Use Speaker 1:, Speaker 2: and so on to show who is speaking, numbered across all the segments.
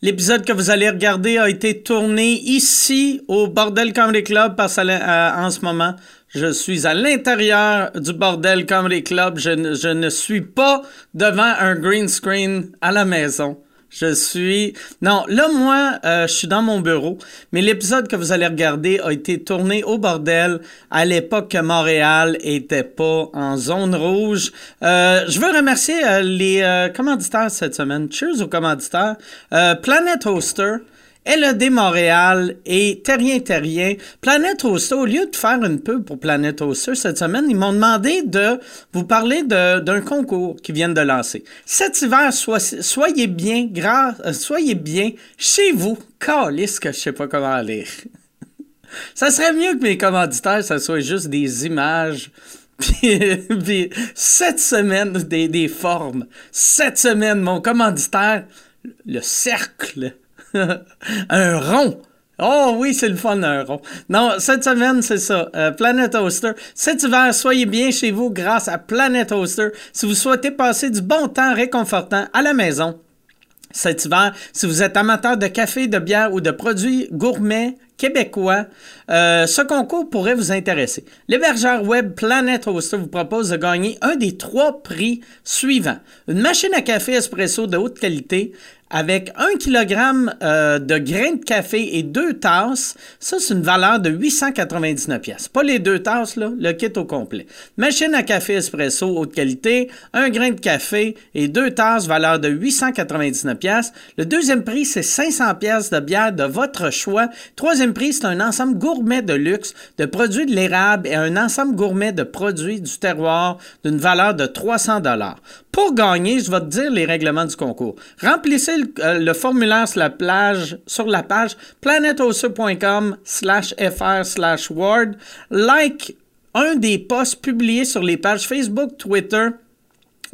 Speaker 1: L'épisode que vous allez regarder a été tourné ici au Bordel Comedy Club parce que, euh, en ce moment, je suis à l'intérieur du Bordel Comedy Club. Je, ne- je ne suis pas devant un green screen à la maison. Je suis... Non, là, moi, euh, je suis dans mon bureau, mais l'épisode que vous allez regarder a été tourné au bordel à l'époque que Montréal était pas en zone rouge. Euh, je veux remercier euh, les euh, commanditaires cette semaine. Cheers aux commanditaires. Euh, Planet Hoster, LED Montréal et Terrien Terrien. Planète Hoster, au lieu de faire une pub pour Planète Hoster cette semaine, ils m'ont demandé de vous parler de- d'un concours qu'ils viennent de lancer. Cet hiver, sois- soyez bien, grâce, euh, soyez bien chez vous. Calisse que je sais pas comment lire. Ça serait mieux que mes commanditaires, ça soit juste des images. Puis, puis cette semaine, des, des formes. Cette semaine, mon commanditaire, le cercle. un rond. Oh oui, c'est le fun, un rond. Non, cette semaine, c'est ça. euh, Planet Hoster. Cet hiver, soyez bien chez vous grâce à Planet Hoster. Si vous souhaitez passer du bon temps réconfortant à la maison, cet hiver, si vous êtes amateur de café, de bière ou de produits gourmets québécois, euh, ce concours pourrait vous intéresser. L'hébergeur web Planet Hoster vous propose de gagner un des trois prix suivants. Une machine à café espresso de haute qualité avec 1 kg de grains de café et deux tasses. Ça, c'est une valeur de 899 pièces. Pas les deux tasses, là, le kit au complet. Machine à café espresso haute qualité, un grain de café et deux tasses, valeur de 899 pièces. Le deuxième prix, c'est 500 pièces de bière de votre choix. Troisième prix, c'est un ensemble gourmet de luxe de produits de l'érable et un ensemble gourmet de produits du terroir d'une valeur de 300 dollars. Pour gagner, je vais te dire les règlements du concours. Remplissez le, euh, le formulaire sur la, plage, sur la page planetosseux.com slash fr slash word. Like un des posts publiés sur les pages Facebook, Twitter,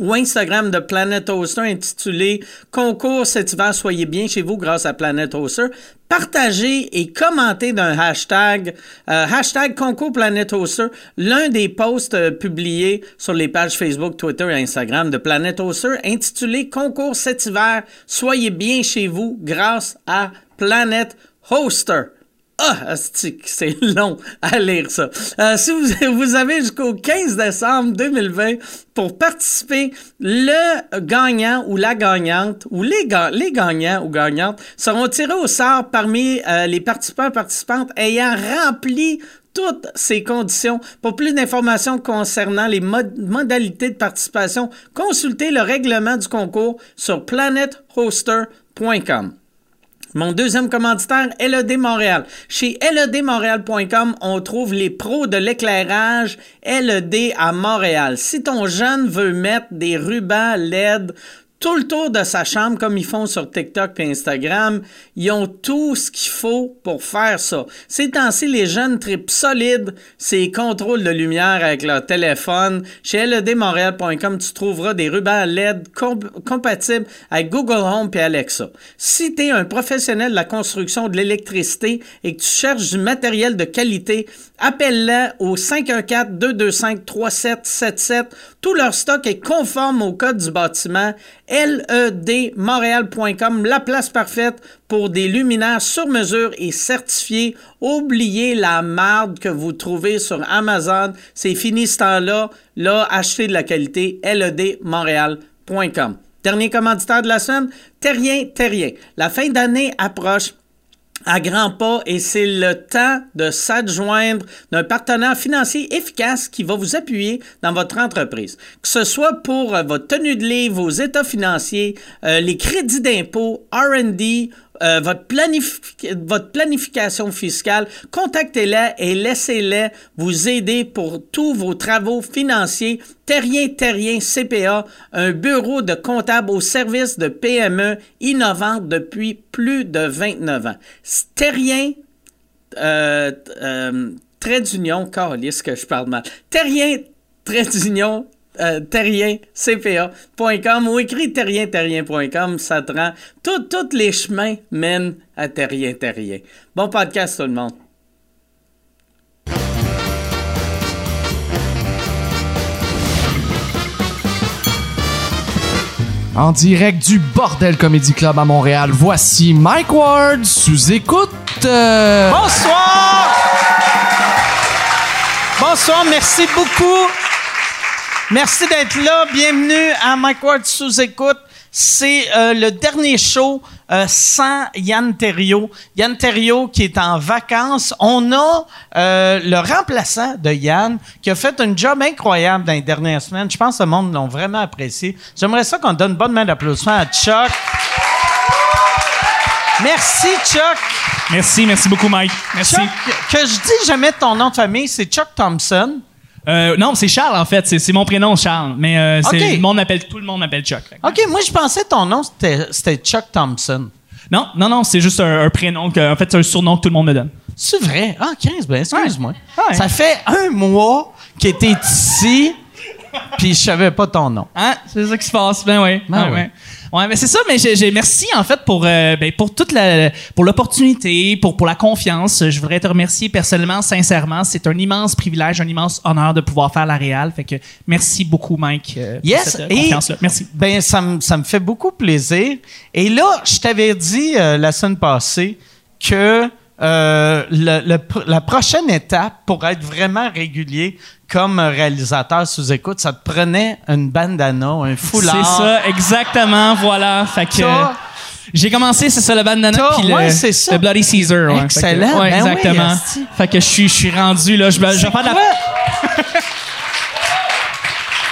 Speaker 1: ou Instagram de Planet Hoster intitulé Concours cet hiver, soyez bien chez vous grâce à Planet Hoster. Partagez et commentez d'un hashtag, euh, hashtag Concours Planet Hoster, l'un des posts euh, publiés sur les pages Facebook, Twitter et Instagram de Planet Hoster intitulé Concours cet hiver, soyez bien chez vous grâce à Planet Hoster. Ah, asti, que c'est long à lire ça. Euh, si vous, vous avez jusqu'au 15 décembre 2020 pour participer, le gagnant ou la gagnante, ou les, ga- les gagnants ou gagnantes, seront tirés au sort parmi euh, les participants et participantes ayant rempli toutes ces conditions. Pour plus d'informations concernant les mod- modalités de participation, consultez le règlement du concours sur planethoster.com. Mon deuxième commanditaire, LED Montréal. Chez E ledmontréal.com, on trouve les pros de l'éclairage LED à Montréal. Si ton jeune veut mettre des rubans LED tout le tour de sa chambre, comme ils font sur TikTok et Instagram, ils ont tout ce qu'il faut pour faire ça. Ces temps-ci, les jeunes tripent solide ces contrôles de lumière avec leur téléphone. Chez E ledmontréal.com, tu trouveras des rubans LED comp- compatibles avec Google Home et Alexa. Si tu es un professionnel de la construction de l'électricité et que tu cherches du matériel de qualité, appelle-les au 514-225-3777. Tout leur stock est conforme au code du bâtiment. E ledmontréal.com, la place parfaite pour des luminaires sur mesure et certifiés. Oubliez la marde que vous trouvez sur Amazon. C'est fini ce temps-là. Là, achetez de la qualité. E ledmontréal.com. Dernier commanditaire de la semaine, Terrien Terrien. La fin d'année approche à grands pas et c'est le temps de s'adjoindre d'un partenaire financier efficace qui va vous appuyer dans votre entreprise. Que ce soit pour euh, votre tenue de livre, vos états financiers, euh, les crédits d'impôt, R&D, euh, votre, planifi- votre planification fiscale, contactez-les et laissez-les vous aider pour tous vos travaux financiers. Terrien Terrien CPA, un bureau de comptable au service de PME innovante depuis plus de 29 ans. Terrien euh, euh, trait d'union, calisse que je parle mal. Terrien, trait d'union, euh, terrien, cpa.com ou écrit terrien, terrien.com, ça te rend. Tout- Tous les chemins mènent à terrien, terrien. Bon podcast, tout le monde.
Speaker 2: En direct du Bordel Comedy Club à Montréal, voici Mike Ward sous écoute. euh,
Speaker 1: Bonsoir! Bonsoir, merci beaucoup. Merci d'être là. Bienvenue à Mike Ward sous écoute. C'est euh, le dernier show euh, sans Yann Terriot. Yann Terriot qui est en vacances. On a euh, le remplaçant de Yann qui a fait un job incroyable dans les dernières semaines. Je pense que le monde l'a vraiment apprécié. J'aimerais ça qu'on donne une bonne main d'applaudissement à Chuck. Merci Chuck.
Speaker 3: Merci, merci beaucoup, Mike. Merci.
Speaker 1: Chuck, que je dis jamais ton nom de famille, c'est Chuck Thompson.
Speaker 3: Euh, non, c'est Charles, en fait. C'est- C'est mon prénom, Charles. Mais euh, c'est-
Speaker 1: Ok.
Speaker 3: le monde appelle- tout le monde m'appelle Chuck. Fait que-
Speaker 1: OK, moi, je pensais que ton nom, c'était c'était Chuck Thompson.
Speaker 3: Non, non, non, c'est juste un, un prénom. que- en fait, c'est un surnom que tout le monde me donne.
Speaker 1: C'est vrai? Ah, 15, ben excuse-moi.
Speaker 3: Ouais. Ouais.
Speaker 1: Ça fait un mois que t'es ici, puis je savais pas ton nom.
Speaker 3: Hein? C'est ça qui se passe. Ben oui.
Speaker 1: Ah
Speaker 3: ouais,
Speaker 1: ouais.
Speaker 3: ouais. Ouais, mais c'est ça. Mais j'ai j'ai- merci en fait pour euh, ben, pour toute la pour l'opportunité, pour pour la confiance. Je voudrais te remercier personnellement, sincèrement. C'est un immense privilège, un immense honneur de pouvoir faire la réal. Fait que merci beaucoup, Mike. euh, pour
Speaker 1: Yes,
Speaker 3: cette, euh,
Speaker 1: et-
Speaker 3: confiance-là. Merci.
Speaker 1: Ben, ça me ça me fait beaucoup plaisir. Et là, je t'avais dit euh, la semaine passée que euh, le- le pr- la prochaine étape pour être vraiment régulier comme euh, réalisateur sous écoute, ça te prenait une bandana, un foulard.
Speaker 3: C'est ça, exactement, voilà. Fait que
Speaker 1: T'as-
Speaker 3: euh, j'ai commencé, c'est ça, le bandana
Speaker 1: T'as-
Speaker 3: puis le,
Speaker 1: ouais, c'est ça.
Speaker 3: le Bloody Caesar. ouais.
Speaker 1: Excellent,
Speaker 3: Fait que- ouais,
Speaker 1: ben oui,
Speaker 3: exactement.
Speaker 1: esti.
Speaker 3: fait que je suis, je suis rendu, là, je, vais- je vais faire de la...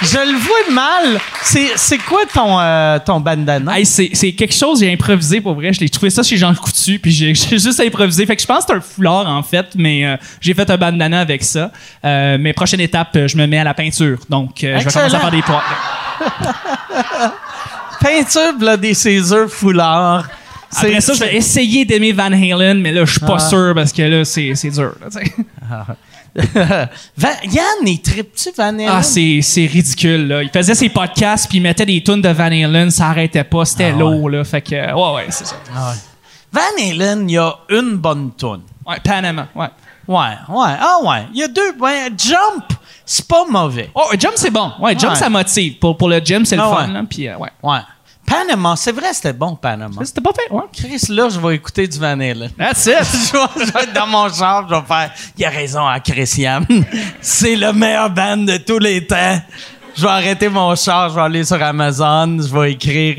Speaker 1: Je le vois mal. C'est c'est quoi ton, euh, ton bandana?
Speaker 3: Hey, c'est c'est quelque chose que j'ai improvisé pour vrai. Je l'ai trouvé ça chez Jean Coutu, puis j'ai j'ai juste improvisé. Fait que je pense que c'est un foulard en fait, mais euh, j'ai fait un bandana avec ça. Euh, mais prochaine étape, euh, je me mets à la peinture, donc euh, je vais
Speaker 1: Excellent.
Speaker 3: commencer à faire des poires.
Speaker 1: Peinture Bloody Caesar foulard. C'est- Ah.
Speaker 3: Après ça, je vais essayer d'aimer Van Halen, mais là, je suis pas sûr parce que là, c'est c'est dur. là, tu sais.
Speaker 1: Van- Yann, il tripe-tu Van Halen?
Speaker 3: Ah, c'est c'est ridicule, là. Il faisait ses podcasts, puis il mettait des tunes de Van Halen, ça arrêtait pas, c'était
Speaker 1: Ah,
Speaker 3: lourd, là. Fait que, euh, ouais, ouais, c'est ça.
Speaker 1: Van Halen, Ah il y a une bonne toune.
Speaker 3: Ouais, Panama, ouais.
Speaker 1: Ouais, ouais, ah ouais. Il y a deux. ouais, Jump, c'est pas mauvais.
Speaker 3: Oh, Jump, c'est bon. Ouais, Jump,
Speaker 1: Ouais.
Speaker 3: ça motive. Pour, pour le Jump, c'est le
Speaker 1: Ah,
Speaker 3: fun,
Speaker 1: ouais.
Speaker 3: là. Puis, euh, ouais.
Speaker 1: Ouais. Panama, c'est vrai, c'était bon, Panama.
Speaker 3: C'était pas fait, ouais.
Speaker 1: Chris, là, je vais écouter du Van Halen.
Speaker 3: That's it.
Speaker 1: je, vais, je vais être dans mon char, je vais faire Il a raison à Christian. C'est le meilleur band de tous les temps. Je vais arrêter mon char, je vais aller sur Amazon, je vais écrire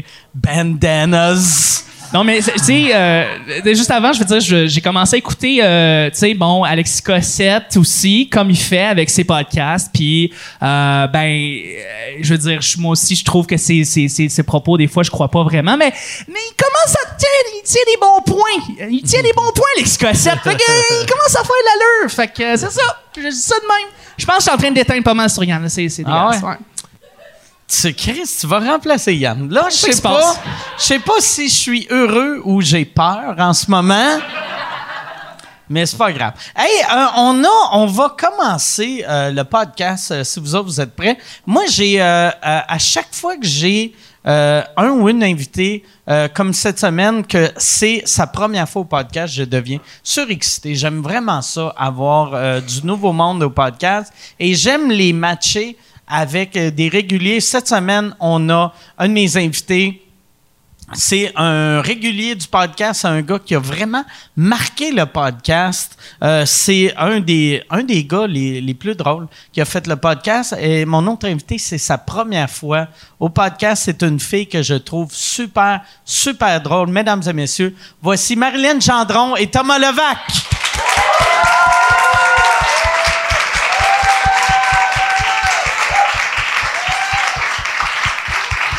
Speaker 1: Bandanas.
Speaker 3: Non, mais, c'est- tu sais, euh, juste avant, je veux dire, je- j'ai commencé à écouter, euh, tu sais, bon, Alexis Cossette aussi, comme il fait avec ses podcasts. Puis, euh, ben, euh, je veux dire, je- moi aussi, je trouve que ses, ses, ses, ses propos, des fois, je crois pas vraiment. Mais, mais il commence à tenir, il tient des bons points. Il tient des bons points, Alexis Cossette. Fait que, euh, il commence à faire de l'allure. Fait que, euh, c'est ça. Je dis ça de même. Je pense que je suis en train de d'éteindre pas mal sur Yann. là. C'est c'est
Speaker 1: Ah
Speaker 3: dégueulasse,
Speaker 1: ouais?
Speaker 3: ouais.
Speaker 1: Tu, Chris, tu vas remplacer Yann. Là, je
Speaker 3: Qu'est-ce qui
Speaker 1: sais
Speaker 3: se
Speaker 1: pas.
Speaker 3: passe?
Speaker 1: Je sais pas si je suis heureux ou j'ai peur en ce moment. Mais c'est pas grave. Hey, euh, on a, on va commencer euh, le podcast euh, si vous autres vous êtes prêts. Moi, j'ai euh, à, à chaque fois que j'ai euh, un ou une invitée, euh, comme cette semaine que c'est sa première fois au podcast, je deviens surexcité. J'aime vraiment ça, avoir euh, du nouveau monde au podcast, et j'aime les matcher avec euh, des réguliers. Cette semaine, on a un de mes invités. C'est un régulier du podcast, c'est un gars qui a vraiment marqué le podcast. Euh, c'est un des, un des gars les, les plus drôles qui a fait le podcast. Et mon autre invité, c'est sa première fois au podcast. C'est une fille que je trouve super, super drôle. Mesdames et messieurs, voici Marilyn Gendron et Thomas Levac.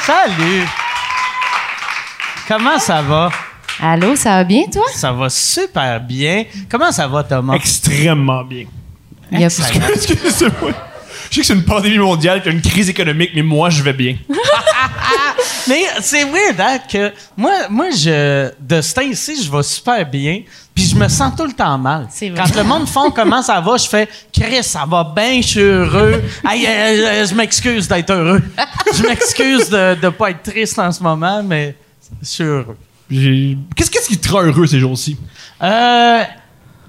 Speaker 1: Salut! Comment ça va?
Speaker 4: Allô, ça va bien, toi?
Speaker 1: Ça va super bien. Comment ça va, Thomas?
Speaker 5: extrêmement bien.
Speaker 4: Il y a plus que-
Speaker 5: Excusez-moi. Je sais que c'est une pandémie mondiale, qu'il y a une crise économique, mais moi, je vais bien.
Speaker 1: Mais c'est weird hein, que moi, moi je, de ce temps-ci, je vais super bien, puis je me sens tout le temps mal.
Speaker 4: C'est vrai.
Speaker 1: Quand le monde font comment ça va, je fais Chris, ça va bien, je suis heureux. Aïe, aïe, aïe, aïe, je m'excuse d'être heureux. Je m'excuse de ne pas être triste en ce moment, mais je suis heureux.
Speaker 5: J'ai- Qu'est-ce qu'est-ce qui te rend heureux ces jours-ci?
Speaker 1: Euh,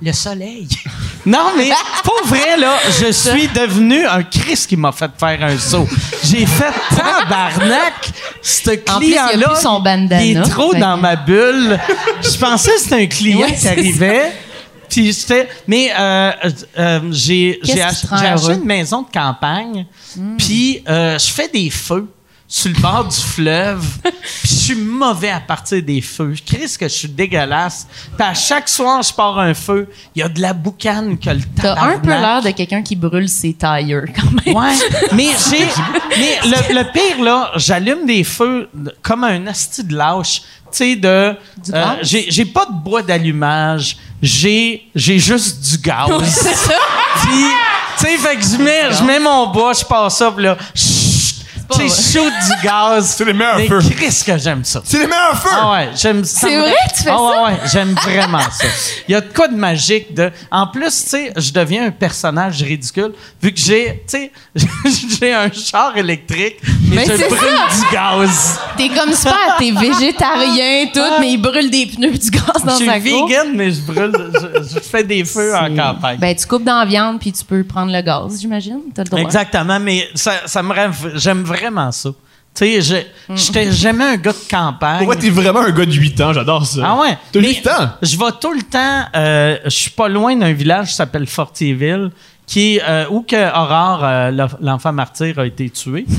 Speaker 1: le soleil. Non, mais pour vrai, là, je suis devenu un Christ qui m'a fait faire un saut. J'ai fait tabarnak! Ce
Speaker 4: En plus, il a
Speaker 1: client-là,
Speaker 4: plus son bandana,
Speaker 1: il est trop
Speaker 4: fait
Speaker 1: dans
Speaker 4: que-
Speaker 1: ma bulle. Je pensais que c'était un client
Speaker 4: Ouais,
Speaker 1: qui
Speaker 4: c'est
Speaker 1: arrivait. Puis j'étais... Mais euh, euh, j'ai
Speaker 4: Qu'est-ce
Speaker 1: j'ai
Speaker 4: qui
Speaker 1: ach-
Speaker 4: te rend
Speaker 1: j'ai acheté
Speaker 4: heureux?
Speaker 1: une maison de campagne. Puis euh, je fais des feux sur le bord du fleuve. Puis je suis mauvais à partir des feux. Christ que je suis dégueulasse. Puis à chaque soir, je pars un feu. Il y a de la boucane que le
Speaker 4: T'as un
Speaker 1: tabarnak.
Speaker 4: peu l'air de quelqu'un qui brûle ses tailleurs, quand même.
Speaker 1: Ouais, mais j'ai. Mais le, le pire, là, j'allume des feux de- comme un asti de lâche. Tu sais, de.
Speaker 4: Du
Speaker 1: euh,
Speaker 4: gaz?
Speaker 1: j'ai j'ai pas de bois d'allumage. J'ai j'ai juste du gaz.
Speaker 4: C'est ça?
Speaker 1: Puis, tu sais, fait que je mets, je mets mon bois, je passe ça, puis là. chut,
Speaker 4: pas
Speaker 1: Tu sais,
Speaker 4: vrai.
Speaker 1: je shoot du gaz.
Speaker 6: C'est les meilleurs
Speaker 1: mais
Speaker 6: feux.
Speaker 1: Christ que j'aime ça.
Speaker 6: C'est les meilleurs feux!
Speaker 1: Ah ouais, j'aime ça.
Speaker 4: C'est
Speaker 1: me-
Speaker 4: vrai, tu fais
Speaker 1: Ah
Speaker 4: ça?
Speaker 1: ouais, ouais, j'aime vraiment ça. Il y a de quoi de magique de. En plus, tu sais, je deviens un personnage ridicule vu que j'ai, tu sais, j'ai un char électrique, mais,
Speaker 4: Mais
Speaker 1: je
Speaker 4: c'est
Speaker 1: brûle du gaz.
Speaker 4: T'es comme super, t'es végétarien, tout, mais il brûle des pneus du gaz
Speaker 1: Je
Speaker 4: dans
Speaker 1: suis
Speaker 4: sa cour.
Speaker 1: vegan, mais je brûle, je, je fais des feux en campagne.
Speaker 4: Ben, tu coupes dans la viande, puis tu peux prendre le gaz, j'imagine. T'as le droit.
Speaker 1: Exactement, mais ça, ça me rend- j'aime vraiment ça. Tu sais, je- j'étais jamais un gars de campagne.
Speaker 6: Ouais, t'es vraiment un gars de 8 ans, j'adore ça.
Speaker 1: Ah ouais?
Speaker 6: T'as
Speaker 1: Mais
Speaker 6: 8 ans?
Speaker 1: Je vais tout le temps. euh, je suis pas loin d'un village qui s'appelle Fortierville, qui est, euh, où que Aurore, euh, l'enf- l'enfant martyr, a été tué. Puis,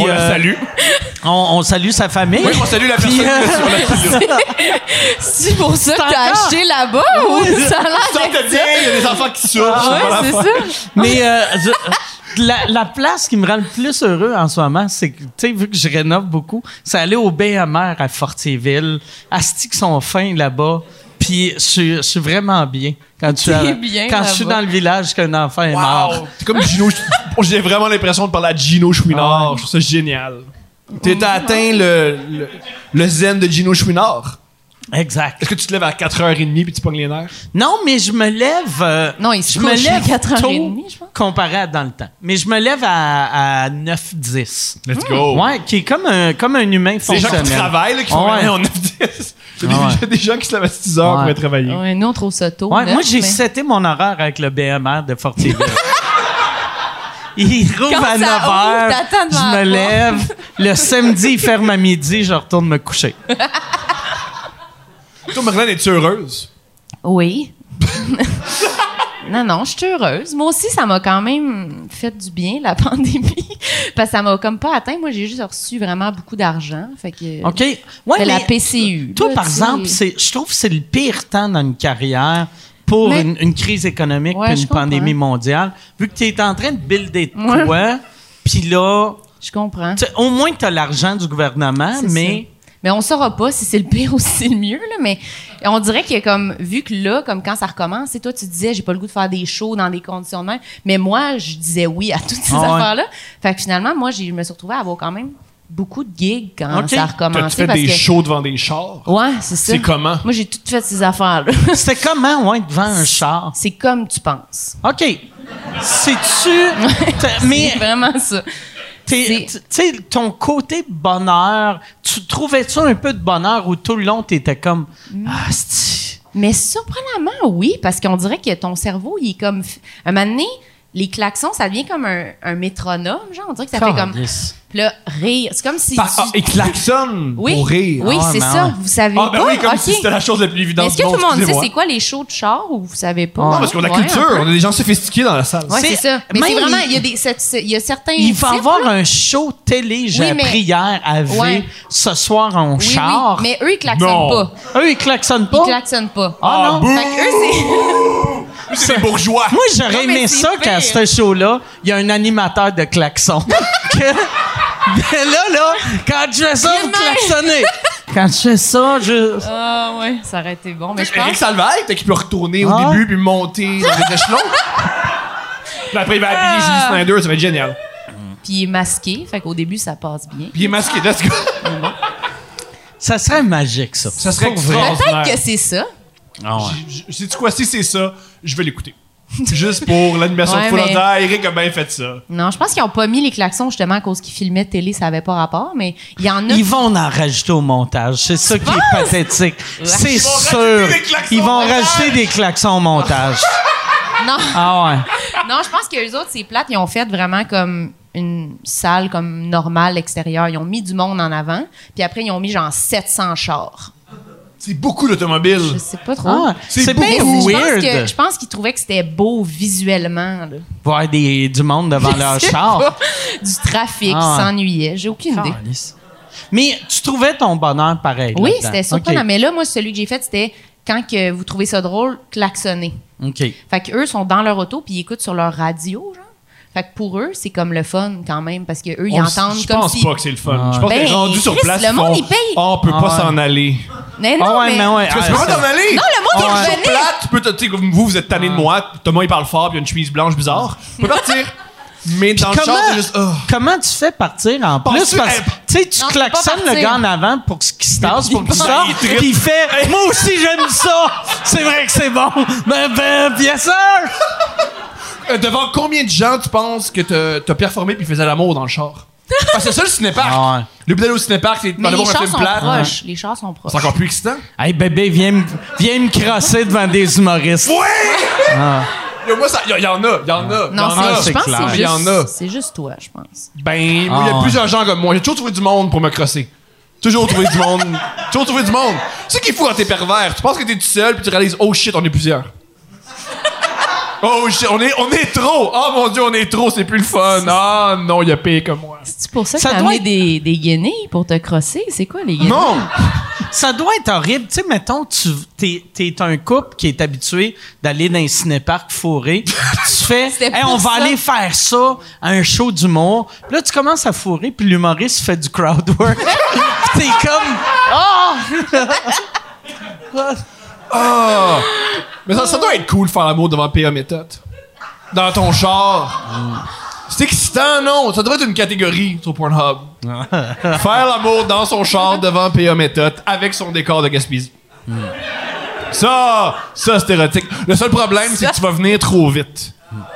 Speaker 6: On la
Speaker 1: euh,
Speaker 6: salue.
Speaker 1: On, on salue sa famille.
Speaker 6: Oui, on salue la personne
Speaker 1: Puis,
Speaker 6: qui
Speaker 1: euh,
Speaker 6: est sur la pilule.
Speaker 4: C'est pour ça que t'as
Speaker 1: encore-
Speaker 4: acheté là-bas ou ça a l'air
Speaker 6: Sortez bien, il y a des enfants qui souffrent.
Speaker 4: Ah
Speaker 6: Voilà.
Speaker 4: ouais, c'est ça.
Speaker 1: Mais euh, je- la, la place qui me rend le plus heureux en ce moment, c'est que, tu sais, vu que je rénove beaucoup, c'est aller au BMR à Fortierville. Asti qui sont fins là-bas. Puis je suis- je suis vraiment bien. Quand, tu,
Speaker 4: T'es bien
Speaker 1: quand je suis
Speaker 4: là-bas.
Speaker 1: dans le village qu'un enfant est mort.
Speaker 6: Wow! T'es comme Gino. J'ai vraiment l'impression de parler à Gino Chouinard. Je trouve ça génial. T'es t'as atteint le, le, le zen de Gino Chouinard.
Speaker 1: Exact.
Speaker 6: Est-ce que tu te lèves à 4h30 puis tu pognes les nerfs?
Speaker 1: Non, mais je me lève. euh,
Speaker 4: Non, il se
Speaker 1: je me
Speaker 4: couche à
Speaker 1: lève
Speaker 4: 4h30,
Speaker 1: tôt
Speaker 4: je pense.
Speaker 1: Comparé à dans le temps. Mais je me lève à, à 9-10.
Speaker 6: Let's go!
Speaker 2: Oh.
Speaker 1: Ouais, qui est comme un, comme un humain
Speaker 6: C'est les gens
Speaker 1: fonctionnel.
Speaker 6: qui travaillent là, qui font
Speaker 1: Ouais.
Speaker 6: rien en 9-10. Il y
Speaker 1: Ah
Speaker 6: a des-
Speaker 1: ouais.
Speaker 6: il y a des gens qui se lèvent à 6 heures pour
Speaker 1: Ouais.
Speaker 6: aller travailler.
Speaker 4: Ouais, nous, on trouve ça tôt.
Speaker 1: Ouais,
Speaker 4: neuf,
Speaker 1: moi, j'ai
Speaker 4: mais-
Speaker 1: seté mon horaire avec le BMR de Fortiville. Il rouvre
Speaker 4: Quand
Speaker 1: à
Speaker 4: ça
Speaker 1: 9
Speaker 4: ouvre,
Speaker 1: h.
Speaker 4: t'attends devant
Speaker 1: Je
Speaker 4: la
Speaker 1: me lève. Le samedi, il ferme à midi. Je retourne me coucher.
Speaker 6: Toi, Marlène, es-tu heureuse?
Speaker 4: Oui. non, non, je suis heureuse. Moi aussi, ça m'a quand même fait du bien, la pandémie. Parce que ça m'a comme pas atteint. Moi, j'ai juste reçu vraiment beaucoup d'argent. Fait que. euh,
Speaker 1: OK?
Speaker 4: C'est
Speaker 1: Ouais, mais
Speaker 4: la PCU.
Speaker 1: Toi,
Speaker 4: là,
Speaker 1: par
Speaker 4: tu sais.
Speaker 1: exemple, c'est- je trouve que c'est le pire temps dans une carrière pour
Speaker 4: Mais-
Speaker 1: une, une crise économique
Speaker 4: Ouais,
Speaker 1: puis
Speaker 4: je
Speaker 1: une pandémie mondiale, vu que tu es en train de builder de
Speaker 4: Ouais.
Speaker 1: quoi, puis là,
Speaker 4: Je comprends.
Speaker 1: tu sais, au moins tu as l'argent du gouvernement,
Speaker 4: C'est
Speaker 1: mais
Speaker 4: ça. Mais on saura pas si c'est le pire ou si c'est le mieux, là, mais on dirait que comme vu que là, comme quand ça recommence, c'est toi tu disais j'ai pas le goût de faire des shows dans des conditions de même, mais moi je disais oui à toutes ces
Speaker 1: Ah ouais.
Speaker 4: affaires-là. Fait que finalement, moi j'ai- je me suis retrouvée à avoir quand même beaucoup de gigs quand
Speaker 1: Ok.
Speaker 4: ça a
Speaker 6: T'as-tu
Speaker 4: recommencé
Speaker 6: fait
Speaker 4: parce
Speaker 6: des
Speaker 4: que
Speaker 6: shows devant des chars?
Speaker 4: ouais, c'est ça.
Speaker 6: C'est comment?
Speaker 4: Moi j'ai tout fait ces affaires-là.
Speaker 1: c'était comment, ouais, devant un char?
Speaker 4: c'est comme tu penses.
Speaker 1: OK. C'est-tu. t'as- mais
Speaker 4: C'est vraiment ça.
Speaker 1: t'es- tu
Speaker 4: c'est-
Speaker 1: sais, ton côté bonheur, tu trouvais-tu un peu de bonheur ou tout le long tu étais comme.
Speaker 4: Mm.
Speaker 1: Ah, c'ti.
Speaker 4: Mais surprenamment, oui, parce qu'on dirait que ton cerveau, il est comme. Un moment donné, les klaxons, ça devient comme un, un métronome, genre. On dirait que ça fait comme.
Speaker 1: Câlisse.
Speaker 4: Puis là, rire. C'est comme si.
Speaker 6: Par-
Speaker 4: tu-
Speaker 6: ah, et klaxonne
Speaker 4: oui,
Speaker 6: pour rire.
Speaker 4: oui
Speaker 1: Ah,
Speaker 4: c'est
Speaker 1: mais
Speaker 4: ça.
Speaker 1: ouais.
Speaker 4: Vous savez
Speaker 6: Ah, ben
Speaker 4: pas.
Speaker 6: oui, comme
Speaker 4: OK.
Speaker 6: si c'était la chose la plus
Speaker 4: Mais
Speaker 6: évidente
Speaker 4: est-ce que
Speaker 6: du
Speaker 4: tout
Speaker 6: monde.
Speaker 4: le monde sait
Speaker 6: excusez-moi.
Speaker 4: c'est quoi les shows de char ou vous savez pas?
Speaker 6: Non, parce qu'on a la
Speaker 4: Ouais, un
Speaker 6: culture,
Speaker 4: peu.
Speaker 6: on a des gens sophistiqués dans la salle.
Speaker 4: Ouais,
Speaker 1: C'est-
Speaker 4: c'est ça. Mais
Speaker 1: même
Speaker 4: c'est vraiment,
Speaker 1: les-
Speaker 4: il y a des, cette- ce- il y a certains.
Speaker 1: Il va y
Speaker 4: types,
Speaker 1: avoir
Speaker 4: là.
Speaker 1: un show télé, j'ai
Speaker 4: Oui, mais-
Speaker 1: appris hier à V
Speaker 4: Ouais.
Speaker 1: ce soir en
Speaker 4: Oui, oui.
Speaker 1: char.
Speaker 4: Mais eux, ils klaxonnent
Speaker 6: Non.
Speaker 4: pas.
Speaker 1: Eux, ils klaxonnent
Speaker 4: Ils
Speaker 1: pas.
Speaker 4: klaxonnent pas.
Speaker 1: Ah,
Speaker 6: Ah,
Speaker 1: non.
Speaker 6: bouh!
Speaker 4: Fait que eux,
Speaker 6: C'est des bourgeois!
Speaker 1: Moi,
Speaker 4: Non,
Speaker 1: j'aurais
Speaker 4: mais
Speaker 1: aimé
Speaker 4: c'est
Speaker 1: ça
Speaker 4: pire.
Speaker 1: qu'à ce show-là, il y a un animateur de klaxon. Que- Mais là, là, quand je fais ça, vous
Speaker 4: Demain.
Speaker 1: klaxonnez. Quand je fais ça, je...
Speaker 4: c'est. Ah, ouais. Ça aurait été bon. Mais je
Speaker 6: Eric
Speaker 4: pense.
Speaker 6: Salvaille, peut-être qu'il peut retourner
Speaker 1: Ah.
Speaker 6: au début puis monter dans les échelons. Puis après, il va habiller
Speaker 4: Ah.
Speaker 6: Julie Snyder, ça va être génial.
Speaker 4: Puis il est masqué. Fait qu'au début, ça passe bien.
Speaker 6: Puis il est masqué, let's go!
Speaker 1: Ça serait magique, ça.
Speaker 6: Ça serait
Speaker 1: Pour vrai.
Speaker 6: extraordinaire.
Speaker 1: Ah
Speaker 4: Peut-être que c'est ça.
Speaker 6: Sais-tu quoi? Si c'est ça, je vais l'écouter. Juste pour l'animation
Speaker 4: Ouais,
Speaker 6: de Full
Speaker 4: mais-
Speaker 6: Hotel. Eric a bien fait ça.
Speaker 4: Non, je pense qu'ils ont pas mis les klaxons justement à cause qu'ils filmaient télé, ça avait pas rapport, mais il y en a.
Speaker 1: Ils vont en rajouter au montage. C'est ça qui est pathétique. C'est
Speaker 6: vont rajouter
Speaker 1: sûr.
Speaker 6: des klaxons
Speaker 1: Ils
Speaker 6: au
Speaker 1: vont
Speaker 6: montage.
Speaker 1: rajouter des klaxons au montage.
Speaker 4: Non,
Speaker 1: Ah ouais.
Speaker 4: non, je pense que les autres, c'est plate, ils ont fait vraiment comme une salle comme normale extérieure. Ils ont mis du monde en avant, puis après ils ont mis genre 700 chars.
Speaker 6: C'est beaucoup d'automobiles.
Speaker 4: Je sais pas trop.
Speaker 1: Ah, c'est
Speaker 4: Mais
Speaker 1: bien
Speaker 4: je pense
Speaker 1: weird.
Speaker 4: que- Je pense qu'ils trouvaient que c'était beau visuellement. là.
Speaker 1: Voir des, du monde devant leur
Speaker 4: Je sais
Speaker 1: char.
Speaker 4: pas. Du trafic,
Speaker 1: Ah.
Speaker 4: ils s'ennuyaient. J'ai aucune
Speaker 6: Ah,
Speaker 4: idée.
Speaker 1: Calisse. Mais tu trouvais ton bonheur pareil.
Speaker 4: Oui,
Speaker 1: là-dedans.
Speaker 4: c'était surprenant. Mais là, moi, celui que j'ai fait, c'était quand que vous trouvez ça drôle, klaxonner.
Speaker 1: OK. OK.
Speaker 4: Fait qu'eux sont dans leur auto puis ils écoutent sur leur radio, genre. Fait que pour eux, c'est comme le fun quand même parce que eux ils
Speaker 6: On le-
Speaker 4: entendent
Speaker 6: Oh, Je
Speaker 4: comme
Speaker 6: pense
Speaker 4: si.
Speaker 6: pas que c'est le fun.
Speaker 1: Ah.
Speaker 6: Je pense
Speaker 4: Ben,
Speaker 6: que rendu sur
Speaker 4: Chris,
Speaker 6: place,
Speaker 4: le
Speaker 6: ils
Speaker 4: monde,
Speaker 6: font,
Speaker 4: il paye.
Speaker 6: Ah, on peut pas
Speaker 1: Ah ouais.
Speaker 6: s'en aller.
Speaker 4: Mais non,
Speaker 1: Ah ouais,
Speaker 4: mais-
Speaker 1: mais ouais.
Speaker 6: Tu
Speaker 1: ah,
Speaker 6: peux pas
Speaker 1: ça-
Speaker 6: t'en aller?
Speaker 4: Non, le monde
Speaker 6: Je
Speaker 4: il
Speaker 6: suis
Speaker 4: revenait.
Speaker 6: Ah, plate, tu peux te- tu sais, comme vous, vous êtes tanné de moi, Thomas il parle fort, puis il a une chemise blanche bizarre. Tu peux partir. Mais dans le char,
Speaker 1: Comment,
Speaker 6: c'est juste. Ah.
Speaker 1: comment tu fais partir en plus?
Speaker 6: Penses-tu-
Speaker 1: Parce que
Speaker 6: Eh,
Speaker 1: tu sais, tu
Speaker 4: Non, c'est
Speaker 1: klaxonnes
Speaker 4: pas
Speaker 1: le
Speaker 4: partir.
Speaker 1: gars en avant pour que- qu'il se tasse, pour qu'il
Speaker 6: il-
Speaker 1: sorte,
Speaker 6: il trippe.
Speaker 1: puis il fait « Moi aussi, j'aime ça! C'est vrai que c'est bon! Ben, ben, bien sûr!
Speaker 6: Euh, Devant combien de gens tu penses que t'as- t'as performé puis faisais l'amour dans le char? Ah, c'est ça le cinépark!
Speaker 1: Ah ouais.
Speaker 6: Le plus d'aller au cinépark, c'est
Speaker 4: Mais
Speaker 6: d'aller
Speaker 4: les
Speaker 6: voir un
Speaker 4: chars
Speaker 6: film
Speaker 4: sont
Speaker 6: plate. hein.
Speaker 4: proches. Les chars sont proches.
Speaker 6: C'est encore plus excitant.
Speaker 1: Hey, bébé, viens, me- viens me crosser devant des humoristes.
Speaker 6: Oui! Yo, moi, ça, y, y en a, y en a.
Speaker 4: Non,
Speaker 6: y en
Speaker 4: c'est- je
Speaker 6: a.
Speaker 4: pense que
Speaker 1: clair.
Speaker 4: c'est
Speaker 6: Il y en a.
Speaker 4: juste, c'est juste toi, je pense.
Speaker 6: Ben, moi, il y
Speaker 1: Ah.
Speaker 6: a plusieurs gens comme moi. J'ai toujours trouvé du monde pour me crosser. Toujours trouvé du monde. Toujours trouvé du monde. C'est ce qu'il faut quand t'es pervers. Tu penses que t'es tout seul puis tu réalises, oh shit, on est plusieurs. Oh shit, on est, on est trop. Oh mon dieu, on est trop, c'est plus le fun. Ah non, il y a pire que moi.
Speaker 4: C'est pour ça que
Speaker 1: Ça
Speaker 4: t'as
Speaker 1: doit
Speaker 4: amené
Speaker 1: être-
Speaker 4: des, des guenilles pour te crosser. C'est quoi les guenilles?
Speaker 6: Non!
Speaker 1: Ça doit être horrible. Tu sais, mettons, tu t'es, t'es un couple qui est habitué d'aller dans un cinéparc fourré. Puis tu fais,
Speaker 4: C'était
Speaker 1: Hey,
Speaker 4: pour
Speaker 1: on va
Speaker 4: ça.
Speaker 1: aller faire ça à un show d'humour. Puis là, tu commences à fourrer, puis l'humoriste fait du crowd work. Puis t'es comme,
Speaker 6: Mais ça, ça doit être cool de faire l'amour devant PA méthode. Dans ton char. C'est excitant, non? Ça devrait être une catégorie sur Pornhub. faire l'amour dans son char devant PA méthode avec son décor de Gaspésie. Ça, ça, c'est érotique. Le seul problème, c'est que tu vas venir trop vite.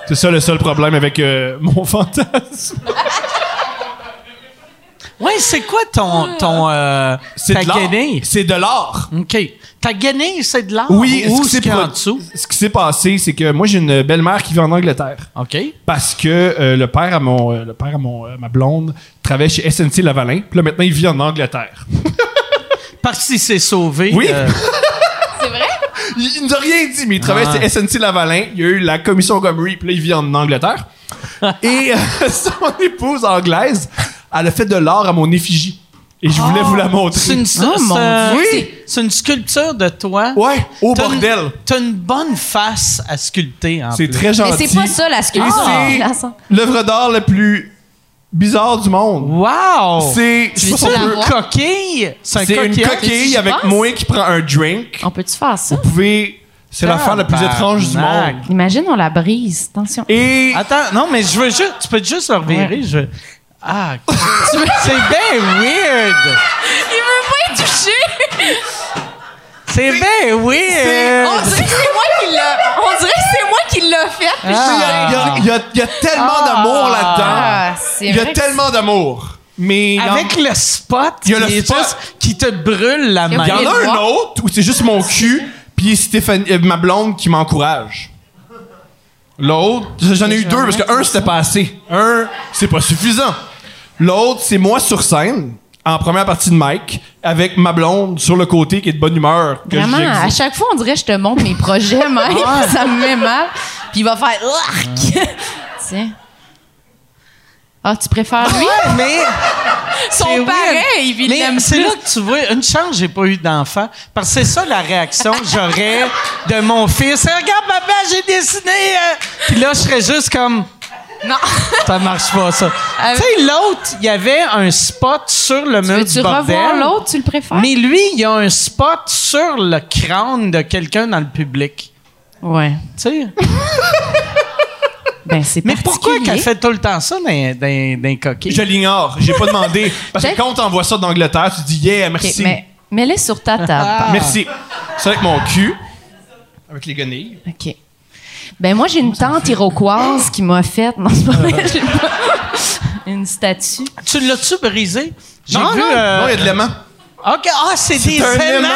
Speaker 6: C'est ça le seul problème avec euh, mon fantasme.
Speaker 1: ouais, c'est quoi ton, ton, euh,
Speaker 6: C'est
Speaker 1: ta
Speaker 6: de l'art.
Speaker 1: guenille?
Speaker 6: C'est de l'art.
Speaker 1: OK. Ta guenille, c'est de l'art?
Speaker 6: Oui,
Speaker 1: ou
Speaker 6: ce qui
Speaker 1: ce
Speaker 6: s'est
Speaker 1: qu'il y a en
Speaker 6: pro-
Speaker 1: dessous?
Speaker 6: ce qui s'est passé, c'est que moi, j'ai une belle-mère qui vit en Angleterre.
Speaker 1: OK.
Speaker 6: parce que euh, le père à mon euh, le père à mon euh, ma blonde travaillait chez SNC Lavalin. Puis là maintenant il vit en Angleterre.
Speaker 1: Parce qu'il s'est sauvé.
Speaker 6: Oui.
Speaker 1: euh,
Speaker 4: C'est vrai?
Speaker 6: il, il nous a rien dit, mais il travaille
Speaker 1: Ah.
Speaker 6: chez SNC Lavalin. Il y a eu la commission Gomery. Puis là il vit en Angleterre. Et euh, son épouse anglaise, elle a fait de l'art à mon effigie. Et je
Speaker 4: Ah.
Speaker 6: voulais vous la
Speaker 1: c'est,
Speaker 6: montrer.
Speaker 1: une,
Speaker 4: Oh, mon
Speaker 1: c'est-
Speaker 4: Dieu.
Speaker 1: c'est- c'est une sculpture de toi.
Speaker 6: Ouais, au
Speaker 1: T'as une-
Speaker 6: bordel.
Speaker 1: T'as une bonne face à sculpter, en
Speaker 6: C'est
Speaker 1: plus.
Speaker 6: très gentil.
Speaker 4: Mais c'est pas ça la sculpture.
Speaker 6: Et c'est l'œuvre d'art la plus bizarre du monde.
Speaker 1: Wow!
Speaker 6: C'est je sais pas si
Speaker 1: C'est
Speaker 6: on
Speaker 4: la
Speaker 6: peut-
Speaker 4: voir?
Speaker 1: une coquille.
Speaker 6: c'est une coquille avec
Speaker 4: penses?
Speaker 6: moi qui prend un drink.
Speaker 4: On peut-tu faire ça?
Speaker 6: Vous pouvez. C'est l'affaire la plus étrange du
Speaker 1: Tabarnak.
Speaker 6: monde.
Speaker 4: Imagine, on la brise. Attention.
Speaker 6: Et
Speaker 1: Attends, non, mais je veux juste. Tu peux juste le revirer. Je... Ah, tu veux- c'est bien weird.
Speaker 4: Il veut pas y toucher!
Speaker 1: C'est bien
Speaker 4: On
Speaker 6: oh,
Speaker 1: weird.
Speaker 4: dirait que c'est moi qui l'a. On dirait que c'est moi qui l'a fait. puis je-
Speaker 6: il y a- il y a- il y, a- il y a tellement
Speaker 1: Ah.
Speaker 6: d'amour là-dedans.
Speaker 4: Ah, c'est
Speaker 6: Il y a
Speaker 4: vrai que
Speaker 6: tellement d'amour. Mais
Speaker 1: Avec le spot,
Speaker 6: Il y a le
Speaker 1: qui est
Speaker 6: spot.
Speaker 1: juste- qui te brûle la
Speaker 4: Il y
Speaker 1: main.
Speaker 6: il y en a
Speaker 4: les
Speaker 6: un
Speaker 4: doigts.
Speaker 6: autre où c'est juste mon cul, puis Stéphanie, euh, ma blonde qui m'encourage. L'autre, j'en ai eu deux parce que un c'était pas assez. Un, c'est pas suffisant. L'autre, c'est moi sur scène en première partie de Mike avec ma blonde sur le côté qui est de bonne humeur. que
Speaker 4: Vraiment,
Speaker 6: j'exige.
Speaker 4: à chaque fois, on dirait que je te montre mes projets, même. ça me met mal. Puis il va faire. Arc! Tiens. Ah, tu préfères lui?
Speaker 1: Ouais, mais.
Speaker 4: Ils
Speaker 1: C'est
Speaker 4: sont
Speaker 1: weird.
Speaker 4: pareils, puis ils l'aiment
Speaker 1: Mais c'est là
Speaker 4: plus.
Speaker 1: que tu vois, une chance, j'ai pas eu d'enfant. Parce que c'est ça la réaction que j'aurais de mon fils. Eh, Regarde, papa, j'ai dessiné. euh. Puis là, je serais juste comme.
Speaker 4: Non.
Speaker 1: Ça marche pas, ça.
Speaker 4: Euh,
Speaker 1: tu sais, l'autre, il y avait un spot sur le mur
Speaker 4: Veux-tu
Speaker 1: du bordel.
Speaker 4: revoir l'autre? Tu le préfères?
Speaker 1: Mais lui, il y a un spot sur le crâne de quelqu'un dans le public.
Speaker 4: Ouais.
Speaker 1: Tu sais?
Speaker 4: Ben, c'est
Speaker 1: Mais
Speaker 4: particulier.
Speaker 1: pourquoi qu'elle fait tout le temps ça dans, dans, dans les coquilles?
Speaker 6: Je l'ignore, j'ai pas demandé. Parce que
Speaker 4: Peut-être-
Speaker 6: quand on t'envoie ça d'Angleterre, tu dis yeah,
Speaker 4: Ok,
Speaker 6: merci.
Speaker 4: mais Ah. mets-les sur ta table.
Speaker 6: Merci. C'est avec mon cul. Avec les guenilles.
Speaker 4: OK. Ben moi, j'ai une tante iroquoise qui m'a faite... Non, c'est pas
Speaker 6: Euh.
Speaker 4: vrai, j'ai pas... Une statue.
Speaker 1: Tu l'as-tu brisé? J'ai
Speaker 6: Non,
Speaker 1: vu.
Speaker 6: non.
Speaker 1: euh,
Speaker 6: Non, il y a de l'aimant.
Speaker 1: OK, ah, c'est des
Speaker 6: un
Speaker 1: aimants!
Speaker 6: aimant.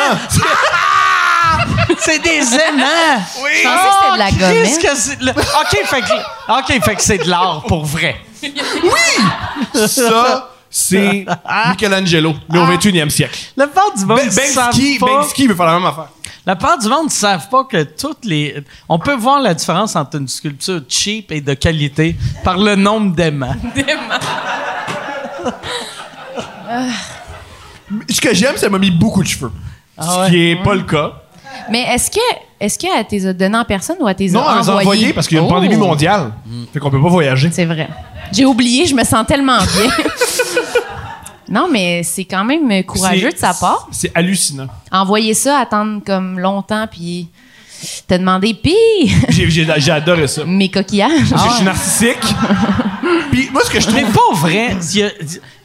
Speaker 1: Ah! C'est des aimants! Oui!
Speaker 4: Je pensais que c'était de
Speaker 6: Ah,
Speaker 4: la gommette.
Speaker 1: Ah, que c'est... le- OK, fait que, OK, fait que c'est de l'art pour vrai.
Speaker 6: Ça, c'est
Speaker 4: Ah.
Speaker 6: Michelangelo, mais au 21e siècle.
Speaker 1: La part du monde
Speaker 6: Ben-
Speaker 1: savent
Speaker 6: Bensky,
Speaker 1: pas...
Speaker 6: Bensky veut faire la même affaire.
Speaker 1: La part du monde ne savent pas que toutes les... On peut voir la différence entre une sculpture cheap et de qualité par le nombre d'aimants.
Speaker 6: Ce que j'aime, c'est qu'elle m'a mis beaucoup de cheveux.
Speaker 1: Ah
Speaker 6: Ce qui est pas le cas.
Speaker 4: Mais est-ce que est-ce qu'elle te les a donnés en personne ou elle te les
Speaker 6: Non,
Speaker 4: a
Speaker 6: elle les a
Speaker 4: envoyés?
Speaker 6: envoyés parce qu'il y a une
Speaker 4: Oh!
Speaker 6: pandémie mondiale. Fait qu'on peut pas voyager.
Speaker 4: C'est vrai. J'ai oublié, je me sens tellement bien. non, mais c'est quand même courageux de sa
Speaker 6: C'est-
Speaker 4: part.
Speaker 6: C'est hallucinant.
Speaker 4: Envoyer ça, attendre comme longtemps, puis te demander, puis
Speaker 6: J'ai j'ai- j'ai adoré ça.
Speaker 4: mes coquillages.
Speaker 6: Parce que je suis narcissique. Puis moi, ce que je
Speaker 1: Mais
Speaker 6: trouve.
Speaker 1: pas vrai. Il y a-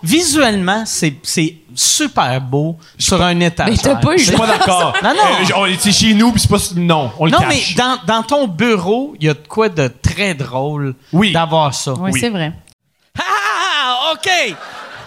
Speaker 1: visuellement, c'est, c'est super beau sur un étage.
Speaker 4: Mais t'as pas eu
Speaker 6: Je suis pas d'accord.
Speaker 1: Non, non.
Speaker 6: Euh, on est chez nous, puis c'est pas. Non, on le
Speaker 1: Non, mais
Speaker 6: cache.
Speaker 1: dans, dans ton bureau, il y a de quoi de très drôle
Speaker 6: Oui.
Speaker 1: d'avoir ça.
Speaker 4: Oui,
Speaker 6: Oui.
Speaker 4: c'est vrai.
Speaker 1: Ah, OK!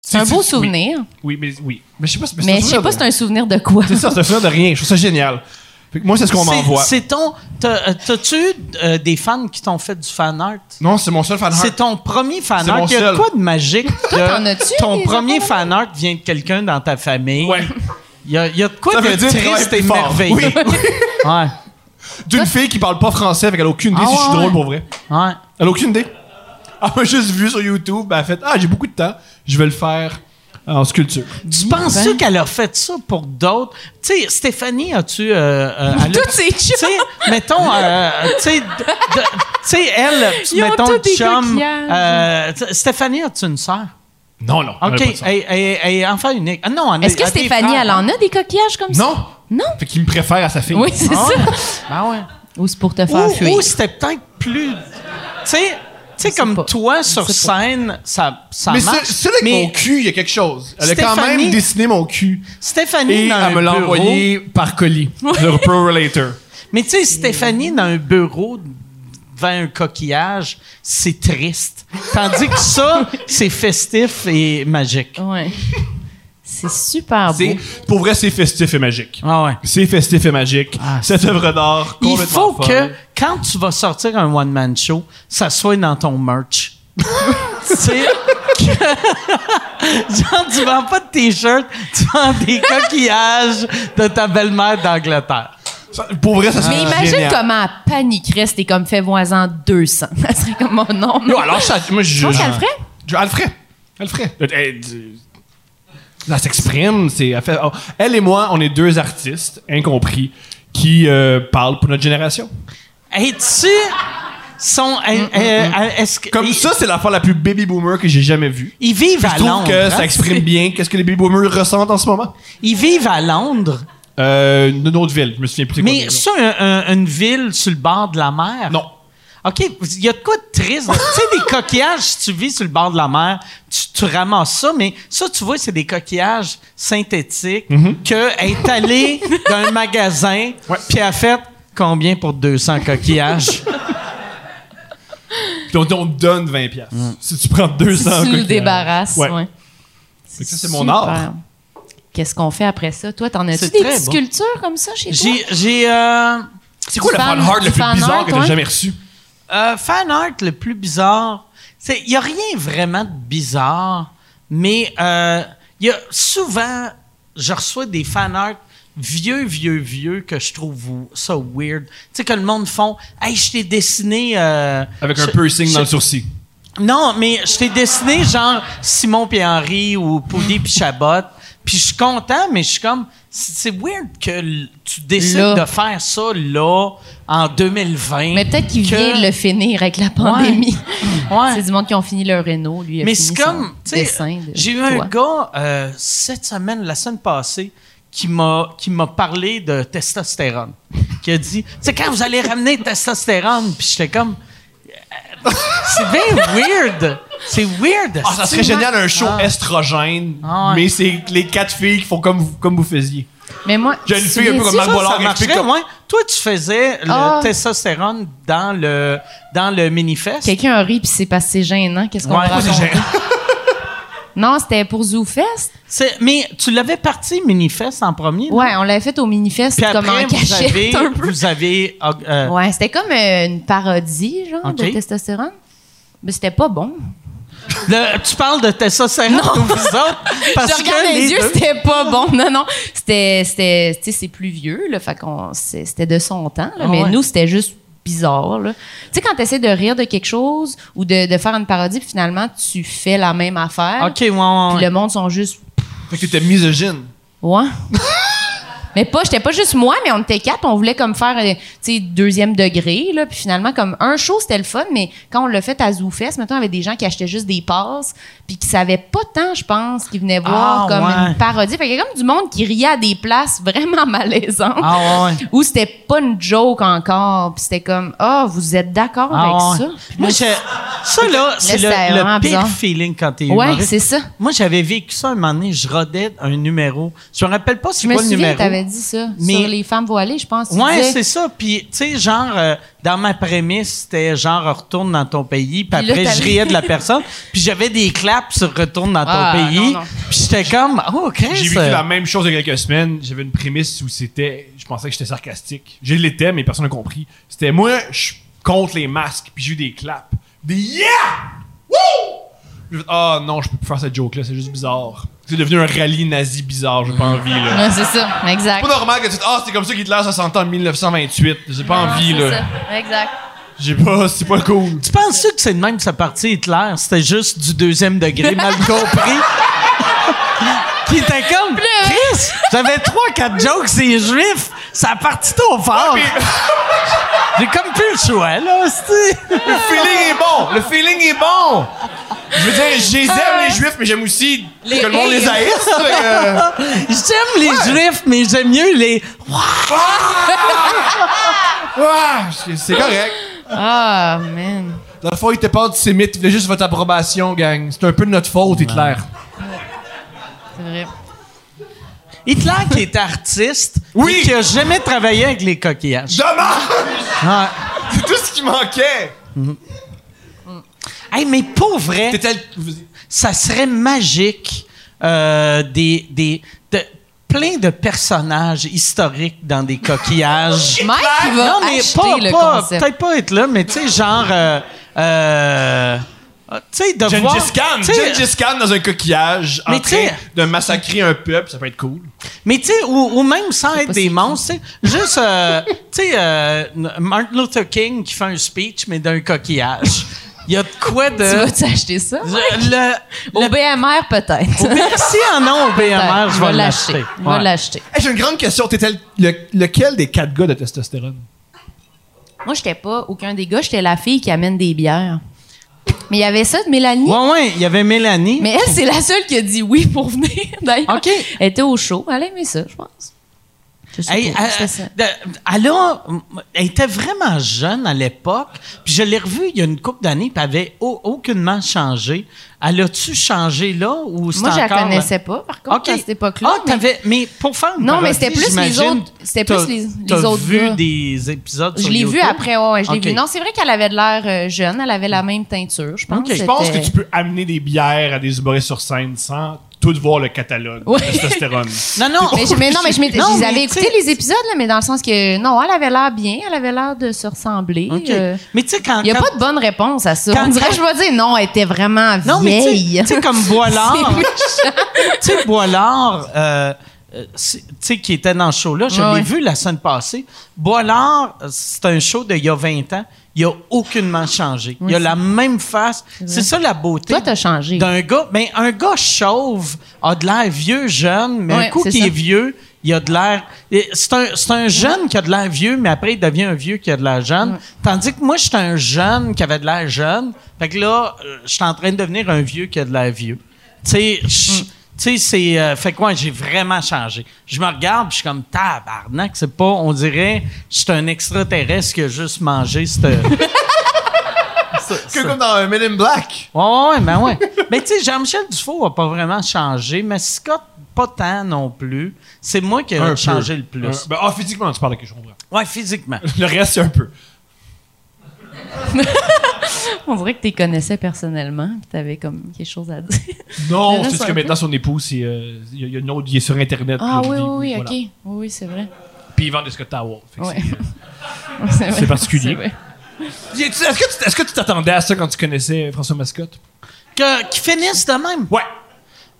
Speaker 4: C'est un
Speaker 6: C'est-
Speaker 4: beau
Speaker 6: c'est-
Speaker 4: souvenir,
Speaker 6: Oui, mais oui. Mais je sais pas si
Speaker 4: mais je sais pas si c'est un souvenir de quoi.
Speaker 6: C'est ça, c'est un souvenir de rien. Je trouve ça génial. Fait que moi, c'est ce qu'on
Speaker 1: C'est-
Speaker 6: m'envoie.
Speaker 1: C'est ton. t'as- euh, T'as-tu euh, des fans qui t'ont fait du fan art?
Speaker 6: Non, c'est mon seul fan
Speaker 1: C'est ton premier fan
Speaker 6: C'est
Speaker 1: art.
Speaker 6: mon
Speaker 1: Il y a
Speaker 6: seul.
Speaker 1: quoi de magique?
Speaker 4: t'en as-tu,
Speaker 1: que ton
Speaker 4: des
Speaker 1: premier
Speaker 4: affaires?
Speaker 1: fan art vient de quelqu'un dans ta famille.
Speaker 6: Ouais.
Speaker 1: Il y a, il y a de quoi
Speaker 6: Ça
Speaker 1: de
Speaker 6: veut dire travaille
Speaker 1: triste et
Speaker 6: plus fort.
Speaker 1: merveilleux.
Speaker 6: Oui.
Speaker 1: Ouais.
Speaker 6: D'une fille qui parle pas français, fait qu'elle a aucune idée
Speaker 1: Ah
Speaker 6: si je suis
Speaker 1: ouais.
Speaker 6: drôle pour vrai.
Speaker 1: Ouais.
Speaker 6: Elle a aucune idée. Elle m'a juste vu sur YouTube, ben, elle a fait Ah, j'ai beaucoup de temps, je vais le faire en sculpture.
Speaker 1: Tu penses-tu
Speaker 4: ben.
Speaker 1: qu'elle a fait ça pour d'autres? Tu sais, Stéphanie, as-tu... euh, euh, elle a-
Speaker 4: Toutes ces
Speaker 1: Tu sais,
Speaker 4: chats!
Speaker 1: mettons, euh, tu sais, de- de- tu sais, elle,
Speaker 4: Ils ont
Speaker 1: mettons,
Speaker 4: tous des
Speaker 1: chum...
Speaker 4: coquillages.
Speaker 1: euh, tu- Stéphanie, as-tu une sœur?
Speaker 6: Non, non. elle
Speaker 1: OK,
Speaker 6: a pas de sens.
Speaker 1: elle elle- elle est enfant unique. Ah non, elle
Speaker 4: Est-ce que
Speaker 1: elle a des
Speaker 4: Stéphanie,
Speaker 1: frères. hein?
Speaker 4: elle en a des coquillages comme ça?
Speaker 6: Non
Speaker 4: Non?
Speaker 6: Fait qu'il me préfère à sa fille.
Speaker 4: Oui, c'est
Speaker 1: Ah ouais?
Speaker 4: ça.
Speaker 1: Ben ouais.
Speaker 4: Ou c'est pour te faire
Speaker 1: Ou,
Speaker 4: fuir.
Speaker 1: ou c'était peut-être plus. Tu sais, tu sais,
Speaker 4: sais
Speaker 1: comme
Speaker 4: pas.
Speaker 1: toi
Speaker 4: Je
Speaker 1: sur
Speaker 4: sais pas.
Speaker 1: scène, ça, ça
Speaker 6: Mais
Speaker 1: marche.
Speaker 6: c'est avec
Speaker 1: mais
Speaker 6: mon cul, il y a quelque chose. Elle a quand
Speaker 1: Stéphanie-
Speaker 6: même dessiné mon cul.
Speaker 1: Stéphanie
Speaker 6: Et
Speaker 1: dans
Speaker 6: elle
Speaker 1: un
Speaker 6: me l'a
Speaker 1: bureau-
Speaker 6: envoyé par colis. Le Pro Relator.
Speaker 1: Mais tu sais, Stéphanie dans un bureau devant un coquillage, c'est triste. Tandis que ça, c'est festif et magique.
Speaker 4: Ouais. C'est super beau.
Speaker 6: C'est- Pour vrai, c'est festif et magique.
Speaker 1: Ah ouais.
Speaker 6: C'est festif et magique.
Speaker 1: Ah,
Speaker 6: Cette œuvre d'art
Speaker 1: Il
Speaker 6: complètement
Speaker 1: faut que
Speaker 6: folle.
Speaker 1: quand tu vas sortir un one man show, ça soit dans ton merch. tu sais, que- genre tu vends pas de t-shirt, tu vends des coquillages de ta belle-mère d'Angleterre.
Speaker 6: Ça- Pour vrai, ça
Speaker 1: Ah,
Speaker 6: serait
Speaker 4: Mais imagine
Speaker 6: génial.
Speaker 4: comment elle paniquerait si t'es comme fait voisin 200. Ça serait comme oh mon nom.
Speaker 6: Yo, alors ça, moi, je...
Speaker 4: Je pense qu'elle le ferait.
Speaker 6: Je- Elle le ferait. Elle le ferait. Elle, elle- elle- elle s'exprime. c'est- Elle, fait- oh, elle et moi, on est deux artistes incompris qui euh, parlent pour notre génération.
Speaker 1: Et tu sont euh, euh, est-ce que
Speaker 6: Mm, Comme
Speaker 1: ils,
Speaker 6: ça, c'est la fois la plus baby boomer que j'ai jamais vue.
Speaker 1: ils vivent à
Speaker 6: Je trouve
Speaker 1: Londres.
Speaker 6: que
Speaker 1: hein?
Speaker 6: ça exprime bien qu'est-ce que les baby boomers ressentent en ce moment.
Speaker 1: Ils vivent à Londres,
Speaker 6: Euh, une autre ville, je me souviens plus. c'est quoi
Speaker 1: mais
Speaker 6: le nom.
Speaker 1: sur un- un- une ville sur le bord de la mer.
Speaker 6: Non.
Speaker 1: OK, il y a de quoi de triste. tu sais, des coquillages, si tu vis sur le bord de la mer, tu, tu ramasses ça, mais ça, tu vois, c'est des coquillages synthétiques que est allée dans un magasin, puis elle a fait combien pour 200 coquillages?
Speaker 6: Puis on, on te donne 20 piastres. Si tu prends 200
Speaker 4: Si tu le
Speaker 6: coquillages.
Speaker 4: débarrasses.
Speaker 6: Ouais.
Speaker 4: ouais.
Speaker 6: Fait que ça, c'est mon
Speaker 4: Super.
Speaker 6: art.
Speaker 4: Qu'est-ce qu'on fait après ça? Toi, t'en as-tu
Speaker 1: C'est
Speaker 4: des
Speaker 1: très
Speaker 4: petites
Speaker 1: bon.
Speaker 4: sculptures comme ça chez toi?
Speaker 1: J'ai, j'ai euh,
Speaker 6: C'est quoi le
Speaker 4: Fan-
Speaker 6: fan hard le
Speaker 4: fan
Speaker 6: plus
Speaker 4: art,
Speaker 6: bizarre que
Speaker 4: ouais.
Speaker 6: t'as jamais reçu?
Speaker 1: euh, fan art le plus bizarre. C'est- Il n'y a rien vraiment de bizarre, mais euh, il y a souvent, je reçois des fan art vieux, vieux, vieux que je trouve ça weird. Tu sais, que le monde font Hey, je t'ai dessiné. euh,
Speaker 6: Avec un
Speaker 1: je-
Speaker 6: piercing
Speaker 1: je-
Speaker 6: dans le sourcil.
Speaker 1: Non, mais je t'ai dessiné genre Simon puis Henri ou Poudy puis Chabot. Puis je suis content, mais je suis comme. C'est c'est weird que l- tu décides de
Speaker 4: Là.
Speaker 1: faire ça là, en 2020.
Speaker 4: Mais peut-être qu'il
Speaker 1: que-
Speaker 4: vient de le finir avec la pandémie.
Speaker 1: Ouais.
Speaker 4: C'est du monde qui ont fini leur réno, lui. a
Speaker 1: Mais
Speaker 4: fini
Speaker 1: c'est
Speaker 4: son
Speaker 1: comme, tu sais,
Speaker 4: dessin de
Speaker 1: j'ai eu
Speaker 4: toi.
Speaker 1: un gars euh, cette semaine, la semaine passée, qui m'a qui m'a parlé de testostérone. Qui a dit, c'est quand vous allez ramener testostérone, puis j'étais comme, Euh, c'est bien weird, c'est weird.
Speaker 6: Ah, ça serait
Speaker 1: c'est-
Speaker 6: génial un show
Speaker 1: Ah.
Speaker 6: estrogène,
Speaker 1: Ah ouais.
Speaker 6: mais c'est les quatre filles qui font comme vous, comme vous faisiez.
Speaker 4: Mais moi,
Speaker 6: J'ai une fille un peu comme
Speaker 4: souviens-tu-
Speaker 6: Marc
Speaker 1: Ça,
Speaker 6: Bollard
Speaker 1: ça
Speaker 6: qui explique
Speaker 1: marcherait,
Speaker 6: comme-
Speaker 1: ouais. Toi, tu faisais le
Speaker 4: Ah.
Speaker 1: testostérone dans le dans le manifeste.
Speaker 4: Quelqu'un a ri, puis c'est parce que c'est gênant. Qu'est-ce qu'on
Speaker 1: Ouais.
Speaker 4: raconte?
Speaker 1: C'est gênant.
Speaker 4: Non, c'était pour ZooFest.
Speaker 1: C'est- Mais tu l'avais parti manifeste en premier. non?
Speaker 4: Ouais, on l'avait fait au Minifest
Speaker 1: Puis
Speaker 4: comme
Speaker 1: après,
Speaker 4: en
Speaker 1: vous
Speaker 4: cachette
Speaker 1: avez,
Speaker 4: un peu.
Speaker 1: vous avez euh, euh,
Speaker 4: Ouais, c'était comme euh, une parodie, genre,
Speaker 1: Ok.
Speaker 4: de testostérone. Mais c'était pas bon.
Speaker 1: Le- tu parles de testostérone ou vous autres? Parce
Speaker 4: je regarde
Speaker 1: que
Speaker 4: les, yeux,
Speaker 1: deux-
Speaker 4: c'était pas bon. Non, non. C'était, c'était, tu sais, c'est plus vieux, là. Fait qu'on, c'est- c'était de son temps, là.
Speaker 1: Ah
Speaker 4: mais
Speaker 1: ouais.
Speaker 4: nous, c'était juste bizarre, là. Tu sais, quand t'essaies de rire de quelque chose ou de, de faire une parodie, puis finalement, tu fais la même affaire.
Speaker 1: OK, ouais, ouais,
Speaker 4: Puis
Speaker 1: ouais.
Speaker 4: le monde sont juste,
Speaker 6: Fait que t'étais misogyne.
Speaker 4: ouais. mais pas, j'étais pas juste moi, mais on était quatre. On voulait comme faire, euh, tu sais, deuxième degré, là. Puis finalement, comme un show, c'était le fun, mais quand on l'a fait à ZooFest, maintenant, avait des gens qui achetaient juste des passes, puis qui savaient pas tant, je pense, qui venaient voir
Speaker 1: Ah,
Speaker 4: comme
Speaker 1: ouais.
Speaker 4: une parodie. Fait qu'il y a comme du monde qui riait à des places vraiment malaisantes.
Speaker 1: Ah ouais, ouais.
Speaker 4: Où c'était pas une joke encore, puis c'était comme ah vous êtes d'accord
Speaker 1: Ah,
Speaker 4: avec
Speaker 1: ouais.
Speaker 4: ça Puis
Speaker 1: Moi, j'ai- ça, là, c'est le,
Speaker 4: c'était
Speaker 1: le
Speaker 4: vraiment
Speaker 1: pire
Speaker 4: bizarre.
Speaker 1: feeling quand t'es
Speaker 4: Ouais,
Speaker 1: humoriste.
Speaker 4: c'est ça.
Speaker 1: Moi, j'avais vécu ça un moment donné. Je rodais un numéro. Je me rappelle pas
Speaker 4: Je
Speaker 1: c'est
Speaker 4: me
Speaker 1: quoi le
Speaker 4: souviens,
Speaker 1: numéro.
Speaker 4: t'avais dit ça
Speaker 1: Mais-
Speaker 4: sur les femmes voilées, je pense. tu
Speaker 1: Ouais,
Speaker 4: disais.
Speaker 1: c'est ça. Puis, tu sais, genre, euh, dans ma prémisse, c'était genre retourne dans ton pays. Puis
Speaker 4: Puis là,
Speaker 1: après, je
Speaker 4: t'avais-
Speaker 1: riais de la personne. Puis j'avais des claps sur retourne dans ton
Speaker 4: Ah,
Speaker 1: pays.
Speaker 4: non, non.
Speaker 1: Puis j'étais comme, oh, Chris.
Speaker 6: J'ai vécu
Speaker 1: euh,
Speaker 6: la même chose il y a quelques semaines. J'avais une prémisse où c'était. Je pensais que j'étais sarcastique. Je l'étais, mais personne n'a compris. C'était moi, je suis contre les masques, puis j'ai eu des claps. Des yeah! Wouh! J'ai fait, Ah non, je peux plus faire cette joke-là, c'est juste bizarre. C'est devenu un rallye nazi bizarre, j'ai pas envie, là.
Speaker 4: Ouais, c'est ça, exact.
Speaker 6: C'est pas normal que tu te Ah, c'est comme ça qu'Hitler, ça s'entend en 1928. J'ai pas
Speaker 4: Non,
Speaker 6: envie,
Speaker 4: Ah, c'est
Speaker 6: là.
Speaker 4: ça, Exact.
Speaker 6: J'ai pas. C'est pas cool.
Speaker 1: Tu penses que c'est de même que sa partie Hitler, c'était juste du deuxième degré mal compris? Qui était comme Chris, j'avais trois, quatre jokes, c'est juif, ça a parti trop
Speaker 6: Ah!
Speaker 1: fort. J'ai comme plus le choix, là, c'est.
Speaker 6: Le feeling est bon! Le feeling est bon! Je veux dire, je les aime, les juifs, mais j'aime aussi que le monde les haïsse. fait que-
Speaker 1: J'aime les juifs, mais j'aime mieux les.
Speaker 6: Ouais, c'est- c'est correct.
Speaker 4: Ah, man.
Speaker 6: Dans le fond, il était pas antisémite, il voulait juste votre approbation, gang. C'est un peu de notre faute, Hitler.
Speaker 4: C'est vrai.
Speaker 1: Hitler qui est artiste,
Speaker 6: Oui.
Speaker 1: et qui a jamais travaillé avec les coquillages.
Speaker 6: Dommage!
Speaker 1: Ouais.
Speaker 6: C'est tout ce qui manquait!
Speaker 1: Hey, mais pour vrai.
Speaker 6: T'étais le-
Speaker 1: ça serait magique euh, des, des de- plein de personnages historiques dans des coquillages.
Speaker 4: Mike il va
Speaker 1: non, mais
Speaker 4: acheter
Speaker 1: pas,
Speaker 4: le
Speaker 1: pas-
Speaker 4: concept.
Speaker 1: peut-être pas être là, mais tu sais, genre. euh, euh, tu sais, de voir.
Speaker 6: Gengis Khan!
Speaker 1: tu sais,
Speaker 6: Gengis Khan dans un coquillage en
Speaker 1: Mais
Speaker 6: train
Speaker 1: t'sais-
Speaker 6: de massacrer un peuple, ça peut être cool.
Speaker 1: Mais tu sais, ou, ou même sans être
Speaker 4: pas
Speaker 1: des
Speaker 4: c'est
Speaker 1: monstres, tu sais, juste, euh, tu sais, euh, Martin Luther King qui fait un speech, mais d'un coquillage. Il y a de quoi de.
Speaker 4: Tu vas-tu acheter ça?
Speaker 1: euh, le, le-
Speaker 4: Au BMR, peut-être.
Speaker 1: si en a au BMR, je
Speaker 4: Il va
Speaker 1: vais l'acheter.
Speaker 4: Il va
Speaker 1: Ouais.
Speaker 4: l'acheter.
Speaker 6: Hey, j'ai une grande question. T'étais le- le- lequel des quatre gars de testostérone?
Speaker 4: Moi, j'étais pas aucun des gars, j'étais la fille qui amène des bières. Mais il y avait ça de Mélanie.
Speaker 1: Ouais, ouais, il y avait Mélanie.
Speaker 4: Mais elle, c'est la seule qui a dit oui pour venir, d'ailleurs.
Speaker 1: OK.
Speaker 4: Elle était au show. Elle aimait ça, je pense. Je sais
Speaker 1: Hey, euh,
Speaker 4: pas, c'était
Speaker 1: elle,
Speaker 4: ça.
Speaker 1: de- elle a- elle était vraiment jeune à l'époque, puis je l'ai revue il y a une couple d'années, puis elle avait au- aucunement changé. Elle a-tu changé là ou c'est
Speaker 4: Moi,
Speaker 1: encore... euh,
Speaker 4: je la connaissais pas, par contre,
Speaker 1: OK.
Speaker 4: à cette époque-là.
Speaker 1: Ah,
Speaker 4: mais-
Speaker 1: t'avais... Mais pour faire une
Speaker 4: Non, mais
Speaker 1: parodie,
Speaker 4: c'était plus les
Speaker 1: j'imagine,
Speaker 4: autres- c'était
Speaker 1: t'as-
Speaker 4: plus les- les
Speaker 1: t'as
Speaker 4: autres
Speaker 1: vu
Speaker 4: gars.
Speaker 1: des épisodes
Speaker 4: Je
Speaker 1: sur
Speaker 4: l'ai vue
Speaker 1: YouTube?
Speaker 4: après, ouais, ouais, je l'ai
Speaker 1: OK.
Speaker 4: vue. Non, c'est vrai qu'elle avait de l'air euh, jeune, elle avait la même teinture, je pense.
Speaker 1: OK. Je
Speaker 6: Je pense que
Speaker 4: C'était-
Speaker 6: tu peux amener des bières à des humoristes sur scène sans tout voir le catalogue
Speaker 4: Ouais.
Speaker 6: de testostérone.
Speaker 1: Non, non.
Speaker 4: Mais, je, mais non, mais je m'étais- je les avais
Speaker 1: écouté
Speaker 4: écoutés, les épisodes, là, mais dans le sens que, non, elle avait l'air bien, elle avait l'air de se ressembler. euh. Il
Speaker 1: Mais tu sais, quand...
Speaker 4: n'y a
Speaker 1: quand-
Speaker 4: pas de bonne réponse à ça.
Speaker 1: Quand-
Speaker 4: On dirait que je vais dire, non, elle était vraiment
Speaker 1: Non, mais tu sais-
Speaker 4: vieille.
Speaker 1: tu sais, comme Boilard. tu sais, Boilard, euh, euh, c'est- tu sais, qui était dans ce show-là, je
Speaker 4: Ouais,
Speaker 1: l'ai
Speaker 4: ouais.
Speaker 1: vu la semaine passée. Boilard, euh, c'est un show d'il y a 20 ans. Il a aucunement changé. il a la même face. C'est ça la beauté.
Speaker 4: Toi, t'as changé.
Speaker 1: D'un gars, mais un gars chauve a de l'air vieux, jeune, mais un
Speaker 4: Ouais,
Speaker 1: coup
Speaker 4: c'est
Speaker 1: qui
Speaker 4: ça.
Speaker 1: est vieux, il a de l'air. et C'est un, c'est un jeune qui a de l'air vieux, mais après, il devient un vieux qui a de l'air jeune. Tandis que moi, j'étais un jeune qui avait de l'air jeune. Fait que là, euh, je suis en train de devenir un vieux qui a de l'air vieux. Tu sais,
Speaker 4: Mm.
Speaker 1: je- tu sais, c'est. euh, fait quoi, j'ai vraiment changé. Je me regarde, puis je suis comme tabarnak, c'est pas. On dirait, je suis un extraterrestre qui a juste mangé cette.
Speaker 6: Que comme dans euh, Men in Black.
Speaker 1: Ouais, ouais, ouais, ben ouais. Mais tu sais, Jean-Michel Dufault a pas vraiment changé, mais Scott, pas tant non plus. C'est moi qui ai changé le plus.
Speaker 6: Un- ben, ah, physiquement, tu parles de quelque chose.
Speaker 1: Ouais, physiquement.
Speaker 6: Le reste, c'est un peu.
Speaker 4: On dirait que tu connaissais personnellement, puis t'avais comme quelque chose à dire.
Speaker 6: Non,
Speaker 4: Le reste,
Speaker 6: c'est juste
Speaker 4: c'est
Speaker 6: que
Speaker 4: un
Speaker 6: maintenant, son épouse, c'est, euh, il y a- il y a une autre, il est sur Internet.
Speaker 4: Ah
Speaker 6: puis
Speaker 4: oui,
Speaker 6: il-
Speaker 4: oui, oui,
Speaker 6: voilà.
Speaker 4: ok. Oui, oui, c'est vrai.
Speaker 6: Puis ils vendent des Scott Tower. Fait que
Speaker 4: Ouais.
Speaker 6: c'est, euh,
Speaker 4: vrai.
Speaker 6: C'est particulier.
Speaker 4: C'est vrai.
Speaker 6: Y a-tu- Est-ce que tu- est-ce que tu t'attendais à ça quand tu connaissais François Mascotte?
Speaker 1: Que, qu'ils finissent de même.
Speaker 6: Ouais.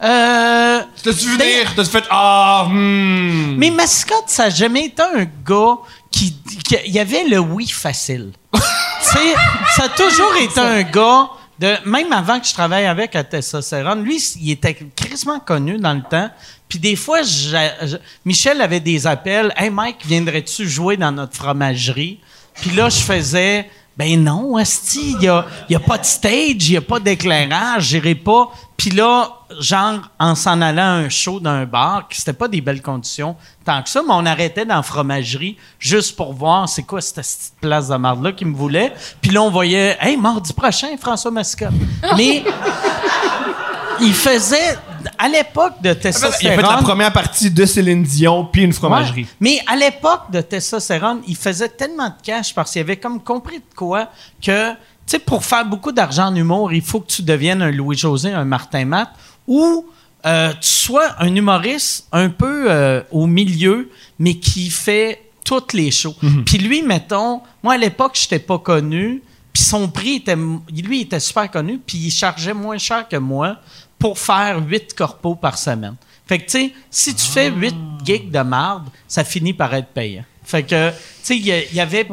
Speaker 1: Euh,
Speaker 6: T'as-tu venir? T'as-tu fait « Ah, hmm...
Speaker 1: mais Mascotte, ça n'a jamais été un gars qui. qui- Il y avait le oui facile. tu sais, ça a toujours été un gars. De, même avant que je travaille avec à Testostérone, lui, il était crissement connu dans le temps. Puis des fois, j'a- j'a- Michel avait des appels. Hey Mike, viendrais-tu jouer dans notre fromagerie? Puis là, je faisais. Ben non, Asti, il n'y a, il y a pas de stage, il n'y a pas d'éclairage, j'irai pas. Puis là, genre, en s'en allant à un show d'un bar, qui c'était pas des belles conditions tant que ça, mais on arrêtait dans la fromagerie juste pour voir c'est quoi cette petite place de marde-là qui me voulait. Puis là, on voyait, hey, mardi prochain, François Mascotte. Mais il faisait, à l'époque de
Speaker 6: Il a fait
Speaker 1: testostérone...
Speaker 6: la première partie de Céline Dion, puis une
Speaker 1: Ouais.
Speaker 6: fromagerie.
Speaker 1: Mais à l'époque de Testostérone, il faisait tellement de cash parce qu'il avait comme compris de quoi que, tu sais, pour faire beaucoup d'argent en humour, il faut que tu deviennes un Louis-José, un Martin Matt, ou euh, tu sois un humoriste un peu euh, au milieu, mais qui fait toutes les shows. Puis lui, mettons, moi à l'époque, je n'étais pas connu. Puis son prix était. Lui, il était super connu, puis il chargeait moins cher que moi pour faire huit corpos par semaine. Fait que, tu sais, si tu fais huit
Speaker 4: Ah.
Speaker 1: gigs de marde, ça finit par être payant. Fait que, tu sais, il y, a- il y avait. Tu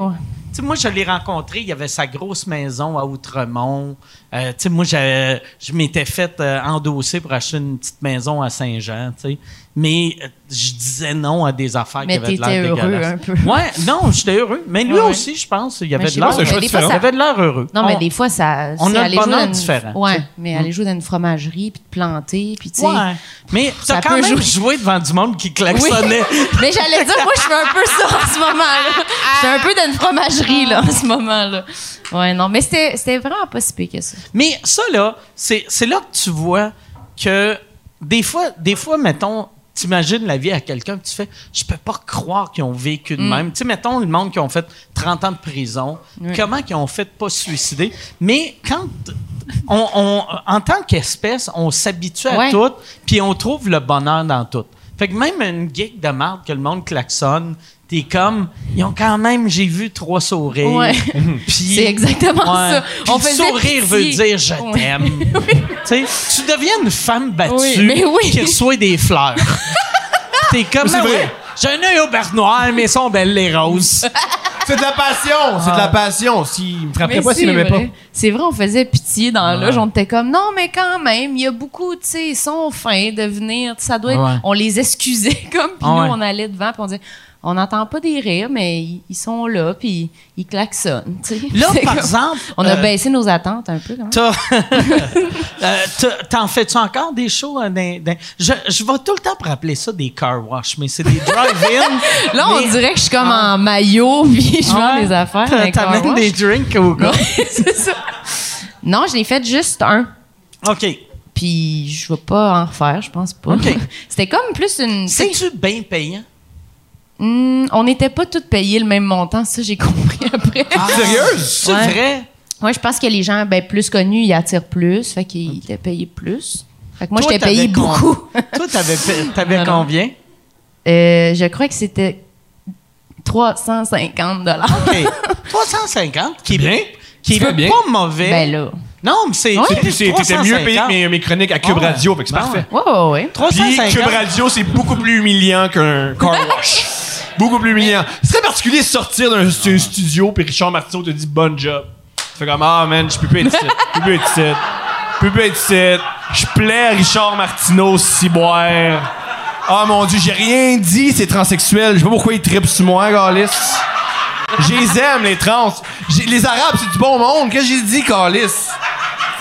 Speaker 1: sais, moi, je l'ai rencontré, il y avait sa grosse maison à Outremont. Euh, tu sais, moi, j'avais- je m'étais fait euh, endosser pour acheter une petite maison à Saint-Jean, tu sais. Mais euh, je disais non à des affaires
Speaker 4: Mais
Speaker 1: qui avaient de l'air
Speaker 4: t'étais heureux
Speaker 1: dégueulasses.
Speaker 4: un peu.
Speaker 1: Ouais, non, j'étais heureux. Mais lui
Speaker 4: Ouais, ouais.
Speaker 1: aussi, je pense, il y
Speaker 4: Mais
Speaker 1: avait
Speaker 4: je
Speaker 1: de
Speaker 4: sais
Speaker 1: l'air
Speaker 4: pas, mais
Speaker 6: chose
Speaker 4: des
Speaker 6: différent.
Speaker 4: fois,
Speaker 1: il
Speaker 4: ça-
Speaker 1: avait de l'air heureux.
Speaker 4: Non, mais
Speaker 1: On-
Speaker 4: des fois, ça.
Speaker 1: on
Speaker 4: c'est
Speaker 1: a un
Speaker 4: aller jouer
Speaker 1: bonheur
Speaker 4: dans une-
Speaker 1: différent, tu
Speaker 4: Ouais,
Speaker 1: sais. Mm.
Speaker 4: mais aller jouer dans une fromagerie, puis te planter, puis tu sais.
Speaker 1: Ouais. Mais t'as
Speaker 4: Ça
Speaker 1: quand
Speaker 4: peut
Speaker 1: même
Speaker 4: jouer.
Speaker 1: joué devant du monde qui
Speaker 4: Oui.
Speaker 1: klaxonnait.
Speaker 4: Mais j'allais dire, moi, je fais un peu ça en ce moment. là. Je suis un peu dans une fromagerie, là, en ce moment. là. Ouais, non, mais c'était c'était vraiment pas si pire que ça.
Speaker 1: Mais ça, là, c'est c'est là que tu vois que des fois, des fois mettons, t'imagines la vie à quelqu'un, puis tu fais, je peux pas croire qu'ils ont vécu
Speaker 4: Mm.
Speaker 1: de même. Tu sais, mettons, le monde qui ont fait 30 ans de prison, comment qu'ils ont fait de pas se suicider. Mais quand, on, on- en tant qu'espèce, on s'habitue à
Speaker 4: Ouais.
Speaker 1: tout, puis on trouve le bonheur dans tout. Fait que même une geek de marde que le monde klaxonne, t'es comme, ils ont quand même, j'ai vu trois sourires.
Speaker 4: Ouais.
Speaker 1: Puis-
Speaker 4: C'est exactement
Speaker 1: Ouais.
Speaker 4: ça.
Speaker 1: Puis le
Speaker 4: faisait
Speaker 1: sourire veut
Speaker 4: pitié.
Speaker 1: dire je
Speaker 4: Ouais.
Speaker 1: t'aime. Tu sais, tu deviens une femme battue
Speaker 4: Oui, mais oui.
Speaker 1: qui reçoit des fleurs. T'es comme
Speaker 6: c'est
Speaker 1: Ah
Speaker 6: vrai.
Speaker 1: ouais, J'ai un œil au beurre noir, mais sont belles les roses.
Speaker 6: C'est de la passion! C'est de la
Speaker 4: Ah.
Speaker 6: passion! S'il me frappait
Speaker 4: Mais
Speaker 6: pas, s'il
Speaker 4: c'est
Speaker 6: m'aimait pas.
Speaker 4: vrai. C'est vrai, on faisait pitié dans la loge. On était comme, non, mais quand même, il y a beaucoup, tu sais, ils sont fins de venir. Ça doit être-
Speaker 1: Ouais.
Speaker 4: On les excusait comme, puis
Speaker 1: Ah
Speaker 4: nous,
Speaker 1: ouais.
Speaker 4: on allait devant, puis on disait, on n'entend pas des rires, mais ils, ils sont là, puis ils klaxonnent, tu sais.
Speaker 1: Là,
Speaker 4: C'est
Speaker 1: par
Speaker 4: comme-
Speaker 1: exemple,
Speaker 4: On a
Speaker 1: euh,
Speaker 4: baissé nos attentes un peu, quand même.
Speaker 1: T'as- Euh, t'as- T'en fais-tu encore des shows? hein, d'un- d'un- je, je vais tout le temps pour appeler ça des car wash, mais c'est des drive-in.
Speaker 4: Là, on
Speaker 1: Mais- hein?
Speaker 4: dirait que je suis comme en maillot, puis je vends
Speaker 1: Ouais.
Speaker 4: des affaires.
Speaker 1: T'a-
Speaker 4: avec
Speaker 1: T'amènes
Speaker 4: Car
Speaker 1: des
Speaker 4: Wash.
Speaker 1: drinks au gars.
Speaker 4: C'est ça. Non, je l'ai fait juste un.
Speaker 1: OK.
Speaker 4: Puis je vais pas en refaire, je pense pas.
Speaker 1: Ok.
Speaker 4: C'était comme plus une. tu sais,
Speaker 1: C'est-tu bien payant?
Speaker 4: Hmm, on n'était pas toutes payées le même montant, ça j'ai compris après.
Speaker 1: Ah.
Speaker 6: Sérieuse?
Speaker 1: C'est
Speaker 4: Ouais.
Speaker 1: vrai?
Speaker 4: Moi, je pense que les gens ben, plus connus, ils attirent plus, fait qu'ils étaient payés plus. Fait que moi,
Speaker 1: Toi,
Speaker 4: j'étais payée
Speaker 1: t'avais con-
Speaker 4: beaucoup.
Speaker 1: Toi, t'avais t'avais
Speaker 4: Non, non.
Speaker 1: combien?
Speaker 4: Euh, je crois que c'était 350 dollars.
Speaker 1: OK. 350, qui est
Speaker 6: Bien.
Speaker 1: Qui est
Speaker 6: Tu fais bien.
Speaker 1: pas mauvais.
Speaker 4: Ben là,
Speaker 1: Non, mais c'est.
Speaker 4: Ouais.
Speaker 1: c'est
Speaker 6: Puis c'est- T'étais
Speaker 1: 350.
Speaker 6: mieux payé que mes, mes chroniques à Cube
Speaker 1: Ah ouais.
Speaker 6: Radio, fait que c'est
Speaker 1: Ah
Speaker 6: parfait.
Speaker 4: Ouais, ouais, ouais.
Speaker 6: Puis
Speaker 1: 350.
Speaker 6: Cube Radio, c'est beaucoup plus humiliant qu'un car wash. beaucoup plus humiliant. C'est très particulier de sortir d'un stu- studio, puis Richard Martineau te dit bon job. Tu fais comme Ah man, je peux plus être ici. Je peux plus être ici. Je peux plus être ici. Je plais à Richard Martineau, ciboire. Ah mon dieu, j'ai rien dit, c'est transsexuel. Je sais pas pourquoi ils trippent sur moi, Galis. Je les aime, les trans. J'ai- Les Arabes, c'est du bon monde. Qu'est-ce que j'ai dit, Galis?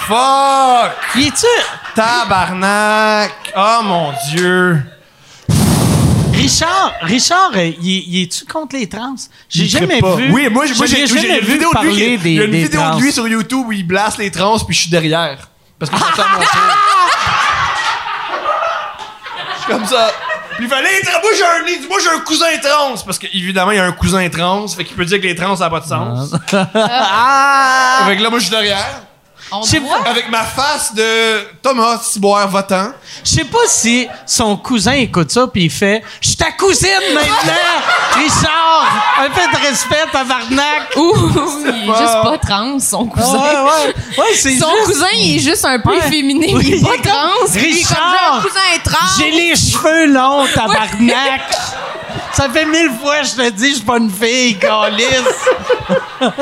Speaker 6: Fuck!
Speaker 1: Il est-tu.
Speaker 6: Tabarnak! Oh mon dieu!
Speaker 1: Richard, Richard, euh, il il est-tu contre les trans? J'ai
Speaker 6: Il
Speaker 1: jamais
Speaker 6: trippe pas.
Speaker 1: vu.
Speaker 6: Oui, moi, j'ai- moi
Speaker 1: Je l'ai
Speaker 6: j'ai j'ai- j'ai
Speaker 1: jamais
Speaker 6: une
Speaker 1: vu
Speaker 6: vidéo de lui.
Speaker 1: parler
Speaker 6: qui-
Speaker 1: des,
Speaker 6: il y a une
Speaker 1: des
Speaker 6: vidéo
Speaker 1: trans.
Speaker 6: de lui sur YouTube où il blasse les trans puis je suis derrière. Parce que je suis mon tour. Je suis comme ça. Puis il fallait être. Moi j'ai un, il dit, moi, j'ai un cousin trans. Parce qu'évidemment, il y a un cousin trans. Fait qu'il peut dire que les trans, ça n'a pas de sens.
Speaker 1: Ah!
Speaker 6: Fait que là, moi, je suis derrière.
Speaker 4: On
Speaker 1: Je sais
Speaker 4: te voit.
Speaker 6: Avec ma face de Thomas Ciboire votant.
Speaker 1: Je sais pas si son cousin écoute ça puis il fait Je suis ta cousine maintenant! Richard! Un peu de respect, tabarnak!
Speaker 4: Ouh, il est juste pas trans, son cousin.
Speaker 1: Ah ouais, ouais. Ouais, c'est
Speaker 4: Son
Speaker 1: juste-
Speaker 4: cousin, il est juste un peu
Speaker 1: Ouais.
Speaker 4: féminin, mais
Speaker 1: Oui.
Speaker 4: il est pas trans. puis il est comme
Speaker 1: Richard!
Speaker 4: genre, Son cousin est trans.
Speaker 1: J'ai les cheveux longs, tabarnak! Ça fait mille fois que je te dis, je suis pas une fille, calisse!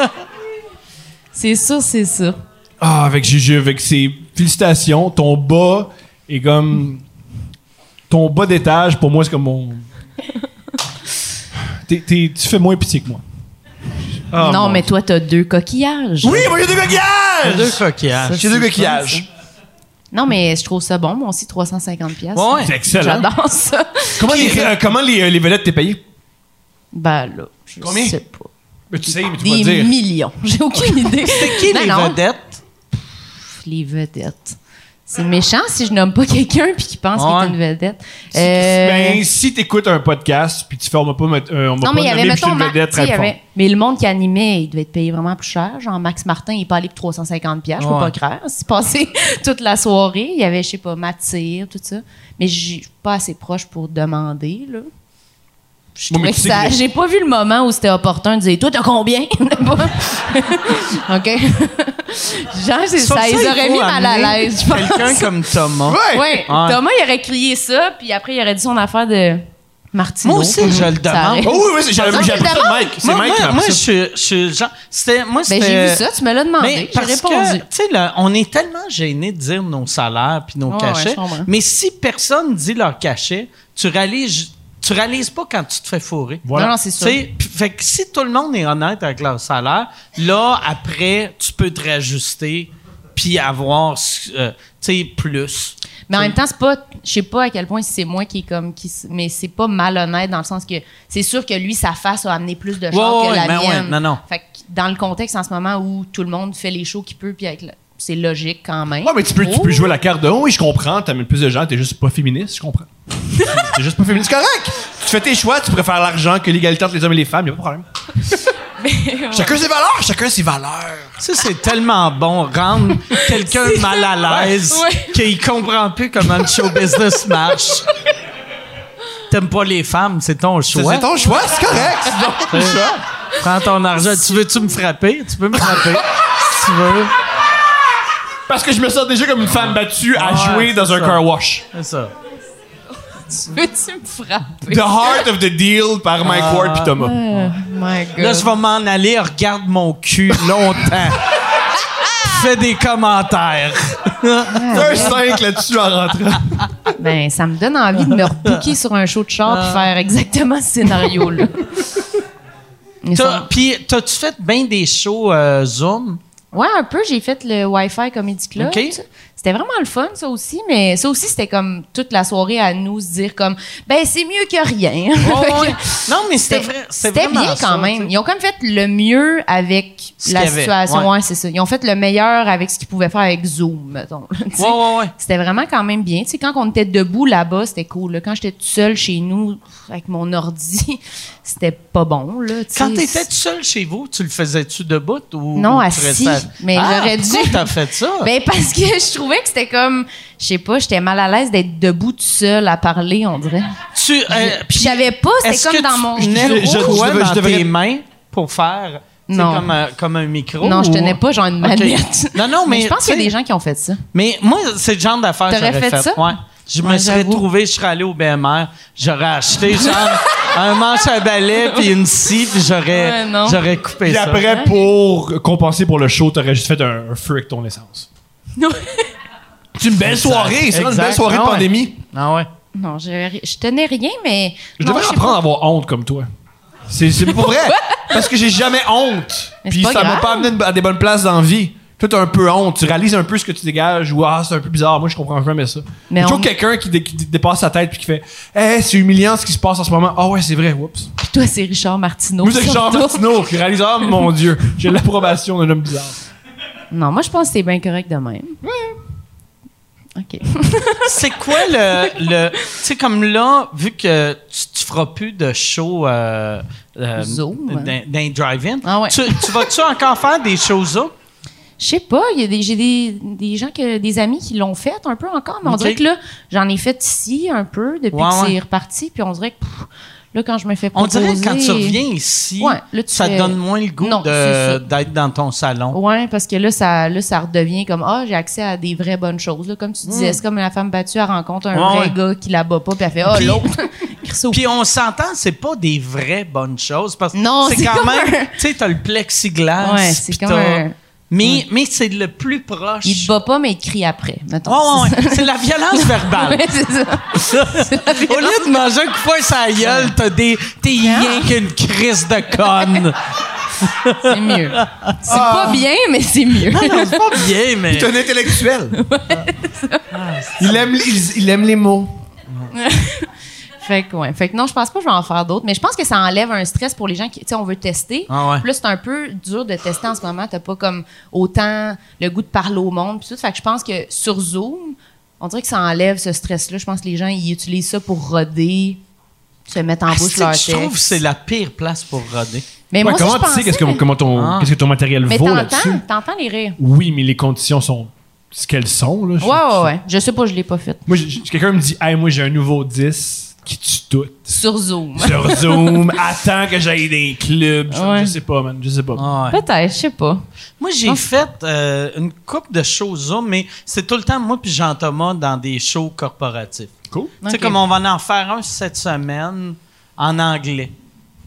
Speaker 4: C'est ça, c'est ça.
Speaker 6: Ah, avec Juju, avec ses félicitations, ton bas est comme. Ton bas d'étage, pour moi, c'est comme mon. T'es- t'es- tu fais moins pitié que moi.
Speaker 1: Oh,
Speaker 6: Ah,
Speaker 4: non,
Speaker 6: mon-
Speaker 4: mais toi, t'as deux coquillages.
Speaker 6: Oui, moi, j'ai deux coquillages!
Speaker 1: Deux coquillages.
Speaker 6: J'ai deux coquillages.
Speaker 4: Non, mais je trouve ça bon, moi aussi, 350 pièces.
Speaker 1: Ouais, ouais.
Speaker 6: C'est excellent.
Speaker 4: J'adore ça.
Speaker 6: Comment les, euh, comment les, euh, les vedettes t'es payé?
Speaker 4: Ben là, je
Speaker 6: Combien?
Speaker 4: sais pas.
Speaker 6: Ben, tu sais, mais tu vas
Speaker 4: Des
Speaker 6: le dire.
Speaker 4: millions. J'ai aucune idée. C'est
Speaker 1: Qui les vedettes?
Speaker 4: les vedettes. C'est méchant si je nomme pas quelqu'un puis qu'il pense
Speaker 1: Ouais.
Speaker 4: qu'il est une vedette. Euh,
Speaker 6: Ben, si t'écoutes un podcast, puis tu formes pas. met- euh, on
Speaker 4: non,
Speaker 6: m'a pas
Speaker 4: mais il y
Speaker 6: nommé,
Speaker 4: avait,
Speaker 6: puis je suis
Speaker 4: mettons,
Speaker 6: une
Speaker 4: Marc,
Speaker 6: vedette
Speaker 4: tu sais, il y
Speaker 6: très fort.
Speaker 4: avait- mais le monde qui animait, il devait être payé vraiment plus cher. Genre, Max Martin, il est pas allé pour 350 pièces, je peux
Speaker 1: Ouais.
Speaker 4: pas croire. C'est passé toute la soirée. Il y avait, je sais pas, Mathir, tout ça. Mais j'ai- je suis pas assez proche pour demander, là. Je
Speaker 6: Moi, mais
Speaker 4: trouvais
Speaker 6: tu
Speaker 4: que
Speaker 6: sais
Speaker 4: ça-
Speaker 6: que-
Speaker 4: J'ai pas vu le moment où c'était opportun de dire Toi, t'as combien OK. Genre, c'est-
Speaker 1: C'est pour
Speaker 4: ça,
Speaker 1: ça,
Speaker 4: les
Speaker 1: il
Speaker 4: aurait
Speaker 1: faut
Speaker 4: mis mal à
Speaker 1: amener
Speaker 4: l'aise, je pense.
Speaker 1: Quelqu'un comme Thomas.
Speaker 6: Ouais!
Speaker 4: Ouais.
Speaker 1: Ouais.
Speaker 4: Thomas, il aurait crié ça, puis après, il aurait dit son affaire de Martino.
Speaker 1: Moi aussi, je le
Speaker 4: Ça aurait-
Speaker 1: demande.
Speaker 6: Oh oui, oui, c'est- j'ai
Speaker 4: Ça,
Speaker 6: j'ai
Speaker 4: c'est
Speaker 6: appris ça de
Speaker 4: drôle.
Speaker 6: Mike. C'est
Speaker 1: Moi,
Speaker 6: Mike qui m'a
Speaker 1: moi,
Speaker 6: appris
Speaker 1: moi, je
Speaker 6: ça.
Speaker 1: suis- je suis genre. C'était. Moi,
Speaker 4: Ben,
Speaker 1: c'était-
Speaker 4: j'ai vu ça, tu me l'as demandé.
Speaker 1: Mais
Speaker 4: J'ai
Speaker 1: parce que,
Speaker 4: répondu.
Speaker 1: tu sais, là, on est tellement gêné de dire nos salaires puis nos
Speaker 4: Ouais, ouais,
Speaker 1: cachets.
Speaker 4: je comprends.
Speaker 1: mais si personne dit leur cachet, tu réalises, tu réalises pas quand tu te fais fourrer.
Speaker 4: Non, non, c'est sûr.
Speaker 1: Tu sais, pis- fait que si tout le monde est honnête avec leur salaire, là, après, tu peux te réajuster puis avoir, euh, tu sais, plus.
Speaker 4: Mais en même temps, c'est pas, je sais pas à quel point c'est moi qui est comme, qui, s- mais c'est pas malhonnête dans le sens que c'est sûr que lui, sa face a amené plus de chance
Speaker 1: Ouais,
Speaker 4: que
Speaker 1: ouais,
Speaker 4: la
Speaker 1: ben ouais,
Speaker 4: mienne.
Speaker 1: non, non.
Speaker 4: Fait que dans le contexte en ce moment où tout le monde fait les shows qu'il peut, puis avec le- c'est logique quand même.
Speaker 6: Ouais, mais tu peux, tu peux
Speaker 4: Oh.
Speaker 6: jouer la carte de oui, je comprends, t'amènes plus de gens, t'es juste pas féministe, je comprends. t'es juste pas féministe, c'est correct. Tu fais tes choix, tu préfères l'argent que l'égalité entre les hommes et les femmes, y a pas de problème. Chacun ses valeurs, chacun ses valeurs.
Speaker 1: Ça, c'est tellement bon, rendre quelqu'un mal à l'aise, qu'il comprend plus comment le show business marche. T'aimes pas les femmes, c'est ton
Speaker 6: C'est
Speaker 1: choix.
Speaker 6: c'est ton choix, c'est correct. c'est ton choix.
Speaker 1: Prends ton argent. Tu veux-tu me frapper? Tu peux me frapper. si tu veux.
Speaker 6: Parce que je me sens déjà comme une femme battue à
Speaker 1: Ouais,
Speaker 6: jouer dans
Speaker 1: c'est
Speaker 6: un
Speaker 1: ça.
Speaker 6: car wash.
Speaker 1: C'est ça.
Speaker 4: Peux-tu Oh, me frapper?
Speaker 6: The Heart of the Deal par Mike Ward puis Thomas.
Speaker 4: Oh my God.
Speaker 1: Là, je vais m'en aller. Regarde mon cul longtemps. Fais des commentaires.
Speaker 6: Un 5 là-dessus en rentrant.
Speaker 4: Ben, ça me donne envie de me rebooker sur un show de char
Speaker 1: Ah.
Speaker 4: puis faire exactement ce scénario-là. Mais
Speaker 1: T'as-
Speaker 4: ça-
Speaker 1: Puis, t'as-tu fait bien des shows euh, Zoom?
Speaker 4: Ouais, un peu, j'ai fait le Wi-Fi Comedy Club.
Speaker 1: Ok.
Speaker 4: C'était vraiment le fun, ça aussi, mais ça aussi, c'était comme toute la soirée à nous se dire comme, ben, c'est mieux que rien. Fait que
Speaker 1: Ouais, ouais. Non, mais c'était vrai.
Speaker 4: C'était
Speaker 1: vraiment
Speaker 4: bien
Speaker 1: ça,
Speaker 4: quand
Speaker 1: tu
Speaker 4: même.
Speaker 1: sais.
Speaker 4: Ils ont comme fait le mieux avec
Speaker 1: Ce
Speaker 4: la
Speaker 1: qu'il y avait,
Speaker 4: situation.
Speaker 1: ouais.
Speaker 4: Ouais, c'est ça. Ils ont fait le meilleur avec ce qu'ils pouvaient faire avec Zoom, mettons. là, tu sais.
Speaker 1: Ouais, ouais, ouais.
Speaker 4: C'était vraiment quand même bien. Tu sais, quand on était debout là-bas, c'était cool. là. Quand j'étais toute seule chez nous avec mon ordi, c'était pas bon. Là, tu
Speaker 1: Quand
Speaker 4: sais.
Speaker 1: t'étais tout seul chez vous, tu le faisais-tu debout ou.
Speaker 4: Non,
Speaker 1: ou tu
Speaker 4: assis,
Speaker 1: restais-
Speaker 4: mais
Speaker 1: Ah,
Speaker 4: j'aurais dû.
Speaker 1: pourquoi t'as fait ça?
Speaker 4: Ben parce que je trouvais que c'était comme, je sais pas, j'étais mal à l'aise d'être debout toute seule à parler, on dirait.
Speaker 1: tu. euh,
Speaker 4: Puis j'avais pas, c'était
Speaker 1: Est-ce
Speaker 4: comme
Speaker 1: que
Speaker 4: dans
Speaker 1: tu
Speaker 4: mon
Speaker 1: tenais
Speaker 6: Je-
Speaker 1: le
Speaker 6: je- je
Speaker 1: coin
Speaker 6: devais-
Speaker 1: dans
Speaker 6: je devrais-
Speaker 1: tes mains pour faire Tu sais,
Speaker 4: Non.
Speaker 1: Comme, un- comme un micro.
Speaker 4: non, je
Speaker 1: ou-
Speaker 4: tenais pas genre une
Speaker 1: Ok.
Speaker 4: manette.
Speaker 1: Non, non, mais.
Speaker 4: je pense qu'il y a
Speaker 1: tu sais,
Speaker 4: des gens qui ont fait ça.
Speaker 1: Mais moi, c'est le genre d'affaires que
Speaker 4: T'aurais
Speaker 1: j'aurais
Speaker 4: fait
Speaker 1: fait.
Speaker 4: ça?
Speaker 1: Ouais. Je me
Speaker 4: Ouais,
Speaker 1: serais
Speaker 4: j'avoue.
Speaker 1: trouvé, je serais allé au BMR, j'aurais acheté genre un manche à balai puis une scie, puis j'aurais,
Speaker 4: Ouais, non.
Speaker 1: j'aurais coupé
Speaker 6: Puis
Speaker 1: ça.
Speaker 6: après, pour compenser pour le show, t'aurais juste fait un, un feu avec ton essence. C'est une belle soirée, c'est vraiment une
Speaker 1: Exact.
Speaker 6: belle soirée
Speaker 1: Ah
Speaker 6: de
Speaker 1: ouais.
Speaker 6: pandémie.
Speaker 1: Ah ouais.
Speaker 4: Non, je, je tenais rien, mais.
Speaker 6: Je
Speaker 4: non,
Speaker 6: devrais
Speaker 4: sais
Speaker 6: apprendre
Speaker 4: pas.
Speaker 6: à avoir honte comme toi. C'est c'est pour vrai. Parce que j'ai jamais honte.
Speaker 4: Mais
Speaker 6: Puis
Speaker 4: c'est pas
Speaker 6: ça m'a
Speaker 4: grave.
Speaker 6: pas amené à des bonnes places dans la vie. Toi, t'as un peu honte. Tu réalises un peu ce que tu dégages. Ou, ah, c'est un peu bizarre. Moi, je comprends jamais ça.
Speaker 4: Mais
Speaker 6: Mais
Speaker 4: on-
Speaker 6: toujours quelqu'un qui, dé- qui dé- dépasse sa tête puis qui fait Hey, c'est humiliant ce qui se passe en ce moment. Ah ouais, c'est vrai. Oups.
Speaker 4: Puis toi, c'est Richard Martineau.
Speaker 6: Nous, c'est Richard
Speaker 4: surtout.
Speaker 6: Martineau qui réalise Ah, mon Dieu, j'ai l'approbation d'un homme bizarre.
Speaker 4: Non, moi, je pense que c'est bien correct de même. OK.
Speaker 1: C'est quoi le. le tu sais, comme là, vu que tu, tu feras plus de show euh, euh,
Speaker 4: Zoom.
Speaker 1: d'un d'un drive-in,
Speaker 4: Ah ouais.
Speaker 1: tu, tu vas-tu encore faire des choses là?
Speaker 4: Je sais pas, il y a des- j'ai des, des gens que des amis qui l'ont fait un peu encore, mais on
Speaker 1: Ok.
Speaker 4: dirait que là, j'en ai fait ici un peu depuis
Speaker 1: Ouais,
Speaker 4: que
Speaker 1: ouais.
Speaker 4: c'est reparti, puis on dirait que pff, là quand je me fais
Speaker 1: On
Speaker 4: proposer,
Speaker 1: dirait que quand tu reviens ici,
Speaker 4: Ouais, là, tu
Speaker 1: ça te
Speaker 4: fais-
Speaker 1: donne moins le goût
Speaker 4: Non,
Speaker 1: de-
Speaker 4: c'est ça. Oh.
Speaker 1: d'être dans ton salon.
Speaker 4: Ouais, parce que là ça là ça redevient comme ah, j'ai accès à des vraies bonnes choses là, comme tu disais, c'est comme la femme battue elle rencontre un
Speaker 1: Hmm. Ouais,
Speaker 4: vrai
Speaker 1: ouais.
Speaker 4: gars qui la bat pas puis elle fait ah
Speaker 1: Puis-
Speaker 4: l'autre Christo.
Speaker 1: Puis on s'entend, c'est pas des vraies bonnes choses parce que
Speaker 4: Non,
Speaker 1: c'est
Speaker 4: c'est
Speaker 1: quand
Speaker 4: comme
Speaker 1: même,
Speaker 4: un-
Speaker 1: tu sais, t'as le plexiglas.
Speaker 4: Ouais, c'est
Speaker 1: puis
Speaker 4: comme
Speaker 1: t'as-
Speaker 4: un-
Speaker 1: Mais, mais c'est le plus proche.
Speaker 4: il te bat pas mais il te crie après, mettons.
Speaker 1: Ouais,
Speaker 4: C'est
Speaker 1: ouais, ouais. c'est la violence
Speaker 4: ça.
Speaker 1: verbale.
Speaker 4: Ouais, c'est ça.
Speaker 1: Au lieu de manger un coup de poing sur la gueule, t'as des, t'es rien qu'une crise de conne.
Speaker 4: C'est mieux. C'est
Speaker 1: Ah.
Speaker 4: pas bien mais c'est mieux.
Speaker 1: C'est pas bien, mais.
Speaker 6: T'es un intellectuel. il, aime, les- il- il aime les mots.
Speaker 4: Fait que, ouais. Fait que non, je pense pas que je vais en faire d'autres, mais je pense que ça enlève un stress pour les gens qui, tu sais, on veut tester.
Speaker 1: Ah ouais.
Speaker 4: Puis là, c'est un peu dur de tester en ce moment. T'as pas comme autant le goût de parler au monde. Puis tout. Fait que je pense que sur Zoom, on dirait que ça enlève ce stress-là. Je pense que les gens, ils utilisent ça pour roder, se mettre en
Speaker 1: Ah,
Speaker 4: bouche
Speaker 1: c'est-
Speaker 4: leur
Speaker 1: je trouve que
Speaker 4: texte.
Speaker 1: c'est la pire place pour roder.
Speaker 4: Mais
Speaker 6: Ouais,
Speaker 4: moi,
Speaker 6: comment
Speaker 4: ça, je
Speaker 6: tu sais
Speaker 4: pensais-
Speaker 6: qu'est-ce que, comment ton,
Speaker 1: Ah.
Speaker 6: qu'est-ce que ton matériel
Speaker 4: Mais
Speaker 6: vaut là-dessus?
Speaker 4: t'entends, t'entends les rires.
Speaker 6: Oui, mais les conditions sont ce qu'elles sont. Là. Je-
Speaker 4: Ouais, ouais, ouais. Je sais pas, je l'ai pas fait.
Speaker 6: Moi, j'ai- j'ai- quelqu'un me dit Hey, moi, j'ai un nouveau 10 qui tue tout.
Speaker 4: Sur Zoom.
Speaker 6: Sur Zoom, attends que j'aille dans les clubs. Je-
Speaker 4: Ouais.
Speaker 6: Je sais pas, man. Je sais pas.
Speaker 1: Ah ouais.
Speaker 4: Peut-être, je sais pas.
Speaker 1: Moi,
Speaker 4: Ah.
Speaker 1: j'ai fait euh, une coupe de shows Zoom, mais c'est tout le temps moi puis Jean-Thomas dans des shows corporatifs.
Speaker 6: Cool.
Speaker 1: Tu sais,
Speaker 4: Ok.
Speaker 1: comme on va en faire un cette semaine en anglais.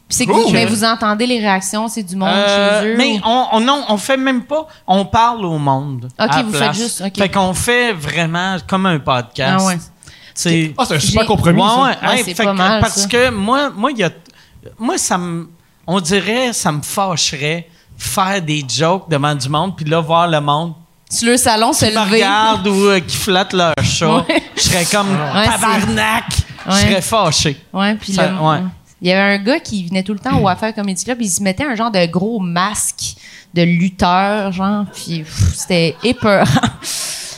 Speaker 4: Puis c'est que
Speaker 6: Cool.
Speaker 4: vous, mais vous entendez les réactions, c'est du monde
Speaker 1: Euh,
Speaker 4: chez eux.
Speaker 1: mais on, on, non, on fait même pas, on parle au monde.
Speaker 4: Ok,
Speaker 1: à la
Speaker 4: vous faites
Speaker 1: place.
Speaker 4: juste- ok.
Speaker 1: Fait qu'on fait vraiment comme un podcast.
Speaker 4: Ah ouais.
Speaker 1: C'est-
Speaker 6: Ah, c'est un super
Speaker 4: J'ai-
Speaker 6: compromis.
Speaker 1: Ouais,
Speaker 6: ça.
Speaker 1: ouais,
Speaker 4: Ouais,
Speaker 1: hey,
Speaker 4: Ah, c'est
Speaker 1: fait
Speaker 4: pas
Speaker 1: que-
Speaker 4: mal,
Speaker 1: Parce
Speaker 4: ça.
Speaker 1: que moi, moi, il y a, moi, ça me, on dirait, ça me fâcherait faire des jokes devant du monde, puis là, voir le monde
Speaker 4: Sur le salon, se
Speaker 1: qui me
Speaker 4: lever.
Speaker 1: regarde ou euh, qui flatte leur chat. Je serais comme
Speaker 4: c'est-
Speaker 1: tabarnak. Je
Speaker 4: Ouais.
Speaker 1: serais fâché.
Speaker 4: Ouais, puis
Speaker 1: Ça-
Speaker 4: le-
Speaker 1: ouais. Hmm.
Speaker 4: Il y avait un gars qui venait tout le temps au Affaires Comedy Club, il se mettait un genre de gros masque de lutteur, genre, puis pff, c'était épeurant.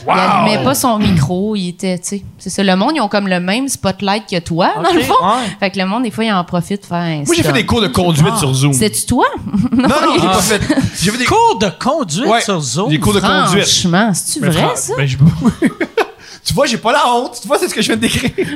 Speaker 4: Il allumait pas son micro, il était, tu sais, c'est ça. Le monde, ils ont comme le même spotlight que toi, dans
Speaker 1: Ok,
Speaker 4: le fond.
Speaker 1: ouais.
Speaker 4: Fait que le monde, des fois, il en profite pour faire un
Speaker 6: Moi, j'ai fait
Speaker 4: stunt.
Speaker 6: des cours de conduite sur Zoom.
Speaker 4: C'est-tu toi?
Speaker 6: Non, non, j'ai pas fait. J'ai fait des
Speaker 1: Cours de conduite
Speaker 6: Ouais,
Speaker 1: sur Zoom.
Speaker 6: Des cours de conduite.
Speaker 4: Franchement, c'est-tu
Speaker 6: Mais
Speaker 4: vrai,
Speaker 6: fran-
Speaker 4: ça?
Speaker 6: ben, je- tu vois, j'ai pas la honte. Tu vois, c'est ce que je viens de décrire.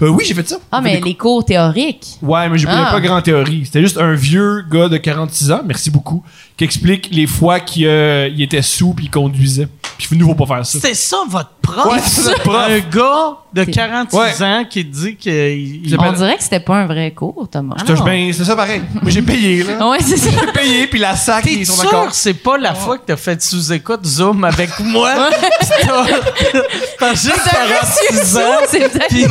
Speaker 6: Euh, oui, j'ai fait ça.
Speaker 4: Ah,
Speaker 6: J'ai
Speaker 4: mais
Speaker 6: fait des cours-
Speaker 4: les cours théoriques.
Speaker 6: Ouais, mais je connais
Speaker 4: Ah.
Speaker 6: pas grand théorie. C'était juste un vieux gars de 46 ans, merci beaucoup, qui explique les fois qu'il euh, il était sous puis il conduisait. Puis il ne faut pas faire ça.
Speaker 1: C'est ça votre prof?
Speaker 6: Ouais, c'est ça, notre prof.
Speaker 1: Un gars de 46
Speaker 6: Ouais.
Speaker 1: ans qui dit qu'il. il-
Speaker 4: On dirait que c'était pas un vrai cours, Thomas.
Speaker 6: Je touche bien, c'est ça pareil. Moi, j'ai payé, là.
Speaker 4: Ouais, c'est ça.
Speaker 6: J'ai payé, puis la sac,
Speaker 1: T'es
Speaker 6: ils sont
Speaker 1: sûr
Speaker 6: d'accord.
Speaker 1: que c'est pas la fois que t'as fait sous-écoute Zoom avec moi? Pis t'as- T'as juste 46 ans.
Speaker 4: C'est exact-
Speaker 1: Pis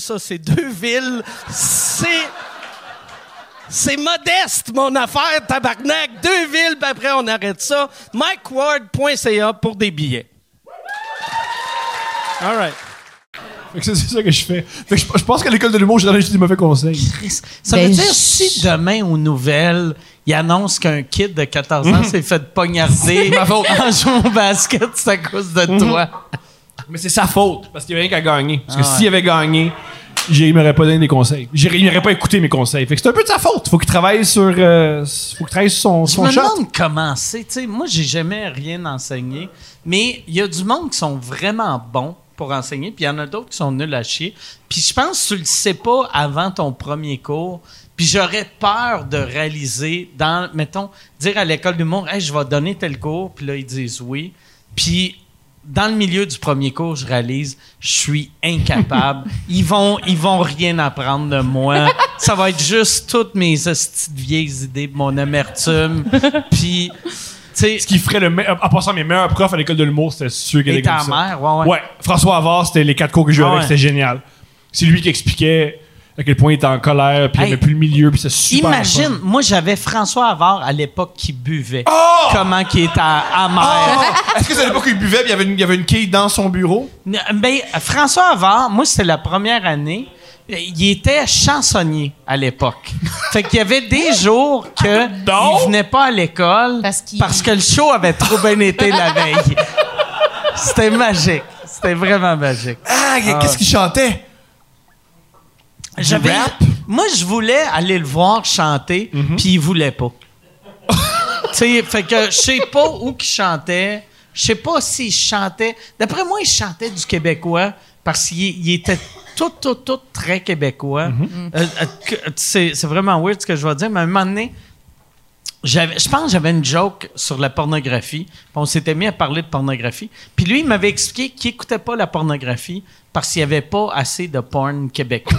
Speaker 1: ça, c'est deux villes. C'est. C'est modeste, mon affaire, tabarnak. Deux villes, puis après, on arrête ça. MikeWard.ca pour des billets. All right.
Speaker 6: Fait que c'est c'est ça que je fais. Fait que je, je pense qu'à l'école de l'humour, je donne juste des mauvais conseils.
Speaker 1: Ça
Speaker 4: Ben,
Speaker 1: veut dire,
Speaker 4: je-
Speaker 1: si demain aux nouvelles, il annonce qu'un kid de 14
Speaker 4: Mhm.
Speaker 1: ans s'est fait poignarder en jouant au basket, c'est à cause de
Speaker 4: Mhm.
Speaker 1: toi.
Speaker 6: Mais c'est sa faute, parce qu'il n'y avait rien qu'à gagner. Parce que s'il avait gagné, Ah j'ai- il m'aurait pas donné des conseils. J'ai- Il m'aurait pas écouté mes conseils. Fait que c'est un peu de sa faute. Faut qu'il travaille sur, euh, faut qu'il travaille sur son,
Speaker 1: Je
Speaker 6: son
Speaker 1: me
Speaker 6: shot.
Speaker 1: demande comment c'est. tu sais, moi, j'ai jamais rien enseigné, mais il y a du monde qui sont vraiment bons pour enseigner, puis il y en a d'autres qui sont nuls à chier. Puis je pense que tu le sais pas avant ton premier cours. Puis j'aurais peur de réaliser, dans, mettons, dire à l'école du monde, hey, je vais donner tel cours, puis là, ils disent oui. Puis dans le milieu du premier cours, je réalise, je suis incapable. Ils vont, ils vont rien apprendre de moi. Ça va être juste toutes mes hosties de vieilles idées, mon amertume. Puis, tu sais,
Speaker 6: Ce qui ferait le meilleur. En passant, mes meilleurs profs à l'école de l'humour, c'était sûr qu'il
Speaker 1: et
Speaker 6: était
Speaker 1: ta
Speaker 6: comme ça.
Speaker 1: mère, ouais, ouais.
Speaker 6: Ouais. François Havard, c'était les quatre cours que j'ai eu
Speaker 1: Ah
Speaker 6: avec,
Speaker 1: ouais.
Speaker 6: c'était génial. C'est lui qui expliquait à quel point il était en colère, puis il
Speaker 1: Hey.
Speaker 6: aimait plus le milieu, puis c'est super. le
Speaker 1: Imagine,
Speaker 6: fun.
Speaker 1: moi j'avais François Havard à l'époque qui buvait.
Speaker 6: Oh!
Speaker 1: Comment qui était amer.
Speaker 6: Ah! Est-ce que c'est à l'époque où il buvait, puis il y avait une, il y avait une quille dans son bureau?
Speaker 1: Ne- Ben, François Havard, moi, c'était la première année. euh, Il était chansonnier à l'époque. fait qu'il y avait des jours que
Speaker 6: Donc?
Speaker 1: il venait pas à l'école
Speaker 4: Parce qu'il-
Speaker 1: que le show avait trop bien été la veille. C'était magique. C'était vraiment magique.
Speaker 6: Ah, qu'est-ce qu'il chantait?
Speaker 1: J'avais,
Speaker 6: rap?
Speaker 1: moi, je voulais aller le voir chanter, puis il voulait pas. tu sais, fait que je sais pas où qu'il chantait. Je sais pas s'il chantait. D'après moi, il chantait du québécois parce qu'il il était tout, tout, tout très québécois. Euh, euh, que- c'est, c'est vraiment weird ce que je vais dire, mais à un moment donné, j'avais- je pense que j'avais une joke sur la pornographie. puis On s'était mis à parler de pornographie. Puis lui, il m'avait expliqué qu'il n'écoutait pas la pornographie parce qu'il n'y avait pas assez de porn québécois.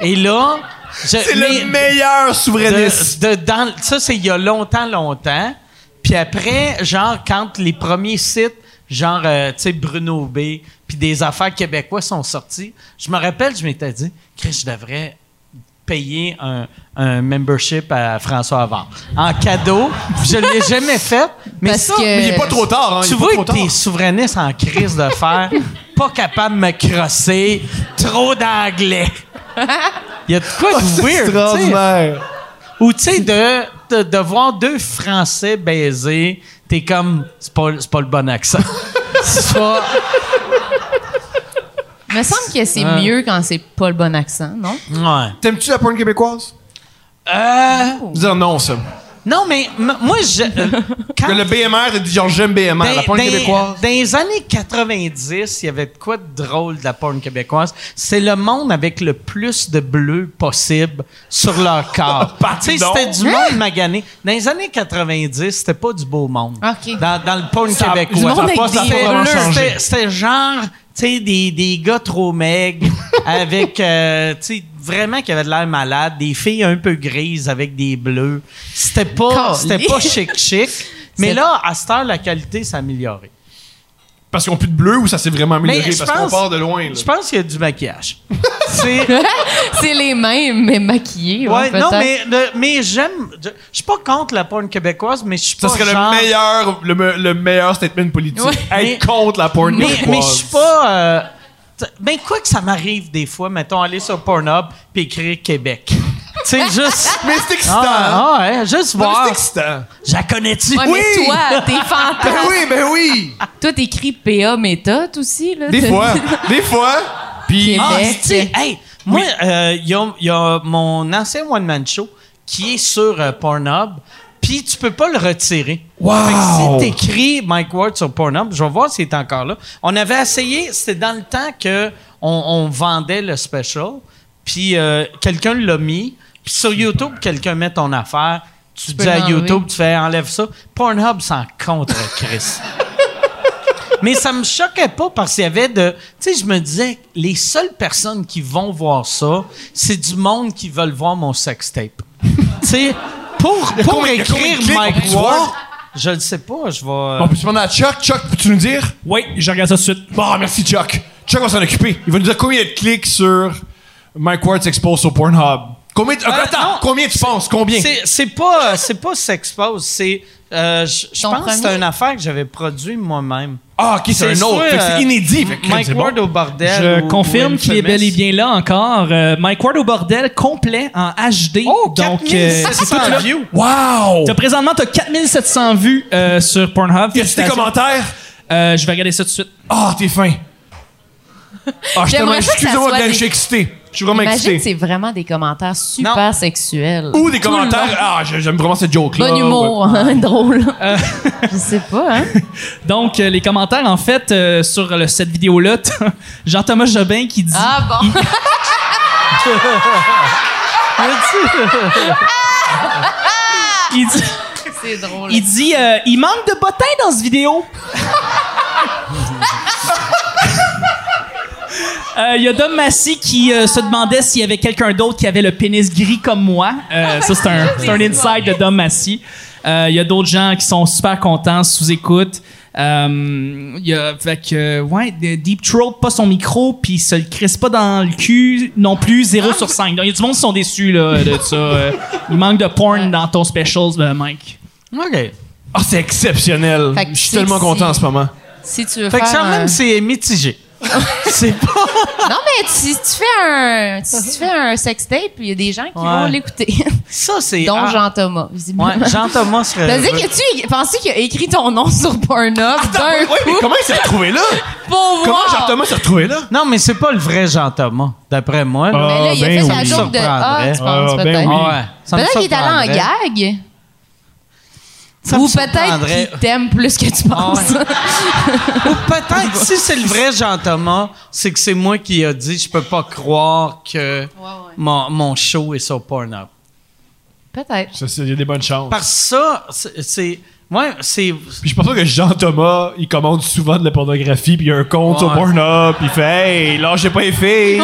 Speaker 1: Et là, je-
Speaker 6: C'est
Speaker 1: mais-
Speaker 6: le meilleur souverainiste.
Speaker 1: de- de- dans- ça, c'est il y a longtemps, longtemps. Puis après, genre, quand les premiers sites, genre, euh, tu sais, Bruno B, puis des affaires québécois sont sortis, je me rappelle, je m'étais dit, Chris, je devrais payer un, un membership à François Avant en cadeau. Je ne l'ai jamais fait, mais
Speaker 4: Parce
Speaker 1: ça,
Speaker 4: que-
Speaker 6: Mais il est pas trop tard, hein. il
Speaker 1: tu
Speaker 6: est pas
Speaker 1: vois
Speaker 6: trop
Speaker 1: que t'es
Speaker 6: tard.
Speaker 1: souverainiste en crise de faire, pas capable de me crosser, trop d'anglais. Il y a de quoi de weird, tu sais.
Speaker 6: Oh, extraordinaire.
Speaker 1: Ou tu sais, de, de, de voir deux Français baiser, t'es comme, c'est pas, c'est pas le bon accent. C'est pas-
Speaker 4: me semble que c'est
Speaker 6: Hein.
Speaker 4: mieux quand c'est pas le bon accent, non?
Speaker 1: Ouais.
Speaker 6: T'aimes-tu la porn québécoise?
Speaker 1: Euh,
Speaker 6: Dire non, ça.
Speaker 1: non, mais m- moi, je. euh, quand-
Speaker 6: Que le BMR, t'as dit genre j'aime BMR,
Speaker 1: Dans-
Speaker 6: la porn
Speaker 1: dans-
Speaker 6: québécoise.
Speaker 1: Dans les années 90, il y avait de quoi de drôle de la porn québécoise. C'est le monde avec le plus de bleu possible sur leur corps. Tu sais, c'était
Speaker 6: Hein?
Speaker 1: du monde magané. Dans les années 90, c'était pas du beau monde.
Speaker 4: OK.
Speaker 1: Dans, dans le porn
Speaker 6: Ça a-
Speaker 1: québécois.
Speaker 6: du monde
Speaker 1: Ça a
Speaker 6: avec
Speaker 1: pas-
Speaker 6: des
Speaker 1: ça a pas
Speaker 6: bleus.
Speaker 1: vraiment changé.
Speaker 6: C'était-
Speaker 1: C'était genre, tu sais, des, des gars trop maigres avec, euh, tu sais, vraiment qui avaient de l'air malade, des filles un peu grises avec des bleus. C'était pas, c'était pas
Speaker 4: Calé.
Speaker 1: chic chic. Mais
Speaker 4: C'est-
Speaker 1: là, à cette heure, la qualité s'est améliorée.
Speaker 6: Parce qu'ils ont plus de bleu ou ça s'est vraiment
Speaker 1: Mais
Speaker 6: amélioré
Speaker 1: Ben, je
Speaker 6: parce qu'on
Speaker 1: pense-
Speaker 6: part de loin. là.
Speaker 1: Je pense qu'il y a du maquillage. C'est
Speaker 4: c'est les mêmes, mais maquillés.
Speaker 1: ouais,
Speaker 4: Ouais,
Speaker 1: non
Speaker 4: peut-être.
Speaker 1: mais le- mais j'aime je je suis pas contre la porn québécoise mais je suis pas
Speaker 6: Ça serait
Speaker 1: genre-
Speaker 6: le meilleur le, me- le meilleur statement politique.
Speaker 4: Ouais.
Speaker 6: Être contre la porn
Speaker 1: mais,
Speaker 6: québécoise.
Speaker 1: mais je suis pas euh, t- ben quoi que ça m'arrive des fois mettons aller sur Pornhub puis écrire Québec. tu sais juste
Speaker 6: Mais c'est excitant. hein?
Speaker 1: ah, ah, ouais, juste
Speaker 6: Non, mais
Speaker 1: voir.
Speaker 6: c'est excitant.
Speaker 1: Je la connais-tu?
Speaker 4: Ouais,
Speaker 6: Oui!
Speaker 4: mais toi, t'es
Speaker 6: Ben
Speaker 4: fantastique.
Speaker 6: oui, ben oui.
Speaker 4: Toi, t'écris PA méthode aussi, là.
Speaker 6: Des
Speaker 4: T'as-
Speaker 6: fois, Ah, des fois. Puis
Speaker 1: Ah,
Speaker 4: Québec.
Speaker 1: c'est- hey, moi, euh, il y, a, il y a mon ancien One Man Show qui est sur euh, Pornhub, puis tu peux pas le retirer. Fait
Speaker 6: Wow!
Speaker 1: que si t'écris Mike Ward sur Pornhub, je vais voir s'il est encore là. On avait essayé, c'était dans le temps que on, on vendait le special, puis euh, quelqu'un l'a mis, puis sur YouTube, quelqu'un met ton affaire, tu,
Speaker 4: peux
Speaker 1: dis à
Speaker 4: l'enlever.
Speaker 1: YouTube, tu fais enlève ça. Pornhub s'en contre, Chris. Mais ça me choquait pas parce qu'il y avait de. Tu sais, je me disais, les seules personnes qui vont voir ça, c'est du monde qui veulent voir mon sextape. tu sais, pour, pour
Speaker 6: combien- combien de
Speaker 1: écrire
Speaker 6: clics
Speaker 1: Mike
Speaker 6: tu vois?
Speaker 1: Ward, je le sais pas, je vais.
Speaker 6: on peut se demander à Chuck. Chuck, peux-tu nous dire?
Speaker 3: Oui, je regarde ça tout de suite.
Speaker 6: Bon, merci Chuck. Chuck va s'en occuper. Il va nous dire combien il y a de clics sur Mike Ward s'expose sur Pornhub. Combien, tu- attends,
Speaker 1: Euh, non.
Speaker 6: combien tu penses? Combien?
Speaker 1: C'est- C'est pas, euh, c'est pas s'expose, c'est. euh, je je
Speaker 4: Ton
Speaker 1: pense que c'est
Speaker 4: premier?
Speaker 1: une affaire que j'avais produit moi-même.
Speaker 6: Ah, ok, c'est un
Speaker 1: soit,
Speaker 6: autre. Fait que
Speaker 1: euh,
Speaker 6: c'est inédit. Fait que,
Speaker 1: Mike
Speaker 6: c'est bon.
Speaker 1: Ward au bordel.
Speaker 3: Je
Speaker 1: ou- ou
Speaker 3: confirme qu'il est
Speaker 1: Infamous.
Speaker 3: bel et bien là encore. Euh, Mike Ward au bordel complet en HD.
Speaker 1: Oh,
Speaker 3: donc, euh, c'est tout
Speaker 1: 4700
Speaker 3: là.
Speaker 1: views.
Speaker 6: Wow!
Speaker 3: T'as présentement t'as 4700 vues euh, sur Pornhub.
Speaker 6: Y a-tu des
Speaker 3: Félicitations.
Speaker 6: commentaires?
Speaker 3: Euh, je vais regarder ça tout de suite.
Speaker 6: Ah, t'es fin. Ah, je
Speaker 4: J'aimerais
Speaker 6: t'aimerais-
Speaker 4: ça que ça
Speaker 6: Excusez-moi,
Speaker 4: soit
Speaker 6: Glenn,
Speaker 4: des-
Speaker 6: je suis excité. Je suis vraiment
Speaker 4: Imagine,
Speaker 6: excité.
Speaker 4: c'est vraiment des commentaires super
Speaker 1: Non.
Speaker 4: sexuels.
Speaker 6: Ou des
Speaker 4: Tout le
Speaker 6: commentaires.
Speaker 4: monde.
Speaker 6: Ah, je- j'aime vraiment cette joke-là.
Speaker 4: Bon
Speaker 6: Ouais. Euh.
Speaker 4: humour, hein, drôle. Je sais pas, hein.
Speaker 3: Donc, euh, les commentaires, en fait, euh, sur le- cette vidéo-là, t'as Jean-Thomas Jobin qui dit...
Speaker 4: Ah bon.
Speaker 3: Il dit,
Speaker 4: C'est drôle.
Speaker 3: il, dit, euh, il manque de bottins dans cette vidéo. Euh, Il y a Dom Massy qui euh, se demandait s'il y avait quelqu'un d'autre qui avait le pénis gris comme moi. Euh, ça, c'est un, c'est un inside de Dom Massy. Euh, Il y a d'autres gens qui sont super contents, sous écoute. Euh, Il y a, fait que, euh, ouais, de- Deep Throat, pas son micro, puis il se le crisse pas dans le cul non plus, 0 sur 5. Donc, il y a du monde qui sont déçus là, de ça. Euh, il manque de porn dans ton specials, euh, Mike.
Speaker 1: OK.
Speaker 6: Ah, c'est exceptionnel.
Speaker 4: Fait que
Speaker 6: Je suis
Speaker 4: c'est-
Speaker 6: tellement content
Speaker 4: c'est-
Speaker 6: en ce moment.
Speaker 4: Si tu veux
Speaker 1: Fait que
Speaker 4: faire
Speaker 1: ça,
Speaker 4: un-
Speaker 1: même, c'est mitigé. c'est pas.
Speaker 4: Non, mais si tu fais un, si tu fais un sextape, il y a des gens qui
Speaker 1: Ouais.
Speaker 4: vont l'écouter.
Speaker 1: Ça, c'est.
Speaker 4: Dont
Speaker 1: ah,
Speaker 4: Jean-Thomas, visiblement.
Speaker 1: Ouais, Jean-Thomas serait.
Speaker 4: T'as dit
Speaker 1: heureux.
Speaker 4: que tu penses qu'il a écrit ton nom sur Pornhub d'un
Speaker 6: Ouais, mais
Speaker 4: coup
Speaker 6: comment il s'est retrouvé là?
Speaker 4: pour
Speaker 6: Comment
Speaker 4: voir?
Speaker 6: Jean-Thomas s'est retrouvé là?
Speaker 1: Non, mais c'est pas le vrai Jean-Thomas, d'après moi. là.
Speaker 4: Mais là, il a
Speaker 3: Ah,
Speaker 4: fait
Speaker 3: ben
Speaker 4: sa
Speaker 3: oui.
Speaker 4: joke de
Speaker 1: Surprendrait.
Speaker 4: Ah, tu penses
Speaker 3: Ah, ben
Speaker 4: peut-être.
Speaker 3: oui.
Speaker 1: Ouais, ça me
Speaker 4: Peut-être qu'il est allé en
Speaker 1: surprendrait.
Speaker 4: gag.
Speaker 1: Ça me
Speaker 4: Ou
Speaker 1: surprendrait.
Speaker 4: peut-être qu'il t'aime plus que tu penses.
Speaker 1: Ou peut-être, si c'est le vrai Jean-Thomas, c'est que c'est moi qui a dit je peux pas croire que Mon, mon show est sur Pornhub.
Speaker 4: Peut-être.
Speaker 6: Ça, c'est- Il y a des bonnes chances.
Speaker 1: Parce que ça, c'est- c'est. Ouais, c'est.
Speaker 6: Puis je pense pas que Jean-Thomas, il commande souvent de la pornographie, puis il y a un compte sur
Speaker 1: Ouais.
Speaker 6: Pornhub, puis il fait Hey, lâchez pas les filles!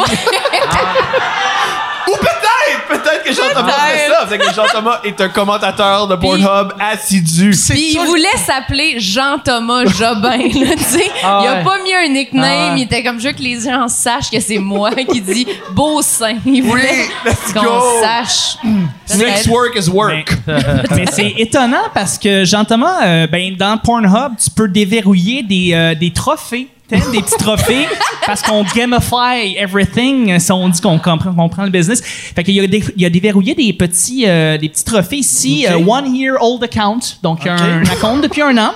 Speaker 6: Ou peut-être! Peut-être que Jean-Thomas fait ça! Peut-être que Jean-Thomas est un commentateur de Pornhub assidu.
Speaker 1: c'est
Speaker 4: Puis il
Speaker 1: tout-
Speaker 4: voulait s'appeler Jean-Thomas Jobin, là, tu sais.
Speaker 1: Ah
Speaker 4: il a
Speaker 1: ouais.
Speaker 4: pas mis un nickname,
Speaker 1: Ah ouais.
Speaker 4: il était comme je veux que les gens sachent que c'est moi qui dis beau sein. Il voulait
Speaker 6: let's go.
Speaker 4: qu'on sache.
Speaker 6: Sex work is work.
Speaker 3: Mais c'est étonnant parce que Jean-Thomas, euh, ben, dans Pornhub, tu peux déverrouiller des, euh, des trophées. thèmes, des petits trophées, parce qu'on gamify everything, si on dit qu'on comprend, qu'on prend le business. Fait qu'il y a, des, il y a déverrouillé des petits, euh, des petits trophées ici. euh, one year old account, donc un account depuis un an.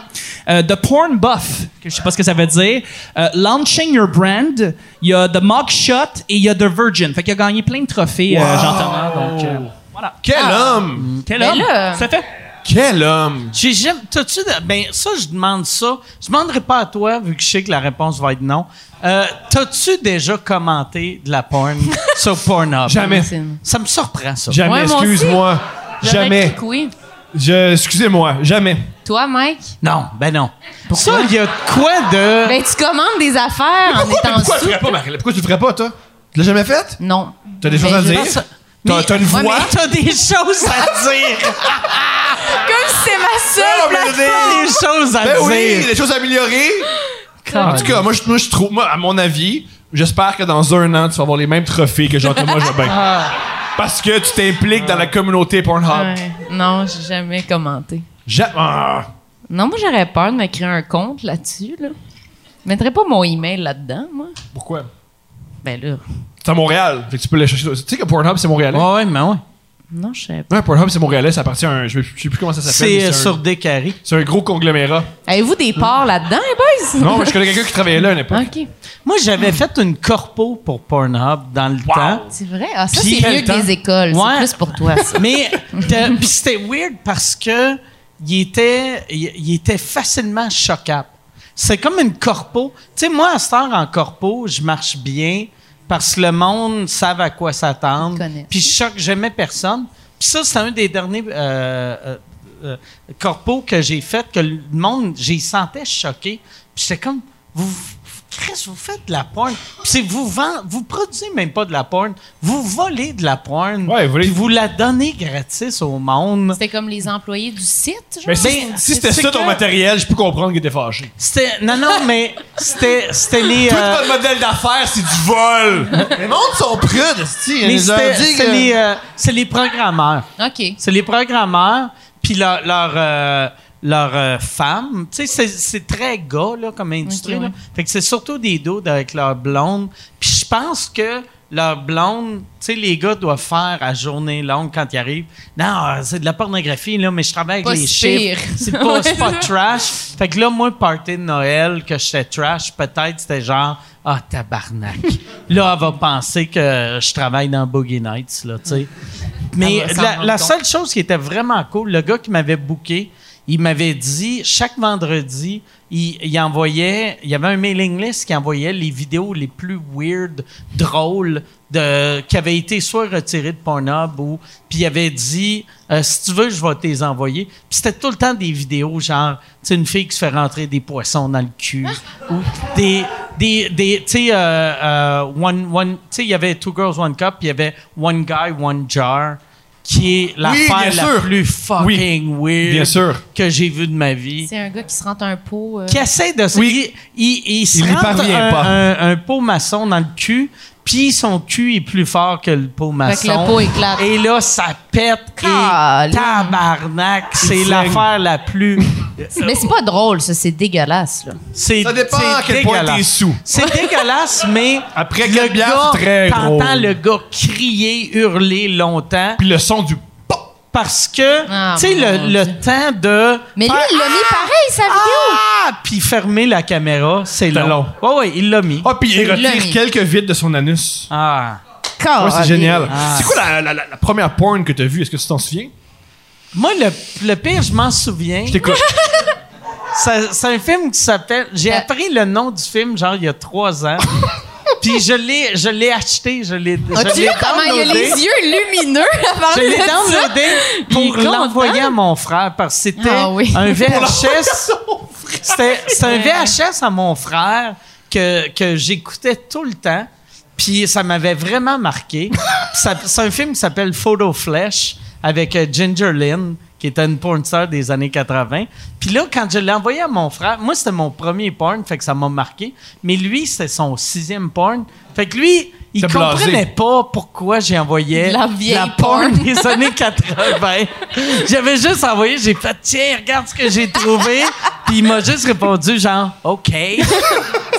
Speaker 3: Euh, the Porn Buff, que je sais pas ce que ça veut dire. Euh, launching Your Brand. Il y a The Mug Shot et il y a The Virgin. Fait qu'il a gagné plein de trophées, euh, Jean-Thomas. Donc, euh, voilà.
Speaker 6: Quel
Speaker 4: Ah.
Speaker 6: homme!
Speaker 3: Quel
Speaker 4: Mais
Speaker 3: homme!
Speaker 4: là-
Speaker 3: Ça fait.
Speaker 6: Quel homme!
Speaker 1: J'ai jamais. T'as-tu. de- Ben, ça, je demande ça. Je demanderai pas à toi, vu que je sais que la réponse va être non. Euh, T'as-tu déjà commenté de la porn sur Pornhub?
Speaker 6: Jamais.
Speaker 4: Maxime.
Speaker 1: Ça me surprend, ça.
Speaker 6: Jamais,
Speaker 4: Ouais, moi aussi.
Speaker 6: excuse-moi.
Speaker 4: J'aurais
Speaker 6: Jamais.
Speaker 4: dit que Oui.
Speaker 6: Je, excusez-moi, jamais.
Speaker 4: Toi, Mike,
Speaker 1: Non, ben non. ça, il y a de quoi de.
Speaker 4: ben, tu commandes des affaires en étant
Speaker 6: Pourquoi tu
Speaker 4: sous.
Speaker 6: ferais pas, Marie? Pourquoi tu le ferais pas, toi? Tu l'as jamais fait?
Speaker 4: Non.
Speaker 6: T'as des
Speaker 4: Ben,
Speaker 6: choses à
Speaker 4: je
Speaker 6: dire?
Speaker 4: pense-
Speaker 6: T'as t'as une voix?
Speaker 1: Ouais, t'as des choses à dire.
Speaker 4: Comme c'est ma
Speaker 6: Non, Oh, mais
Speaker 4: seule.
Speaker 6: je veux dire-
Speaker 1: T'as des choses à
Speaker 6: Ben
Speaker 1: dire.
Speaker 6: oui, il y a des choses à améliorer. En tout cas, moi, je, moi, je trouve, moi, à mon avis, j'espère que dans un an, tu vas avoir les mêmes trophées que Jean-Thomas Jobin.
Speaker 1: Ah.
Speaker 6: Parce que tu t'impliques dans la communauté Pornhub.
Speaker 4: Ouais. Non, j'ai jamais commenté.
Speaker 6: Ja- ah.
Speaker 4: Non, moi, j'aurais peur de me créer un compte là-dessus. Là. Je mettrais pas mon email là-dedans, moi.
Speaker 6: Pourquoi?
Speaker 4: Ben là,
Speaker 6: C'est à Montréal. Fait que tu peux le chercher. Tu sais que Pornhub, c'est montréalais.
Speaker 1: Ouais, ouais, mais ouais.
Speaker 4: non, je sais pas.
Speaker 6: Ouais, Pornhub, c'est montréalais. Ça appartient à un. Je je sais plus comment ça s'appelle.
Speaker 1: C'est
Speaker 6: mais
Speaker 1: euh,
Speaker 6: un-
Speaker 1: sur des carrés.
Speaker 6: C'est un gros conglomérat.
Speaker 4: Avez-vous des parts là-dedans, les boys?
Speaker 6: Non, mais je connais quelqu'un qui travaillait là à une époque.
Speaker 4: OK.
Speaker 1: Moi, j'avais
Speaker 6: Hmm.
Speaker 1: fait une corpo pour Pornhub dans le temps.
Speaker 4: C'est vrai? Ah, ça,
Speaker 1: Puis
Speaker 4: c'est mieux
Speaker 1: quel temps?
Speaker 4: que des écoles.
Speaker 1: Ouais.
Speaker 4: C'est plus pour toi, ça.
Speaker 1: Mais de- puis c'était weird parce que il était, il, il était facilement choquable. C'est comme une corpo. Tu sais, moi, à cette heure, en corpo, je marche bien parce que le monde savent à quoi s'attendre.
Speaker 4: Ils connaissent.
Speaker 1: Puis je choque jamais personne. Puis ça, c'est un des derniers euh, euh, euh, corpos que j'ai fait que le monde, j'y sentais choqué. Puis c'est comme, vous, vous- Chris, vous faites de la porn. Puis c'est vous vend, vous produisez même pas de la porn, vous volez de la porn.
Speaker 6: Ouais, vous volez-
Speaker 1: Puis vous la donnez gratis au monde.
Speaker 4: C'était comme les employés du site, genre?
Speaker 6: Mais si,
Speaker 1: Ben,
Speaker 6: si c'était
Speaker 1: c'est
Speaker 6: ça ton
Speaker 1: que-
Speaker 6: matériel, je peux comprendre qu'il était fâché.
Speaker 1: C'était, non, non, mais c'était, c'était les.
Speaker 6: Tout
Speaker 1: euh,
Speaker 6: votre modèle d'affaires, c'est du vol! Les mondes sont prudes, hein,
Speaker 1: mais
Speaker 6: cest
Speaker 1: c'était- c'est les, euh, c'est les programmeurs.
Speaker 4: OK.
Speaker 1: C'est les programmeurs, puis leur, leur, euh, leur, euh, femme. Tu sais, c'est- c'est très gars, là, comme industrie.
Speaker 4: Ok,
Speaker 1: là.
Speaker 4: ouais.
Speaker 1: Fait que c'est surtout des doudes avec leur blonde. Puis je pense que leur blonde, tu sais, les gars doivent faire à journée longue quand ils arrivent. Non, euh, c'est de la pornographie, là, mais je travaille avec
Speaker 4: Pas
Speaker 1: les
Speaker 4: si
Speaker 1: chiffres.
Speaker 4: pire.
Speaker 1: C'est pas, c'est pas
Speaker 4: Ouais.
Speaker 1: trash. Fait que là, moi, party de Noël, que j'étais trash, peut-être c'était genre, ah, tabarnak. là, elle va penser que je travaille dans Boogie Nights, là, tu sais. Mais
Speaker 4: Elle va s'en
Speaker 1: la,
Speaker 4: rendre
Speaker 1: la
Speaker 4: compte.
Speaker 1: seule chose qui était vraiment cool, le gars qui m'avait booké, il m'avait dit chaque vendredi, il, il envoyait, il y avait un mailing list qui envoyait les vidéos les plus weird, drôles, de, qui avaient été soit retirées de Pornhub ou. Puis il avait dit euh, si tu veux, je vais te les envoyer. Puis c'était tout le temps des vidéos genre, tu sais, une fille qui se fait rentrer des poissons dans le cul ou des. Des, des, tu sais, euh, euh, one, one, tu sais, il y avait Two Girls, One Cup, puis il y avait One Guy, One Jar qui est l'affaire
Speaker 6: bien
Speaker 1: la
Speaker 6: sûr.
Speaker 1: plus fucking weird
Speaker 6: Bien sûr.
Speaker 1: que j'ai vue de ma vie.
Speaker 4: C'est un gars qui se rentre un pot. euh,
Speaker 1: Qui essaie de se.
Speaker 6: Oui.
Speaker 1: Il, il, il se
Speaker 6: Il n'y
Speaker 1: rentre
Speaker 6: parvient
Speaker 1: un,
Speaker 6: pas.
Speaker 1: Un, un pot maçon dans le cul, puis son cul est plus fort que le pot maçon.
Speaker 4: Fait que le pot éclate.
Speaker 1: Et là, ça pète. Et
Speaker 4: Colin.
Speaker 1: tabarnak, c'est l'affaire la plus.
Speaker 4: Mais c'est pas drôle, ça. C'est dégueulasse, là.
Speaker 1: C'est,
Speaker 6: Ça dépend
Speaker 1: c'est
Speaker 6: à quel point
Speaker 1: dégueulasse.
Speaker 6: t'es sous.
Speaker 1: C'est dégueulasse, mais.
Speaker 6: Après
Speaker 1: le
Speaker 6: quelle bière,
Speaker 1: gars,
Speaker 6: c'est très
Speaker 1: T'entends
Speaker 6: drôle.
Speaker 1: le gars crier, hurler longtemps.
Speaker 6: Puis le son du pop!
Speaker 1: parce que,
Speaker 4: Ah,
Speaker 1: tu sais,
Speaker 4: mon
Speaker 1: le, le
Speaker 4: Dieu.
Speaker 1: temps de.
Speaker 4: Mais lui,
Speaker 1: faire
Speaker 4: il l'a mis pareil, sa vidéo.
Speaker 1: Ah! Puis fermer la caméra, c'est long.
Speaker 6: long.
Speaker 1: Ouais, ouais, il l'a mis.
Speaker 6: Ah, puis il
Speaker 4: l'a
Speaker 6: retire
Speaker 4: mis.
Speaker 6: quelques vides de son anus.
Speaker 1: Ah.
Speaker 6: Ouais, c'est
Speaker 4: Colin.
Speaker 6: génial. C'est quoi la, la- la- la première porn que t'as vue? Est-ce que tu t'en souviens?
Speaker 1: Moi, le, le pire, je m'en souviens.
Speaker 6: Je t'écoute.
Speaker 1: Ça- C'est un film qui s'appelle. J'ai
Speaker 4: Euh.
Speaker 1: appris le nom du film, genre, il y a trois ans. Puis je l'ai, je l'ai acheté, je l'ai. je
Speaker 4: As-tu
Speaker 1: l'ai
Speaker 4: vu comment il a
Speaker 1: downloadé.
Speaker 4: les yeux lumineux avant
Speaker 1: Je l'ai downloadé pour
Speaker 4: Il est content.
Speaker 1: l'envoyer à mon frère parce que c'était
Speaker 4: Ah oui.
Speaker 1: un VHS. C'était c'était
Speaker 4: hein.
Speaker 1: un VHS à mon frère que, que j'écoutais tout le temps. Puis ça m'avait vraiment marqué. Puis ça- C'est un film qui s'appelle Photo Flash avec euh, Ginger Lynn, qui était une porn star des années 80. Puis là, quand je l'ai envoyé à mon frère, moi, c'était mon premier porn, fait que ça m'a marqué. Mais lui, c'était son sixième porn. Fait que lui, il
Speaker 6: T'es blasé.
Speaker 1: comprenait pas pourquoi j'ai envoyé
Speaker 4: De la vieille
Speaker 1: porn
Speaker 4: porn.
Speaker 1: des années 80. J'avais juste envoyé, j'ai fait tiens, regarde ce que j'ai trouvé. Puis Puis il m'a juste répondu, genre, OK. Tu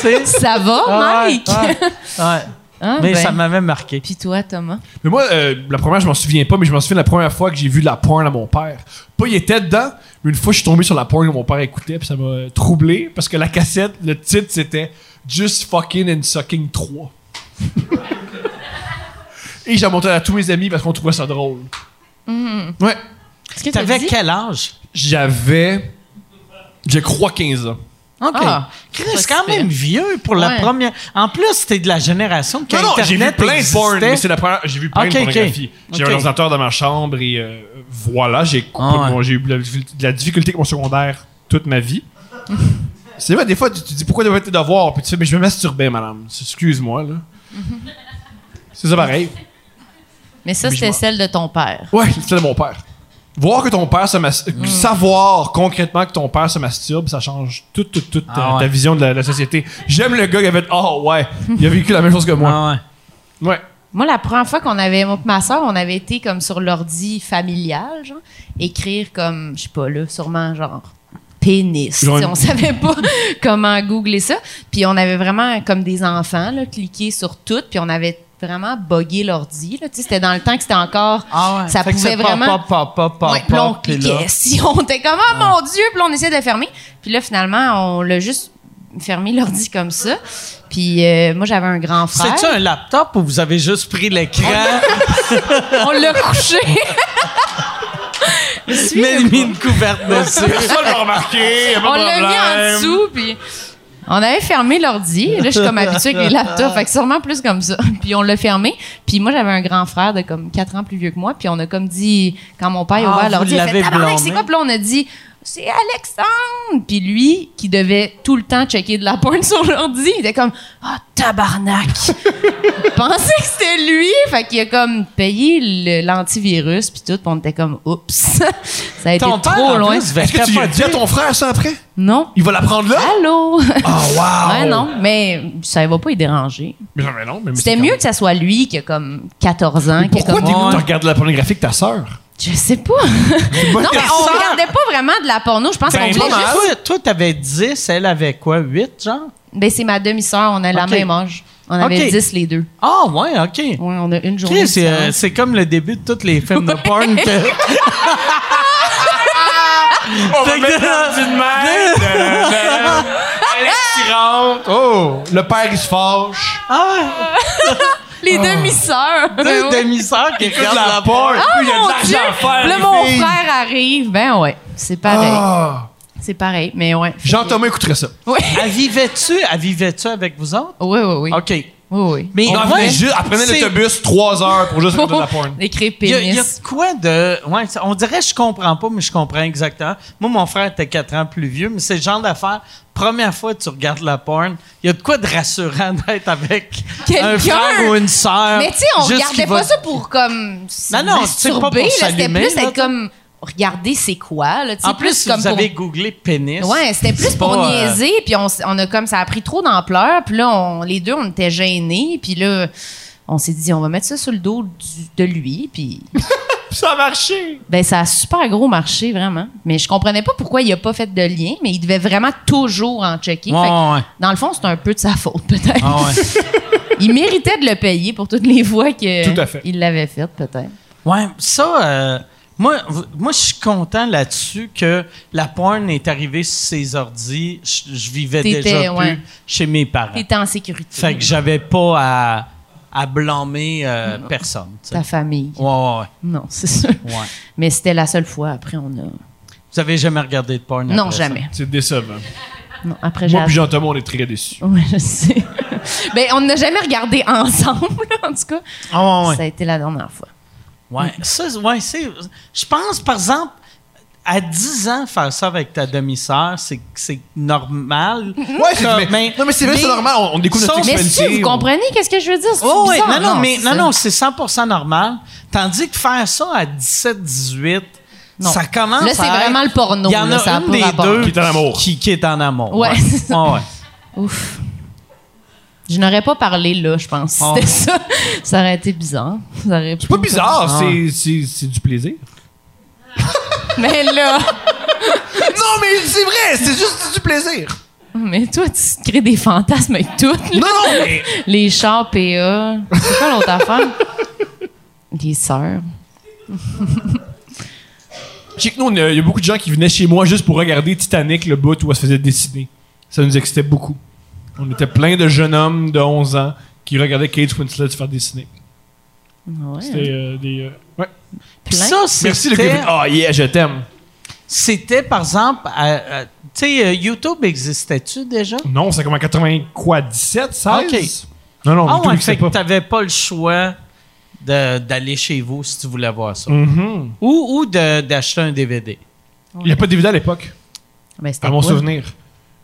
Speaker 1: sais?
Speaker 4: Ça va,
Speaker 1: Ah,
Speaker 4: Mike?
Speaker 1: ouais, ouais.
Speaker 4: Ah,
Speaker 1: Mais
Speaker 4: ben.
Speaker 1: ça m'avait marqué.
Speaker 4: Puis toi, Thomas?
Speaker 6: Mais moi, euh, la première, je m'en souviens pas, mais je m'en souviens de la première fois que j'ai vu de la porn à mon père. Pas il était dedans, mais une fois, je suis tombé sur la porn que mon père écoutait, puis ça m'a euh, troublé, parce que la cassette, le titre, c'était Just Fucking and Sucking 3. Et j'ai montré à tous mes amis parce qu'on trouvait ça drôle.
Speaker 1: Mm.
Speaker 6: Ouais.
Speaker 4: Est-ce que t'as
Speaker 1: T'avais
Speaker 4: dit?
Speaker 1: quel âge?
Speaker 6: J'avais, je crois, 15 ans.
Speaker 1: OK.
Speaker 4: Ah,
Speaker 1: Chris,
Speaker 4: pas
Speaker 1: c'est quand
Speaker 4: si pire.
Speaker 1: même vieux pour la
Speaker 4: Ouais.
Speaker 1: première. En plus, t'es de la génération que
Speaker 6: Non, non, j'ai vu
Speaker 1: Internet
Speaker 6: plein de porn,
Speaker 1: existait.
Speaker 6: mais c'est la première. J'ai vu plein
Speaker 1: Ok,
Speaker 6: de
Speaker 1: ok.
Speaker 6: pornographie. J'ai
Speaker 1: Ok.
Speaker 6: un ordinateur dans ma chambre et euh, voilà, j'ai coupé
Speaker 1: Ah ouais.
Speaker 6: mon- j'ai eu de la, de la difficulté avec mon secondaire toute ma vie. c'est vrai, des fois, tu te dis pourquoi devais tes devoirs, puis tu fais, mais je me masturbais, madame. Excuse-moi, là.
Speaker 1: Mhm.
Speaker 6: c'est ça pareil.
Speaker 4: Mais ça,
Speaker 6: Mais je
Speaker 4: c'était
Speaker 6: m'en-
Speaker 4: celle de ton père.
Speaker 6: Ouais, c'était de mon père. Voir que ton père se masturbe, savoir concrètement que ton père se masturbe, ça change toute toute toute euh, ta,
Speaker 1: Ah ouais.
Speaker 6: ta vision de la, la société. J'aime le gars qui avait, oh ouais, il a vécu la même chose que moi.
Speaker 1: Ah ouais.
Speaker 6: Ouais.
Speaker 4: Moi, la première fois qu'on avait, moi pis ma soeur, on avait été comme sur l'ordi familial, genre, écrire comme, je sais pas, là, sûrement genre pénis.
Speaker 6: Genre
Speaker 4: Tu sais,
Speaker 6: une-
Speaker 4: On savait pas comment googler ça. Puis on avait vraiment, comme des enfants, là, cliqué sur tout, puis on avait vraiment bogué l'ordi. là. Tu sais, C'était dans le temps que c'était encore.
Speaker 1: Ah ouais.
Speaker 4: Ça
Speaker 1: Fait que
Speaker 4: pouvait
Speaker 1: c'est pop,
Speaker 4: vraiment.
Speaker 1: Pop, pop, pop, pop,
Speaker 4: Ouais, puis là, on
Speaker 1: pop, puis là.
Speaker 4: cliquait. Si on était comme, oh
Speaker 6: Ah.
Speaker 4: mon Dieu, puis là, on essayait de fermer. Puis là, finalement, on l'a juste fermé l'ordi comme ça. Puis euh, moi, j'avais un grand frère. Oh,
Speaker 1: C'est-tu un laptop ou vous avez juste pris l'écran,
Speaker 4: On l'a couché.
Speaker 1: mais mis une couverte
Speaker 6: Ah,
Speaker 1: dessus?
Speaker 6: Personne l'a remarqué, y a pas de
Speaker 4: on l'a mis
Speaker 6: problème.
Speaker 4: en dessous, puis on avait fermé l'ordi. Là, je suis comme habituée avec les laptops, fait que sûrement plus comme ça. Puis on l'a fermé. Puis moi, j'avais un grand frère de comme 4 ans plus vieux que moi. Puis on a comme dit, quand mon père a
Speaker 1: Ah,
Speaker 4: ouvert
Speaker 1: vous
Speaker 4: l'ordi, il a
Speaker 1: l'avez
Speaker 4: fait Tabarnak,
Speaker 1: blâmé.
Speaker 4: c'est quoi? Puis là, on a dit, c'est Alexandre! Puis lui, qui devait tout le temps checker de la porn sur l'ordi, il était comme, ah, tabarnak! Je pensais que c'était lui! Fait qu'il a comme payé le- l'antivirus, puis tout, puis on était comme, oups! ça a été
Speaker 1: Ton père,
Speaker 4: trop
Speaker 1: en
Speaker 4: loin.
Speaker 1: plus, va
Speaker 6: Est-ce que tu lui as dit à
Speaker 1: capoter.
Speaker 6: ton frère ça après?
Speaker 4: Non!
Speaker 6: Il va la prendre là?
Speaker 4: Allô?
Speaker 6: Oh, wow!
Speaker 4: Ouais, non, mais ça va pas y déranger.
Speaker 6: Mais, non, mais non, mais
Speaker 4: C'était mieux que ça soit lui qui a comme 14 ans. Qui a
Speaker 6: Pourquoi
Speaker 4: comme...
Speaker 6: t'es tu regardes la pornographie avec ta sœur?
Speaker 4: Je sais pas. non, mais on regardait pas vraiment de la porno. Je pense
Speaker 6: Ben,
Speaker 4: qu'on
Speaker 6: pas
Speaker 4: voulait
Speaker 6: mal.
Speaker 4: juste.
Speaker 1: Toi, toi, t'avais 10, elle avait quoi, 8, genre?
Speaker 4: Ben, c'est ma demi-sœur, on a la
Speaker 1: Ok.
Speaker 4: même âge. On avait
Speaker 1: Ok.
Speaker 4: 10 les deux.
Speaker 1: Ah, ouais, OK.
Speaker 4: Ouais, on a une
Speaker 1: Chris,
Speaker 4: journée. de
Speaker 1: c'est, euh,
Speaker 4: différence.
Speaker 1: c'est comme le début de tous les films de porn que...
Speaker 6: On va mettre une merde! Alex qui rentre. Oh! Le père, il se fâche.
Speaker 1: Ah,
Speaker 4: Les
Speaker 6: Ah.
Speaker 4: demi-sœurs. Ben
Speaker 1: deux
Speaker 4: Ouais. Ah,
Speaker 1: demi-sœurs qui regardent la,
Speaker 6: porte. Oh,
Speaker 1: porn.
Speaker 6: il y a
Speaker 4: Mon
Speaker 6: de
Speaker 4: Dieu.
Speaker 6: l'argent à faire.
Speaker 4: Là,
Speaker 6: les
Speaker 4: mon
Speaker 6: filles.
Speaker 4: frère arrive. Ben ouais, c'est pareil.
Speaker 6: Ah!
Speaker 4: C'est pareil, mais ouais. Fait que-
Speaker 6: Jean-Thomas écouterait ça.
Speaker 4: Ouais.
Speaker 1: Elle vivait-tu, elle vivait-tu avec vous autres?
Speaker 4: Oui, oui, oui.
Speaker 1: OK.
Speaker 4: Oui, oui.
Speaker 1: Mais
Speaker 6: On en
Speaker 1: ouais,
Speaker 6: venait juste, elle prenait
Speaker 1: c'est-
Speaker 6: l'autobus 3 heures pour juste écouter de la porn.
Speaker 4: Écrit
Speaker 1: Il y, a-
Speaker 4: pénis.
Speaker 1: il y a de quoi de. Ouais, ça- on dirait que je comprends pas, mais je comprends exactement. Moi, mon frère était 4 ans plus vieux, mais c'est le genre d'affaire. Première fois que tu regardes la porn, il y a de quoi de rassurant d'être avec
Speaker 4: Quelqu'un.
Speaker 1: un frère ou une sœur.
Speaker 4: Mais tu sais, on
Speaker 1: Ah, juste
Speaker 4: regardait
Speaker 1: qui va-
Speaker 4: pas ça pour comme se
Speaker 1: Non, non, c'est pas pour
Speaker 4: masturber, là, c'était
Speaker 1: s'allumer,
Speaker 4: plus
Speaker 1: là,
Speaker 4: être
Speaker 1: t'sais.
Speaker 4: comme regarder c'est quoi là, tu sais,
Speaker 1: En plus, si
Speaker 4: comme
Speaker 1: vous
Speaker 4: pour-
Speaker 1: avez googlé pénis.
Speaker 4: Ouais, c'était plus
Speaker 1: c'est
Speaker 4: pour
Speaker 1: pas, euh,
Speaker 4: niaiser, puis on, s- on a comme ça a pris trop d'ampleur, puis là on, les deux on était gênés, puis là on s'est dit on va mettre ça sur le dos du- de lui, puis
Speaker 6: Ça a marché!
Speaker 4: ben ça a super gros marché vraiment. Mais je comprenais pas pourquoi il a pas fait de lien, mais il devait vraiment toujours en checker.
Speaker 1: Ouais,
Speaker 4: Fait que,
Speaker 1: ouais, ouais.
Speaker 4: dans le fond, c'est un peu de sa faute peut-être.
Speaker 1: Ah ouais.
Speaker 4: Il méritait de le payer pour toutes les fois que
Speaker 6: Tout à fait.
Speaker 4: il l'avait fait peut-être.
Speaker 1: Ouais, ça, euh, moi, v- moi je suis content là-dessus que la porn est arrivée sur ses ordis. Je, je vivais
Speaker 4: T'étais,
Speaker 1: déjà
Speaker 4: ouais.
Speaker 1: plus chez mes parents.
Speaker 4: T'étais en sécurité.
Speaker 1: Fait que j'avais pas à, à blâmer euh, personne. tu sais.
Speaker 4: ta famille.
Speaker 1: Ouais, ouais,
Speaker 4: Non, c'est sûr.
Speaker 1: ouais, ouais.
Speaker 4: Mais c'était la seule fois. Après, on a.
Speaker 1: Vous avez jamais regardé de porn?
Speaker 4: Non,
Speaker 1: après ça?
Speaker 4: jamais.
Speaker 6: C'est décevant.
Speaker 4: Non, après, j'ai.
Speaker 6: Moi puis Jean-Thomas, on est très déçus.
Speaker 4: Ouais, je sais. ben, on n'a jamais regardé ensemble, en tout cas.
Speaker 1: Ah, ouais, Oh, ouais.
Speaker 4: Ça a été la dernière fois.
Speaker 1: Ouais,
Speaker 4: Mm-hmm.
Speaker 1: ça, c'est- ouais, c'est. Je pense, par exemple, à 10 ans, faire ça avec ta demi-sœur, c'est, c'est normal.
Speaker 6: Ouais, c'est
Speaker 1: Comme,
Speaker 6: mais- Non, mais c'est vrai, c'est normal. On, on découvre notre
Speaker 1: Sauf-
Speaker 4: Mais
Speaker 6: sexualité.
Speaker 4: si, vous
Speaker 6: on-
Speaker 4: comprenez qu'est-ce que je veux dire? C'est
Speaker 1: Oh, ouais,
Speaker 4: bizarre,
Speaker 1: non, non, mais
Speaker 4: c'est
Speaker 1: non,
Speaker 4: ça.
Speaker 1: non, c'est 100 normal. Tandis que faire ça à 17, 18,
Speaker 4: Non.
Speaker 1: ça commence
Speaker 4: Là, c'est
Speaker 1: à être-
Speaker 4: vraiment le porno,
Speaker 1: Il y en
Speaker 4: là,
Speaker 1: a
Speaker 4: ça a
Speaker 1: une
Speaker 4: pas
Speaker 1: des
Speaker 4: rapport.
Speaker 1: deux
Speaker 6: Qui est en amour.
Speaker 1: Qui, qui est en amour.
Speaker 4: Ouais,
Speaker 1: ouais. Ah,
Speaker 4: c'est ça.
Speaker 1: Ouais, ouais.
Speaker 4: Ouf. Je n'aurais pas parlé là, je pense.
Speaker 1: Oh.
Speaker 4: C'était ça. Ça aurait été bizarre. Ça aurait
Speaker 6: C'est pas
Speaker 4: pu-
Speaker 6: bizarre,
Speaker 1: Ah.
Speaker 6: c'est- c'est c'est du plaisir.
Speaker 4: Mais là,
Speaker 6: Non, mais c'est vrai, c'est juste du plaisir.
Speaker 4: Mais toi, tu te crées des fantasmes avec tout. là.
Speaker 6: Non, non, mais.
Speaker 4: Les chars PA. C'est quoi l'autre affaire? Des sœurs.
Speaker 6: Chez nous, il y a beaucoup de gens qui venaient chez moi juste pour regarder Titanic, le bout où elle se faisait dessiner. Ça nous excitait beaucoup. On était plein de jeunes hommes de 11 ans qui regardaient Kate Winslet se faire dessiner. C'était
Speaker 4: Ouais.
Speaker 6: euh, des. euh, ouais.
Speaker 1: Puis
Speaker 4: Plein.
Speaker 1: hein. ça,
Speaker 6: Merci, le
Speaker 1: c'était-
Speaker 6: Kevin. Ah, yeah, je t'aime.
Speaker 1: C'était, par exemple, à- à- tu sais, euh, YouTube existait-tu déjà?
Speaker 6: Non, c'est comme en 80, quoi, 17, 16? Non, non,
Speaker 1: Ah
Speaker 6: YouTube
Speaker 1: ouais,
Speaker 6: n'existait
Speaker 1: fait que
Speaker 6: Oh, pas.
Speaker 1: t'avais pas le choix de- d'aller chez vous si tu voulais voir ça.
Speaker 6: Mhm.
Speaker 1: Ou, ou de- d'acheter un DVD.
Speaker 6: Il n'y a pas de DVD à l'époque,
Speaker 4: Ben, c'était
Speaker 6: à mon
Speaker 4: quoi?
Speaker 6: souvenir.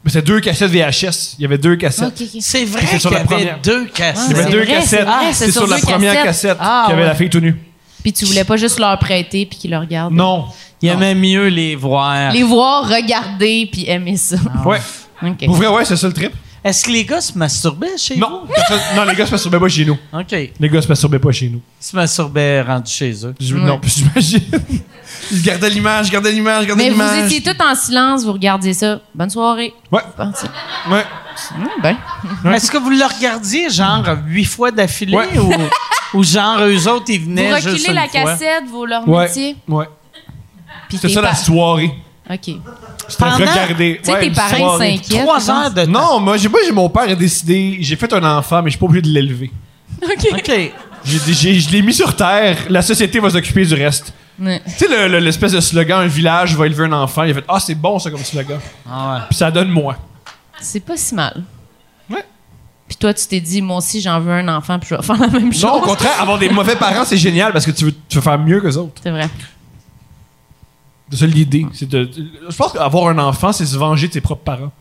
Speaker 6: Mais c'était deux cassettes VHS. Il y avait deux
Speaker 4: Ok,
Speaker 6: cassettes.
Speaker 4: ok, ok.
Speaker 1: C'est vrai
Speaker 6: Puis c'est
Speaker 1: qu'il
Speaker 6: sur
Speaker 1: y
Speaker 6: la
Speaker 1: avait
Speaker 6: première. Ah,
Speaker 1: deux
Speaker 6: Il y
Speaker 1: cassettes.
Speaker 6: avait
Speaker 4: C'est
Speaker 6: deux
Speaker 4: vrai,
Speaker 6: cassettes.
Speaker 4: c'est vrai, c'est
Speaker 6: c'est
Speaker 4: sur
Speaker 6: sur la
Speaker 4: deux
Speaker 6: première
Speaker 4: cassettes.
Speaker 6: cassette
Speaker 4: Ah,
Speaker 6: qu'il y avait
Speaker 4: ouais.
Speaker 6: la fille tout nue.
Speaker 4: Puis tu voulais pas juste leur prêter puis qu'ils le regardent.
Speaker 6: Non.
Speaker 1: Il aimait mieux les voir.
Speaker 4: Les voir regarder puis aimer ça.
Speaker 1: Ah.
Speaker 6: Ouais.
Speaker 4: OK.
Speaker 6: Pour vrai, ouais, c'est ça le trip.
Speaker 1: Est-ce que les gars se masturbaient chez
Speaker 6: Non. Personne- non, les gars se masturbaient pas chez nous.
Speaker 1: vous? OK. Ils
Speaker 6: Les gars se masturbaient pas chez nous.
Speaker 1: se masturbaient rendus chez eux.
Speaker 6: Je-
Speaker 4: Ouais.
Speaker 6: Non, puis j'imagine. Ils gardaient l'image, gardaient l'image, gardaient
Speaker 4: Mais vous
Speaker 6: l'image.
Speaker 4: étiez tous en silence, vous regardiez ça. Bonne soirée.
Speaker 6: Ouais.
Speaker 4: Parti.
Speaker 6: Ouais.
Speaker 4: Hum, ben.
Speaker 1: Est-ce que vous le regardiez genre huit fois d'affilée
Speaker 6: Ouais.
Speaker 1: ou, ou genre eux autres ils
Speaker 4: Vous
Speaker 1: venaient juste
Speaker 4: reculez
Speaker 1: une
Speaker 4: la
Speaker 1: fois?
Speaker 4: cassette, vous leur
Speaker 6: Ouais.
Speaker 4: métier.
Speaker 6: Ouais.
Speaker 4: Puis
Speaker 6: C'était
Speaker 4: tes
Speaker 6: ça la
Speaker 4: pa-
Speaker 6: soirée.
Speaker 4: OK. Tu
Speaker 6: C'était
Speaker 1: Pendant-
Speaker 6: regarder.
Speaker 4: sais,
Speaker 6: Ouais,
Speaker 4: tes
Speaker 6: une
Speaker 4: parents ils
Speaker 6: soirée.
Speaker 4: s'inquiètent.
Speaker 1: Trois
Speaker 4: ils
Speaker 1: heures
Speaker 4: pensent-
Speaker 1: de temps.
Speaker 6: Non, moi, j'ai, moi, j'ai- mon père a décidé. J'ai fait un enfant, mais je suis pas obligé de l'élever.
Speaker 4: OK.
Speaker 1: OK.
Speaker 6: J'ai, dit- j'ai- je l'ai mis sur terre. La société va s'occuper du reste.
Speaker 4: Ouais.
Speaker 6: Tu sais, le- le- l'espèce de slogan, un village va élever un enfant. Il a fait Ah, c'est bon ça comme slogan.
Speaker 1: Ah ouais.
Speaker 6: Puis ça donne moi.
Speaker 4: C'est pas si mal.
Speaker 6: Ouais.
Speaker 4: Puis toi, tu t'es dit, moi aussi, j'en veux un enfant, puis je vais faire la même chose.
Speaker 6: Non, au contraire, avoir des mauvais parents, c'est génial parce que tu veux, tu veux faire mieux que autres.
Speaker 4: C'est vrai.
Speaker 6: C'est ça l'idée. C'est de, je pense qu'avoir un enfant, c'est se venger de ses propres parents.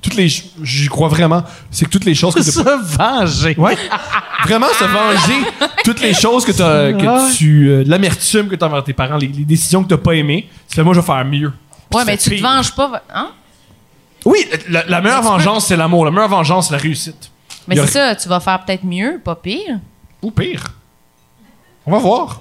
Speaker 6: Toutes les. ch- J'y crois vraiment. C'est que toutes les choses que t'as-
Speaker 1: se venger.
Speaker 6: Ouais. Vraiment se venger toutes les choses que, t'as- que tu. euh, L'amertume que tu as envers tes parents, les, les décisions que tu pas aimées. Tu fais, moi, je vais faire mieux.
Speaker 4: Ouais,
Speaker 6: C'est
Speaker 4: mais tu te
Speaker 6: pire.
Speaker 4: venges pas. Hein?
Speaker 6: Oui, la, la meilleure vengeance, c'est l'amour. La meilleure vengeance, c'est la réussite.
Speaker 4: Mais
Speaker 6: Il y a-
Speaker 4: c'est ça, tu vas faire peut-être mieux, pas pire.
Speaker 6: Ou pire. On va voir.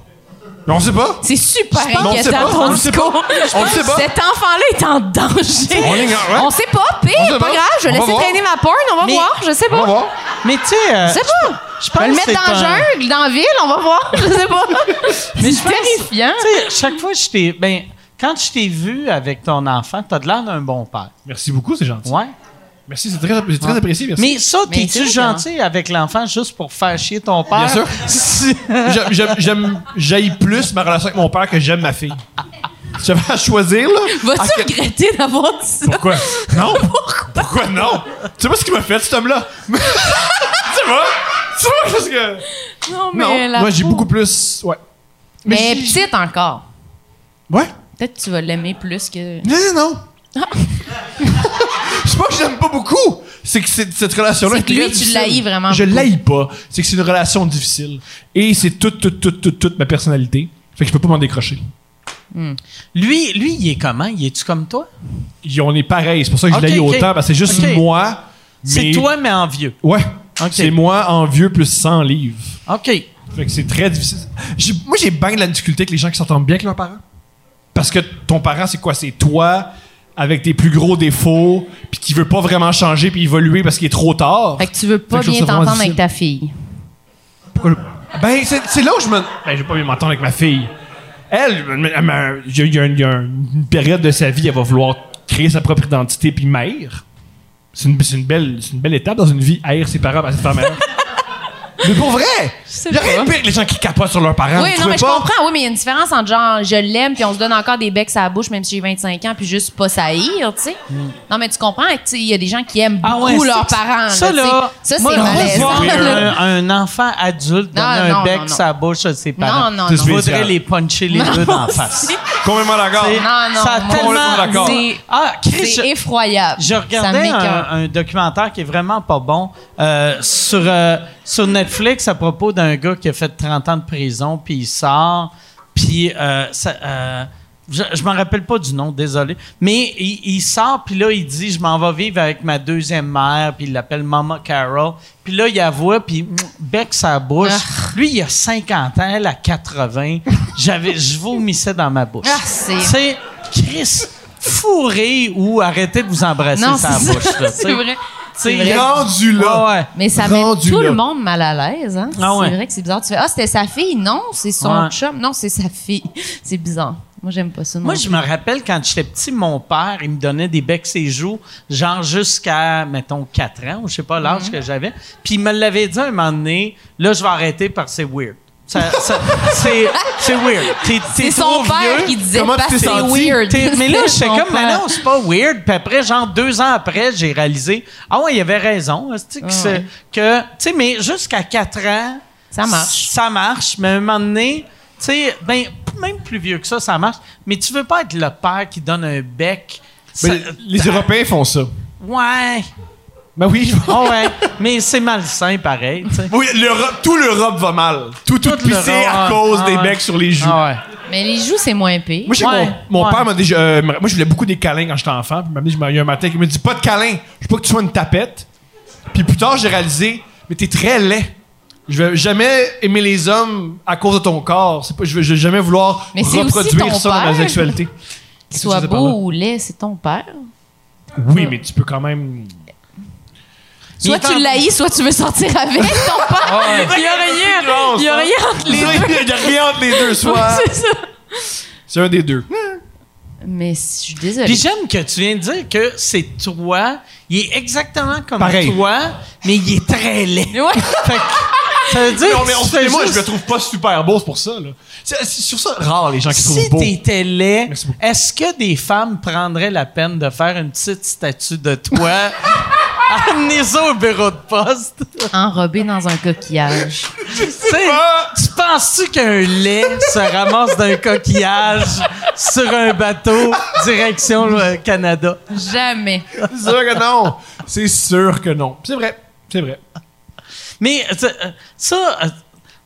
Speaker 6: Mais on sait pas.
Speaker 4: C'est super
Speaker 6: Non, on sait
Speaker 4: inquiétant,
Speaker 6: pas, on le
Speaker 4: ton
Speaker 6: sait
Speaker 4: discours.
Speaker 6: On le sait pas.
Speaker 4: Cet enfant-là est en danger.
Speaker 6: On l'ignore, ouais.
Speaker 4: On sait pas,
Speaker 6: On sait
Speaker 4: pire, pas
Speaker 6: pas.
Speaker 4: grave, je vais
Speaker 6: On va
Speaker 4: laisser
Speaker 6: voir.
Speaker 4: traîner ma porn, on va
Speaker 1: Mais-
Speaker 4: voir, je sais
Speaker 6: On va
Speaker 4: pas.
Speaker 6: voir.
Speaker 1: Mais tu sais, euh,
Speaker 4: Je sais pas.
Speaker 1: je
Speaker 4: Je
Speaker 1: pense
Speaker 4: vais le mettre
Speaker 1: que c'est
Speaker 4: dans
Speaker 1: un-
Speaker 4: jungle, dans la ville, on va voir, je sais pas. Mais c'est terrifiant.
Speaker 1: Tu sais, chaque fois je t'ai ben quand je t'ai vu avec ton enfant, t'as de l'air d'un bon père.
Speaker 6: Merci beaucoup, c'est gentil.
Speaker 1: Ouais.
Speaker 6: Merci, c'est très, c'est très apprécié. Merci.
Speaker 1: Mais ça,
Speaker 4: Mais c'est
Speaker 1: t'es-tu
Speaker 4: vrai, hein.
Speaker 1: gentil avec l'enfant juste pour faire chier ton père?
Speaker 6: Bien sûr. J'aime- j'aime- J'aime, j'aille plus ma relation avec mon père que j'aime ma fille. Si J'avais à choisir, là. à
Speaker 4: Vas-tu
Speaker 6: quel-
Speaker 4: regretter d'avoir dit ça?
Speaker 6: Pourquoi? Non. Pourquoi? non? Tu sais pas ce qu'il m'a fait, cet homme-là? tu vois? Tu vois, parce que.
Speaker 4: Non, mais
Speaker 6: Non.
Speaker 4: la
Speaker 6: Moi, j'ai
Speaker 4: peau.
Speaker 6: beaucoup plus. Ouais.
Speaker 4: Mais
Speaker 6: j'ai-
Speaker 4: petite encore.
Speaker 6: Ouais?
Speaker 4: Peut-être que tu vas l'aimer plus que.
Speaker 6: Non, non, non. C'est pas que je l'aime pas beaucoup. C'est que c'est- cette relation-là
Speaker 4: C'est que
Speaker 6: est très
Speaker 4: lui, tu
Speaker 6: difficile.
Speaker 4: l'haïs vraiment
Speaker 6: Je
Speaker 4: beaucoup.
Speaker 6: l'haïs pas. C'est que c'est une relation difficile. Et c'est toute, toute, toute, toute, toute ma personnalité. Fait que je peux pas m'en décrocher.
Speaker 1: Lui, lui, il est comment? Il est-tu comme toi?
Speaker 6: Ils- on est pareil. C'est pour ça que je
Speaker 1: Ok,
Speaker 6: l'ai eu
Speaker 1: ok.
Speaker 6: autant, parce que c'est juste
Speaker 1: Ok.
Speaker 6: moi.
Speaker 1: C'est
Speaker 6: mais-
Speaker 1: toi, mais en vieux.
Speaker 6: Ouais.
Speaker 1: Ok.
Speaker 6: C'est moi en vieux plus 100 livres.
Speaker 1: OK.
Speaker 6: Fait que c'est très difficile. J'ai- moi, j'ai bien de la difficulté avec les gens qui s'entendent bien avec leurs parents. Parce que ton parent, c'est quoi? C'est toi avec tes plus gros défauts, puis qui veut pas vraiment changer puis évoluer parce qu'il est trop tard.
Speaker 4: Fait que tu veux pas
Speaker 6: Fait que je
Speaker 4: bien
Speaker 6: trouve ça vraiment
Speaker 4: t'entendre avec
Speaker 6: difficile.
Speaker 4: ta fille.
Speaker 6: Pourquoi je- Ben, c'est c'est là où je me. Ben, je vais pas bien m'entendre avec ma fille. Elle, elle m'a- il y a- il y a une- il y a une période de sa vie, elle va vouloir créer sa propre identité puis mère. C'est une, c'est une belle, c'est une belle étape dans une vie, haïr ses parents, ben, c'est faire meilleur. mais pour vrai! Il y a rien de pire que les gens qui capotent sur leurs parents.
Speaker 4: Oui,
Speaker 6: vous
Speaker 4: non,
Speaker 6: trouvez
Speaker 4: mais je
Speaker 6: pas?
Speaker 4: comprends. Oui, mais il y a une différence entre genre, je l'aime, puis on se donne encore des becs à la bouche, même si j'ai 25 ans, puis juste pas saillir, tu sais. Non, mais tu comprends que, tu sais, il y a des gens qui aiment
Speaker 1: Hmm. Ah
Speaker 4: beaucoup
Speaker 1: ouais,
Speaker 4: leurs
Speaker 1: ça-
Speaker 4: parents.
Speaker 1: Ça,
Speaker 4: là, tu sais.
Speaker 1: là,
Speaker 4: ça c'est
Speaker 1: moi, je euh, veux
Speaker 4: malaisant.
Speaker 1: voir
Speaker 4: là.
Speaker 1: un, un enfant adulte
Speaker 4: Non,
Speaker 1: donner
Speaker 4: non,
Speaker 1: un bec
Speaker 4: non, non.
Speaker 1: sa bouche à ses parents.
Speaker 4: Non, non,
Speaker 6: C'est
Speaker 1: Je
Speaker 4: non.
Speaker 1: voudrais
Speaker 6: Spécial.
Speaker 1: les puncher les deux dans la face.
Speaker 6: Complètement d'accord.
Speaker 1: C'est-
Speaker 4: Non, non,
Speaker 1: ça a
Speaker 4: non.
Speaker 6: Complètement
Speaker 1: tellement...
Speaker 6: d'accord.
Speaker 1: C'est- Ah, Chris,
Speaker 4: C'est
Speaker 1: je,
Speaker 4: effroyable.
Speaker 1: je
Speaker 4: Ça
Speaker 1: regardais
Speaker 4: m'écoeure.
Speaker 1: un, un documentaire qui est vraiment pas bon euh, sur, euh, sur Netflix à propos d'un gars qui a fait 30 ans de prison, puis il sort, puis euh, ça- euh, je, je m'en rappelle pas du nom, désolé. Mais il, il sort, puis là, il dit Je m'en vais vivre avec ma deuxième mère, puis il l'appelle Mama Carol. Puis là, il avoue, puis mm, bec sa bouche.
Speaker 4: Ah.
Speaker 1: Lui, il a 50 ans, elle a 80. J'avais, je vomissais dans ma bouche.
Speaker 4: Ah, c'est-
Speaker 1: C'est Chris. fourrez ou arrêtez de vous embrasser
Speaker 4: Non,
Speaker 1: sa
Speaker 4: c'est
Speaker 1: bouche.
Speaker 4: ça,
Speaker 1: là, tu
Speaker 4: c'est
Speaker 1: sais.
Speaker 4: vrai.
Speaker 1: C'est
Speaker 4: vrai.
Speaker 6: Rendu là.
Speaker 1: Ouais, ouais.
Speaker 4: Mais ça met
Speaker 6: Rendu
Speaker 4: tout
Speaker 6: là.
Speaker 4: le monde mal à l'aise. Hein?
Speaker 1: Ah ouais.
Speaker 4: C'est vrai que c'est bizarre. Tu fais Ah, c'était sa fille. Non, c'est son
Speaker 1: Ouais.
Speaker 4: chum. Non, c'est sa fille. C'est bizarre. Moi, j'aime pas ça. non
Speaker 1: Moi, je me rappelle quand j'étais petit, mon père, il me donnait des becs et joues, genre jusqu'à, mettons, 4 ans, ou je sais pas l'âge
Speaker 4: Mhm.
Speaker 1: que j'avais. Puis il me l'avait dit un moment donné, là, je vais arrêter parce que c'est weird. Ça- ça- c'est, c'est weird. T'es, t'es
Speaker 4: C'est
Speaker 1: trop
Speaker 4: son père
Speaker 1: vieux.
Speaker 4: qui disait
Speaker 6: Comment
Speaker 4: pas
Speaker 6: tu t'es
Speaker 4: c'est
Speaker 6: senti?
Speaker 4: weird.
Speaker 1: T'es- mais là, j'étais
Speaker 4: Son
Speaker 1: comme, mais
Speaker 4: père.
Speaker 1: non, c'est pas weird. Puis après, genre deux ans après, j'ai réalisé, ah ouais, il avait raison. tu sais, que
Speaker 4: Ah
Speaker 1: c'est-
Speaker 4: ouais.
Speaker 1: que, tu sais, mais jusqu'à 4 ans,
Speaker 4: Ça marche.
Speaker 1: Ça marche, mais à un moment donné, tu sais, ben, p- même plus vieux que ça, ça marche. Mais tu veux pas être le père qui donne un bec.
Speaker 6: Mais
Speaker 1: Ça-
Speaker 6: les Européens font ça.
Speaker 1: Ouais.
Speaker 6: Ben oui.
Speaker 1: Ah ouais. mais c'est malsain pareil, tu sais.
Speaker 6: Oui, l'Europe, tout l'Europe va mal. Tout, tout
Speaker 1: Toute
Speaker 6: pissé
Speaker 1: l'Europe,
Speaker 6: à
Speaker 1: ouais.
Speaker 6: cause
Speaker 1: Ah
Speaker 6: des
Speaker 1: ouais.
Speaker 6: becs sur les joues.
Speaker 1: Ah ouais.
Speaker 4: Mais les joues, c'est moins pire.
Speaker 6: Moi, je sais que
Speaker 1: Ouais,
Speaker 6: mon, mon
Speaker 1: ouais.
Speaker 6: père m'a déjà. euh, moi, je voulais beaucoup des câlins quand j'étais enfant. Puis, m'a dit, je m'en eu un matin, il m'a dit pas de câlin. Je veux pas que tu sois une tapette. Puis plus tard, j'ai réalisé, mais t'es très laid. Je vais jamais aimer les hommes à cause de ton corps. C'est Pas, je, vais, je vais jamais vouloir
Speaker 4: Mais c'est aussi
Speaker 6: reproduire
Speaker 4: ton
Speaker 6: ça dans ma
Speaker 4: père.
Speaker 6: sexualité.
Speaker 4: Qu'il
Speaker 6: Qu'est-ce que tu
Speaker 4: soit
Speaker 6: faisais par là?
Speaker 4: beau ou laid, c'est ton père.
Speaker 6: Oui, mais tu peux quand même.
Speaker 4: Soit
Speaker 1: Il est en- Ah,
Speaker 4: tu l'haïs, soit tu veux sortir avec ton père. Il y a rien. Il y a rien entre
Speaker 6: Il
Speaker 4: les
Speaker 6: y
Speaker 4: deux.
Speaker 6: a rien entre les deux, soit.
Speaker 4: C'est ça.
Speaker 6: C'est un des deux.
Speaker 4: Mais je suis désolée.
Speaker 1: Puis j'aime que tu viens de dire que c'est toi. Il est exactement comme
Speaker 6: Pareil.
Speaker 1: toi, mais il est très laid.
Speaker 4: Ouais.
Speaker 1: Fait que, ça veut dire
Speaker 6: Non,
Speaker 1: que
Speaker 6: mais on
Speaker 1: tu
Speaker 6: se
Speaker 1: fais
Speaker 6: fait, moi,
Speaker 1: juste-
Speaker 6: je le trouve pas super beau, c'est pour ça. Là. C'est, c'est sur ça rare, les gens qui
Speaker 1: Si
Speaker 6: trouvent beau.
Speaker 1: t'étais laid,
Speaker 6: Merci beaucoup.
Speaker 1: est-ce que des femmes prendraient la peine de faire une petite statue de toi? Amenez ça au bureau de poste.
Speaker 4: Enrobé dans un coquillage.
Speaker 1: Tu sais, tu penses-tu qu'un lait se ramasse d'un coquillage sur un bateau direction le Canada?
Speaker 4: Jamais.
Speaker 6: C'est sûr que non. C'est sûr que non. C'est vrai. C'est vrai.
Speaker 1: Mais euh, ça, euh, ça, euh,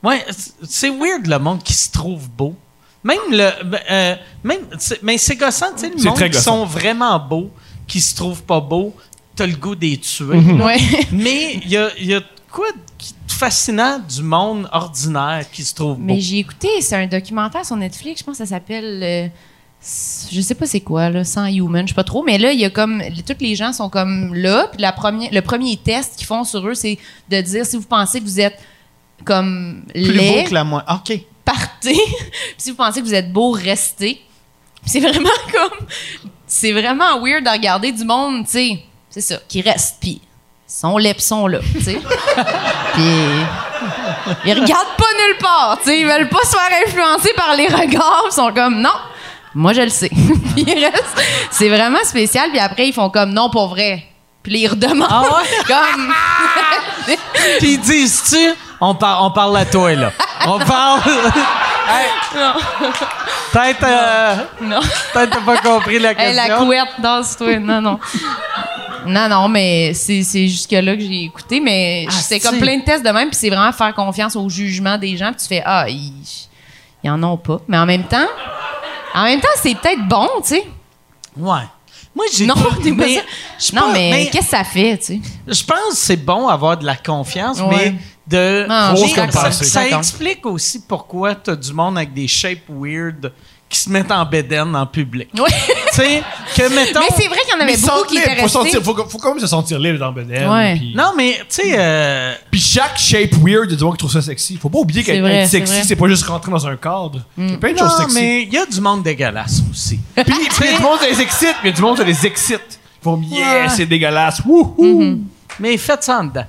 Speaker 1: ouais, c'est- c'est weird le monde qui se trouve beau. Même le, ben, euh, même, c'est- mais c'est gossant, tu sais, le
Speaker 6: C'est
Speaker 1: monde
Speaker 6: très
Speaker 1: qui
Speaker 6: gossant.
Speaker 1: sont vraiment beaux, qui se trouvent pas beaux, t'as le goût des tuer.
Speaker 6: Mhm.
Speaker 4: Ouais.
Speaker 1: Mais il y a, y a de quoi de qui- de fascinant du monde ordinaire qui se trouve beau.
Speaker 4: Mais j'ai écouté, c'est un documentaire sur Netflix, je pense que ça s'appelle. euh, s- je sais pas c'est quoi, là, sans human, je sais pas trop, mais là, il y a comme. Toutes les gens sont comme là, puis la première, le premier test qu'ils font sur eux, c'est de dire si vous pensez que vous êtes comme laid,
Speaker 1: la moi. OK.
Speaker 4: partez. Puis si vous pensez que vous êtes beau, restez. Puis C'est vraiment comme. C'est vraiment weird à regarder du monde, tu sais. C'est ça, qui reste. Puis ils sont là, puis ils sont là, tu sais. puis ils regardent pas nulle part, tu sais. Ils veulent pas se faire influencer par les regards. Ils sont comme, non, moi je le sais. puis ils restent. C'est vraiment spécial. Puis après, ils font comme, non, pour vrai. Puis ils redemandent.
Speaker 1: Ah
Speaker 4: comme.
Speaker 1: Puis disent-tu, on, par- on parle à toi, là. On parle. Hey. Peut-être euh,
Speaker 4: non.
Speaker 1: peut-être t'as pas compris la
Speaker 4: Hey,
Speaker 1: question.
Speaker 4: la couette danse-toi. Non, non. Non, non, mais c'est c'est jusque-là que j'ai écouté, mais
Speaker 1: Ah,
Speaker 4: c'est
Speaker 1: si.
Speaker 4: comme plein de tests de même, puis c'est vraiment faire confiance au jugement des gens, puis tu fais Ah, ils, ils en ont pas. Mais en même temps, en même temps, c'est peut-être bon, tu sais.
Speaker 1: Ouais. Moi, j'ai.
Speaker 4: Non,
Speaker 1: pas-
Speaker 4: t'es pas
Speaker 1: mais
Speaker 4: ça.
Speaker 1: je
Speaker 4: Non,
Speaker 1: pense-
Speaker 4: mais,
Speaker 1: mais
Speaker 4: qu'est-ce que ça fait, tu sais?
Speaker 1: Je pense que c'est bon avoir de la confiance,
Speaker 4: Ouais.
Speaker 1: mais de.
Speaker 4: Ah,
Speaker 1: mais
Speaker 4: Grosse
Speaker 1: ça-
Speaker 4: comparaison.
Speaker 1: ça, ça
Speaker 4: D'accord.
Speaker 1: explique aussi pourquoi t'as du monde avec des shapes weird qui se mettent en bédaine en public.
Speaker 4: Oui.
Speaker 1: tu sais, que mettons.
Speaker 4: mais c'est vrai qu'il y en avait
Speaker 6: Mais
Speaker 4: beaucoup
Speaker 6: sentir
Speaker 4: qui étaient
Speaker 6: libre, faut,
Speaker 4: restés.
Speaker 6: sentir, faut, faut quand même se sentir libre dans Benet.
Speaker 4: Ouais.
Speaker 6: Puis,
Speaker 1: Non, mais tu sais, euh,
Speaker 6: puis chaque shape weird, il y a du monde qui trouve ça sexy. Faut pas oublier
Speaker 4: C'est
Speaker 6: qu'être
Speaker 4: vrai,
Speaker 6: être
Speaker 4: c'est
Speaker 6: sexy,
Speaker 4: vrai. Mm.
Speaker 6: c'est pas juste rentrer dans un cadre. Il y a plein de choses
Speaker 1: non,
Speaker 6: sexy.
Speaker 1: mais il y a du monde dégueulasse aussi.
Speaker 6: Puis il y a du monde, ça les excite. mais Il y a du monde, ça les excite. Ils font yeah, c'est dégueulasse. Wouhou.
Speaker 4: Mm-hmm.
Speaker 1: Mais faites ça en dedans.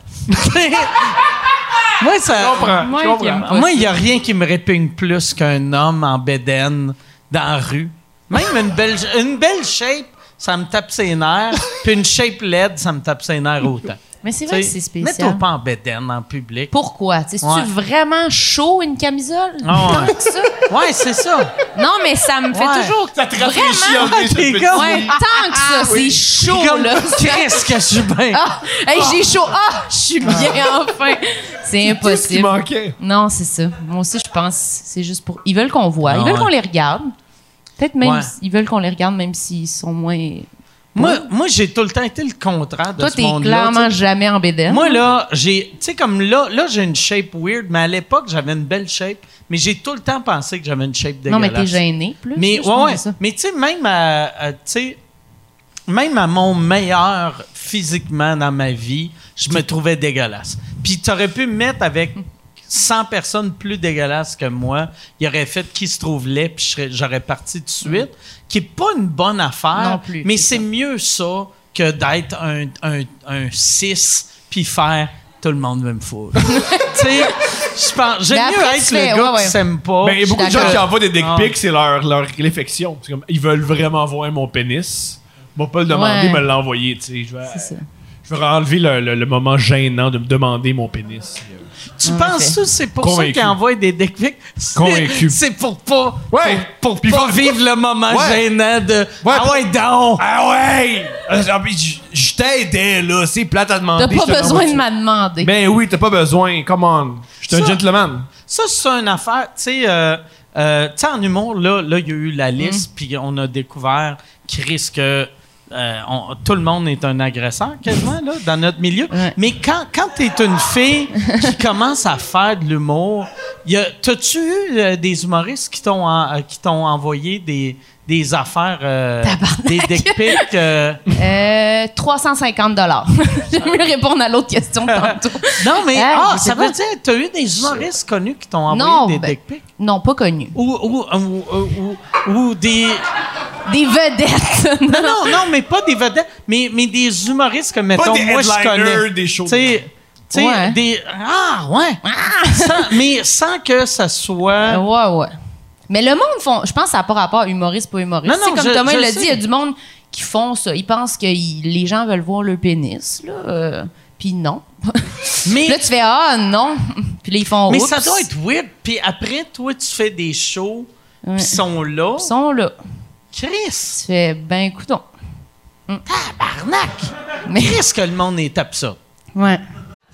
Speaker 1: Moi, ça.
Speaker 4: Moi,
Speaker 6: Je comprends.
Speaker 4: qui aime pas
Speaker 1: Moi,
Speaker 4: ça.
Speaker 1: il n'y a rien qui me répugne plus qu'un homme en bédaine dans la rue. Même une belle, une belle shape, ça me tape ses nerfs. Puis une shape laide, ça me tape ses nerfs autant.
Speaker 4: Mais c'est vrai que c'est
Speaker 1: Mets-toi
Speaker 4: spécial.
Speaker 1: pas en bédaine en public.
Speaker 4: Pourquoi? Tu sais,
Speaker 1: Ouais.
Speaker 4: tu vraiment chaud une camisole?
Speaker 1: Ah ouais.
Speaker 4: Tant que ça?
Speaker 1: Ouais, c'est ça.
Speaker 4: Non, mais ça me fait
Speaker 1: Ouais.
Speaker 4: toujours.
Speaker 6: Ça te rafraîchit
Speaker 4: Vraiment?
Speaker 6: en plus, ce
Speaker 1: Les
Speaker 6: petit-
Speaker 1: gars,
Speaker 4: Ouais, tant que ça, c'est chaud,
Speaker 1: Comme,
Speaker 4: là.
Speaker 1: qu'est-ce que je suis bien?
Speaker 4: Ah, hey, j'ai chaud. Ah, je suis bien enfin. C'est
Speaker 6: tout ce qui
Speaker 4: impossible.
Speaker 6: manquait.
Speaker 4: Non, c'est ça. Moi aussi, je pense c'est juste pour. Ils veulent qu'on voit. Ils
Speaker 1: Ah
Speaker 4: veulent
Speaker 1: ouais.
Speaker 4: qu'on les regarde. Peut-être même.
Speaker 1: Ouais.
Speaker 4: Ils veulent qu'on les regarde même s'ils sont moins
Speaker 1: Moi, moi j'ai tout le temps été le contraire de
Speaker 4: Toi,
Speaker 1: ce
Speaker 4: t'es
Speaker 1: monde-là.
Speaker 4: clairement
Speaker 1: tu sais.
Speaker 4: jamais en BDN.
Speaker 1: Moi, là, j'ai. Tu sais, comme là, là, j'ai une shape weird, mais à l'époque, j'avais une belle shape, mais j'ai tout le temps pensé que j'avais une shape
Speaker 4: non,
Speaker 1: dégueulasse.
Speaker 4: mais t'es gêné plus.
Speaker 1: Mais,
Speaker 4: là, je
Speaker 1: ouais,
Speaker 4: pense
Speaker 1: ouais.
Speaker 4: que ça.
Speaker 1: Mais tu sais, même à, à- tu sais, même à mon meilleur physiquement dans ma vie, je me trouvais dégueulasse. Puis tu aurais pu me mettre avec 100 personnes plus dégueulasses que moi. Il aurait fait qui se trouve laid, puis je serais- j'aurais parti tout de suite. Qui est pas une bonne affaire.
Speaker 4: Mm. Non plus,
Speaker 1: Mais
Speaker 4: c'est
Speaker 1: c'est mieux ça que d'être un, un, un 6 puis faire tout le monde veut me foutre. tu sais, je pense, j'aime
Speaker 4: Mais
Speaker 1: mieux
Speaker 4: après,
Speaker 1: être
Speaker 4: tu
Speaker 1: le
Speaker 4: fais-
Speaker 1: gars
Speaker 4: ouais,
Speaker 1: qui
Speaker 4: ouais.
Speaker 1: s'aime pas.
Speaker 6: Ben, il y a beaucoup de
Speaker 4: Oh,
Speaker 6: gens
Speaker 4: d'accord.
Speaker 6: qui envoient des dick
Speaker 1: Ah.
Speaker 6: pics, c'est leur, leur réflexion. C'est comme, ils veulent vraiment voir mon pénis. M'ont pas le demander,
Speaker 4: Ouais.
Speaker 6: me l'envoyer, tu sais. Je vais,
Speaker 4: C'est ça.
Speaker 6: je vais enlever le, le- le moment gênant de me demander mon pénis.
Speaker 1: Tu
Speaker 4: En
Speaker 1: penses
Speaker 4: effet.
Speaker 1: que c'est pour
Speaker 6: Ah, Convaincu.
Speaker 1: ça qu'ils envoient des dick pics? C'est-
Speaker 6: Convaincu.
Speaker 1: C'est pour pas,
Speaker 6: Ouais.
Speaker 1: pour,
Speaker 6: Puis
Speaker 1: pour pas
Speaker 6: faut-
Speaker 1: vivre le moment
Speaker 6: Ouais.
Speaker 1: gênant de Ah ouais, donc!
Speaker 6: Ah ouais! Ah, puis je- Je t'aidais, là. C'est plate à demander.
Speaker 4: T'as
Speaker 6: je
Speaker 4: pas
Speaker 6: te l'envoie
Speaker 4: besoin de
Speaker 6: tout
Speaker 4: m'a demander.
Speaker 6: Ben oui, t'as pas besoin. Come on. Je suis un
Speaker 1: Ça-
Speaker 6: gentleman.
Speaker 1: Ça, c'est une affaire. Tu sais, euh, euh, tu sais, en humour, là, là, il y a eu la liste,
Speaker 4: Mhm.
Speaker 1: puis on a découvert Chris que euh, on- tout le monde est un agresseur, quasiment, là, dans notre milieu.
Speaker 4: Ouais.
Speaker 1: Mais quand, quand tu es une fille qui commence à faire de l'humour, y a- t'as-tu eu euh, des humoristes qui t'ont en- euh, qui t'ont envoyé des, des affaires, euh,
Speaker 4: Tabarnak.
Speaker 1: des dick pics? euh,
Speaker 4: Euh, 350 J'aime mieux répondre à l'autre question de tantôt.
Speaker 1: Non, mais
Speaker 4: Hey,
Speaker 1: ah,
Speaker 4: je sais
Speaker 1: ça
Speaker 4: pas.
Speaker 1: veut dire que tu as eu des humoristes connus qui t'ont envoyé
Speaker 4: Non,
Speaker 1: des
Speaker 4: ben-
Speaker 1: dick pics?
Speaker 4: Non, pas connu.
Speaker 1: Ou, ou, ou, ou- ou- ou des.
Speaker 4: Des vedettes.
Speaker 1: Non, non, non, mais pas des vedettes, mais, mais des humoristes que, mettons,
Speaker 6: des
Speaker 1: moi, je
Speaker 6: headliners,
Speaker 1: connais.
Speaker 6: des shows.
Speaker 1: Tu sais, tu sais,
Speaker 4: Ouais.
Speaker 1: des. Ah, ouais! Sans- mais sans que ça
Speaker 4: Euh,
Speaker 1: soit.
Speaker 4: ouais, ouais. Mais le monde font. Je pense que ça n'a pas rapport humoriste pas humoriste.
Speaker 1: Non,
Speaker 4: C'est
Speaker 1: non,
Speaker 4: comme
Speaker 1: je-
Speaker 4: Thomas
Speaker 1: je
Speaker 4: l'a
Speaker 1: sais.
Speaker 4: dit, il y a du monde qui font ça. Ils pensent que ils- les gens veulent voir le pénis, là. euh, Puis non.
Speaker 1: Mais,
Speaker 4: Puis là, tu fais Ah non. Puis là, ils font
Speaker 1: mais ça
Speaker 4: Oups.
Speaker 1: doit être weird. Puis après, toi, tu fais des shows,
Speaker 4: Ouais.
Speaker 1: puis ils sont là.
Speaker 4: Ils sont là.
Speaker 1: Chris!
Speaker 4: Tu fais Ben, coudon.
Speaker 1: Arnaque!
Speaker 4: Mais-
Speaker 1: Chris, que le monde est absurde.
Speaker 4: Ouais.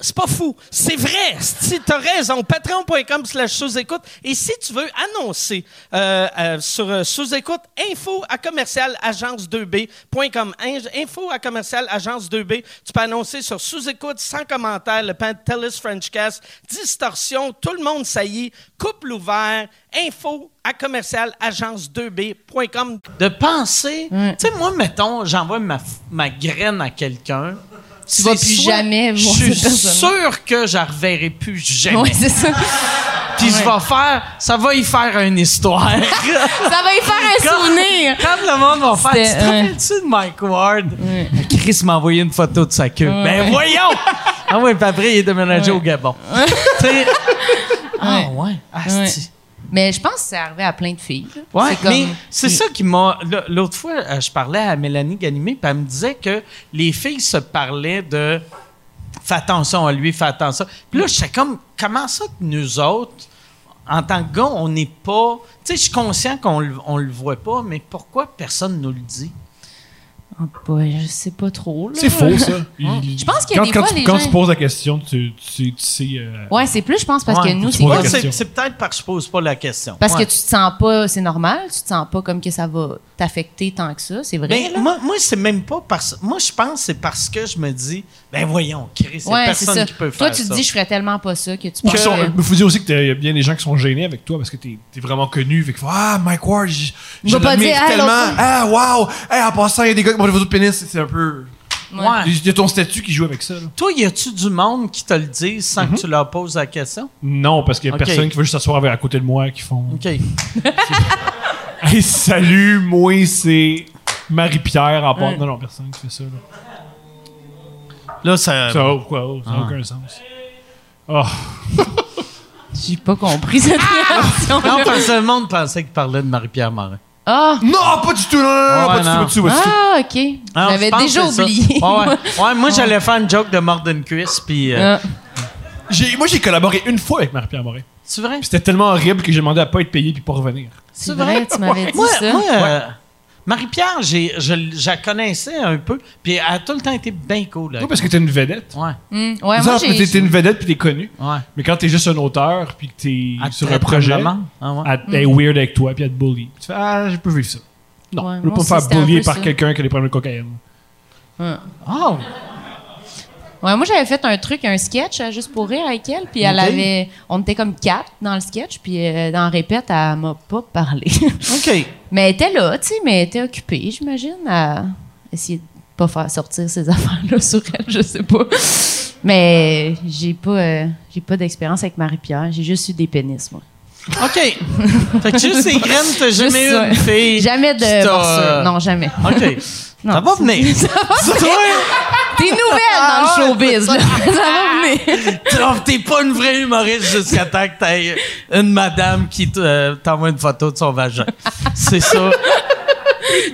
Speaker 7: C'est pas fou. C'est vrai. Si t'as raison, patreon.com slash sous-écoute. Et si tu veux annoncer euh, euh, sur euh, sous-écoute, info à commercial agence2b.com. In- Info à commercial agence2b. Tu peux annoncer sur sous-écoute, sans commentaire, le Pantelis Frenchcast, distorsion, tout le monde saillit, couple ouvert, info à commercial agence2b.com.
Speaker 1: de penser. Tu sais, moi, mettons, j'envoie ma, ma graine à quelqu'un. Tu
Speaker 4: vas plus jamais voir
Speaker 1: Je
Speaker 4: cette
Speaker 1: suis
Speaker 4: personne-là.
Speaker 1: sûr que je la reverrai plus jamais.
Speaker 4: Ouais, c'est ça.
Speaker 1: Puis je vais faire. Ça va y faire une histoire.
Speaker 4: ça va y faire un souvenir.
Speaker 1: Quand le monde va faire.
Speaker 4: C'était-
Speaker 1: Tu te rappelles-tu de Mike Ward? Ah, Chris m'a envoyé une photo de sa queue. Ben voyons! ah ouais, puis après, il est déménagé au Gabon. Tu sais. Ah
Speaker 4: Ouais.
Speaker 1: ouais. Asti.
Speaker 4: Ouais. Mais je pense que c'est arrivé à plein de filles. là.
Speaker 1: Ouais,
Speaker 4: C'est comme-
Speaker 1: mais c'est ça qui m'a. l- L'autre fois, euh, je parlais à Mélanie Ganimé, puis elle me disait que les filles se parlaient de fais attention à lui, fais attention. Puis là, j'étais comme, comment ça que nous autres, en tant que gars, on n'est pas. Tu sais, je suis conscient qu'on le- on le voit pas, mais pourquoi personne nous le dit?
Speaker 4: Oh boy, je sais pas trop. là.
Speaker 6: C'est faux, ça.
Speaker 4: Je pense qu'il y a
Speaker 6: quand,
Speaker 4: des
Speaker 6: quand
Speaker 4: fois,
Speaker 6: tu,
Speaker 4: les
Speaker 6: quand
Speaker 4: gens-
Speaker 6: tu poses la question, tu, tu, tu sais. euh,
Speaker 4: Ouais, c'est plus, je pense, parce
Speaker 1: Ouais,
Speaker 4: que nous,
Speaker 6: tu
Speaker 4: c'est
Speaker 6: poses la
Speaker 4: comme-
Speaker 6: question.
Speaker 1: C'est c'est peut-être parce que je pose pas la question.
Speaker 4: Parce
Speaker 1: Ouais.
Speaker 4: que tu te sens pas, c'est normal, tu te sens pas comme que ça va t'affecter tant que ça, c'est vrai.
Speaker 1: Ben,
Speaker 4: là.
Speaker 1: moi, moi c'est même pas parce. Moi, je pense que c'est parce que je me dis, ben voyons, Chris, c'est
Speaker 4: ouais, c'est
Speaker 1: personne
Speaker 4: ça.
Speaker 1: qui peut
Speaker 4: Toi,
Speaker 1: faire
Speaker 4: tu
Speaker 1: ça.
Speaker 4: te dis, je ferais tellement pas ça que tu
Speaker 6: Ou
Speaker 4: peux.
Speaker 6: qui sont- Il faut dire aussi qu'il y a bien des gens qui sont gênés avec toi parce que t'es es vraiment connu. Fait que, ah, Mike Ward, je,
Speaker 4: Il
Speaker 6: je
Speaker 4: va pas
Speaker 6: l'admire
Speaker 4: dire, Hey,
Speaker 6: tellement.
Speaker 4: l'autre-
Speaker 6: Ah, wow! Hey, en passant, il y a des gars qui m'ont des photos de pénis. C'est un peu.
Speaker 4: Ouais.
Speaker 1: Ouais.
Speaker 6: Il y a ton statut qui joue avec ça. là.
Speaker 1: Toi, y a-tu du monde qui te le dit sans
Speaker 6: Mhm.
Speaker 1: que tu leur poses la question?
Speaker 6: Non, parce qu'il y a
Speaker 1: Ok.
Speaker 6: personne qui veut juste s'asseoir avec- à côté de moi qui font.
Speaker 1: OK.
Speaker 6: Hey, salut, moi, c'est Marie-Pierre en part.
Speaker 4: Ouais.
Speaker 6: Non, non, personne qui fait ça. Là.
Speaker 1: Là, ça.
Speaker 6: Ça, oh, quoi, oh, ça n'a aucun sens. Oh,
Speaker 4: J'ai pas compris cette réaction.
Speaker 1: Ah! Non, parce que le monde pensait qu'il parlait de Marie-Pierre Morin.
Speaker 4: Ah!
Speaker 6: Non, pas du tout, non, non, non,
Speaker 1: Ouais,
Speaker 6: pas du tout,
Speaker 1: non.
Speaker 6: pas du tout, pas du tout.
Speaker 4: Ah, OK.
Speaker 1: Ah,
Speaker 4: J'avais
Speaker 1: je pense
Speaker 4: déjà
Speaker 1: que c'est ça.
Speaker 4: oublié.
Speaker 1: Ouais, ouais. Ouais, moi, j'allais faire une joke de mort d'une cuisse, puis. euh,
Speaker 4: Ah.
Speaker 6: J'ai- Moi, j'ai collaboré une fois avec Marie-Pierre Morin.
Speaker 1: C'est vrai?
Speaker 6: Puis C'était tellement horrible que j'ai demandé à pas être payé puis pas revenir.
Speaker 4: C'est vrai, tu m'avais dit
Speaker 1: Moi,
Speaker 4: ça.
Speaker 1: moi, euh, Marie-Pierre, j'ai- je, l- je la connaissais un peu, puis elle a tout le temps été bien cool.
Speaker 6: Toi,
Speaker 1: avec-
Speaker 6: parce que t'es une vedette.
Speaker 1: Ouais,
Speaker 4: Hum, ouais,
Speaker 6: Disons,
Speaker 4: moi,
Speaker 6: parce que t'es-
Speaker 4: j'ai...
Speaker 6: t'es une vedette puis t'es connu.
Speaker 1: ouais.
Speaker 6: Mais quand t'es juste un auteur puis que t'es
Speaker 1: Elle
Speaker 6: sur
Speaker 1: traite
Speaker 6: un
Speaker 1: comme
Speaker 6: projet,
Speaker 1: la mort. Ah ouais.
Speaker 6: elle elle est weird avec toi puis elle te bully. Tu fais, ah, je peux vivre ça. Non,
Speaker 4: Mm. Ouais,
Speaker 6: je veux
Speaker 4: moi
Speaker 6: pas me
Speaker 4: aussi,
Speaker 6: faire
Speaker 4: c'était un
Speaker 6: bullier
Speaker 4: peu
Speaker 6: par
Speaker 4: ça.
Speaker 6: quelqu'un qui a des problèmes de cocaïne.
Speaker 1: Oh!
Speaker 4: Ouais, moi, j'avais fait un truc, un sketch, euh, juste pour rire avec elle. Puis elle
Speaker 1: Ok.
Speaker 4: avait. On était comme quatre dans le sketch. Puis euh, dans Répète, elle m'a pas parlé.
Speaker 1: OK.
Speaker 4: mais elle était là, tu sais, mais elle était occupée, j'imagine, à essayer de pas faire sortir ces affaires-là sur elle, je sais pas. Mais j'ai pas, euh, j'ai pas d'expérience avec Marie-Pierre. J'ai juste eu des pénis, moi.
Speaker 1: OK. fait que juste ces graines, t'as jamais
Speaker 4: Juste
Speaker 1: eu une
Speaker 4: ça.
Speaker 1: fille.
Speaker 4: Jamais
Speaker 1: qui
Speaker 4: de
Speaker 1: t'a-
Speaker 4: morsure. Non, jamais.
Speaker 1: OK.
Speaker 4: Non.
Speaker 1: Ça va venir.
Speaker 4: Ça va venir. T'es nouvelle
Speaker 1: Ah!
Speaker 4: dans le showbiz, là. Ça va venir.
Speaker 1: Trump, T'es pas une vraie humoriste jusqu'à temps que t'aies une madame qui te- euh, t'envoie une photo de son vagin. C'est ça.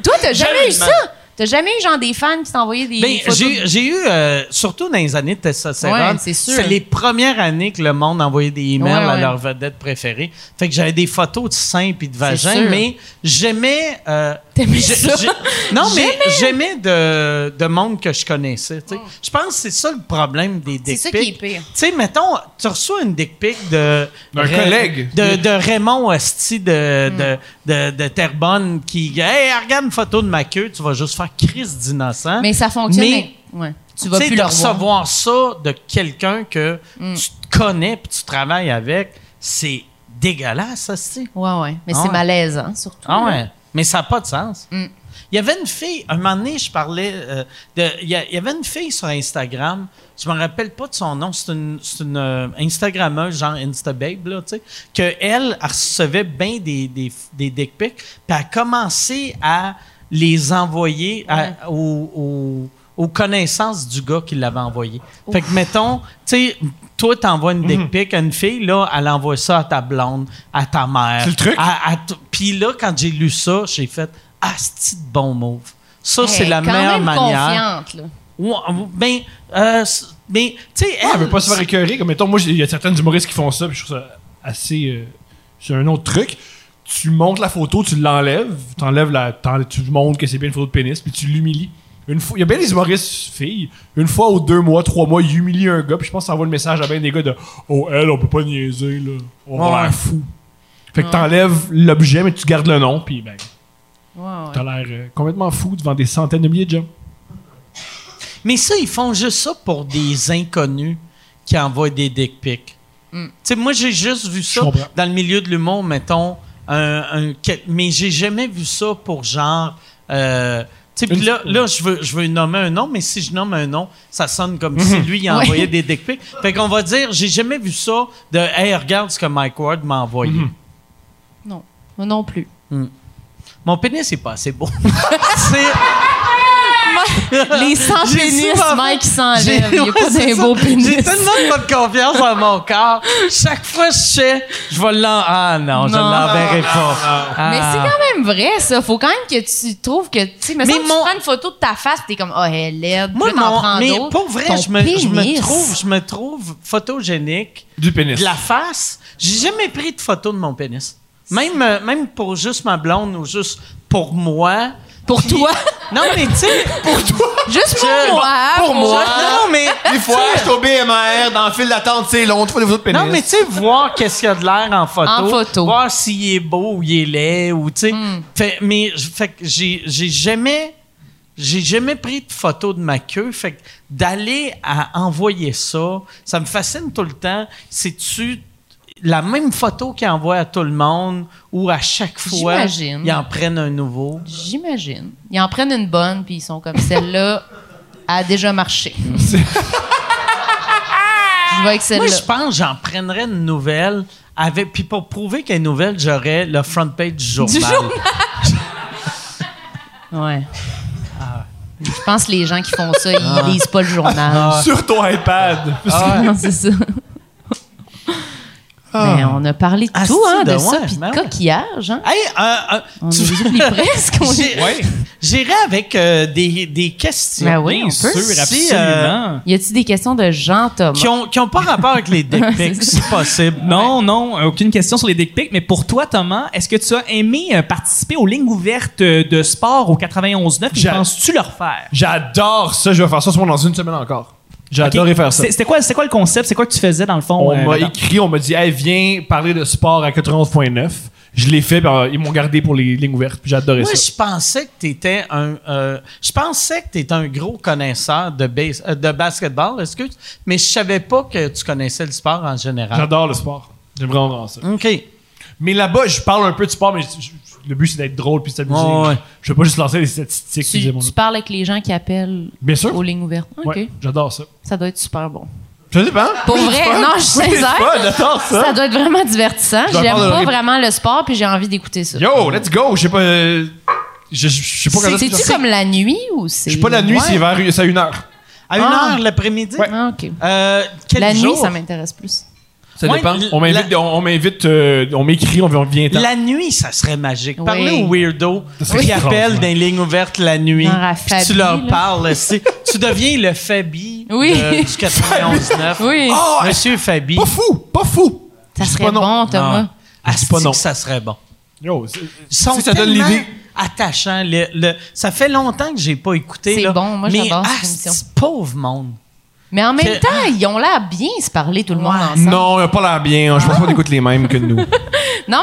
Speaker 4: Toi, t'as jamais eu
Speaker 1: Jamais.
Speaker 4: ça? T'as jamais eu genre des fans qui t'envoyaient des
Speaker 1: Ben,
Speaker 4: photos?
Speaker 1: j'ai j'ai eu, euh, surtout dans les années de
Speaker 4: Ouais,
Speaker 1: testostérone,
Speaker 4: c'est sûr.
Speaker 1: c'est les premières années que le monde envoyait des emails
Speaker 4: Ouais,
Speaker 1: à
Speaker 4: ouais.
Speaker 1: leurs vedettes préférées. Fait que j'avais des photos de seins puis de vagin,
Speaker 4: sûr.
Speaker 1: mais j'aimais... euh,
Speaker 4: T'aimais
Speaker 1: j'ai-
Speaker 4: ça?
Speaker 1: j'ai- Non, mais j'aimais de, de monde que je connaissais. tu sais. Je pense que c'est ça le problème des dick
Speaker 4: Oh. C'est ça qui est
Speaker 1: pics.
Speaker 4: pire.
Speaker 1: Tu sais, mettons, tu reçois une dick pic de...
Speaker 6: D'un
Speaker 1: Ra-
Speaker 6: collègue.
Speaker 1: De, de Raymond Asti de,
Speaker 4: Hmm.
Speaker 1: de, de, de Terrebonne qui... Hey, regarde une photo de ma queue, tu vas juste faire crise d'innocent.
Speaker 4: Mais ça fonctionne.
Speaker 1: Mais-
Speaker 4: ouais. Tu vas
Speaker 1: Tu sais,
Speaker 4: plus
Speaker 1: de
Speaker 4: le revoir. Mm.
Speaker 1: recevoir ça de quelqu'un que tu te connais puis tu travailles avec, c'est dégueulasse, ça, c'est.
Speaker 4: Ouais, ouais. Mais
Speaker 1: Ah
Speaker 4: c'est
Speaker 1: ouais.
Speaker 4: malaisant, surtout.
Speaker 1: Ah ouais. Mais ça n'a pas de sens.
Speaker 4: Mm.
Speaker 1: Il y avait une fille, un moment donné, je parlais euh, de. Il y, a- il y avait une fille sur Instagram, je me rappelle pas de son nom, c'est une, c'est une, euh, Instagrammeuse, genre Instababe, là, tu sais, qu'elle, elle recevait bien des, des, des dick pics, puis elle a commencé à les envoyer à- aux, aux- aux connaissances du gars qui l'avait envoyé. Fait que, mettons, tu sais, toi, t'envoies une dick pic à une fille, là, elle envoie ça à ta blonde, à ta mère.
Speaker 6: C'est le truc?
Speaker 1: à- à t- Puis là, quand j'ai lu ça, j'ai fait Asti de bon move. Ça, c'est
Speaker 4: Hey,
Speaker 1: la
Speaker 4: quand
Speaker 1: meilleure
Speaker 4: même
Speaker 1: manière.
Speaker 4: confiante, là.
Speaker 1: Ouais, ben, euh, c- mais, tu sais,
Speaker 6: Ah, Elle
Speaker 1: elle.
Speaker 6: veut pas se faire écœurer. Comme mettons, moi, j'ai- il y a certaines humoristes qui font ça, puis je trouve ça assez. euh, c'est un autre truc. Tu montes la photo, tu l'enlèves, t'enlèves la, t'en- tu lui montres que c'est bien une photo de pénis, puis tu l'humilies. Une fois, il y a bien des humoristes filles. Une fois ou deux mois, trois mois, ils humilient un gars, puis je pense que ça envoie le message à bien des gars de oh elle, on peut pas niaiser là, on va
Speaker 1: Ouais.
Speaker 6: l'air fou. Fait que t'enlèves l'objet, mais tu gardes le nom, puis ben
Speaker 4: Ouais, ouais.
Speaker 6: t'as l'air euh, complètement fou devant des centaines de milliers de gens.
Speaker 1: Mais ça, ils font juste ça pour des inconnus qui envoient des dick pics. Tu sais, moi, j'ai juste vu ça
Speaker 6: comprends.
Speaker 1: dans le milieu de l'humour, mettons. Un, un- quel- mais j'ai jamais vu ça pour genre. euh, tu sais, puis là, là je, veux, je veux nommer un nom, mais si je nomme un nom, ça sonne comme si lui, il
Speaker 4: Ouais.
Speaker 1: envoyait des dick pics. Fait qu'on va dire, j'ai jamais vu ça de Hey, regarde ce que Mike Ward m'a envoyé.
Speaker 4: Non. Moi non plus.
Speaker 1: Mon pénis, c'est pas assez beau. c'est.
Speaker 4: Les 100
Speaker 1: J'ai
Speaker 4: pénis,
Speaker 1: souvent-
Speaker 4: Mike, qui
Speaker 1: J'ai-
Speaker 4: s'enlèvent. Il n'y
Speaker 1: ouais,
Speaker 4: a pas
Speaker 1: c'est
Speaker 4: d'un
Speaker 1: ça.
Speaker 4: beau pénis.
Speaker 1: J'ai tellement pas de confiance en mon corps. Chaque fois que je sais, je vais l'en. Ah non, je
Speaker 4: Non.
Speaker 1: l'enverrai pas. Ah.
Speaker 4: Mais c'est quand même vrai, ça. Faut quand même que tu trouves que. Tu sais, mais
Speaker 1: Mais
Speaker 4: si tu
Speaker 1: mon-
Speaker 4: prends une photo de ta face, t'es comme, oh, elle est laide.
Speaker 1: Moi,
Speaker 4: Puis là, t'en
Speaker 1: mon-
Speaker 4: prends
Speaker 1: mais
Speaker 4: d'autres.
Speaker 1: pour vrai,
Speaker 4: Ton
Speaker 1: je me, je me
Speaker 4: pénis.
Speaker 1: trouve, je me trouve photogénique
Speaker 6: Du pénis.
Speaker 1: de la face. J'ai jamais pris de photo de mon pénis. Même, euh, même pour juste ma blonde ou juste pour moi.
Speaker 4: Pour
Speaker 1: Puis-
Speaker 4: toi.
Speaker 1: Non, mais tu sais, pour toi.
Speaker 4: Juste pour
Speaker 1: Je-
Speaker 4: moi. hein,
Speaker 1: Pour moi. Non, mais.
Speaker 6: Des fois, je suis au BMR, dans le fil d'attente, c'est long, tu vois des photos de pénis.
Speaker 1: Non, mais tu sais, voir qu'est-ce qu'il y a de l'air en photo.
Speaker 4: En photo.
Speaker 1: Voir s'il est beau ou il est laid ou, tu sais.
Speaker 4: Mm.
Speaker 1: Fait- mais, je- fait que j'ai, j'ai jamais, j'ai jamais pris de photo de ma queue. Fait que d'aller à envoyer ça, ça me fascine tout le temps. C'est-tu la même photo qu'il envoie à tout le monde ou à chaque fois,
Speaker 4: J'imagine.
Speaker 1: ils en prennent un nouveau?
Speaker 4: J'imagine. Ils en prennent une bonne, puis ils sont comme celle-là a déjà marché. je vais
Speaker 1: Moi,
Speaker 4: avec celle-là.
Speaker 1: je pense que j'en prendrais une nouvelle. Avec, puis pour prouver qu'elle est nouvelle, j'aurais le front page du journal.
Speaker 4: Ouais. Je pense que les gens qui font ça, ils
Speaker 1: Ah.
Speaker 4: lisent pas le journal.
Speaker 6: Sur ton iPad.
Speaker 4: Non, c'est ça. Mais on a parlé de
Speaker 1: Ah,
Speaker 4: tout, hein,
Speaker 1: c'est
Speaker 4: de
Speaker 1: de
Speaker 4: ça,
Speaker 1: ouais,
Speaker 4: puis de
Speaker 1: ben ouais.
Speaker 4: coquillage. Hein.
Speaker 1: Hey, euh, euh,
Speaker 4: On
Speaker 1: tu-
Speaker 4: les oublie presque. on les-
Speaker 1: J'ai- J'irai avec euh, des, des questions.
Speaker 4: Ben oui, on peut.
Speaker 1: Si, euh,
Speaker 3: absolument.
Speaker 4: Y a-t-il des questions de Jean Thomas?
Speaker 1: qui ont, qui ont pas rapport avec les dick pics, si possible.
Speaker 3: Non, non, euh, aucune question sur les dick pics, mais pour toi, Thomas, est-ce que tu as aimé euh, participer aux lignes ouvertes euh, de sport au 91.9 et
Speaker 6: J'ai-
Speaker 3: penses-tu le refaire?
Speaker 6: J'adore ça. Je vais faire ça sûrement dans une semaine encore. J'adorais
Speaker 3: Ok.
Speaker 6: faire ça.
Speaker 3: C'est- C'était quoi, c'était quoi le concept? C'est quoi que tu faisais dans le fond?
Speaker 6: On
Speaker 3: euh,
Speaker 6: m'a
Speaker 3: là-dedans?
Speaker 6: écrit, on m'a dit, hey, viens parler de sport à 91.9. Je l'ai fait, puis, euh, ils m'ont gardé pour les lignes ouvertes, puis j'adorais
Speaker 1: Moi,
Speaker 6: ça.
Speaker 1: je pensais que t'étais un, euh, je pensais que t'étais un gros connaisseur de base, euh, de basketball, excuse, mais je savais pas que tu connaissais le sport en général.
Speaker 6: J'adore le sport. J'aime vraiment ça.
Speaker 1: Ok.
Speaker 6: Mais là-bas, je parle un peu de sport, mais je- je- le but, c'est d'être drôle puis de s'amuser.
Speaker 1: Ouais, ouais.
Speaker 6: Je veux pas juste lancer des statistiques.
Speaker 4: tu,
Speaker 6: puis dire, mon-
Speaker 4: tu parles avec les gens qui appellent
Speaker 6: Bien sûr.
Speaker 4: aux lignes ouvertes. OK.
Speaker 6: Ouais, j'adore ça.
Speaker 4: Ça doit être super bon.
Speaker 6: Ça dépend.
Speaker 4: Pour
Speaker 6: Oui,
Speaker 4: vrai,
Speaker 6: hein? c'est fun.
Speaker 4: non, je suis
Speaker 6: Oui, c'est
Speaker 4: sincère.
Speaker 6: fun, J'adore ça.
Speaker 4: Ça doit être vraiment divertissant.
Speaker 6: Je vais
Speaker 4: J'aime
Speaker 6: parler
Speaker 4: pas
Speaker 6: de-
Speaker 4: vraiment le sport, puis j'ai envie d'écouter ça.
Speaker 6: Yo, let's go. Je sais pas. euh, Je je- je sais pas quand
Speaker 4: C'est-tu comme la nuit ou c'est.
Speaker 6: Je sais pas la nuit, c'est vers c'est à une heure.
Speaker 1: À une
Speaker 4: Ah.
Speaker 1: heure l'après-midi.
Speaker 4: Ah, OK.
Speaker 1: Euh, quel
Speaker 4: La
Speaker 1: jour?
Speaker 4: nuit, ça m'intéresse plus.
Speaker 6: Ça
Speaker 1: Ouais,
Speaker 6: dépend.
Speaker 1: l-
Speaker 6: On m'invite, on, on m'invite, euh, on m'écrit, on vient- on vient. tard.
Speaker 1: La nuit, ça serait magique.
Speaker 4: Oui.
Speaker 1: Parlez aux weirdos
Speaker 6: Ça serait
Speaker 1: qui
Speaker 6: extraordinaire.
Speaker 1: appellent dans les lignes ouvertes la nuit.
Speaker 4: Genre à
Speaker 1: puis
Speaker 4: Fabi,
Speaker 1: tu leur
Speaker 4: là.
Speaker 1: parles. c'est- tu deviens le Fabi
Speaker 4: Oui.
Speaker 1: de- du 91.9.
Speaker 4: Oui.
Speaker 6: Oh,
Speaker 1: Monsieur Fabi.
Speaker 6: Pas fou, pas fou.
Speaker 4: ça
Speaker 6: je dis
Speaker 4: serait
Speaker 6: pas non.
Speaker 4: bon, Thomas.
Speaker 1: Ah, asti
Speaker 6: pas non.
Speaker 1: que ça serait bon.
Speaker 6: Yo, c'est-
Speaker 1: Ils sont
Speaker 6: Si ça donne
Speaker 1: tellement
Speaker 6: l'idée.
Speaker 1: attachants. Le- le- ça fait longtemps que j'ai pas écouté.
Speaker 4: C'est
Speaker 1: là.
Speaker 4: bon, moi,
Speaker 1: mais,
Speaker 4: j'adore cette
Speaker 1: asti,
Speaker 4: émission.
Speaker 1: pauvre monde.
Speaker 4: Mais en même
Speaker 1: Que-
Speaker 4: temps, ils ont l'air bien se parler tout le monde
Speaker 1: Ouais.
Speaker 4: ensemble. Non,
Speaker 6: non, il a pas l'air bien. Je pense qu'on écoute les mêmes que nous.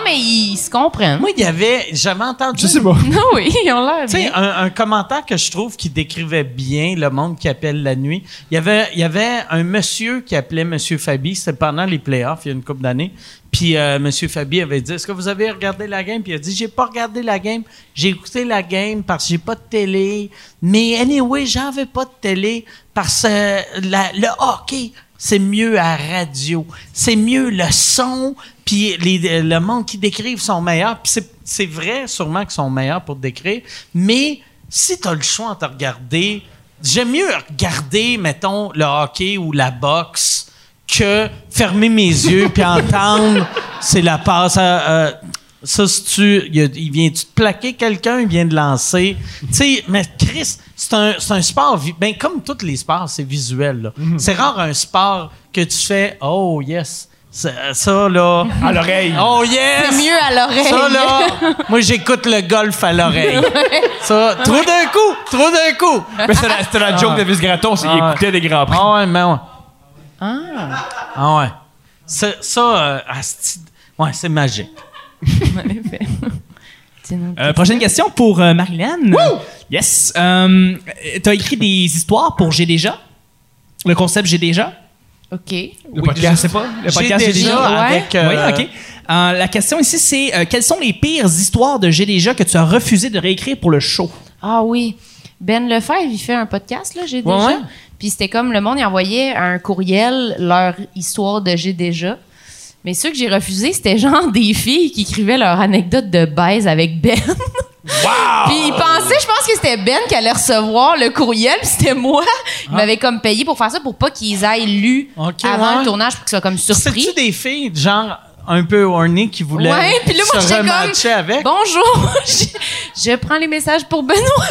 Speaker 4: mais ils se comprennent.
Speaker 1: Moi, il y avait... J'avais entendu...
Speaker 6: Je sais pas.
Speaker 4: Non, oui, ils ont l'air
Speaker 1: Tu sais,
Speaker 4: bien.
Speaker 1: un, un commentaire que je trouve qui décrivait bien le monde qui appelle la nuit. Il y avait, il y avait un monsieur qui appelait Monsieur Fabi, c'était pendant les playoffs, il y a une couple d'années. Puis euh, Monsieur Fabi avait dit Est-ce que vous avez regardé la game Puis il a dit J'ai pas regardé la game, j'ai écouté la game parce que j'ai pas de télé. Mais anyway, j'en avais pas de télé parce que euh, la- le hockey, c'est mieux à radio. C'est mieux le son, puis les- le monde qui décrivent sont meilleurs. Puis c'est- c'est vrai, sûrement qu'ils sont meilleurs pour décrire, mais si tu as le choix entre regarder, j'aime mieux regarder, mettons, le hockey ou la boxe que fermer mes yeux puis entendre c'est la passe à, euh, ça si tu il, il vient tu te plaquer quelqu'un il vient de lancer tu sais mais Chris c'est un, c'est un sport vi- ben comme tous les sports c'est visuel là. c'est rare un sport que tu fais oh yes ça, ça, là
Speaker 6: À l'oreille.
Speaker 1: oh yes
Speaker 4: C'est mieux à l'oreille.
Speaker 1: ça là moi j'écoute le golf à l'oreille ça trop d'un coup trop d'un coup
Speaker 6: Mais c'était la, c'était la joke de Vince Gratton, c'est qu'il
Speaker 1: Ah.
Speaker 6: écoutait des grands prix.
Speaker 1: ah ouais mais ouais
Speaker 4: Ah,
Speaker 1: Ah ouais. Ça, ça euh, asti- ouais, c'est magique.
Speaker 4: en effet. Dis-nous.
Speaker 3: Euh, prochaine question pour euh, Marilyn. Yes. Euh, T'as écrit des histoires pour J'ai déjà? Le concept J'ai déjà?
Speaker 4: OK.
Speaker 6: Le podcast.
Speaker 3: Je sais pas. Le
Speaker 1: J'ai
Speaker 3: podcast J'ai
Speaker 1: déjà
Speaker 3: déjà?
Speaker 4: ouais.
Speaker 1: avec. euh,
Speaker 3: Oui, OK. Euh, la question ici, c'est euh, quelles sont les pires histoires de J'ai déjà que tu as refusé de réécrire pour le show?
Speaker 4: Ah oui. Ben Lefebvre, il fait un podcast, là, j'ai déjà.
Speaker 1: ouais.
Speaker 4: Puis c'était comme le monde, il envoyait un courriel leur histoire de j'ai déjà. Mais ceux que j'ai refusé, c'était genre des filles qui écrivaient leur anecdote de baise avec Ben. Puis ils pensaient, je pense que c'était Ben qui allait recevoir le courriel, puis c'était moi. Ils m'avaient comme payé pour faire ça pour pas qu'ils aillent lu
Speaker 1: Ah. Ok,
Speaker 4: avant
Speaker 1: ouais.
Speaker 4: le tournage pour qu'ils soient comme surpris.
Speaker 1: C'est-tu des filles, genre, un peu horny qui voulaient
Speaker 4: Ouais, puis là, moi,
Speaker 1: se
Speaker 4: j'étais
Speaker 1: rematcher
Speaker 4: comme,
Speaker 1: avec?
Speaker 4: Bonjour, je, je prends les messages pour Benoît.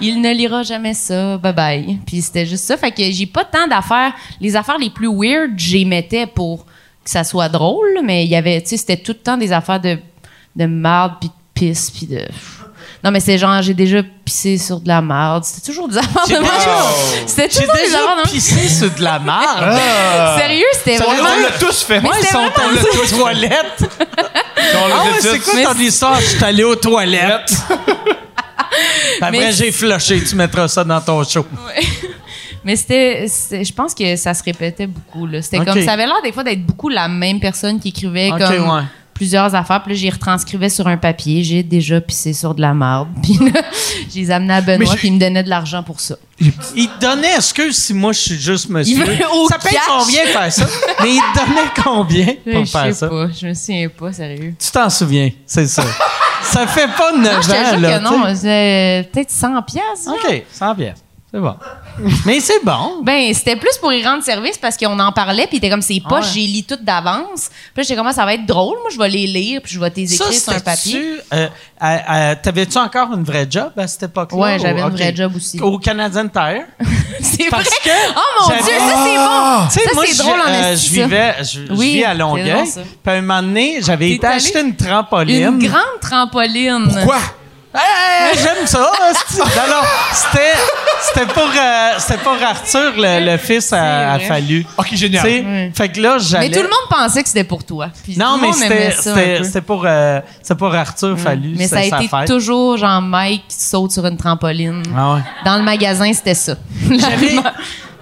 Speaker 4: Il ne lira jamais ça. Bye bye. Puis c'était juste ça. Fait que j'ai pas tant d'affaires. Les affaires les plus weird, j'y mettais pour que ça soit drôle, mais il y avait, tu sais, c'était tout le temps des affaires de, de marde, puis de pisse, puis de. Non, mais c'est genre, j'ai déjà pissé sur de la marde. C'était toujours des affaires de
Speaker 1: J'ai
Speaker 4: marde.
Speaker 1: déjà-
Speaker 4: C'était
Speaker 1: J'ai
Speaker 4: toujours des
Speaker 1: déjà
Speaker 4: affaires de marde.
Speaker 1: pissé sur de la merde.
Speaker 4: Sérieux, c'était
Speaker 1: Ça veut dire
Speaker 4: vraiment.
Speaker 6: On l'a tous fait.
Speaker 1: Moi, ils
Speaker 4: c'était
Speaker 1: sont
Speaker 4: vraiment
Speaker 1: allés aux toilettes.
Speaker 6: On l'a
Speaker 1: Ah ouais,
Speaker 6: fait
Speaker 1: c'est
Speaker 6: tous.
Speaker 1: quoi ton histoire? Je suis allé aux toilettes. Puis Après,
Speaker 4: Mais-
Speaker 1: j'ai flushé. Tu mettras ça dans ton show.
Speaker 4: Mais c'était, c'est- je pense que ça se répétait beaucoup. Là. C'était
Speaker 1: Ok.
Speaker 4: comme, ça avait l'air des fois d'être beaucoup la même personne qui écrivait
Speaker 1: Ok,
Speaker 4: comme
Speaker 1: ouais.
Speaker 4: plusieurs affaires. Puis là, j'y retranscrivais sur un papier. J'ai déjà pissé sur de la marde. Puis là, je les amenais à Benoît,
Speaker 6: j'ai-
Speaker 4: puis il me donnait de l'argent pour ça.
Speaker 1: Il te donnait, excuse si moi je suis juste monsieur.
Speaker 4: Il veut au
Speaker 1: ça paye
Speaker 4: cash.
Speaker 1: combien faire ça? Mais il te donnait combien
Speaker 4: Là,
Speaker 1: pour
Speaker 4: je
Speaker 1: faire
Speaker 4: sais
Speaker 1: ça?
Speaker 4: pas, je me souviens pas, sérieux.
Speaker 1: Tu t'en souviens, c'est ça. ça fait pas 9
Speaker 4: Non, Ah, je te
Speaker 1: ans, Ben,
Speaker 4: jure
Speaker 1: là.
Speaker 4: que non, hein.
Speaker 1: tu
Speaker 4: c'est peut-être 100 piastres.
Speaker 1: sais.
Speaker 4: genre.
Speaker 1: OK, 100 pièces. C'est bon. Mais c'est bon.
Speaker 4: Ben, c'était plus pour y rendre service parce qu'on en parlait, puis était comme c'est pas, j'ai lis tout d'avance. Puis là, j'étais comme Ah, ça va être drôle, moi je vais les lire, puis je vais t'écrire
Speaker 1: Ça,
Speaker 4: écrire sur un papier.
Speaker 1: c'était-tu... euh, à- à- T'avais-tu encore une vraie job à cette époque-là?
Speaker 4: Ouais,
Speaker 1: ou-
Speaker 4: j'avais une
Speaker 1: ok.
Speaker 4: vraie job aussi.
Speaker 1: Au Canadian Tire?
Speaker 4: C'est vrai.
Speaker 1: Parce que
Speaker 4: oh mon
Speaker 1: j'avais-
Speaker 4: Dieu, ça c'est bon.
Speaker 1: Ah! Tu sais,
Speaker 4: ça
Speaker 1: moi,
Speaker 4: c'est
Speaker 1: je,
Speaker 4: drôle en
Speaker 1: euh,
Speaker 4: esti,
Speaker 1: je
Speaker 4: ça.
Speaker 1: vivais, je, je
Speaker 4: Oui,
Speaker 1: vis à
Speaker 4: c'est
Speaker 1: Longueuil.
Speaker 4: bon, ça.
Speaker 1: Puis à un moment donné, j'avais
Speaker 4: T'es
Speaker 1: été
Speaker 4: allé-
Speaker 1: acheter une trampoline.
Speaker 4: Une grande trampoline.
Speaker 6: Quoi?
Speaker 1: Hey, j'aime ça. hostie. non, non, c'était, c'était pour, euh, c'était pour Arthur, le, le fils à, à
Speaker 4: vrai.
Speaker 1: Fallu.
Speaker 6: Ok,
Speaker 1: Tu
Speaker 6: génial.
Speaker 1: sais,
Speaker 4: Oui.
Speaker 1: Fait que là, j'allais.
Speaker 4: Mais tout le monde pensait que c'était pour toi. Puis
Speaker 1: Non,
Speaker 4: tout le
Speaker 1: mais
Speaker 4: monde
Speaker 1: c'était,
Speaker 4: aimait ça un
Speaker 1: c'était,
Speaker 4: peu.
Speaker 1: c'était pour, euh, c'était pour Arthur Fallu.
Speaker 4: Mais ça a
Speaker 1: c'est sa
Speaker 4: été
Speaker 1: fête.
Speaker 4: toujours genre Mike qui saute sur une trampoline.
Speaker 1: Ah ouais.
Speaker 4: Dans le magasin, c'était ça. L'argument.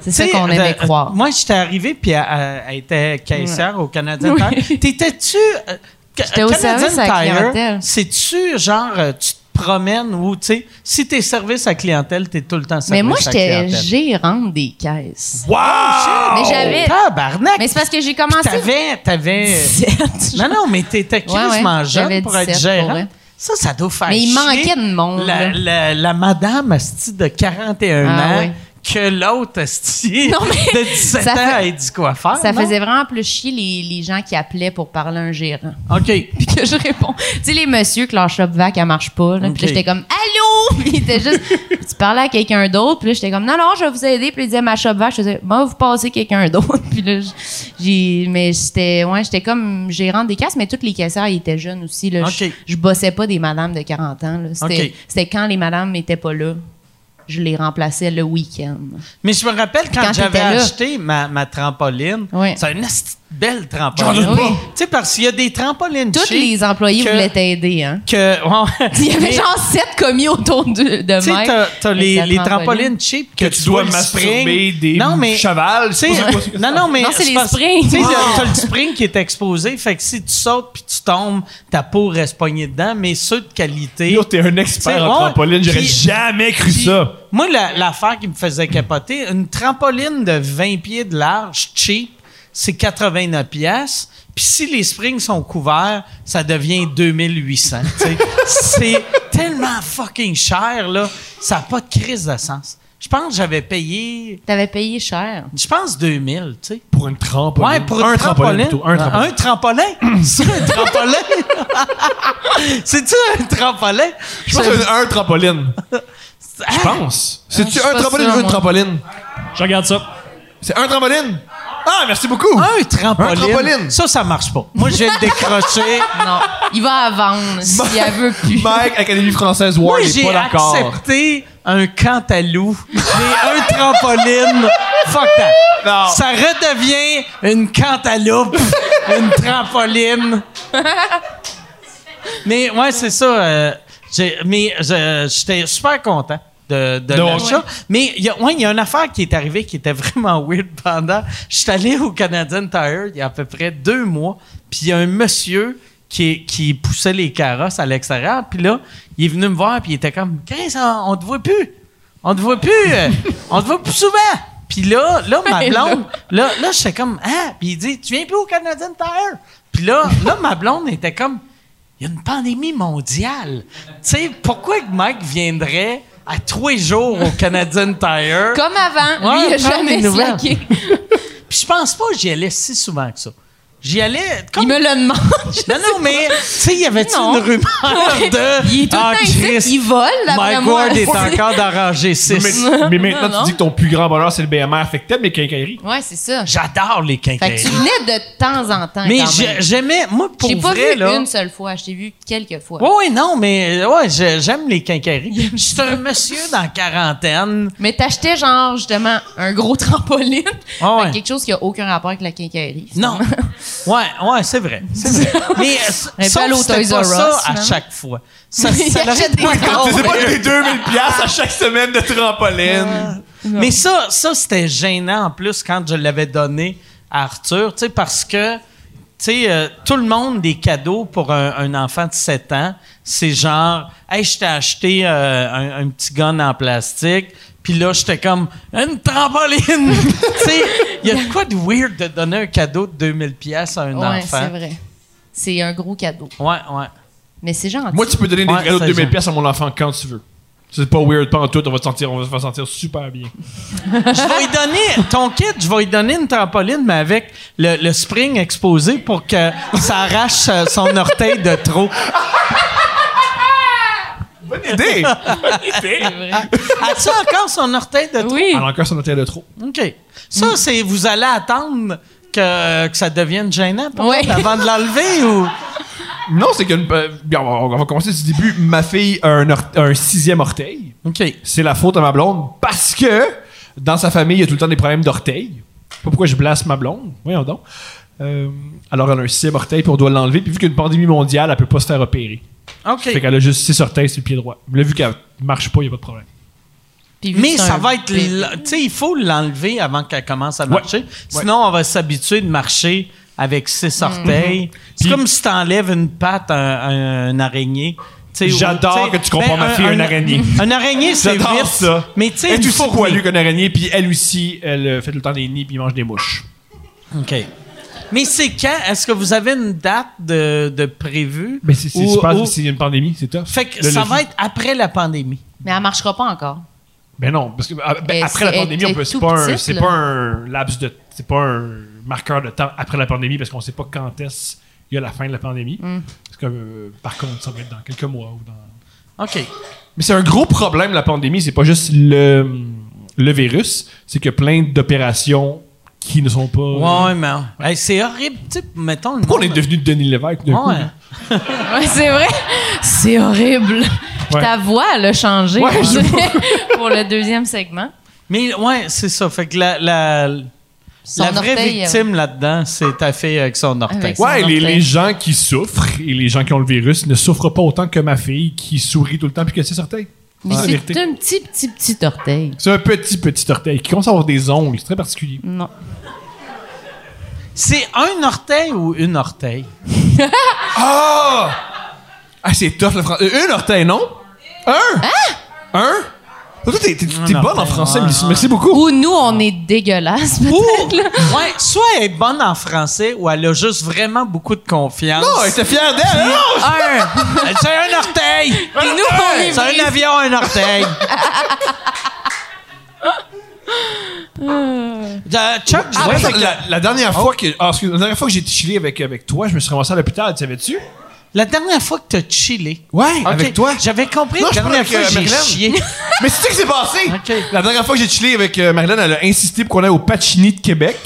Speaker 4: C'est ça
Speaker 1: Tu sais,
Speaker 4: qu'on aimait
Speaker 1: euh, euh,
Speaker 4: croire.
Speaker 1: Moi, j'étais arrivé, puis elle, elle- elle était caissière au Canadien
Speaker 4: Oui.
Speaker 1: Tire. T'étais-tu. euh, ca-
Speaker 4: J'étais au
Speaker 1: Canadian
Speaker 4: service à la
Speaker 1: Tire,
Speaker 4: clientèle.
Speaker 1: C'est-tu genre, euh, tu te promènes ou, tu sais, si t'es service à clientèle, t'es tout le temps service
Speaker 4: Mais moi,
Speaker 1: à
Speaker 4: j'étais
Speaker 1: clientèle.
Speaker 4: gérante des caisses.
Speaker 6: Wow!
Speaker 4: Mais j'avais.
Speaker 1: Tabarnak!
Speaker 4: Mais c'est parce que j'ai
Speaker 1: Puis
Speaker 4: commencé.
Speaker 1: t'avais, t'avais.
Speaker 4: 17,
Speaker 1: Non, non, mais t'étais
Speaker 4: Ouais, ouais,
Speaker 1: quasiment
Speaker 4: j'avais
Speaker 1: jeune pour être
Speaker 4: 17, pour
Speaker 1: gérant.
Speaker 4: vrai.
Speaker 1: Ça, ça doit faire
Speaker 4: Mais il
Speaker 1: chier
Speaker 4: manquait de monde,
Speaker 1: La,
Speaker 4: là.
Speaker 1: la- la madame asti de 41
Speaker 4: Ah,
Speaker 1: ans
Speaker 4: ouais.
Speaker 1: que l'autre asti
Speaker 4: Non, mais
Speaker 1: de 17
Speaker 4: ça
Speaker 1: ans
Speaker 4: fait-
Speaker 1: elle dit quoi faire.
Speaker 4: Ça
Speaker 1: non?
Speaker 4: faisait vraiment plus chier les, les gens qui appelaient pour parler à un gérant.
Speaker 1: OK.
Speaker 4: Puis que je réponds. Tu sais, les messieurs que leur shop vac, elle marche pas. Là. Puis
Speaker 1: Ok.
Speaker 4: là, j'étais comme Allô? Puis il était juste. tu parlais à quelqu'un d'autre. Puis là, j'étais comme Non, non, je vais vous aider. Puis il disait Ma shop vac. Je faisais Moi, vous passez quelqu'un d'autre. Puis là, j'ai. Mais j'étais. Ouais, j'étais comme gérante des caisses, mais toutes les caissières, ils étaient jeunes aussi. Là. Je-
Speaker 1: Ok.
Speaker 4: Je, bossais pas des madames de 40 ans. là. C'était
Speaker 1: Ok.
Speaker 4: c'était quand les madames n'étaient pas là. Je les remplaçais le week-end.
Speaker 1: Mais je me rappelle quand,
Speaker 4: Quand
Speaker 1: j'avais
Speaker 4: t'étais là.
Speaker 1: acheté ma, ma trampoline,
Speaker 4: Ouais.
Speaker 1: c'est une asti de belle trampoline.
Speaker 4: J'en doute pas. Oui.
Speaker 1: Tu sais, parce qu'il y a des trampolines
Speaker 4: Tous
Speaker 1: chic
Speaker 4: les employés
Speaker 1: que-
Speaker 4: voulaient t'aider, hein.
Speaker 1: que, ouais.
Speaker 4: Il y avait
Speaker 1: Mais-
Speaker 4: genre sept commis autour de, de
Speaker 1: Tu sais,
Speaker 4: Mike.
Speaker 1: t'as, t'as
Speaker 4: Avec
Speaker 1: les,
Speaker 4: la
Speaker 1: les
Speaker 4: trampoline.
Speaker 1: trampolines cheap que,
Speaker 6: Que tu dois
Speaker 1: le
Speaker 6: masturber des
Speaker 1: non, mais,
Speaker 6: chevals.
Speaker 1: tu sais, non, non, mais.
Speaker 4: Non, c'est les
Speaker 1: parce-
Speaker 4: springs.
Speaker 1: Tu sais, t'as- t'as le spring qui est exposé, fait que si tu sautes puis tu tombes, ta peau reste poignée dedans, mais ceux de qualité.
Speaker 6: Yo, t'es un expert
Speaker 1: C'est
Speaker 6: en
Speaker 1: bon.
Speaker 6: trampoline. J'aurais
Speaker 1: Puis-
Speaker 6: jamais cru
Speaker 1: Puis,
Speaker 6: ça.
Speaker 1: Moi, la- l'affaire qui me faisait capoter, une trampoline de 20 pieds de large, cheap, c'est 89 pièces. Puis si les springs sont couverts, ça devient 2800. tu sais. c'est tellement fucking cher, là. Ça n'a pas de crise de sens. Je pense que j'avais payé,
Speaker 4: T'avais payé cher.
Speaker 1: je pense 2000, tu sais.
Speaker 6: Pour une trampoline.
Speaker 1: Ouais, pour
Speaker 6: un
Speaker 1: une trampoline.
Speaker 6: plutôt. Un trampoline.
Speaker 1: Un trampolin? C'est un trampolin? C'est-tu un trampolin?
Speaker 6: Je pense que c'est un, un trampoline. Je pense.
Speaker 4: Ah, je suis
Speaker 6: C'est-tu
Speaker 4: pas
Speaker 6: un trampoline
Speaker 4: sûre,
Speaker 6: ou une
Speaker 4: moi.
Speaker 6: trampoline?
Speaker 3: Je regarde ça.
Speaker 6: C'est un trampoline? Ah, merci beaucoup!
Speaker 1: Un trampoline.
Speaker 6: Un trampoline.
Speaker 1: Ça, ça marche pas. Moi, je viens de décrocher.
Speaker 4: Non. Il va à vendre si elle veut plus.
Speaker 6: Mike, Académie française Ward,
Speaker 1: Moi,
Speaker 6: n'est
Speaker 1: j'ai
Speaker 6: pas d'accord.
Speaker 1: accepté un cantalou mais un trampoline. Fuck that.
Speaker 6: Non.
Speaker 1: Ça redevient une cantaloupe, une trampoline. mais ouais, c'est ça. euh, j'ai- mais je- j'étais super content de, de
Speaker 6: Donc.
Speaker 1: l'achat. Mais il y a- ouais, il y a une affaire qui est arrivée qui était vraiment weird pendant. Je suis allé au Canadian Tire il y a à peu près deux mois, puis il y a un monsieur qui, qui poussait les carrosses à l'extérieur, puis là, il est venu me voir, puis il était comme Chris, on, on te voit plus. On te voit plus. euh, on te voit plus souvent. Puis là, là, ma blonde, là, là, j'étais comme Ah, puis il dit Tu viens plus au Canadian Tire. Puis là, là, ma blonde était comme il y a une pandémie mondiale. Tu sais, pourquoi que Mike viendrait à tous les jours au Canadian Tire?
Speaker 4: Comme avant, lui,
Speaker 1: Ouais,
Speaker 4: il a
Speaker 1: prends
Speaker 4: jamais
Speaker 1: des nouvelles.
Speaker 4: slacké.
Speaker 1: Puis je pense pas que j'y allais si souvent que ça. J'y allais comme...
Speaker 4: Il me le
Speaker 1: Non,
Speaker 4: demande.
Speaker 1: non, mais, tu sais, y avait-tu
Speaker 4: Non.
Speaker 1: une rumeur de...
Speaker 4: Il est tout
Speaker 1: Ah,
Speaker 4: le temps ici,
Speaker 1: Christ,
Speaker 4: puis il vole, d'après
Speaker 1: Mike
Speaker 4: moi.
Speaker 1: Ward est
Speaker 4: C'est-
Speaker 1: encore d'arranger 6.
Speaker 6: Mais, mais maintenant,
Speaker 4: Non, non.
Speaker 6: tu dis que ton plus grand bonheur, c'est le BMR. Fait que t'aimes les quincailleries.
Speaker 4: Ouais, c'est ça.
Speaker 1: J'adore les
Speaker 4: Fait que tu
Speaker 1: quincailleries.
Speaker 4: venais de temps en temps.
Speaker 1: Ben. Mais
Speaker 4: quand
Speaker 1: j'ai-
Speaker 4: même.
Speaker 1: j'aimais... Moi, pour
Speaker 4: J'ai pas
Speaker 1: vrai,
Speaker 4: vu
Speaker 1: là... Oh!
Speaker 4: une seule fois. Je t'ai vu quelques fois.
Speaker 1: Oui, oui, non, mais ouais, j'ai- j'aime les quincailleries. Je suis un monsieur dans la quarantaine.
Speaker 4: Mais t'achetais genre justement un gros trampoline.
Speaker 1: Ah ouais.
Speaker 4: Fait que quelque chose qui a aucun rapport avec la quincaillerie.
Speaker 1: Non. Ouais, ouais, c'est vrai. C'est vrai. Mais euh, sauf
Speaker 4: Mais pas
Speaker 1: que
Speaker 4: l'eau
Speaker 1: c'était
Speaker 4: Toys
Speaker 1: pas
Speaker 4: R Us,
Speaker 1: ça à
Speaker 4: finalement.
Speaker 1: chaque fois. Ça,
Speaker 4: Mais
Speaker 1: ça
Speaker 4: il achète
Speaker 1: l'aurait
Speaker 4: des
Speaker 1: été
Speaker 4: gros.
Speaker 1: drôle.
Speaker 6: C'est pas des 2000 piastres à chaque semaine de trampoline.
Speaker 1: Mais ça, ça c'était gênant en plus quand je l'avais donné à Arthur, tu sais, parce que tu sais, euh, tout le monde des cadeaux pour un, un enfant de 7 ans, c'est genre, hey, je t'ai acheté euh, un, un petit gun en plastique, puis là, j'étais comme, une trampoline! tu sais, il y a de quoi de weird de donner un cadeau de 2000 pièces à un
Speaker 4: Ouais,
Speaker 1: enfant.
Speaker 4: c'est vrai. C'est un gros cadeau.
Speaker 1: Ouais, ouais.
Speaker 4: Mais c'est gentil.
Speaker 6: Moi, tu peux donner des
Speaker 1: Ouais,
Speaker 6: cadeaux de
Speaker 1: ça,
Speaker 6: 2000
Speaker 1: j'aime.
Speaker 6: piastres à mon enfant quand tu veux. C'est pas weird, pas en tout. On va te sentir, on va se faire sentir super bien.
Speaker 1: Je vais lui donner ton kit, je vais lui donner une trampoline, mais avec le, le spring exposé pour que ça arrache euh, son orteil de trop.
Speaker 6: Bonne idée!
Speaker 1: As-tu encore son orteil de trop?
Speaker 4: Oui.
Speaker 6: Alors encore, ça était de trop.
Speaker 1: OK. Ça, c'est vous allez attendre que, que ça devienne gênant pour
Speaker 4: Oui.
Speaker 1: elle avant de l'enlever ou.
Speaker 6: Non, c'est qu'une. euh, bien, on, va, on va commencer du début. Ma fille a un, or- un sixième orteil.
Speaker 1: OK.
Speaker 6: C'est la faute à ma blonde parce que dans sa famille, il y a tout le temps des problèmes d'orteil. Je sais pas pourquoi je blasse ma blonde. Voyons donc. Euh, alors, elle a un sixième orteil, puis on doit l'enlever. Puis vu qu'il y a une pandémie mondiale, elle peut pas se faire opérer.
Speaker 1: OK.
Speaker 6: Fait qu'elle a juste six orteils sur le pied droit. Mais là, vu qu'elle marche pas, il y a pas de problème.
Speaker 4: Puis vu
Speaker 1: Mais
Speaker 4: que c'est
Speaker 1: ça
Speaker 4: un
Speaker 1: va être.
Speaker 4: bébé.
Speaker 1: l- Tu sais, il faut l'enlever avant qu'elle commence à
Speaker 6: Ouais.
Speaker 1: marcher. Sinon, on va s'habituer de marcher avec
Speaker 4: Mm-hmm.
Speaker 1: six orteils. C'est
Speaker 6: Puis-
Speaker 1: comme si t'enlèves une patte à un, à un araignée. Tu sais,
Speaker 6: J'adore
Speaker 1: ou- tu sais, ben,
Speaker 6: que tu compares ma fille à une araignée.
Speaker 1: Un araignée, c'est
Speaker 6: J'adore
Speaker 1: vite.
Speaker 6: ça.
Speaker 1: Mais tu sais,
Speaker 6: Elle
Speaker 1: une
Speaker 6: est aussi
Speaker 1: fourmi.
Speaker 6: poilue qu'une araignée, puis elle aussi, elle euh, fait tout le temps des nids, puis mange des mouches.
Speaker 1: OK. Mais c'est quand? Est-ce que vous avez une date de, de prévue?
Speaker 6: Mais c'est c'est
Speaker 1: Ou-
Speaker 6: super,
Speaker 1: ou-
Speaker 6: c'est une pandémie, c'est tough.
Speaker 1: Fait que
Speaker 6: Le-
Speaker 1: ça
Speaker 6: le-
Speaker 1: va être après la pandémie.
Speaker 4: Mais elle marchera pas encore.
Speaker 6: Ben non, parce que ah, ben,
Speaker 4: Ben,
Speaker 6: après la
Speaker 4: c'est-
Speaker 6: pandémie,
Speaker 4: elle
Speaker 6: on peut
Speaker 4: était
Speaker 6: c'est
Speaker 4: tout
Speaker 6: pas un,
Speaker 4: petite,
Speaker 6: c'est
Speaker 4: là.
Speaker 6: pas un laps de c'est pas un marqueur de temps après la pandémie parce qu'on sait pas quand est-ce il y a la fin de la pandémie.
Speaker 1: Mm.
Speaker 6: Parce que euh, par contre, ça va être dans quelques mois ou dans
Speaker 1: OK.
Speaker 6: Mais c'est un gros problème la pandémie, c'est pas juste le le virus, c'est que plein d'opérations qui ne sont pas
Speaker 1: Ouais, mais hey, c'est horrible. Tu sais, mettons le
Speaker 6: Pourquoi on est
Speaker 1: nombre-
Speaker 6: devenu Denis Lévesque d'un coup?
Speaker 1: Ouais.
Speaker 6: là?
Speaker 4: Ouais, c'est vrai. C'est horrible. Puis
Speaker 6: Ouais.
Speaker 4: ta voix, elle a changé
Speaker 6: Ouais, je
Speaker 4: pour le deuxième segment.
Speaker 1: Mais ouais, c'est ça. Fait que la, la,
Speaker 4: Son
Speaker 1: la vraie
Speaker 4: orteil, euh, Ah
Speaker 1: victime là-dedans, c'est ta fille avec son orteil.
Speaker 4: Avec-
Speaker 6: Ouais,
Speaker 4: Son
Speaker 6: les,
Speaker 4: orteil.
Speaker 6: les gens qui souffrent et les gens qui ont le virus ne souffrent pas autant que ma fille qui sourit tout le temps puis que c'est certain.
Speaker 4: mais
Speaker 6: Ah, la
Speaker 4: c'est
Speaker 6: vérité.
Speaker 4: un petit, petit, petit orteil.
Speaker 6: C'est un petit petit orteil qui commence à avoir des ongles, c'est très particulier.
Speaker 4: Non.
Speaker 1: C'est un orteil ou une orteil?
Speaker 6: Ah! Ah, c'est tough le français. Euh, Une orteil, non? Un! Un? Toi, t'es, t'es- t'es
Speaker 1: Un
Speaker 6: bonne en
Speaker 1: orteil,
Speaker 6: français,
Speaker 1: ouais,
Speaker 6: Mélissa. Merci beaucoup.
Speaker 4: Ou nous, on est dégueulasse, peut-être. là.
Speaker 1: Ouais, soit elle est bonne en français ou elle a juste vraiment beaucoup de confiance.
Speaker 6: Non, elle était fière d'elle. hein?
Speaker 1: ah,
Speaker 6: Non!
Speaker 1: Un! C'est un orteil!
Speaker 4: Puis nous, on est
Speaker 1: C'est un
Speaker 4: brisés.
Speaker 1: avion, un orteil! Euh, Chuck, je vois
Speaker 6: Après,
Speaker 1: que-
Speaker 6: la, la dernière fois que, ah, excuse, la dernière fois que j'ai chillé avec, avec toi, je me suis ramassé à l'hôpital, tu savais-tu?
Speaker 1: la dernière fois que t'as chillé.
Speaker 6: Ouais,
Speaker 1: Ok,
Speaker 6: avec toi.
Speaker 1: J'avais compris
Speaker 6: Non,
Speaker 1: la
Speaker 6: je parlais
Speaker 1: dernière fois que
Speaker 6: avec, euh,
Speaker 1: j'ai
Speaker 6: Marilyn.
Speaker 1: chié.
Speaker 6: Mais c'est ça qui s'est passé.
Speaker 1: Ok.
Speaker 6: La dernière fois que j'ai chillé avec euh, Marilyn, elle a insisté pour qu'on aille au Pacini de Québec.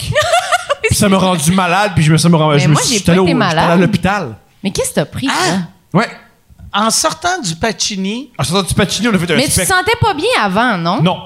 Speaker 6: puis ça m'a rendu malade, puis je me suis
Speaker 4: Mais
Speaker 6: rendu. je me
Speaker 4: moi,
Speaker 6: suis
Speaker 4: j'ai
Speaker 6: j'étais
Speaker 4: pas
Speaker 6: allé au-
Speaker 4: été
Speaker 6: j'étais allé à
Speaker 4: malade.
Speaker 6: l'hôpital.
Speaker 4: Mais qu'est-ce que t'as pris,
Speaker 1: Ah!
Speaker 4: toi?
Speaker 6: Ouais.
Speaker 1: En sortant du Pacini,
Speaker 6: En sortant du Pacini, on a fait un
Speaker 4: Mais tu hein? te
Speaker 6: spectacle.
Speaker 4: sentais pas bien avant, non?
Speaker 6: Non.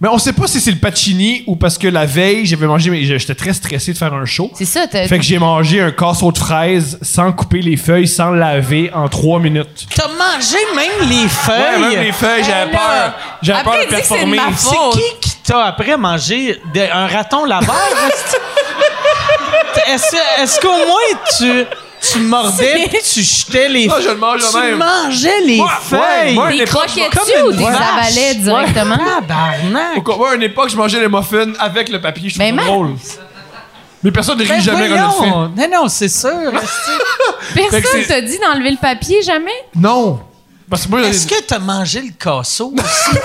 Speaker 6: Mais on sait pas si c'est le pacini ou parce que la veille, j'avais mangé, mais j'étais très stressé de faire un show.
Speaker 4: C'est ça, t'as...
Speaker 6: Fait que j'ai mangé un casseau de fraises sans couper les feuilles, sans laver en trois minutes.
Speaker 1: t'as mangé même les
Speaker 6: Ouais,
Speaker 1: feuilles.
Speaker 6: même les feuilles, j'avais
Speaker 4: Ben là.
Speaker 6: peur. J'avais
Speaker 4: Après,
Speaker 6: peur de
Speaker 4: il dit que c'est de
Speaker 6: performer.
Speaker 4: ma
Speaker 1: C'est
Speaker 4: faute.
Speaker 1: qui qui t'a après mangé de- un raton laveur? est-ce que- Est-ce est-ce qu'au moins tu, tu mordais pis tu jetais les
Speaker 6: Ah, je le mange
Speaker 1: Tu
Speaker 6: même.
Speaker 1: mangeais les
Speaker 6: Ouais,
Speaker 1: feuilles?
Speaker 6: ouais, ouais.
Speaker 4: Des
Speaker 6: mais pas-
Speaker 4: croquettes-tu
Speaker 1: comme
Speaker 4: ou
Speaker 1: une
Speaker 4: des
Speaker 1: vache.
Speaker 4: avalais directement?
Speaker 1: Tabarnak!
Speaker 6: Au- ouais, à une époque, je mangeais les muffins avec le papier. Je
Speaker 4: Mais
Speaker 6: trouve ça
Speaker 4: ma-
Speaker 6: drôle. Mais personne ne rit
Speaker 1: Ben
Speaker 6: jamais quand je le fais.
Speaker 1: voyons. Non, non, c'est sûr. est-ce
Speaker 6: Fait que
Speaker 4: Personne
Speaker 6: c'est-
Speaker 4: t'a dit d'enlever le papier, jamais?
Speaker 6: Non. Parce que moi,
Speaker 1: que- Est-ce que t'as mangé le casseau aussi?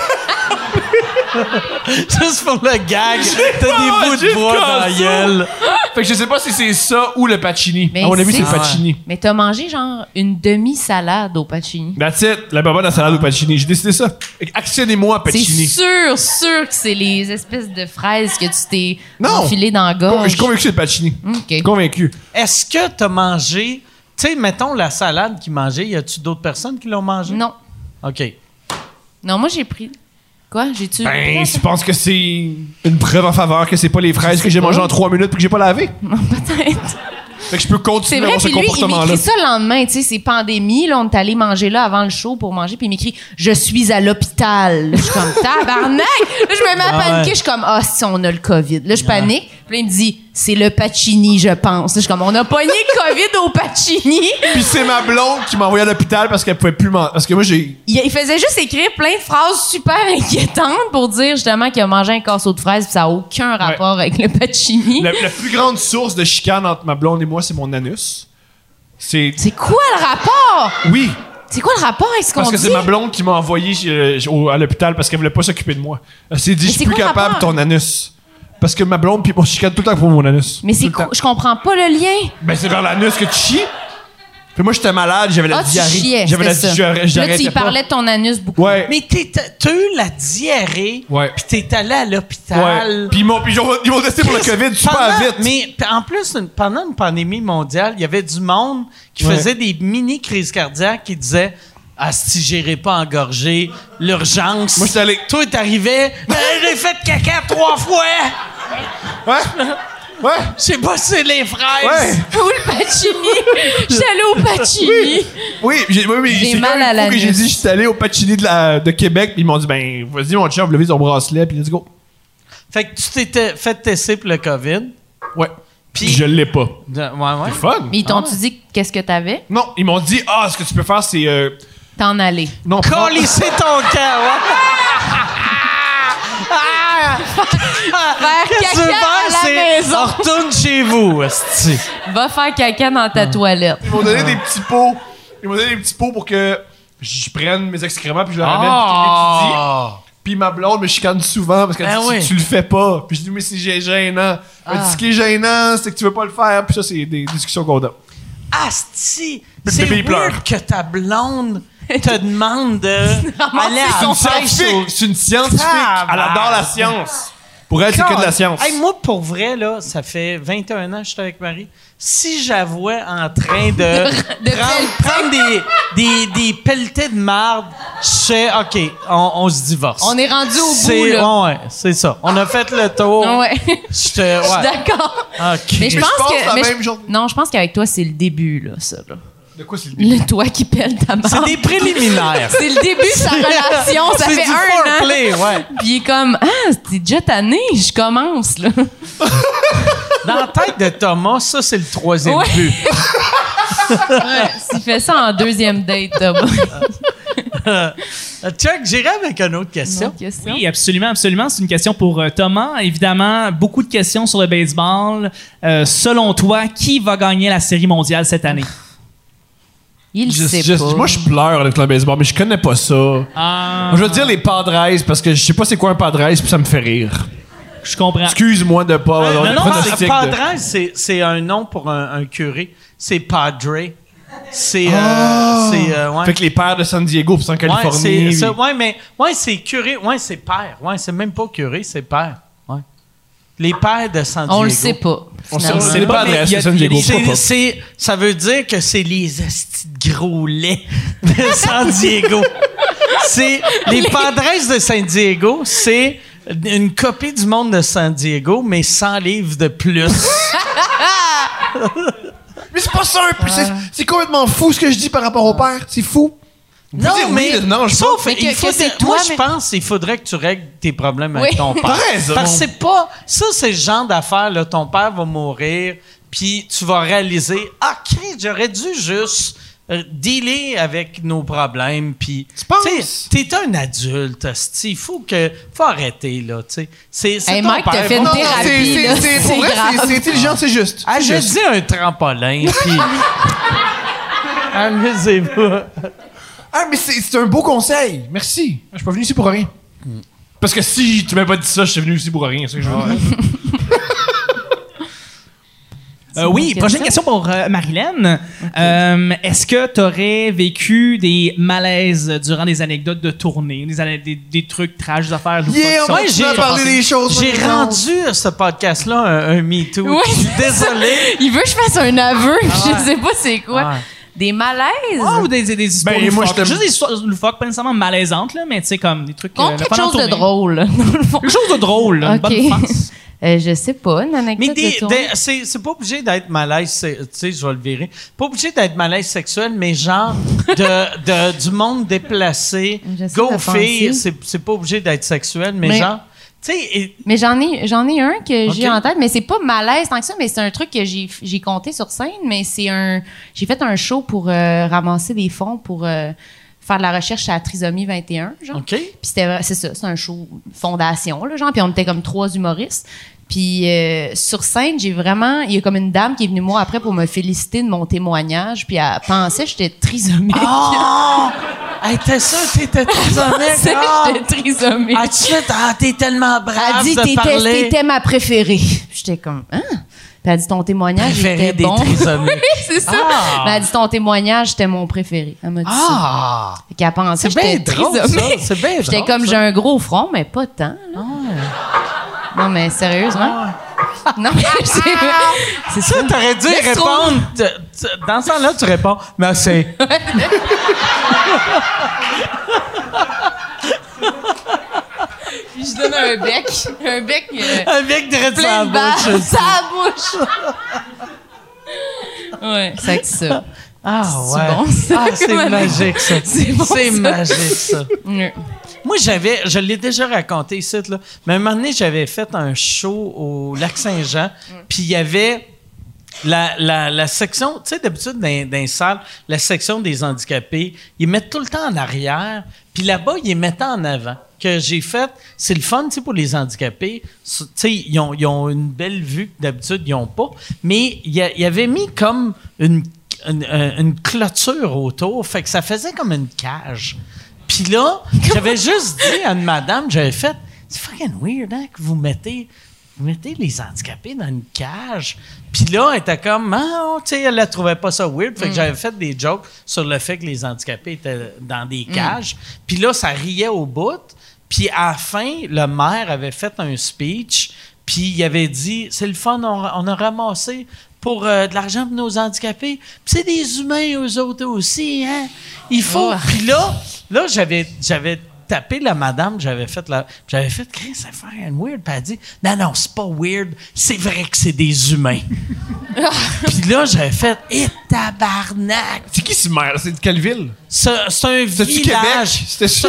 Speaker 1: Juste pour le gag, t'as des
Speaker 6: pas
Speaker 1: bouts
Speaker 6: mangé
Speaker 1: de
Speaker 6: le
Speaker 1: bois dans la
Speaker 6: casseau.
Speaker 1: gueule.
Speaker 6: fait que je sais pas si c'est ça ou le pacini.
Speaker 4: Mais
Speaker 6: à mon avis,
Speaker 4: c'est-
Speaker 1: Ah,
Speaker 6: c'est le pacini.
Speaker 4: Mais t'as mangé, genre, une demi-salade au pacini.
Speaker 6: That's it. La baba, la salade au pacini. J'ai décidé ça. Actionnez-moi,
Speaker 4: C'est
Speaker 6: pacini.
Speaker 4: sûr, sûr que c'est les espèces de fraises que tu t'es
Speaker 6: Non.
Speaker 4: enfilé dans la
Speaker 6: Con- Je
Speaker 4: gorge.
Speaker 6: suis convaincu que c'est le Pacini.
Speaker 4: Hmm, Ok.
Speaker 6: Je suis Convaincu.
Speaker 1: Est-ce que t'as mangé, tu sais, mettons la salade qu'ils mangeaient, y a-tu d'autres personnes qui l'ont mangé?
Speaker 4: Non.
Speaker 1: OK.
Speaker 4: Non, moi, j'ai pris... Quoi? J'ai-tu...
Speaker 6: Ben, tu penses que c'est une preuve en faveur que c'est pas les fraises que j'ai mangées en 3 minutes puis que j'ai pas lavé?
Speaker 4: Peut-être.
Speaker 6: Fait que je peux
Speaker 4: Hmm. C'est
Speaker 6: continuer à
Speaker 4: vrai,
Speaker 6: avoir ce
Speaker 4: puis lui, il
Speaker 6: comportement-là.
Speaker 4: m'écrit ça le lendemain, tu sais, c'est pandémie, là, on est allé manger là avant le show pour manger, puis il m'écrit « Je suis à l'hôpital ». Là, Je suis comme « Tabarnak! » Là, je me mets à
Speaker 1: Ah ouais.
Speaker 4: paniquer, je suis comme « Ah, si on a le COVID ». Là, je panique, puis là, il me dit « C'est le Pacini, je pense ». Là, Je suis comme « On a pogné le COVID au Pacini
Speaker 6: Puis c'est ma blonde qui m'a envoyé à l'hôpital parce qu'elle pouvait plus manger. Parce que moi, j'ai. ».
Speaker 4: Il il faisait juste écrire plein de phrases super inquiétantes pour dire justement qu'il a mangé un corseau de fraises, puis ça n'a aucun rapport avec le Pacini.
Speaker 6: La, la plus grande source de chicane entre ma blonde et moi, c'est mon anus. C'est.
Speaker 4: C'est quoi le rapport?
Speaker 6: Oui!
Speaker 4: C'est quoi le rapport avec ce qu'on
Speaker 6: Parce
Speaker 4: dit?
Speaker 6: que c'est ma blonde qui m'a envoyé euh, au- à l'hôpital parce qu'elle voulait pas s'occuper de moi. Elle s'est dit,
Speaker 4: Mais
Speaker 6: je suis
Speaker 4: c'est
Speaker 6: plus
Speaker 4: quoi le
Speaker 6: capable de
Speaker 4: rapport?
Speaker 6: ton anus. Parce que ma blonde puis moi, je chicane tout le temps pour mon anus.
Speaker 4: Mais c'est
Speaker 6: Tout le
Speaker 4: quoi?
Speaker 6: temps.
Speaker 4: Je comprends pas le lien.
Speaker 6: Ben, c'est vers l'anus que tu chies. Puis moi, j'étais malade, j'avais la
Speaker 4: Ah, tu
Speaker 6: diarrhée.
Speaker 4: chiais.
Speaker 6: J'avais la
Speaker 4: c'était ça.
Speaker 6: diarrhée.
Speaker 4: Là, tu
Speaker 6: j'arrêtais
Speaker 4: y
Speaker 6: pas.
Speaker 4: parlais de ton anus beaucoup.
Speaker 6: Ouais.
Speaker 1: Mais t'es- t'as t'as eu la diarrhée,
Speaker 6: Ouais.
Speaker 1: puis t'es allé à l'hôpital.
Speaker 6: Ouais. Puis ils m'ont puis ils ont- ils m'ont testé pour le
Speaker 1: Chris,
Speaker 6: COVID super
Speaker 1: pendant-
Speaker 6: vite.
Speaker 1: Mais p- en plus, une- pendant une pandémie mondiale, il y avait du monde qui
Speaker 6: Ouais.
Speaker 1: faisait des mini crises cardiaques qui disait Ah, si j'irai pas engorger, l'urgence.
Speaker 6: Moi, j'étais allé.
Speaker 1: Toi, t'arrivais, Ben, j'ai fait caca trois fois.
Speaker 6: Ouais. Ouais.
Speaker 1: J'ai bossé les
Speaker 6: Ouais.
Speaker 1: fraises.
Speaker 4: Ou le Pacini. J'allais au Pacini.
Speaker 6: Oui, j'ai oui, oui,
Speaker 4: J'ai
Speaker 6: c'est
Speaker 4: mal
Speaker 6: quand même
Speaker 4: à
Speaker 6: fou que
Speaker 4: l'anus.
Speaker 6: J'ai dit, je suis allé au Pacini de, la- de Québec, puis ils m'ont dit, ben, vas-y, mon chum, levez son bracelet, puis let's go.
Speaker 1: Fait que tu t'étais fait tester pour le COVID.
Speaker 6: Ouais.
Speaker 1: Puis-
Speaker 6: je l'ai pas.
Speaker 1: De- ouais, ouais.
Speaker 6: Fun.
Speaker 4: Mais ils t'ont-tu dit qu'est-ce que t'avais?
Speaker 6: Non, ils m'ont dit, ah, ce que tu peux faire, c'est. euh,
Speaker 4: T'en allais.
Speaker 6: non, prends-
Speaker 1: Colissez ton camp, ouais. Ah!
Speaker 4: Faire
Speaker 1: Qu'est-ce que tu veux
Speaker 4: caca
Speaker 1: faire?
Speaker 4: à la
Speaker 1: C'est
Speaker 4: maison.
Speaker 1: on retourne chez vous, esti.
Speaker 4: Va faire caca dans
Speaker 6: Ah.
Speaker 4: ta toilette.
Speaker 6: Ils m'ont donné des petits pots. Ils m'ont donné des petits pots pour que je prenne mes excréments puis je les ramène puis je les étudie.
Speaker 1: Ah.
Speaker 6: Puis ma blonde me chicane souvent parce qu'elle
Speaker 1: Ben
Speaker 6: dit
Speaker 1: oui. Ah.
Speaker 6: tu, tu le fais pas. Puis je dis mais c'est gê- gênant. Elle dit ce qui est gênant c'est que tu veux pas le faire. Puis ça c'est des discussions qu'on a.
Speaker 1: Asti!
Speaker 6: Le
Speaker 1: C'est
Speaker 6: bébé, il
Speaker 1: weird
Speaker 6: pleure.
Speaker 1: que ta blonde te demande de
Speaker 4: Vraiment,
Speaker 1: aller
Speaker 4: c'est
Speaker 1: à
Speaker 6: C'est
Speaker 1: la
Speaker 6: une
Speaker 1: pêche au-
Speaker 6: scientifique. C'est une scientifique.
Speaker 1: Tabarnak.
Speaker 6: Elle adore la science. Pour elle c'est que de la science.
Speaker 1: Hey, moi, pour vrai, là, ça fait 21 ans que je suis avec Marie. Si j'avouais en train de,
Speaker 4: de
Speaker 1: prendre, prendre des, des, des pelletés de marde, je sais, OK, on, on se divorce.
Speaker 4: On est rendu au bout,
Speaker 1: C'est-
Speaker 4: là.
Speaker 1: ouais, c'est ça. On a fait le tour.
Speaker 4: Ouais.
Speaker 1: Je te... Ouais.
Speaker 4: Je suis
Speaker 1: OK.
Speaker 4: d'accord. Mais je
Speaker 6: Mais je
Speaker 4: pense
Speaker 6: pense
Speaker 4: que.
Speaker 6: la
Speaker 4: mais je-
Speaker 6: même journée.
Speaker 4: Non, je pense qu'avec toi, c'est le début, là, ça. Là.
Speaker 6: De quoi c'est le début?
Speaker 4: Le toi qui pèle ta mort.
Speaker 1: C'est des préliminaires.
Speaker 4: C'est le début de sa relation. Ça
Speaker 1: C'est
Speaker 4: fait
Speaker 1: du
Speaker 4: un an.
Speaker 1: foreplay, ouais.
Speaker 4: Puis il est comme Ah, t'es déjà tanné, je commence, là.
Speaker 1: Dans la tête de Thomas, ça, c'est le troisième
Speaker 4: Ouais.
Speaker 1: but.
Speaker 4: Il fait ça en deuxième date, Thomas.
Speaker 1: Euh, Chuck, j'irai avec une autre question.
Speaker 4: Question.
Speaker 3: Oui, absolument, absolument. C'est une question pour euh, Thomas. Évidemment, beaucoup de questions sur le baseball. Euh, selon toi, qui va gagner la Série mondiale cette année?
Speaker 4: Il
Speaker 6: Je-
Speaker 4: sait
Speaker 6: je-
Speaker 4: pas.
Speaker 6: moi je pleure avec le baseball mais je connais pas ça.
Speaker 3: Ah,
Speaker 6: Je veux dire les padres parce que je sais pas c'est quoi un padres puis ça me fait rire.
Speaker 3: je comprends.
Speaker 6: Excuse-moi de pas.
Speaker 1: Ah. Non,
Speaker 6: avoir un
Speaker 1: Euh, non,
Speaker 6: pronostic de-
Speaker 1: Padre, c'est, c'est un nom pour un, un curé. C'est Padre. C'est. euh, c'est euh, ouais.
Speaker 6: Ah! Fait que les pères de San Diego puis c'est en
Speaker 1: Ouais,
Speaker 6: Californie.
Speaker 1: c'est
Speaker 6: puis-
Speaker 1: ça, ouais, mais ouais, c'est curé. Ouais, c'est père. Ouais, c'est même pas curé, c'est père. Ouais. Les pères de San Diego.
Speaker 4: On le sait pas.
Speaker 6: On sait-
Speaker 4: finalement.
Speaker 6: c'est pas
Speaker 1: mais
Speaker 6: adresse,
Speaker 1: il y a-
Speaker 6: c'est San
Speaker 1: il y a
Speaker 6: Diego.
Speaker 1: des- c'est-
Speaker 6: je crois pas.
Speaker 1: c'est- ça veut dire que c'est les estis de gros laits de San Diego. c'est les padres de San Diego, c'est une copie du monde de San Diego, mais 100 livres de plus.
Speaker 6: Mais c'est pas simple. c'est- C'est complètement fou ce que je dis par rapport au père. C'est fou. Vous
Speaker 1: Non,
Speaker 6: dites oui,
Speaker 1: mais
Speaker 6: le- non, je
Speaker 1: sauf
Speaker 4: Mais que-
Speaker 1: il
Speaker 4: que
Speaker 1: faudrait-
Speaker 4: c'est
Speaker 1: moi
Speaker 4: toi,
Speaker 1: je
Speaker 4: mais-
Speaker 1: pense qu'il faudrait que tu règles tes problèmes avec
Speaker 4: Oui.
Speaker 1: ton père.
Speaker 6: T'as raison.
Speaker 1: Parce que c'est pas ça c'est le genre d'affaire là ton père va mourir puis tu vas réaliser ah Christ, j'aurais dû juste euh, dealer avec nos problèmes puis tu
Speaker 6: penses?
Speaker 1: t'es un adulte hostie. il faut que faut arrêter là tu sais c'est c'est
Speaker 4: Hey,
Speaker 1: ton
Speaker 4: Mike, t'as
Speaker 1: père.
Speaker 4: fait une
Speaker 1: Non, non,
Speaker 4: thérapie.
Speaker 6: c'est-
Speaker 4: Rapide, là,
Speaker 6: c'est- c'est- pour
Speaker 4: c'est
Speaker 6: vrai,
Speaker 4: grave.
Speaker 6: c'est- c'est intelligent, c'est juste.
Speaker 1: ah,
Speaker 6: C'est
Speaker 1: je
Speaker 6: juste.
Speaker 1: dis un trampolin, puis... Amusez-vous.
Speaker 6: Ah, mais c'est c'est un beau conseil. Merci. Je suis pas venu ici pour rien.
Speaker 1: Mm.
Speaker 6: Parce que si tu m'avais pas dit ça, je suis venu ici pour rien. c'est ça que je veux dire.
Speaker 3: Euh, oui,
Speaker 4: Question.
Speaker 3: prochaine question pour euh, Marilyn. Euh, Est-ce que tu aurais vécu des malaises durant des anecdotes de tournée, des, ana- des, des trucs trash, des affaires loufoques
Speaker 6: Yeah,
Speaker 3: qui sont-
Speaker 6: moi, j'ai
Speaker 3: qui sont
Speaker 6: parlé
Speaker 3: passées?
Speaker 6: des choses.
Speaker 1: J'ai rendu à ce podcast-là un, un Me Too.
Speaker 4: Oui,
Speaker 1: Je suis
Speaker 4: c'est ça.
Speaker 1: désolé.
Speaker 4: Il veut que je fasse un aveu, puis
Speaker 1: ouais.
Speaker 4: je sais pas c'est quoi.
Speaker 1: Ouais.
Speaker 4: Des malaises.
Speaker 3: Ah, ou des, des, des histoires
Speaker 6: Ben, moi,
Speaker 3: loufoques.
Speaker 6: je te-
Speaker 3: Juste des histoires loufoques, pas nécessairement malaisantes, là, mais tu sais, comme des trucs... euh,
Speaker 4: Contre
Speaker 3: le
Speaker 4: quelque
Speaker 3: fun en
Speaker 4: chose de
Speaker 3: tournée.
Speaker 4: drôle. dans le fond.
Speaker 3: Quelque chose de drôle, là, une
Speaker 4: Ok.
Speaker 3: bonne farce.
Speaker 4: Euh, je sais pas, une
Speaker 1: Mais
Speaker 4: anecdote
Speaker 1: des-
Speaker 4: de tournée.
Speaker 1: des- c'est c'est pas obligé d'être malaise, c'est- tu sais, je vais le virer. Pas obligé d'être malaise sexuel, mais genre de, de- du monde déplacé.
Speaker 4: J'essaie
Speaker 1: Go
Speaker 4: de
Speaker 1: filles,
Speaker 4: penser.
Speaker 1: c'est c'est pas obligé d'être sexuel, mais,
Speaker 4: Mais-
Speaker 1: genre, tu sais, et-
Speaker 4: Mais j'en ai, j'en ai un que j'ai
Speaker 1: Ok.
Speaker 4: en tête, mais c'est pas malaise tant que ça, mais c'est un truc que j'ai, j'ai compté sur scène, mais c'est un, j'ai fait un show pour euh, ramasser des fonds pour euh, faire de la recherche à la trisomie 21, genre.
Speaker 1: OK.
Speaker 4: Puis c'était vrai- c'est ça, c'est un show fondation, là, genre. Puis on était comme trois humoristes. Puis euh, sur scène, j'ai vraiment. Il y a comme une dame qui est venue moi après pour me féliciter de mon témoignage. Puis elle pensait que j'étais trisomique.
Speaker 1: Oh! Hey, t'es sûr que t'étais très
Speaker 4: Elle
Speaker 1: honnête?
Speaker 4: pensait
Speaker 1: Ah!
Speaker 4: que j'étais trisomique.
Speaker 1: Ah, tu fais, ah, t'es tellement brave
Speaker 4: Elle dit
Speaker 1: de
Speaker 4: t'étais,
Speaker 1: parler.
Speaker 4: t'étais ma préférée. J'étais comme hein. Puis elle dit ton témoignage
Speaker 1: Préférée
Speaker 4: était
Speaker 1: des
Speaker 4: bon.
Speaker 1: trisomiques.
Speaker 4: oui, c'est ça.
Speaker 1: Ah.
Speaker 4: Mais elle dit ton témoignage c'était mon préféré. Elle m'a dit ça.
Speaker 1: Ah!
Speaker 4: Fait qu'elle pensait
Speaker 1: C'est
Speaker 4: que
Speaker 1: bien
Speaker 4: j'étais
Speaker 1: drôle, ça.
Speaker 4: trisomique.
Speaker 1: C'est bien
Speaker 4: J'étais
Speaker 1: drôle,
Speaker 4: comme
Speaker 1: ça.
Speaker 4: j'ai un gros front mais pas tant. là. Non mais sérieusement. Non mais c'est c'est
Speaker 1: Ça, t'aurais dû
Speaker 4: Mais je
Speaker 1: répondre. tu- tu- Dans ce temps-là, tu réponds, mais c'est.
Speaker 4: Je donne un bec, un bec euh,
Speaker 1: Avec des
Speaker 4: plein de
Speaker 1: bouche.
Speaker 4: balles, sa bouche. Ouais, c'est que ça.
Speaker 1: Ah,
Speaker 4: C'est
Speaker 1: ouais.
Speaker 4: bon, ça?
Speaker 1: ah, c'est
Speaker 4: Comment-
Speaker 1: magique, ça.
Speaker 4: C'est bon, ça.
Speaker 1: magique, ça.
Speaker 4: Ouais.
Speaker 1: Moi, j'avais, je l'ai déjà raconté ici, là, mais à un moment donné, j'avais fait un show au Lac-Saint-Jean, puis il y avait la, la- la section, tu sais, d'habitude, dans, dans les salles, la section des handicapés, ils mettent tout le temps en arrière, puis là-bas, ils les mettent en avant. Que j'ai fait, c'est le fun, tu sais, pour les handicapés. Tu sais, ils ont, ils ont une belle vue que d'habitude, ils n'ont pas, mais il y a- il y avait mis comme une, une, une clôture autour, fait que ça faisait comme une cage. Puis là, j'avais juste dit à une madame, j'avais fait, c'est fucking weird, hein, que vous mettez, vous mettez les handicapés dans une cage. Puis là, elle était comme, ah, tu sais, elle la trouvait pas ça weird. Fait que j'avais fait des jokes sur le fait que les handicapés étaient dans des cages. Puis là, ça riait au bout. Puis à la fin, le maire avait fait un speech. Puis il avait dit, c'est le fun, on, on a ramassé pour euh, de l'argent pour nos handicapés. Puis c'est des humains, eux autres aussi, hein? Il faut... Puis là, là j'avais, j'avais tapé la madame, j'avais fait la... J'avais fait, Chris, c'est fucking weird. Puis elle a dit, non, non, c'est pas weird, c'est vrai que c'est des humains. Puis là, j'avais fait, et tabarnak!
Speaker 6: C'est qui ce maire? C'est de quelle ville?
Speaker 1: C'est, c'est un
Speaker 6: C'est-tu Québec?
Speaker 1: village...
Speaker 6: C'était ça.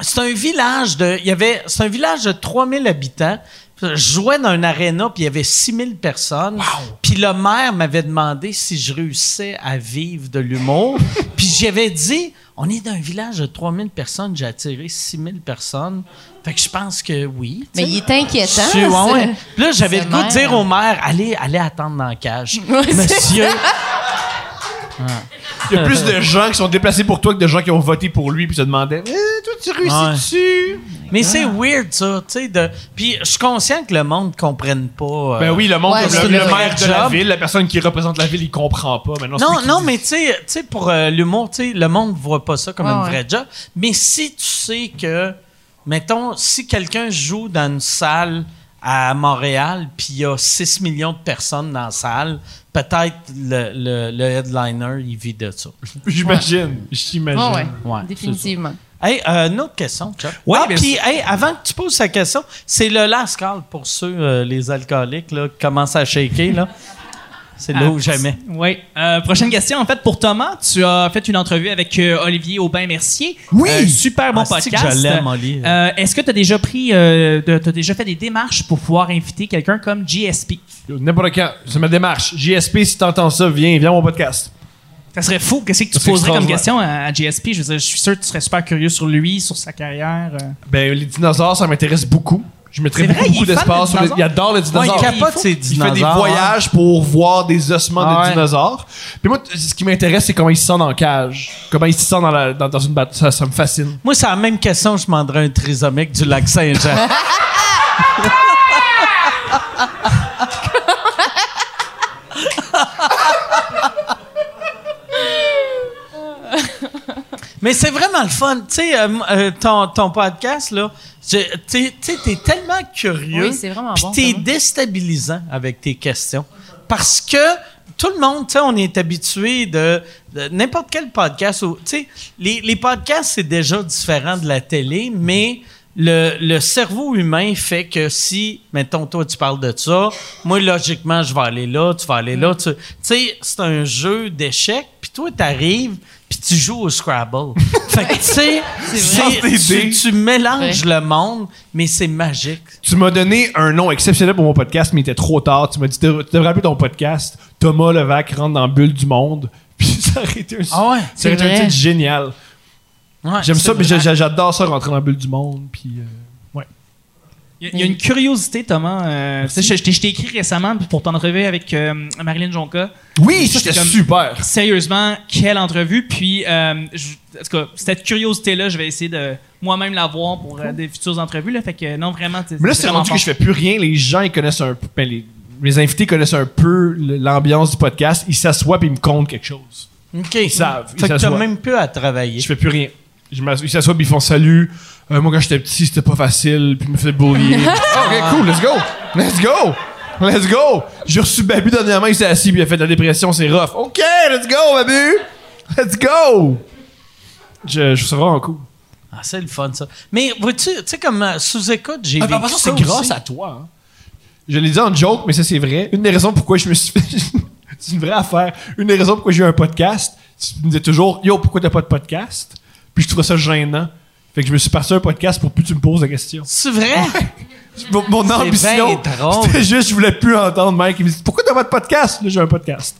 Speaker 1: C'est un village de. Il y avait. C'est un village de 3000 habitants. Je jouais dans un aréna, puis il y avait 6000 personnes. Puis le maire m'avait demandé si je réussissais à vivre de l'humour. puis j'avais dit on est dans un village de 3000 personnes, j'ai attiré 6000 personnes. Fait que je pense que oui. tu
Speaker 4: Mais
Speaker 1: sais.
Speaker 4: il est inquiétant.
Speaker 1: Je- ouais, ouais.
Speaker 4: ça.
Speaker 1: Puis Là, j'avais
Speaker 4: ce
Speaker 1: le goût de
Speaker 4: maire.
Speaker 1: dire au maire allez, allez attendre dans la cage.
Speaker 4: Ouais, c'est
Speaker 1: Monsieur.
Speaker 6: Il y a plus de gens qui sont déplacés pour toi que de gens qui ont voté pour lui puis se demandaient Eh, toi, tu réussis-tu?
Speaker 1: Mais c'est weird, ça. tu sais, de... Puis je suis conscient que le monde ne comprenne pas. euh,
Speaker 6: Ben oui, le monde,
Speaker 4: Ouais,
Speaker 6: comme
Speaker 4: c'est
Speaker 6: le, le
Speaker 4: vrai.
Speaker 6: maire de la
Speaker 1: Job.
Speaker 6: ville, la personne qui représente la ville, il comprend pas. Mais non, c'est
Speaker 1: Non,
Speaker 6: lui qui
Speaker 1: non,
Speaker 6: dit.
Speaker 1: mais tu sais- tu sais, pour euh, l'humour, tu sais, le monde voit pas ça comme
Speaker 4: Ouais,
Speaker 1: une
Speaker 4: ouais.
Speaker 1: vraie job. Mais si tu sais que, mettons, si quelqu'un joue dans une salle à Montréal, puis il y a 6 millions de personnes dans la salle, peut-être le, le- le headliner, il vit de ça.
Speaker 6: J'imagine, j'imagine.
Speaker 4: Ouais, ouais.
Speaker 1: Ouais, c'est
Speaker 4: Définitivement.
Speaker 1: Hey, euh, une autre question, Chuck.
Speaker 3: Ouais,
Speaker 1: ah,
Speaker 3: mais
Speaker 1: puis, hey, avant que tu poses ta question, c'est le last call pour ceux, euh, les alcooliques, là, qui commencent à shaker, là. C'est là
Speaker 3: Ah,
Speaker 1: où jamais.
Speaker 3: Oui. Euh, prochaine question, en fait, pour Thomas. Tu as fait une entrevue avec euh, Olivier Aubin-Mercier.
Speaker 1: Oui!
Speaker 3: Euh, super bon
Speaker 1: Ah, c'est
Speaker 3: podcast.
Speaker 1: que je l'aime, Oli.
Speaker 3: Euh, Est-ce que tu as déjà pris, euh, de- t'as déjà fait des démarches pour pouvoir inviter quelqu'un comme GSP?
Speaker 6: Yo, N'importe quand, c'est ma démarche. JSP, si t'entends ça, viens, viens à mon podcast.
Speaker 3: Ça serait fou. Qu'est-ce que tu
Speaker 6: C'est
Speaker 3: poserais comme
Speaker 6: extraordinaire.
Speaker 3: question à, à GSP? Je veux dire, je suis sûr que tu serais super curieux sur lui, sur sa carrière. euh.
Speaker 6: Ben, les dinosaures, ça m'intéresse beaucoup. Je mettrais
Speaker 3: C'est
Speaker 6: beaucoup,
Speaker 3: vrai, il est
Speaker 6: beaucoup
Speaker 3: fan de
Speaker 6: d'espace. sur les-
Speaker 3: dinosaures?
Speaker 6: Il adore les
Speaker 1: il
Speaker 6: dinosaures.
Speaker 1: capote ses
Speaker 6: Il fait des
Speaker 1: dinosaures,
Speaker 6: voyages pour voir des ossements
Speaker 1: Ah
Speaker 6: de
Speaker 1: ouais.
Speaker 6: dinosaures. Puis moi, t- ce qui m'intéresse, c'est comment ils se sentent en cage. Comment ils se sentent dans, la- dans- dans une bataille. Ça, ça me fascine.
Speaker 1: Moi, c'est la même question, je demanderais un trisomique du lac Saint-Jean. Mais c'est vraiment le fun. Tu sais, euh, m- euh, ton, ton podcast, là, je- tu sais, tu sais, t'es tellement curieux.
Speaker 4: Oui, c'est vraiment
Speaker 1: Puis
Speaker 4: bon,
Speaker 1: t'es
Speaker 4: Thomas.
Speaker 1: déstabilisant avec tes questions. Parce que tout le monde, tu sais, on est habitué de, de n'importe quel podcast. ou- Tu sais, les, les podcasts, c'est déjà différent de la télé, mais le, le cerveau humain fait que si, mettons, toi, tu parles de ça, moi, logiquement, je vais aller là, tu vas aller là. Tu tu sais, c'est un jeu d'échecs, puis toi, t'arrives, puis tu joues au Scrabble. fait que, tu sais,
Speaker 6: vrai.
Speaker 1: c'est- tu, tu mélanges le monde, mais c'est magique.
Speaker 6: Tu m'as donné un nom exceptionnel pour mon podcast, mais il était trop tard. Tu m'as dit, tu devrais tu devrais appeler ton podcast Thomas Levac rentre dans la bulle du monde. Puis ça aurait été un,
Speaker 1: Ah ouais?
Speaker 6: ça aurait été
Speaker 4: C'est
Speaker 6: un
Speaker 4: vrai.
Speaker 6: titre génial.
Speaker 3: Ah,
Speaker 1: Ouais,
Speaker 6: J'aime
Speaker 1: c'est
Speaker 6: ça, mais
Speaker 1: vrai.
Speaker 6: j'a- j'adore ça rentrer dans la bulle du monde. Puis, euh,
Speaker 3: Il y, a- il y a une curiosité, Thomas. euh, tu sais, je, je t'ai- je t'ai écrit récemment pour ton entrevue avec euh, Marilyn Jonca.
Speaker 6: Oui,
Speaker 3: Ça, c'est
Speaker 6: c'était
Speaker 3: comme-
Speaker 6: super.
Speaker 3: Sérieusement, quelle entrevue. Puis, euh, je- en tout cas, cette curiosité-là, je vais essayer de moi-même la voir pour euh, des futures entrevues. Là. Fait que, non, vraiment.
Speaker 6: Mais là, c'est rendu que je fais plus rien. Les gens, ils connaissent un peu. ben, les, mes invités connaissent un peu le- l'ambiance du podcast. Ils s'assoient puis ils me comptent quelque chose.
Speaker 1: OK.
Speaker 6: savent, ils
Speaker 1: Mm. Fait que t'as
Speaker 6: s'assoient.
Speaker 1: même plus à travailler.
Speaker 6: Je fais plus rien. Je m'ass- ils s'assoient puis ils font salut. Euh, moi, quand j'étais petit, c'était pas facile. Puis ils me faisaient bullier. Ah, ok, cool, let's go. Let's go. Let's go. J'ai reçu Babu dernièrement. Il s'est assis puis il a fait de la dépression. C'est rough. OK, let's go, Babu. Let's go. Je, je trouve ça vraiment cool.
Speaker 1: Ah, c'est le fun, ça. Mais vois-tu, tu sais, comme euh, sous-écoute, j'ai
Speaker 6: Ah,
Speaker 1: vécu
Speaker 6: ben, par contre,
Speaker 1: ça
Speaker 6: c'est grâce
Speaker 1: aussi.
Speaker 6: à toi. hein. Je l'ai dit en joke, mais ça, c'est vrai. Une des raisons pourquoi je me suis fait. c'est une vraie affaire. Une des raisons pourquoi j'ai eu un podcast, tu me disais toujours Yo, pourquoi t'as pas de podcast Puis je trouvais ça gênant. Fait que je me suis parti un podcast pour plus que tu me poses la question.
Speaker 1: C'est vrai?
Speaker 6: Mon, mon ambition,
Speaker 1: bien drôle.
Speaker 6: c'était juste, je voulais plus entendre Mike. Il me dit Pourquoi t'as pas de podcast Là, j'ai un podcast.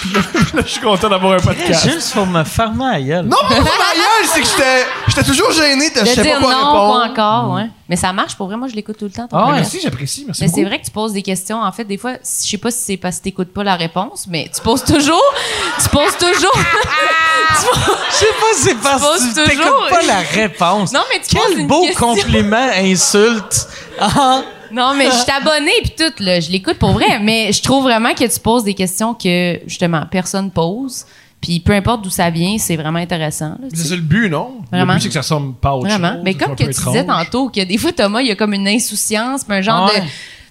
Speaker 6: Puis là, je suis content d'avoir un podcast.
Speaker 1: Juste pour me fermer à gueule.
Speaker 6: Non, mais ma gueule, c'est que j'étais- j'étais toujours gêné. de- Je
Speaker 4: De
Speaker 6: sais
Speaker 4: dire non,
Speaker 6: pas quoi
Speaker 4: pas
Speaker 6: répondre.
Speaker 4: encore, ouais. Mais ça marche pour vrai. Moi, je l'écoute tout le temps. ton
Speaker 6: Ah,
Speaker 4: podcast.
Speaker 6: Merci, j'apprécie. Merci
Speaker 4: Mais c'est
Speaker 6: beaucoup.
Speaker 4: vrai que tu poses des questions. En fait, des fois, je sais pas si c'est parce que t'écoutes pas la réponse, mais tu poses toujours. tu poses toujours. tu poses-
Speaker 1: Je sais pas si c'est parce que
Speaker 4: poses
Speaker 1: tu
Speaker 4: toujours.
Speaker 1: t'écoutes pas la réponse.
Speaker 4: Non, mais tu poses
Speaker 1: Quel
Speaker 4: une
Speaker 1: beau
Speaker 4: question.
Speaker 1: compliment, insulte. Ah,
Speaker 4: Non, mais je suis abonnée puis tout, là, je l'écoute pour vrai, mais je trouve vraiment que tu poses des questions que, justement, personne pose. Puis peu importe d'où ça vient, c'est vraiment intéressant. là, tu
Speaker 6: Mais
Speaker 4: sais.
Speaker 6: C'est ça le but, non?
Speaker 4: Vraiment.
Speaker 6: Le but, c'est que ça ressemble pas à autre
Speaker 4: Vraiment.
Speaker 6: chose.
Speaker 4: Mais
Speaker 6: c'est
Speaker 4: comme
Speaker 6: un
Speaker 4: que tu
Speaker 6: peu
Speaker 4: disais
Speaker 6: étrange.
Speaker 4: tantôt, que des fois, Thomas, il y a comme une insouciance, puis un genre
Speaker 1: Ouais.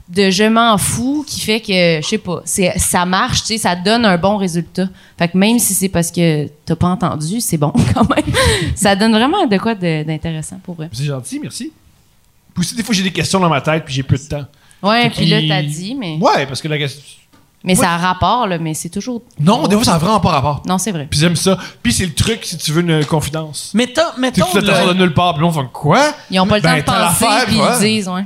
Speaker 4: de, de je m'en fous qui fait que, je sais pas, c'est, ça marche, tu sais, ça donne un bon résultat. Fait que même si c'est parce que t'as pas entendu, c'est bon quand même. ça donne vraiment de quoi de- d'intéressant pour vrai.
Speaker 6: C'est gentil, merci. Puis aussi, des fois, j'ai des questions dans ma tête, puis j'ai peu de temps.
Speaker 4: Ouais,
Speaker 6: Fait
Speaker 4: puis là,
Speaker 6: qu'il-
Speaker 4: t'as dit, mais,
Speaker 6: Ouais, parce que la question.
Speaker 4: mais ça a rapport, là, mais c'est toujours.
Speaker 6: Non, des fois, ça n'a vraiment pas rapport.
Speaker 4: Non, c'est vrai.
Speaker 6: Puis j'aime ça. Puis c'est le truc, si tu veux une confidence.
Speaker 1: mettons,
Speaker 6: Tu sais,
Speaker 1: mettons,
Speaker 6: tu t'attends de
Speaker 1: le,
Speaker 6: nulle part, puis là, on fait quoi?
Speaker 4: Ils ont pas le
Speaker 6: Ben,
Speaker 4: temps
Speaker 6: t'as
Speaker 4: de penser,
Speaker 6: l'affaire,
Speaker 4: puis ils
Speaker 6: ouais.
Speaker 4: disent, ouais.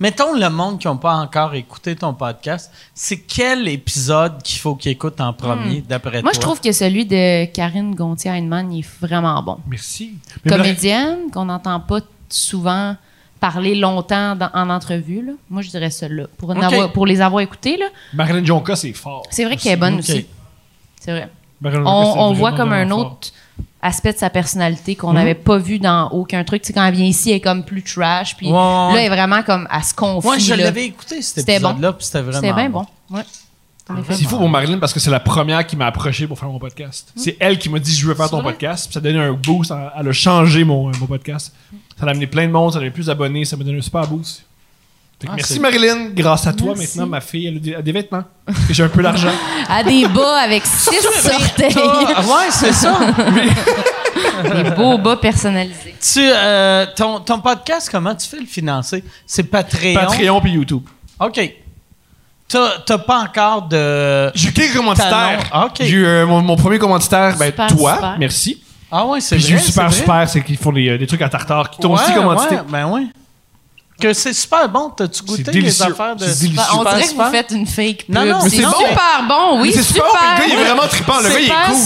Speaker 1: mettons le monde qui n'a pas encore écouté ton podcast. C'est quel épisode qu'il faut qu'ils écoutent en premier, d'après toi?
Speaker 4: Hmm. Moi, je trouve que celui de Karine Gontier-Heinemann, il est vraiment bon.
Speaker 6: Merci. Mais bref,
Speaker 4: comédienne qu'on n'entend pas t- souvent parler longtemps dans- en entrevue. là. Moi, je dirais celle-là. Pour, en
Speaker 1: Ok.
Speaker 4: avoir- pour les avoir écoutés, là.
Speaker 6: Marilyn Jonka, c'est fort.
Speaker 4: c'est vrai qu'elle est bonne
Speaker 1: Ok.
Speaker 4: aussi. C'est vrai.
Speaker 6: Marilyn
Speaker 4: On,
Speaker 6: Jonka, c'est
Speaker 4: on
Speaker 6: vraiment,
Speaker 4: voit comme un
Speaker 6: vraiment fort.
Speaker 4: autre aspect de sa personnalité qu'on n'avait pas vu dans aucun truc. Tu sais, quand elle vient ici, elle est comme plus trash. Puis
Speaker 1: Ouais, ouais,
Speaker 4: là,
Speaker 1: ouais.
Speaker 4: elle est vraiment comme à se confier.
Speaker 1: Moi, je
Speaker 4: là.
Speaker 1: l'avais écouté, cet
Speaker 4: C'était bon.
Speaker 1: épisode-là, puis c'était vraiment.
Speaker 4: C'était bien bon. Ouais. En effet.
Speaker 6: C'est fou pour Marilyn parce que c'est la première qui m'a approché pour faire mon podcast. Hmm. C'est elle qui m'a dit je veux faire ton podcast. Puis ça a donné un boost. Elle elle a changé mon, euh, mon podcast. Ça a amené plein de monde, ça a donné plus d'abonnés, ça m'a donné un super boost. Fait que
Speaker 1: Ah,
Speaker 6: merci
Speaker 1: c'est-
Speaker 6: Marilyn, grâce à toi
Speaker 4: Merci.
Speaker 6: maintenant ma fille elle a des, elle a des vêtements. Et J'ai un peu d'argent.
Speaker 4: À des bas avec six sorteils.
Speaker 1: Ah, ouais, c'est ça.
Speaker 4: des beaux bas personnalisés.
Speaker 1: tu, euh, ton, ton podcast, comment tu fais le financer? C'est Patreon.
Speaker 6: Patreon puis YouTube.
Speaker 1: OK. T'as t'as pas encore de.
Speaker 6: J'ai eu quelques commanditaires.
Speaker 1: Talent. Ok.
Speaker 6: J'ai eu euh, mon, mon premier commanditaire, ben,
Speaker 4: Super,
Speaker 6: toi,
Speaker 4: super.
Speaker 6: merci.
Speaker 1: Ah ouais, c'est
Speaker 6: Puis
Speaker 1: vrai.
Speaker 6: j'ai eu super
Speaker 1: c'est vrai.
Speaker 6: super, c'est qu'ils font des, euh, des trucs à tartare qui t'ont aussi
Speaker 1: Ouais,
Speaker 6: commandité.
Speaker 1: ouais, ben ouais. Que c'est super bon. T'as-tu goûté les
Speaker 6: délicieux.
Speaker 1: affaires de.
Speaker 6: C'est délicieux.
Speaker 4: Bah, on
Speaker 1: Super,
Speaker 4: dirait que
Speaker 1: super.
Speaker 4: vous faites une fake pub.
Speaker 1: Non, non, mais
Speaker 4: c'est
Speaker 1: c'est bon.
Speaker 4: super bon, oui,
Speaker 6: Mais c'est super, mais le gars il est vraiment
Speaker 1: Ah,
Speaker 6: trippant, le gars il est
Speaker 4: Super,
Speaker 6: cool.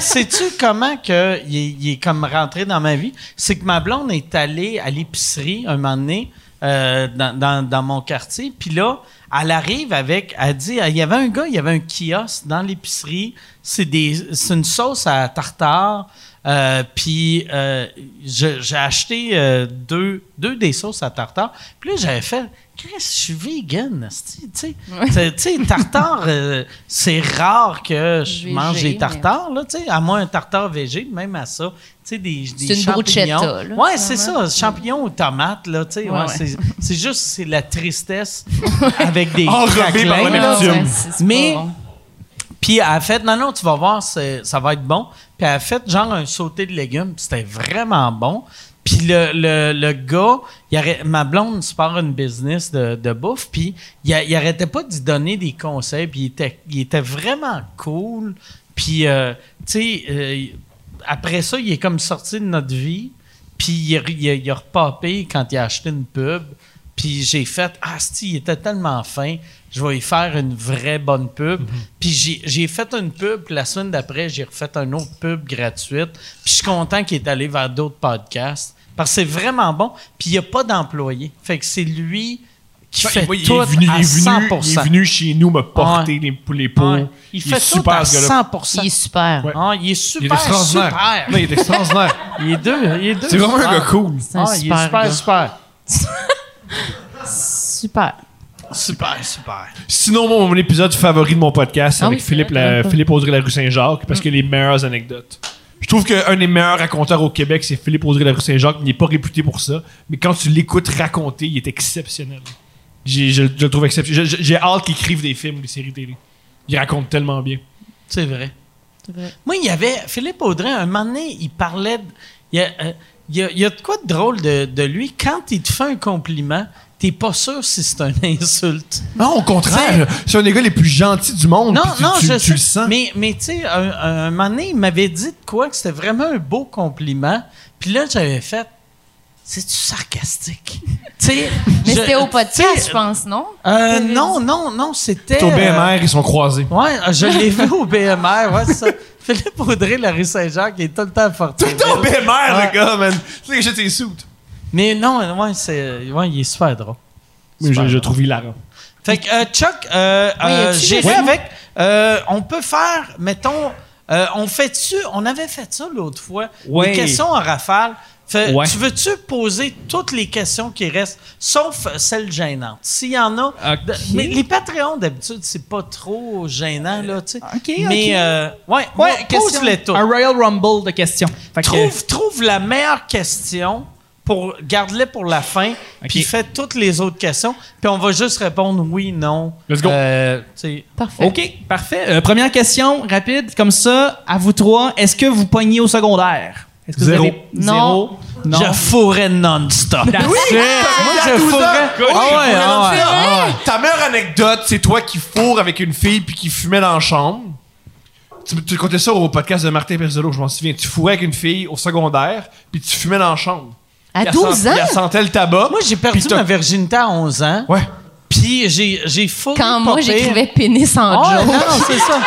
Speaker 1: C'est- Sais-tu comment que il, est- il est comme rentré dans ma vie? C'est que ma blonde est allée à l'épicerie un moment donné euh, dans, dans- dans mon quartier. Puis là, elle arrive avec, elle dit, il y avait un gars, il y avait un kiosque dans l'épicerie. C'est des, c'est une sauce à tartare. Euh, puis euh, je- j'ai acheté euh, deux, deux des sauces à tartare. Puis là, j'avais fait, Chris, je suis vegan, esti, tu sais. Tu sais, tartare, euh, c'est rare que je
Speaker 4: Végé,
Speaker 1: mange
Speaker 4: mais-
Speaker 1: des tartares, là, tu sais. À moins un tartare végé, même à ça. Tu sais, des, des
Speaker 4: C'est une
Speaker 1: champignons.
Speaker 4: bruschetta, là,
Speaker 1: ouais, c'est
Speaker 4: vraiment.
Speaker 1: ça. Champignons aux tomates, là, tu sais. ouais,
Speaker 4: Ouais, ouais.
Speaker 1: C'est, c'est juste, c'est la tristesse avec des
Speaker 6: Enrobée par
Speaker 1: craquelins, là.
Speaker 6: la l'amertume.
Speaker 4: Ouais, ben, c'est- c'est
Speaker 1: Mais-
Speaker 4: pas bon.
Speaker 1: Puis elle a fait, non, non, tu vas voir, c'est- ça va être bon. Puis elle a fait genre un sauté de légumes, puis c'était vraiment bon. Puis le, le, le gars, il arrê- ma blonde se part une business de, de bouffe, puis il, a- il arrêtait pas d'y donner des conseils, puis il était, il était vraiment cool. Puis, euh, tu sais, euh, après ça, il est comme sorti de notre vie, puis il, a- il, a- il a repapé quand il a acheté une pub. Puis j'ai fait Ah, si, il était tellement fin, je vais y faire une vraie bonne pub.
Speaker 6: Mhm.
Speaker 1: Puis j'ai- j'ai fait une pub, puis la semaine d'après, j'ai refait une autre pub gratuite. Puis je suis content qu'il est allé vers d'autres podcasts. Parce que c'est vraiment bon. Puis il n'y a pas d'employé. Fait que c'est lui qui
Speaker 6: Fait-
Speaker 1: fait
Speaker 6: oui,
Speaker 1: tout à
Speaker 6: il, est venu,
Speaker 1: 100%.
Speaker 6: il est venu chez nous me porter
Speaker 1: Ouais.
Speaker 6: les, pou- les pots.
Speaker 1: Ouais. Il, fait
Speaker 6: est
Speaker 1: tout
Speaker 6: super,
Speaker 1: à
Speaker 6: ce gars-là.
Speaker 1: 100%.
Speaker 4: Il est super.
Speaker 6: Ouais.
Speaker 1: Ah, il est
Speaker 6: Il est
Speaker 1: super,
Speaker 6: extraordinaire.
Speaker 1: super.
Speaker 6: Non, il est extraordinaire.
Speaker 1: Il est deux. Il est deux
Speaker 6: C'est vraiment un
Speaker 1: super.
Speaker 6: gars cool.
Speaker 4: C'est un
Speaker 1: Ah, il est
Speaker 4: super, gars.
Speaker 1: super, super.
Speaker 4: super.
Speaker 1: Super, super.
Speaker 6: Sinon, mon, mon épisode favori de mon podcast, c'est
Speaker 4: Ah
Speaker 6: avec
Speaker 4: oui, c'est
Speaker 6: Philippe,
Speaker 4: vrai, t'en as
Speaker 6: la,
Speaker 4: pas.
Speaker 6: Philippe Audrey la rue Saint-Jacques,
Speaker 1: Mm.
Speaker 6: parce qu'il y a les meilleures anecdotes. Je trouve qu'un des meilleurs raconteurs au Québec, c'est Philippe Audrey la rue Saint-Jacques. Il n'est pas réputé pour ça, mais quand tu l'écoutes raconter, il est exceptionnel. J'ai- je, je le trouve exceptionnel. J'ai- J'ai hâte qu'il écrive des films ou des séries télé. Il raconte tellement bien.
Speaker 1: C'est vrai.
Speaker 4: C'est vrai.
Speaker 1: Moi, il y avait. Philippe Audrey, un moment donné, il parlait. de- il, y a, euh, il y a- il y a de quoi de drôle de, de lui. Quand il te fait un compliment, t'es pas sûr si c'est une insulte.
Speaker 6: Non, au contraire. C'est un des gars les plus gentils du monde.
Speaker 1: Non,
Speaker 6: Oh, puis tu-
Speaker 1: non,
Speaker 6: tu-
Speaker 1: je
Speaker 6: tu
Speaker 1: sais.
Speaker 6: le sens.
Speaker 1: Mais, mais tu sais, un, un moment donné, il m'avait dit de quoi que c'était vraiment un beau compliment. Puis là, j'avais fait. C'est-tu sarcastique? tu sais.
Speaker 4: Mais
Speaker 1: je-
Speaker 4: c'était au
Speaker 1: tu
Speaker 4: podcast,
Speaker 1: sais,
Speaker 4: je pense, non?
Speaker 1: euh, non, non, non, c'était.
Speaker 6: C'est au
Speaker 1: euh,
Speaker 6: BMR, ils sont croisés.
Speaker 1: Ouais, je l'ai vu au BMR, ouais, c'est ça. Philippe Audrey, la rue Saint-Jacques, il est tout le temps fort.
Speaker 6: Tout le temps au BMR,
Speaker 1: Ouais.
Speaker 6: le gars, man. Tu sais, il jette ses soutes.
Speaker 1: Mais non, ouais, c'est, ouais, il est super drôle.
Speaker 6: Mais je, je le trouve hilarant.
Speaker 1: Fait que, euh, Chuck, euh,
Speaker 4: Oui,
Speaker 1: euh,
Speaker 4: as-tu
Speaker 1: j'irai
Speaker 4: des-
Speaker 1: avec. euh, on peut faire, mettons, euh, on fait tu on avait fait ça l'autre fois.
Speaker 3: Ouais.
Speaker 1: Les questions en rafale. Fait,
Speaker 3: Ouais.
Speaker 1: Tu veux-tu poser toutes les questions qui restent, sauf celles gênantes? S'il y en a.
Speaker 3: Ok.
Speaker 1: de- mais les Patreons, d'habitude, c'est pas trop gênant, là, tu sais.
Speaker 3: ok,
Speaker 1: Mais,
Speaker 3: ok.
Speaker 1: euh, ouais,
Speaker 3: Ouais,
Speaker 1: ouais,
Speaker 3: question.
Speaker 1: pose-les toutes.
Speaker 3: Un Royal Rumble de questions. Fait que-
Speaker 1: Trouve, trouve la meilleure question, pour, garde-les pour la fin, puis fais toutes les autres questions, puis on va juste répondre oui, non.
Speaker 6: Let's go.
Speaker 1: Euh, tu sais,
Speaker 4: Parfait.
Speaker 3: OK, parfait. Euh, première question rapide, comme ça, à vous trois. Est-ce que vous pognez au secondaire? Est-ce que
Speaker 6: Zéro.
Speaker 3: Vous avez...
Speaker 4: Non.
Speaker 3: Zéro. Non.
Speaker 1: Je fourrais non-stop.
Speaker 3: That's it.
Speaker 6: Moi,
Speaker 1: je fourrais- Ah ouais, ah ouais, ah ouais.
Speaker 6: Ta meilleure anecdote, c'est toi qui fourre avec une fille puis qui fumait dans la chambre. Tu, tu comptais ça au podcast de Martin Perzolo, je m'en souviens. Tu fourrais avec une fille au secondaire puis tu fumais dans la chambre.
Speaker 4: À
Speaker 6: Puis elle
Speaker 4: 12
Speaker 6: sent-
Speaker 4: ans?
Speaker 6: puis Elle sentait le tabac.
Speaker 1: Moi, j'ai perdu
Speaker 6: Puis t'as-
Speaker 1: ma virginité à 11 ans,
Speaker 6: Ouais.
Speaker 1: puis j'ai, j'ai fourré
Speaker 4: Quand
Speaker 1: pas
Speaker 4: moi,
Speaker 1: pire.
Speaker 4: j'écrivais pénis en
Speaker 1: Ah ouais,
Speaker 4: joke.
Speaker 1: non, non, c'est ça.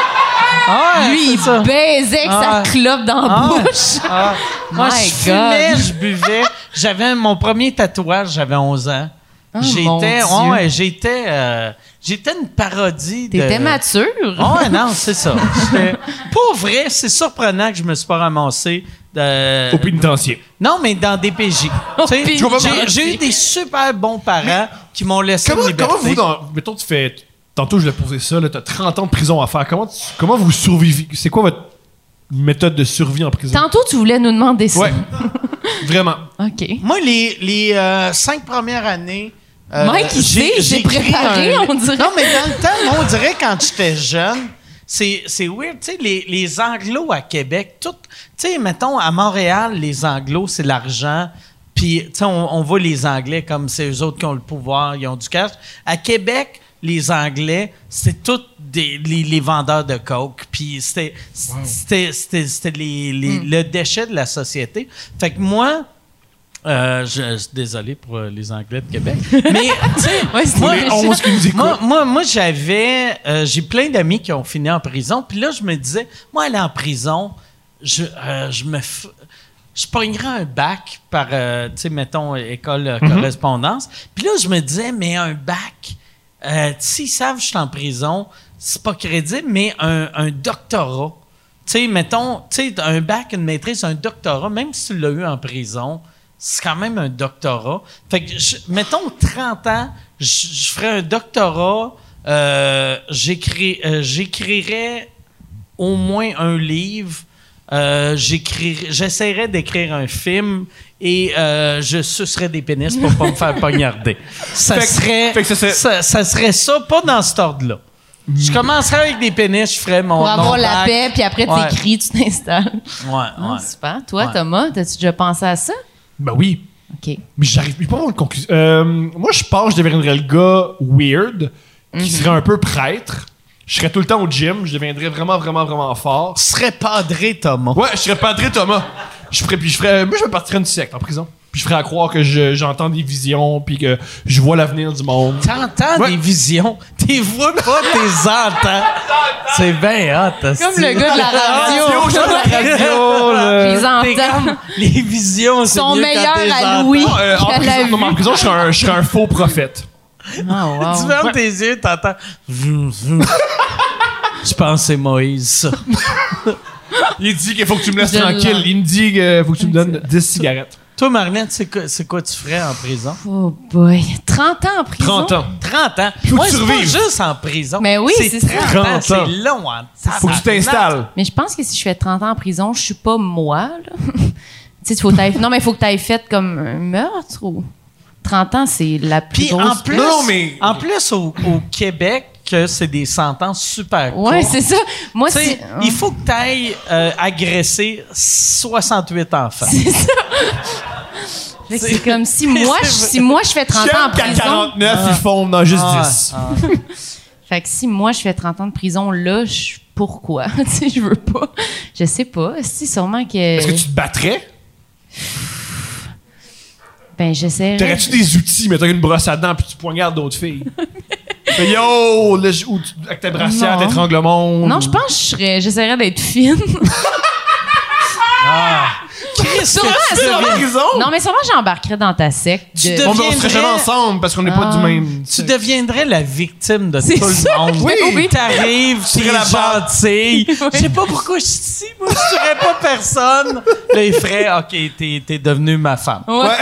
Speaker 1: Ah ouais,
Speaker 4: Lui,
Speaker 1: c'est
Speaker 4: il
Speaker 1: ça.
Speaker 4: baisait avec
Speaker 1: Ah.
Speaker 4: sa clope dans la
Speaker 1: Ah.
Speaker 4: bouche.
Speaker 1: Ah. Moi,
Speaker 4: My
Speaker 1: je fumais,
Speaker 4: God.
Speaker 1: je buvais. J'avais mon premier tatouage, j'avais 11 ans.
Speaker 4: Ah, mon
Speaker 1: j'étais,
Speaker 4: Dieu.
Speaker 1: ouais, j'étais, euh, j'étais une parodie de. Ah,
Speaker 4: T'étais mature.
Speaker 1: Ouais, non, c'est ça. J'étais- Pour vrai, c'est surprenant que je me suis pas ramassé. de-
Speaker 6: Au pénitencier.
Speaker 1: Non, mais dans DPJ. Tu sais,
Speaker 4: Au
Speaker 1: j'ai, j'ai eu des super bons parents qui m'ont laissé
Speaker 6: Comment,
Speaker 1: une
Speaker 6: comment
Speaker 1: liberté.
Speaker 6: vous, dans, mettons, tu fais. Tantôt, je l'ai posé ça, là, t'as 30 ans de prison à faire. Comment, tu- comment vous survivez C'est quoi votre méthode de survie en prison
Speaker 4: Tantôt, tu voulais nous demander ça.
Speaker 6: Ouais. Vraiment.
Speaker 4: OK.
Speaker 1: Moi, les, les euh, cinq premières années. euh,
Speaker 4: Mike, il
Speaker 1: j'ai-
Speaker 4: sait, j'ai
Speaker 1: j'écris
Speaker 4: préparé,
Speaker 1: un-
Speaker 4: on dirait.
Speaker 1: Non, mais dans le temps, moi, on dirait quand j'étais jeune, c'est, c'est weird. Tu sais, les, les Anglos à Québec, tout. Tu sais, mettons, à Montréal, les Anglos, c'est l'argent. Puis, tu sais, on, on voit les Anglais comme c'est eux autres qui ont le pouvoir, ils ont du cash. À Québec, les Anglais, c'est tous des, les, les vendeurs de coke. Puis, c'était, c'était, c'était, c'était les- les-
Speaker 4: Hmm.
Speaker 1: le déchet de la société. Fait que moi, euh, je, je- désolé pour euh, les Anglais de Québec. Mais, tu sais,
Speaker 4: Ouais, c'était
Speaker 1: moi,
Speaker 4: méchant.
Speaker 6: On qui nous écoute.
Speaker 1: moi, moi, moi, j'avais. euh, J'ai plein d'amis qui ont fini en prison. Puis là, je me disais, moi, aller en prison, je, euh, je me. f- Je pognerais un bac par, euh, tu sais, mettons, école euh, correspondance. Puis là, je me disais, mais un bac, euh, s'ils savent que je suis en prison, c'est pas crédible, mais un, un doctorat. Tu sais, mettons, tu sais, un bac, une maîtrise, un doctorat, même si tu l'as eu en prison, c'est quand même un doctorat. Fait que, je- mettons, 30 ans, je, je ferais un doctorat, euh, j'écris- euh, j'écrirais au moins un livre, euh, j'écrirais- j'essaierais d'écrire un film et euh, je sucerais des pénis pour pas me faire poignarder. Ça
Speaker 6: Fait que-
Speaker 1: serait,
Speaker 6: fait que ça serait- Mm.
Speaker 1: ça, ça serait ça, pas dans cet ordre-là. Je commencerais avec des pénis, je ferais mon.
Speaker 4: Pour avoir
Speaker 1: mon
Speaker 4: la
Speaker 1: bac.
Speaker 4: paix, puis après,
Speaker 1: Ouais.
Speaker 4: t'écris, tu t'installes.
Speaker 1: Ouais,
Speaker 4: Ah,
Speaker 1: ouais.
Speaker 4: super. Toi,
Speaker 1: Ouais.
Speaker 4: Thomas, t'as-tu déjà pensé à ça?
Speaker 6: Ben oui.
Speaker 4: OK.
Speaker 1: Euh,
Speaker 6: Mais j'arrive mais pas à avoir une conclusion. Euh, moi, je pense que je deviendrais le gars weird, qui serait un peu prêtre. Je serais tout le temps au gym, je deviendrais vraiment, vraiment, vraiment fort.
Speaker 1: Tu serais padré, Thomas.
Speaker 6: Ouais, je serais padré Thomas. Je ferais, puis je ferais, moi, je me partirais une secte en prison. puis je ferais à croire que je- j'entends des visions, puis que je vois l'avenir du monde.
Speaker 1: T'entends des visions, t'es vois pas, t'es entends. C'est bien hot. Ah,
Speaker 4: Comme le gars de la radio. Je les entends.
Speaker 1: Les visions,
Speaker 4: Ils
Speaker 1: c'est
Speaker 4: sont
Speaker 1: mieux quand
Speaker 4: meilleurs
Speaker 1: t'es
Speaker 4: à
Speaker 1: entends.
Speaker 4: Louis
Speaker 6: Euh, en,
Speaker 4: qu'à la
Speaker 6: prison, non, mais en
Speaker 4: vue.
Speaker 6: prison, je serais un, je serais un faux prophète.
Speaker 4: Ah,
Speaker 1: Tu
Speaker 4: wow.
Speaker 1: fermes tes yeux, t'entends. Vroom, vroom. Je pense que c'est Moïse, ça.
Speaker 6: Il dit qu'il faut que tu me laisses
Speaker 4: Je
Speaker 6: tranquille.
Speaker 4: l'en-
Speaker 6: Il me dit qu'il faut que tu me donnes 10 cigarettes.
Speaker 1: Toi, Marinette, c'est quoi, c'est quoi tu ferais en prison?
Speaker 4: Oh boy. 30 ans en prison.
Speaker 6: 30 ans.
Speaker 1: 30 ans.
Speaker 6: Faut que
Speaker 1: Ouais,
Speaker 6: tu
Speaker 1: c'est pas
Speaker 6: survives.
Speaker 1: juste en prison.
Speaker 4: Mais oui, c'est ça.
Speaker 1: 30 ans,
Speaker 6: 30 ans.
Speaker 1: c'est long. Hein.
Speaker 6: Faut que tu t'installes.
Speaker 4: Mais je pense que si je fais 30 ans en prison, je suis pas moi, là. tu sais, faut que t'ailles- non, mais il faut que tu ailles fait comme un meurtre ou. 30 ans, c'est la plus
Speaker 1: Puis en
Speaker 4: grosse
Speaker 1: plus,
Speaker 6: Non, mais-
Speaker 1: en plus au, au Québec, que c'est des sentences super courtes.
Speaker 4: Ouais, c'est ça. Moi,
Speaker 1: Tu sais,
Speaker 4: c'est.
Speaker 1: Il faut que tu ailles agresser 68 enfants.
Speaker 4: C'est ça. Fait que C'est comme si moi, je, si moi, je fais 30 ans en
Speaker 6: J'aime qu'à
Speaker 4: prison.
Speaker 6: 49, ils font non, juste
Speaker 1: Ah,
Speaker 6: 10.
Speaker 1: ah.
Speaker 4: Fait que si moi, je fais 30 ans de prison, là, je- pourquoi? tu sais, je veux pas. Je sais pas. Si, sûrement que.
Speaker 6: Est-ce que tu te battrais?
Speaker 4: Hein? Ben, j'essaierais.
Speaker 6: T'aurais-tu des outils, mettons une brosse à dents, puis tu poignardes d'autres filles? Fait yo, là, je- ou tu- avec ta brassière,
Speaker 4: Non.
Speaker 6: t'étrangles le monde.
Speaker 4: Non, je pense que je serais- j'essaierais d'être fine.
Speaker 1: Ah! Qu'est-ce que tu
Speaker 6: En
Speaker 1: deviens-
Speaker 6: prison?
Speaker 4: non, mais sûrement, j'embarquerais dans ta secte.
Speaker 1: Tu
Speaker 4: de-
Speaker 1: deviens-
Speaker 6: Bon, ben, on serait jamais ensemble parce qu'on n'est pas
Speaker 4: Ah.
Speaker 6: du même.
Speaker 1: Tu deviendrais la victime de tout
Speaker 4: ça,
Speaker 1: le monde.
Speaker 4: oui. Oui.
Speaker 1: T'arrives, tu es
Speaker 6: serais la
Speaker 1: gentille. Je sais pas pourquoi je suis ici. Moi, je serais pas personne. Là, il ferait, OK, t'es es devenue ma femme.
Speaker 4: Ouais.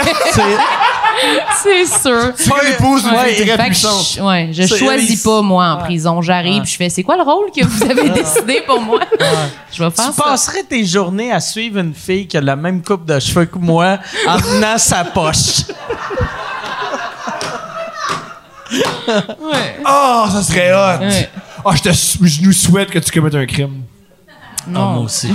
Speaker 4: C'est sûr.
Speaker 6: Tu serais l'épouse d'une
Speaker 4: Ouais,
Speaker 6: fille très
Speaker 4: fait que
Speaker 6: puissante.
Speaker 4: je, ouais, je
Speaker 1: C'est-
Speaker 4: choisis pas, moi, en prison. J'arrive,
Speaker 1: Ouais.
Speaker 4: je fais, c'est quoi le rôle que vous avez décidé pour moi? Je vais faire
Speaker 1: Tu
Speaker 4: ça.
Speaker 1: passerais tes journées à suivre une fille qui a la même coupe de cheveux que moi en tenant sa poche.
Speaker 6: Oh, ça serait hot!
Speaker 4: Ah, Ouais.
Speaker 6: Ah, je, te sou- je nous souhaite que tu commettes un crime.
Speaker 1: Ah, moi aussi.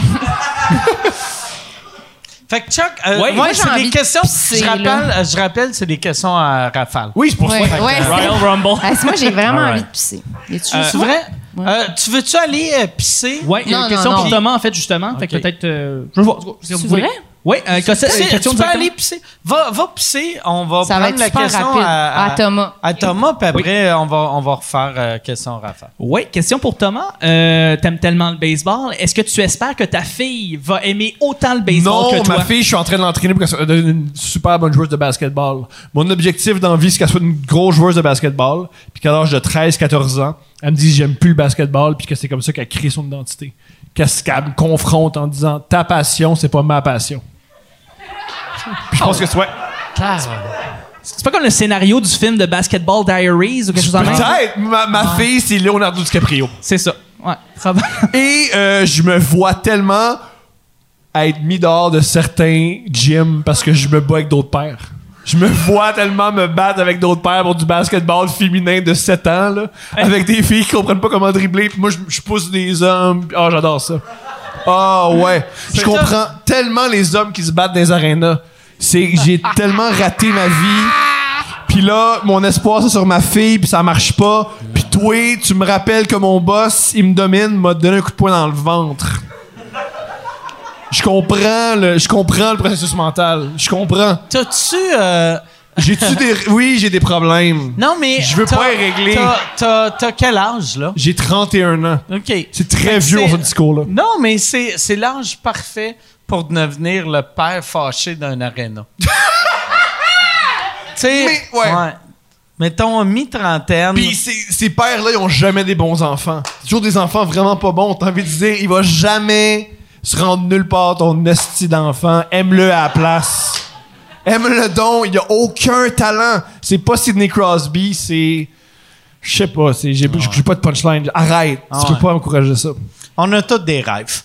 Speaker 1: fait que Chuck, euh,
Speaker 4: Ouais. Moi,
Speaker 1: moi,
Speaker 4: j'ai
Speaker 1: c'est
Speaker 4: envie
Speaker 1: des
Speaker 4: de
Speaker 1: questions.
Speaker 4: pisser,
Speaker 1: je, rappelle,
Speaker 4: là.
Speaker 1: euh, je rappelle, c'est des questions à rafale.
Speaker 6: Oui, c'est pour
Speaker 4: Ouais,
Speaker 6: ça.
Speaker 4: ouais, c'est-
Speaker 3: Royal Rumble.
Speaker 4: Ah, c'est- moi, j'ai vraiment
Speaker 1: Alright.
Speaker 4: envie de pisser. Y a-tu juste
Speaker 1: C'est
Speaker 4: moi?
Speaker 1: vrai?
Speaker 4: Ouais.
Speaker 1: Euh, tu veux-tu aller euh, pisser?
Speaker 3: Ouais, il y a une
Speaker 4: Non, non,
Speaker 3: question
Speaker 4: non.
Speaker 3: pour Thomas, en fait, justement. Fait que
Speaker 1: Ok.
Speaker 3: peut-être. euh, je veux voir. C'est
Speaker 4: C'est vrai?
Speaker 3: Oui, euh, Cossette,
Speaker 1: Tu
Speaker 3: euh,
Speaker 1: sais,
Speaker 3: question
Speaker 1: tu peux
Speaker 3: directement.
Speaker 1: aller pisser. Va, va pisser, on va
Speaker 4: Ça va
Speaker 1: prendre
Speaker 4: être
Speaker 1: la
Speaker 4: super
Speaker 1: question
Speaker 4: rapide.
Speaker 1: à,
Speaker 4: À Thomas.
Speaker 1: à Thomas, puis après, on, va, on va refaire euh, question Rafa.
Speaker 3: Oui, question pour Thomas. Euh, T'aimes tellement le baseball. Est-ce que tu espères que ta fille va aimer autant le baseball
Speaker 6: Non,
Speaker 3: que toi?
Speaker 6: ma fille, je suis en train de l'entraîner pour qu'elle soit devienne une super bonne joueuse de basketball. Mon objectif dans la vie, c'est qu'elle soit une grosse joueuse de basketball, puis qu'à l'âge de 13-14 ans, elle me dise j'aime plus le basketball, puis que c'est comme ça qu'elle crée son identité. Qu'elle se- qu'elle me confronte en disant ta passion, c'est pas ma passion. Puis je
Speaker 3: Ah
Speaker 6: pense que c'est ouais.
Speaker 3: C'est pas comme le scénario du film de Basketball Diaries ou quelque chose en même
Speaker 6: Peut-être, ma, ma fille, c'est Leonardo DiCaprio.
Speaker 3: C'est ça. Ouais, probable.
Speaker 6: Et euh, je me vois tellement être mis dehors de certains gyms parce que je me bats avec d'autres pères. Je me vois tellement me battre avec d'autres pères pour du basketball féminin de 7 ans, là, avec des filles qui comprennent pas comment dribbler, puis moi, je, je pousse des hommes. puis- Ah, j'adore ça. Ah, ouais. Je comprends tellement les hommes qui se battent dans les arénas. C'est, j'ai tellement raté ma vie. Puis là, mon espoir, c'est sur ma fille, puis ça marche pas. Puis toi, tu me rappelles que mon boss, il me domine, m'a donné un coup de poing dans le ventre. Je comprends le, je comprends le processus mental. Je comprends.
Speaker 1: T'as-tu. euh,
Speaker 6: J'ai-tu des... Oui, j'ai des problèmes.
Speaker 1: Non, mais.
Speaker 6: Je veux
Speaker 1: t'as-
Speaker 6: pas y régler.
Speaker 1: t'as- T'as t'as quel âge, là?
Speaker 6: J'ai 31 ans.
Speaker 1: OK.
Speaker 6: C'est
Speaker 1: Fait
Speaker 6: très
Speaker 1: que
Speaker 6: vieux,
Speaker 1: c'est-
Speaker 6: ce discours-là.
Speaker 1: Non, mais c'est c'est l'âge parfait pour devenir le père fâché d'un aréna. tu sais.
Speaker 6: Mais, ouais.
Speaker 1: Mettons, mi-trentaine.
Speaker 6: Puis ces, ces pères-là, ils ont jamais des bons enfants. C'est toujours des enfants vraiment pas bons. T'as envie de dire, il va jamais se rendre nulle part ton esti d'enfant. Aime-le à la place. Aime-le don. Il a aucun talent. C'est pas Sidney Crosby, c'est... Je sais pas, c'est, j'ai, j'ai pas de punchline. Arrête, tu
Speaker 1: Ah ouais.
Speaker 6: peux pas encourager ça.
Speaker 1: On a tous des rêves.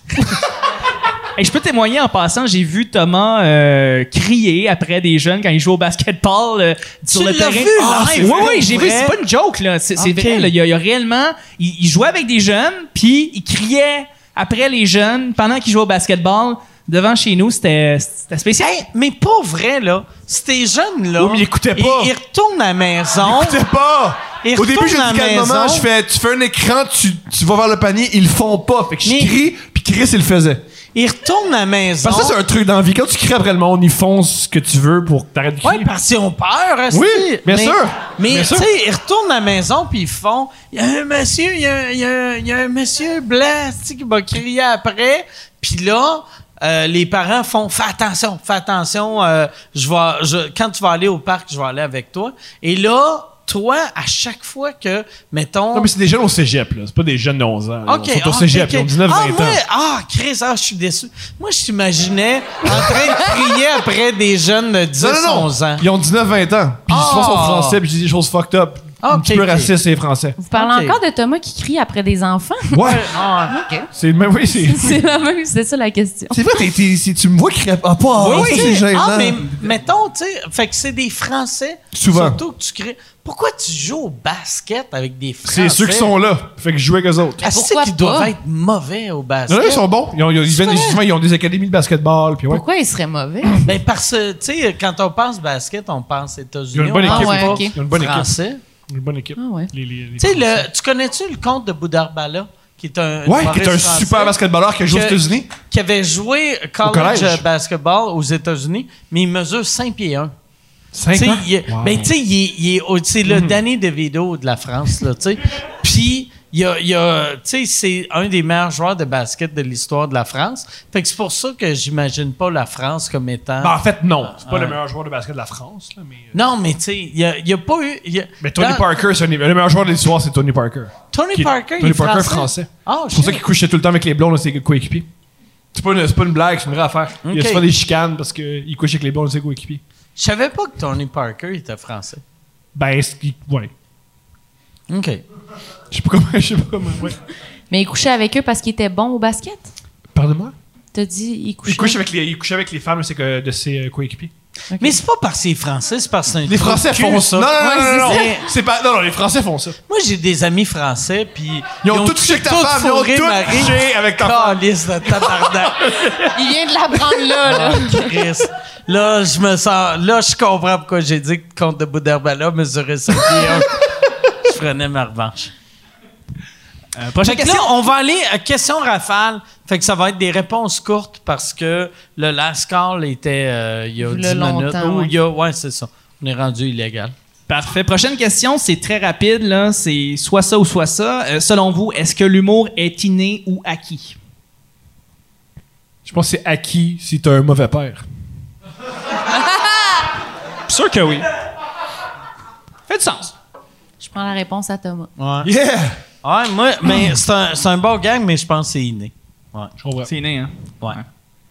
Speaker 3: Et je peux témoigner en passant, j'ai vu Thomas euh, crier après des jeunes quand ils jouent au basketball euh, sur
Speaker 1: Tu
Speaker 3: le
Speaker 1: l'as
Speaker 3: terrain.
Speaker 1: vu
Speaker 3: Ah,
Speaker 1: live,
Speaker 3: oui,
Speaker 1: pour
Speaker 3: oui, j'ai
Speaker 1: vrai?
Speaker 3: vu. C'est pas une joke là. C'est c'est
Speaker 1: Ok.
Speaker 3: vrai. là. Il, y a, il y a réellement, il, il jouait avec des jeunes, puis il criait après les jeunes pendant qu'ils jouaient au basketball devant chez nous. C'était c'était spécial.
Speaker 1: Hey, mais pas vrai, là. Ces jeunes-là.
Speaker 6: Oui, mais ils écoutaient pas.
Speaker 1: Ils, ils retournent à la maison.
Speaker 6: Écoutez pas!
Speaker 1: Il
Speaker 6: Au début,
Speaker 1: retourne
Speaker 6: j'ai
Speaker 1: à la
Speaker 6: dit calmement,
Speaker 1: maison.
Speaker 6: je fais, tu fais un écran, tu, tu vas vers le panier, ils le font pas. Fait que je
Speaker 1: Mais-
Speaker 6: crie, puis Chris, il le faisait.
Speaker 1: Il retourne à la maison.
Speaker 6: Parce que ça, c'est un truc d'envie. Quand tu cries après le monde, ils font ce que tu veux pour que t'arrêtes de crier.
Speaker 1: Oui, parce qu'ils ont peur. esti.
Speaker 6: Oui, bien
Speaker 1: Mais-
Speaker 6: sûr.
Speaker 1: Mais
Speaker 6: Bien
Speaker 1: tu
Speaker 6: sûr.
Speaker 1: sais, ils retournent à la maison puis ils font « Il y a un monsieur, il y a, un- il y a un- il y a un monsieur blanc esti, qui m'a crié après. » Puis là, euh, les parents font « Fais attention, fais attention. euh, je vais, je, quand tu vas aller au parc, je vais aller avec toi. » Et là, toi, à chaque fois que, mettons...
Speaker 6: Non, mais c'est des jeunes au cégep, là. C'est pas des jeunes de 11 ans. là.
Speaker 1: OK.
Speaker 6: Ils sont au
Speaker 1: ah,
Speaker 6: cégep,
Speaker 1: OK.
Speaker 6: ils ont 19, 20
Speaker 1: ah, moi,
Speaker 6: ans.
Speaker 1: Ah, Chris, ah, je suis déçu. Moi, je t'imaginais en train de crier après des jeunes de 10,
Speaker 6: Non, non, non.
Speaker 1: 11 ans.
Speaker 6: Ils ont 19, 20 ans. Puis ils se font sur
Speaker 1: Ah.
Speaker 6: français, puis je dis des choses fucked up.
Speaker 1: Ah,
Speaker 6: un
Speaker 1: ok,
Speaker 6: petit peu
Speaker 1: ok.
Speaker 6: raciste, les français.
Speaker 4: Vous parlez
Speaker 1: Ok.
Speaker 4: encore de Thomas qui crie après des enfants?
Speaker 6: Ouais.
Speaker 1: Ah,
Speaker 6: C'est, mais oui, c'est.
Speaker 4: c'est la même, c'est ça la question.
Speaker 6: C'est vrai, t'es- t'es- si tu me vois crier. Ah, pas.
Speaker 1: oui,
Speaker 6: c'est
Speaker 1: oui.
Speaker 6: gênant.
Speaker 1: Ah, mais mettons, tu sais, fait que c'est des Français.
Speaker 6: Souvent.
Speaker 1: Surtout que tu crées. Pourquoi tu joues au basket avec des Français?
Speaker 6: C'est ceux qui sont là. Fait que je joue avec eux autres.
Speaker 1: Ah, c'est
Speaker 4: Pourquoi
Speaker 1: qu'ils
Speaker 4: pas?
Speaker 1: doivent être mauvais au basket.
Speaker 6: Non, là, ils sont bons. Ils, ont, ils, ont- ils viennent- justement, ils ont des académies de basketball. Puis ouais.
Speaker 4: Pourquoi il serait mauvais?
Speaker 1: Ben, parce que, tu sais, quand on pense basket, on pense États-Unis.
Speaker 6: Ils ont une bonne
Speaker 1: on pense
Speaker 6: équipe.
Speaker 4: Ah, ouais,
Speaker 1: pas
Speaker 4: ok.
Speaker 6: Ils ont une bonne équipe.
Speaker 1: Français.
Speaker 6: Ils ont une bonne équipe.
Speaker 4: Ah ouais.
Speaker 6: Les- les- les-
Speaker 1: Tu sais, le- tu connais-tu le compte de Boudarbala, qui est un.
Speaker 6: Ouais, qui
Speaker 1: humoriste
Speaker 6: est un
Speaker 1: français?
Speaker 6: super basketballeur qui joue aux
Speaker 1: Que-
Speaker 6: États-Unis.
Speaker 1: qui avait joué college,
Speaker 6: collège.
Speaker 1: euh, basketball aux États-Unis, mais il mesure 5 pieds 1.
Speaker 6: Cinq ans? Wow. Mhm.
Speaker 1: Mais tu sais, il est- il est au- c'est le Danny DeVito de la France, là, tu sais. Puis, il y a, il y a- tu sais, c'est un des meilleurs joueurs de basket de l'histoire de la France. Fait que c'est pour ça que j'imagine pas la France comme étant...
Speaker 6: Ben, en fait, non. C'est pas
Speaker 1: Ouais.
Speaker 6: le meilleur joueur de basket de la France. Là, mais... euh.
Speaker 1: Non, mais tu sais, il y a, il y a pas eu... il y a-
Speaker 6: mais Tony
Speaker 1: dans-
Speaker 6: Parker, c'est un des- le meilleur joueur de l'histoire, c'est Tony Parker.
Speaker 1: Tony
Speaker 6: Qui-
Speaker 1: Parker, il
Speaker 6: Tony
Speaker 1: est
Speaker 6: Parker
Speaker 1: français.
Speaker 6: français.
Speaker 1: Ah,
Speaker 6: C'est pour ça
Speaker 1: shit.
Speaker 6: qu'il couchait tout le temps avec les blondes, ses coéquipiers. C'est pas, une, c'est pas une blague, c'est une vraie affaire. Il a
Speaker 1: Ok.
Speaker 6: souvent des chicanes parce qu'il couche avec les blondes, ses coéquipiers.
Speaker 1: Je savais pas que Tony Parker était français.
Speaker 6: Ben, ce qui. Ouais.
Speaker 1: OK.
Speaker 6: Je sais pas comment. Je sais pas comment. Ouais.
Speaker 4: Mais il couchait avec eux parce qu'il était bon au basket?
Speaker 6: Pardon-moi?
Speaker 4: T'as dit, il couchait.
Speaker 6: Il couche avec les, il couche avec les femmes de ses, co- de ses euh, coéquipiers.
Speaker 1: Mais c'est pas parce qu'il est français, c'est parce que c'est un
Speaker 6: Les
Speaker 1: trou de
Speaker 6: Français
Speaker 1: cul,
Speaker 6: font ça. Non, non, non, non, non,
Speaker 1: Ouais,
Speaker 6: non. C'est pas, non, non, les Français font ça.
Speaker 1: Moi, j'ai des amis français, puis...
Speaker 6: Ils ont tout couché avec ta
Speaker 1: tout
Speaker 6: femme, ils ont
Speaker 1: fourré
Speaker 6: tout
Speaker 1: Marie.
Speaker 6: couché avec ta femme.
Speaker 1: Calisse de tabarnak. Ah,
Speaker 4: Il vient de l'apprendre là, là.
Speaker 1: Chris. Là, je me sens... Là, je comprends pourquoi j'ai dit que le compte de Boudherbala mesurait 5 pieds un. Je prenais ma revanche.
Speaker 4: Euh,
Speaker 3: prochaine
Speaker 1: Fait que
Speaker 3: question.
Speaker 1: là, on va aller à question rafale. Fait que ça va être des réponses courtes parce que le last call était euh, il y a
Speaker 4: Le
Speaker 1: 10 minutes.
Speaker 4: longtemps,
Speaker 1: Ou
Speaker 4: ouais.
Speaker 1: il y a... Ouais, c'est ça. On est rendu illégal.
Speaker 3: Parfait. Prochaine question, c'est très rapide, là. C'est soit ça ou soit ça. Euh, selon vous, est-ce que l'humour est inné ou acquis?
Speaker 6: Je pense que c'est acquis si t'as un mauvais père.
Speaker 3: Sûr que oui. Fait du sens.
Speaker 4: Je prends la réponse à Thomas.
Speaker 1: Ouais.
Speaker 6: Yeah!
Speaker 1: Ouais, moi... Mais c'est un, c'est un bon gang, mais je pense que c'est inné. Ouais.
Speaker 6: Je comprends.
Speaker 3: C'est inné, hein?
Speaker 1: Ouais.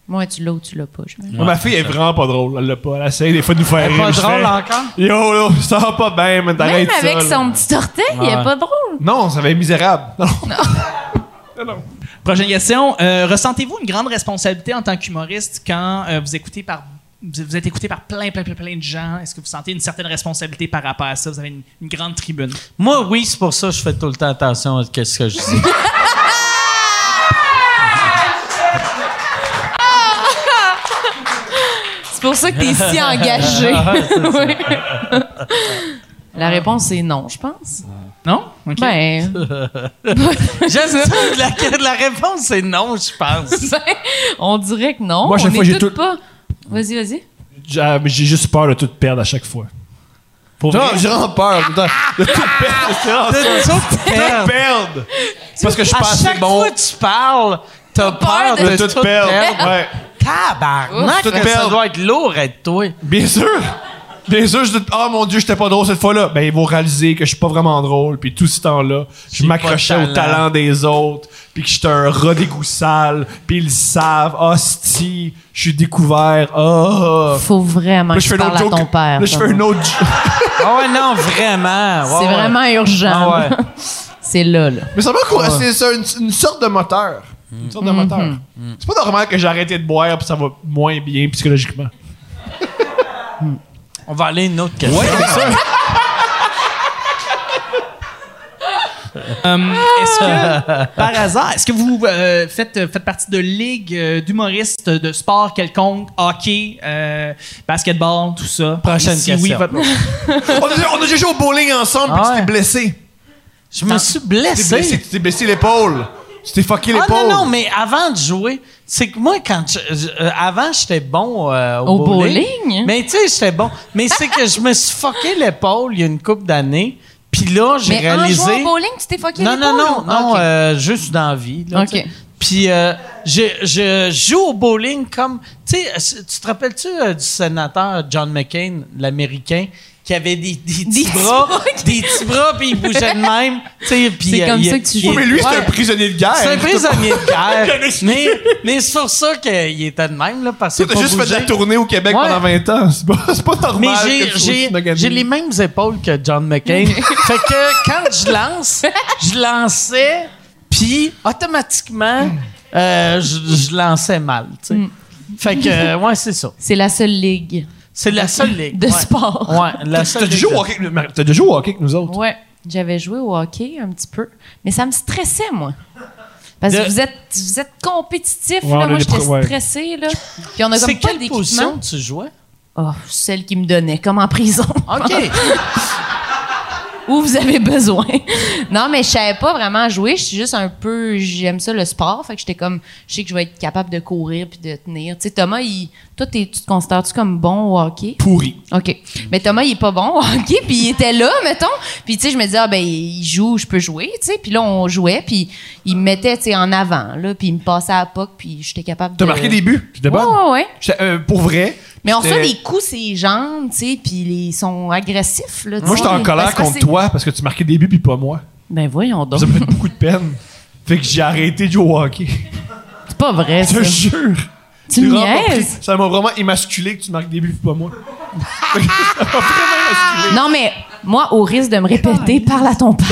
Speaker 4: Moi, tu l'as ou tu l'as pas. je me-
Speaker 6: Moi, ma fille est vraiment pas drôle. Elle l'a pas. Elle essaie des fois de nous faire
Speaker 1: Elle est
Speaker 6: rire.
Speaker 1: pas
Speaker 6: mais je
Speaker 1: drôle
Speaker 6: fais,
Speaker 1: encore?
Speaker 6: Yo, là, ça va pas bien, mais t'arrêtes
Speaker 4: Même avec
Speaker 6: ça, là.
Speaker 4: son petit orteil, il est
Speaker 1: Ouais.
Speaker 4: pas drôle.
Speaker 6: Non, ça va être misérable. Non.
Speaker 3: Prochaine question. Euh, Ressentez-vous une grande responsabilité en tant qu'humoriste quand euh, vous écoutez par vous vous êtes écouté par plein, plein, plein, plein de gens. Est-ce que vous sentez une certaine responsabilité par rapport à ça? Vous avez une, une grande tribune.
Speaker 1: Moi, oui, c'est pour ça que je fais tout le temps attention à ce que je dis.
Speaker 4: C'est pour ça que t'es si engagé. Oui. La réponse est non, je pense.
Speaker 3: Non? OK.
Speaker 4: Ben,
Speaker 1: J'aime ça. La, la réponse, c'est non, je pense.
Speaker 4: ben, on dirait que non.
Speaker 6: Moi, à chaque
Speaker 4: on
Speaker 6: fois,
Speaker 4: est
Speaker 6: j'ai
Speaker 4: toutes
Speaker 6: tout-
Speaker 4: pas. Vas-y, vas-y.
Speaker 6: J'ai euh, j'ai juste peur de tout perdre à chaque fois. Pour non, j'ai vraiment peur. Putain, de tout perdre. C'est
Speaker 1: C'est
Speaker 6: vraiment ça.
Speaker 1: ça que tu
Speaker 6: De
Speaker 1: perds.
Speaker 6: tout perdre. C'est Parce que je suis
Speaker 1: À
Speaker 6: pas assez
Speaker 1: chaque
Speaker 6: bon
Speaker 1: fois que tu parles, t'as
Speaker 4: peur
Speaker 1: peur
Speaker 4: de
Speaker 1: de,
Speaker 6: de tout, perdre. Ouais.
Speaker 1: Tabarnak,
Speaker 6: Tout
Speaker 1: que ça
Speaker 6: perdre.
Speaker 1: doit être lourd être toi.
Speaker 6: Bien sûr. Bien sûr, je dis, oh mon dieu, j'étais pas drôle cette fois-là. Ben, ils vont réaliser que je suis pas vraiment drôle. Puis tout ce temps-là, je
Speaker 1: J'ai
Speaker 6: m'accrochais
Speaker 1: pas
Speaker 6: au
Speaker 1: de talent.
Speaker 6: talent des autres. Puis que j'étais un rat d'égout sale. Puis ils le savent. Hostie, je suis découvert. Ah.
Speaker 4: Faut vraiment
Speaker 6: Là,
Speaker 4: que tu parles à ton père.
Speaker 6: Là, je fais
Speaker 4: Thomas.
Speaker 6: un autre joke.
Speaker 1: Ah ouais, non, vraiment. Ouais,
Speaker 4: C'est
Speaker 1: ouais.
Speaker 4: vraiment urgent.
Speaker 1: Ah ouais.
Speaker 4: C'est là, là.
Speaker 6: Mais ça m'a encouragé, c'est ça, une, une sorte de moteur. Une sorte de moteur.
Speaker 1: Mhm.
Speaker 6: C'est pas normal que j'ai arrêté de boire puis ça va moins bien psychologiquement.
Speaker 1: On va aller à une autre question.
Speaker 3: Euh, est-ce que, par hasard, est-ce que vous euh, faites, euh, faites partie de ligues euh, d'humoristes de sport quelconque, hockey, euh, basketball, tout ça?
Speaker 1: Prochaine
Speaker 3: Et si
Speaker 1: question.
Speaker 3: oui, votre-
Speaker 6: on, a, on a déjà joué au bowling ensemble puis
Speaker 1: Ah
Speaker 6: tu
Speaker 1: ouais.
Speaker 6: t'es blessé.
Speaker 1: Je me suis
Speaker 6: Tu t'es blessé,
Speaker 1: blessé.
Speaker 6: tu t'es blessé l'épaule. Tu t'es fucké
Speaker 1: Ah
Speaker 6: l'épaule.
Speaker 1: non, non, mais avant de jouer, c'est que moi, quand je- je- euh, avant, j'étais bon euh, au,
Speaker 4: Au
Speaker 1: bowling.
Speaker 4: bowling?
Speaker 1: Mais tu sais, j'étais bon. Mais c'est que je me suis fucké l'épaule il y a une couple d'années. Puis là, j'ai
Speaker 4: Mais en
Speaker 1: réalisé.
Speaker 4: jouant au bowling, tu t'es fucké
Speaker 1: non, non,
Speaker 4: l'épaule,
Speaker 1: non,
Speaker 4: ou-
Speaker 1: non,
Speaker 4: Ok.
Speaker 1: euh, juste dans la vie. là,
Speaker 4: Ok.
Speaker 1: tu sais. Puis euh, je, je joue au bowling comme. Tu sais, c- tu te rappelles-tu euh, du sénateur John McCain, l'Américain, qui avait des, des petits bras, des petits bras, puis il bougeait de même. tu sais, puis,
Speaker 4: C'est
Speaker 1: euh,
Speaker 4: comme
Speaker 1: il-
Speaker 4: ça que tu
Speaker 1: il-
Speaker 4: joues.
Speaker 6: Oh, mais lui, c'est un
Speaker 1: Ouais.
Speaker 6: prisonnier de guerre.
Speaker 1: C'est un prisonnier de guerre.
Speaker 6: Connais-tu?
Speaker 1: mais mais c'est pour ça qu'il était de même, là, parce que.
Speaker 6: Tu t'as
Speaker 1: pas
Speaker 6: juste fait de la
Speaker 1: bougé.
Speaker 6: tournée au Québec
Speaker 1: Ouais.
Speaker 6: pendant 20 ans. C'est pas, c'est pas normal.
Speaker 1: Mais
Speaker 6: que
Speaker 1: j'ai-
Speaker 6: tu sois
Speaker 1: j'ai
Speaker 6: aussi magané.
Speaker 1: j'ai les mêmes épaules que John McCain. fait que quand je lance, je lançais, puis automatiquement, euh, je, je lançais mal, tu sais.
Speaker 6: Mm.
Speaker 1: Fait que, euh, ouais, c'est ça.
Speaker 4: C'est la seule ligue
Speaker 1: C'est la seule ligue.
Speaker 4: de
Speaker 1: ouais.
Speaker 4: sport.
Speaker 1: Ouais, la
Speaker 6: T'as
Speaker 1: seule
Speaker 6: déjà
Speaker 1: ligue.
Speaker 6: joué au hockey avec- t'as déjà joué au hockey avec nous autres?
Speaker 4: Ouais. J'avais joué au hockey un petit peu, mais ça me stressait, moi. Parce que
Speaker 1: De-
Speaker 4: vous êtes, vous êtes compétitif,
Speaker 8: Ouais, on
Speaker 4: là.
Speaker 8: a
Speaker 4: Moi,
Speaker 8: des
Speaker 4: j'étais
Speaker 8: pro- ouais.
Speaker 4: stressée, là. Puis on a
Speaker 1: C'est
Speaker 4: comme pas
Speaker 1: quelle position
Speaker 4: d'équipement.
Speaker 1: tu jouais?
Speaker 4: Oh, celle qui me donnait, comme en prison.
Speaker 1: OK.
Speaker 4: où vous avez besoin. non, mais je savais pas vraiment jouer. Je suis juste un peu. J'aime ça le sport. Fait que j'étais comme. Je sais que je vais être capable de courir puis de tenir. Tu sais, Thomas, il, toi, t'es- tu te considères-tu comme bon au hockey?
Speaker 6: Pourri.
Speaker 4: OK. Mais Thomas, il est pas bon au hockey, puis il était là, mettons. Puis tu sais, je me disais, ah, ben, il joue, je peux jouer, tu sais. Puis là, on jouait, puis il me mettait, tu sais, en avant, là, puis il me passait à la puck, puis j'étais capable
Speaker 6: T'as
Speaker 4: de.
Speaker 6: marqué des buts. J'étais
Speaker 4: Ouais,
Speaker 6: bonne.
Speaker 4: ouais, ouais.
Speaker 6: J'étais, euh, pour vrai.
Speaker 4: Mais on reçoit
Speaker 6: J'étais-
Speaker 4: des coups ses jambes, tu sais, puis ils sont agressifs, là. tu
Speaker 6: Moi,
Speaker 4: sais.
Speaker 6: j'étais en
Speaker 4: Parce
Speaker 1: Ben,
Speaker 6: colère
Speaker 4: que
Speaker 6: contre
Speaker 4: c'est-
Speaker 6: toi parce que tu marquais des buts puis pas moi.
Speaker 4: Ben voyons donc.
Speaker 6: Ça me fait beaucoup de peine. Fait que j'ai arrêté de jouer au hockey.
Speaker 4: C'est pas vrai,
Speaker 6: Je
Speaker 4: ça.
Speaker 6: te jure.
Speaker 4: Tu
Speaker 6: J'ai
Speaker 4: me
Speaker 6: vraiment pas pris-
Speaker 4: niaises?
Speaker 6: Ça m'a vraiment émasculé que tu marques des buts puis pas moi. ça m'a vraiment émasculé.
Speaker 4: Non, mais moi, au risque de me répéter, parle à ton père.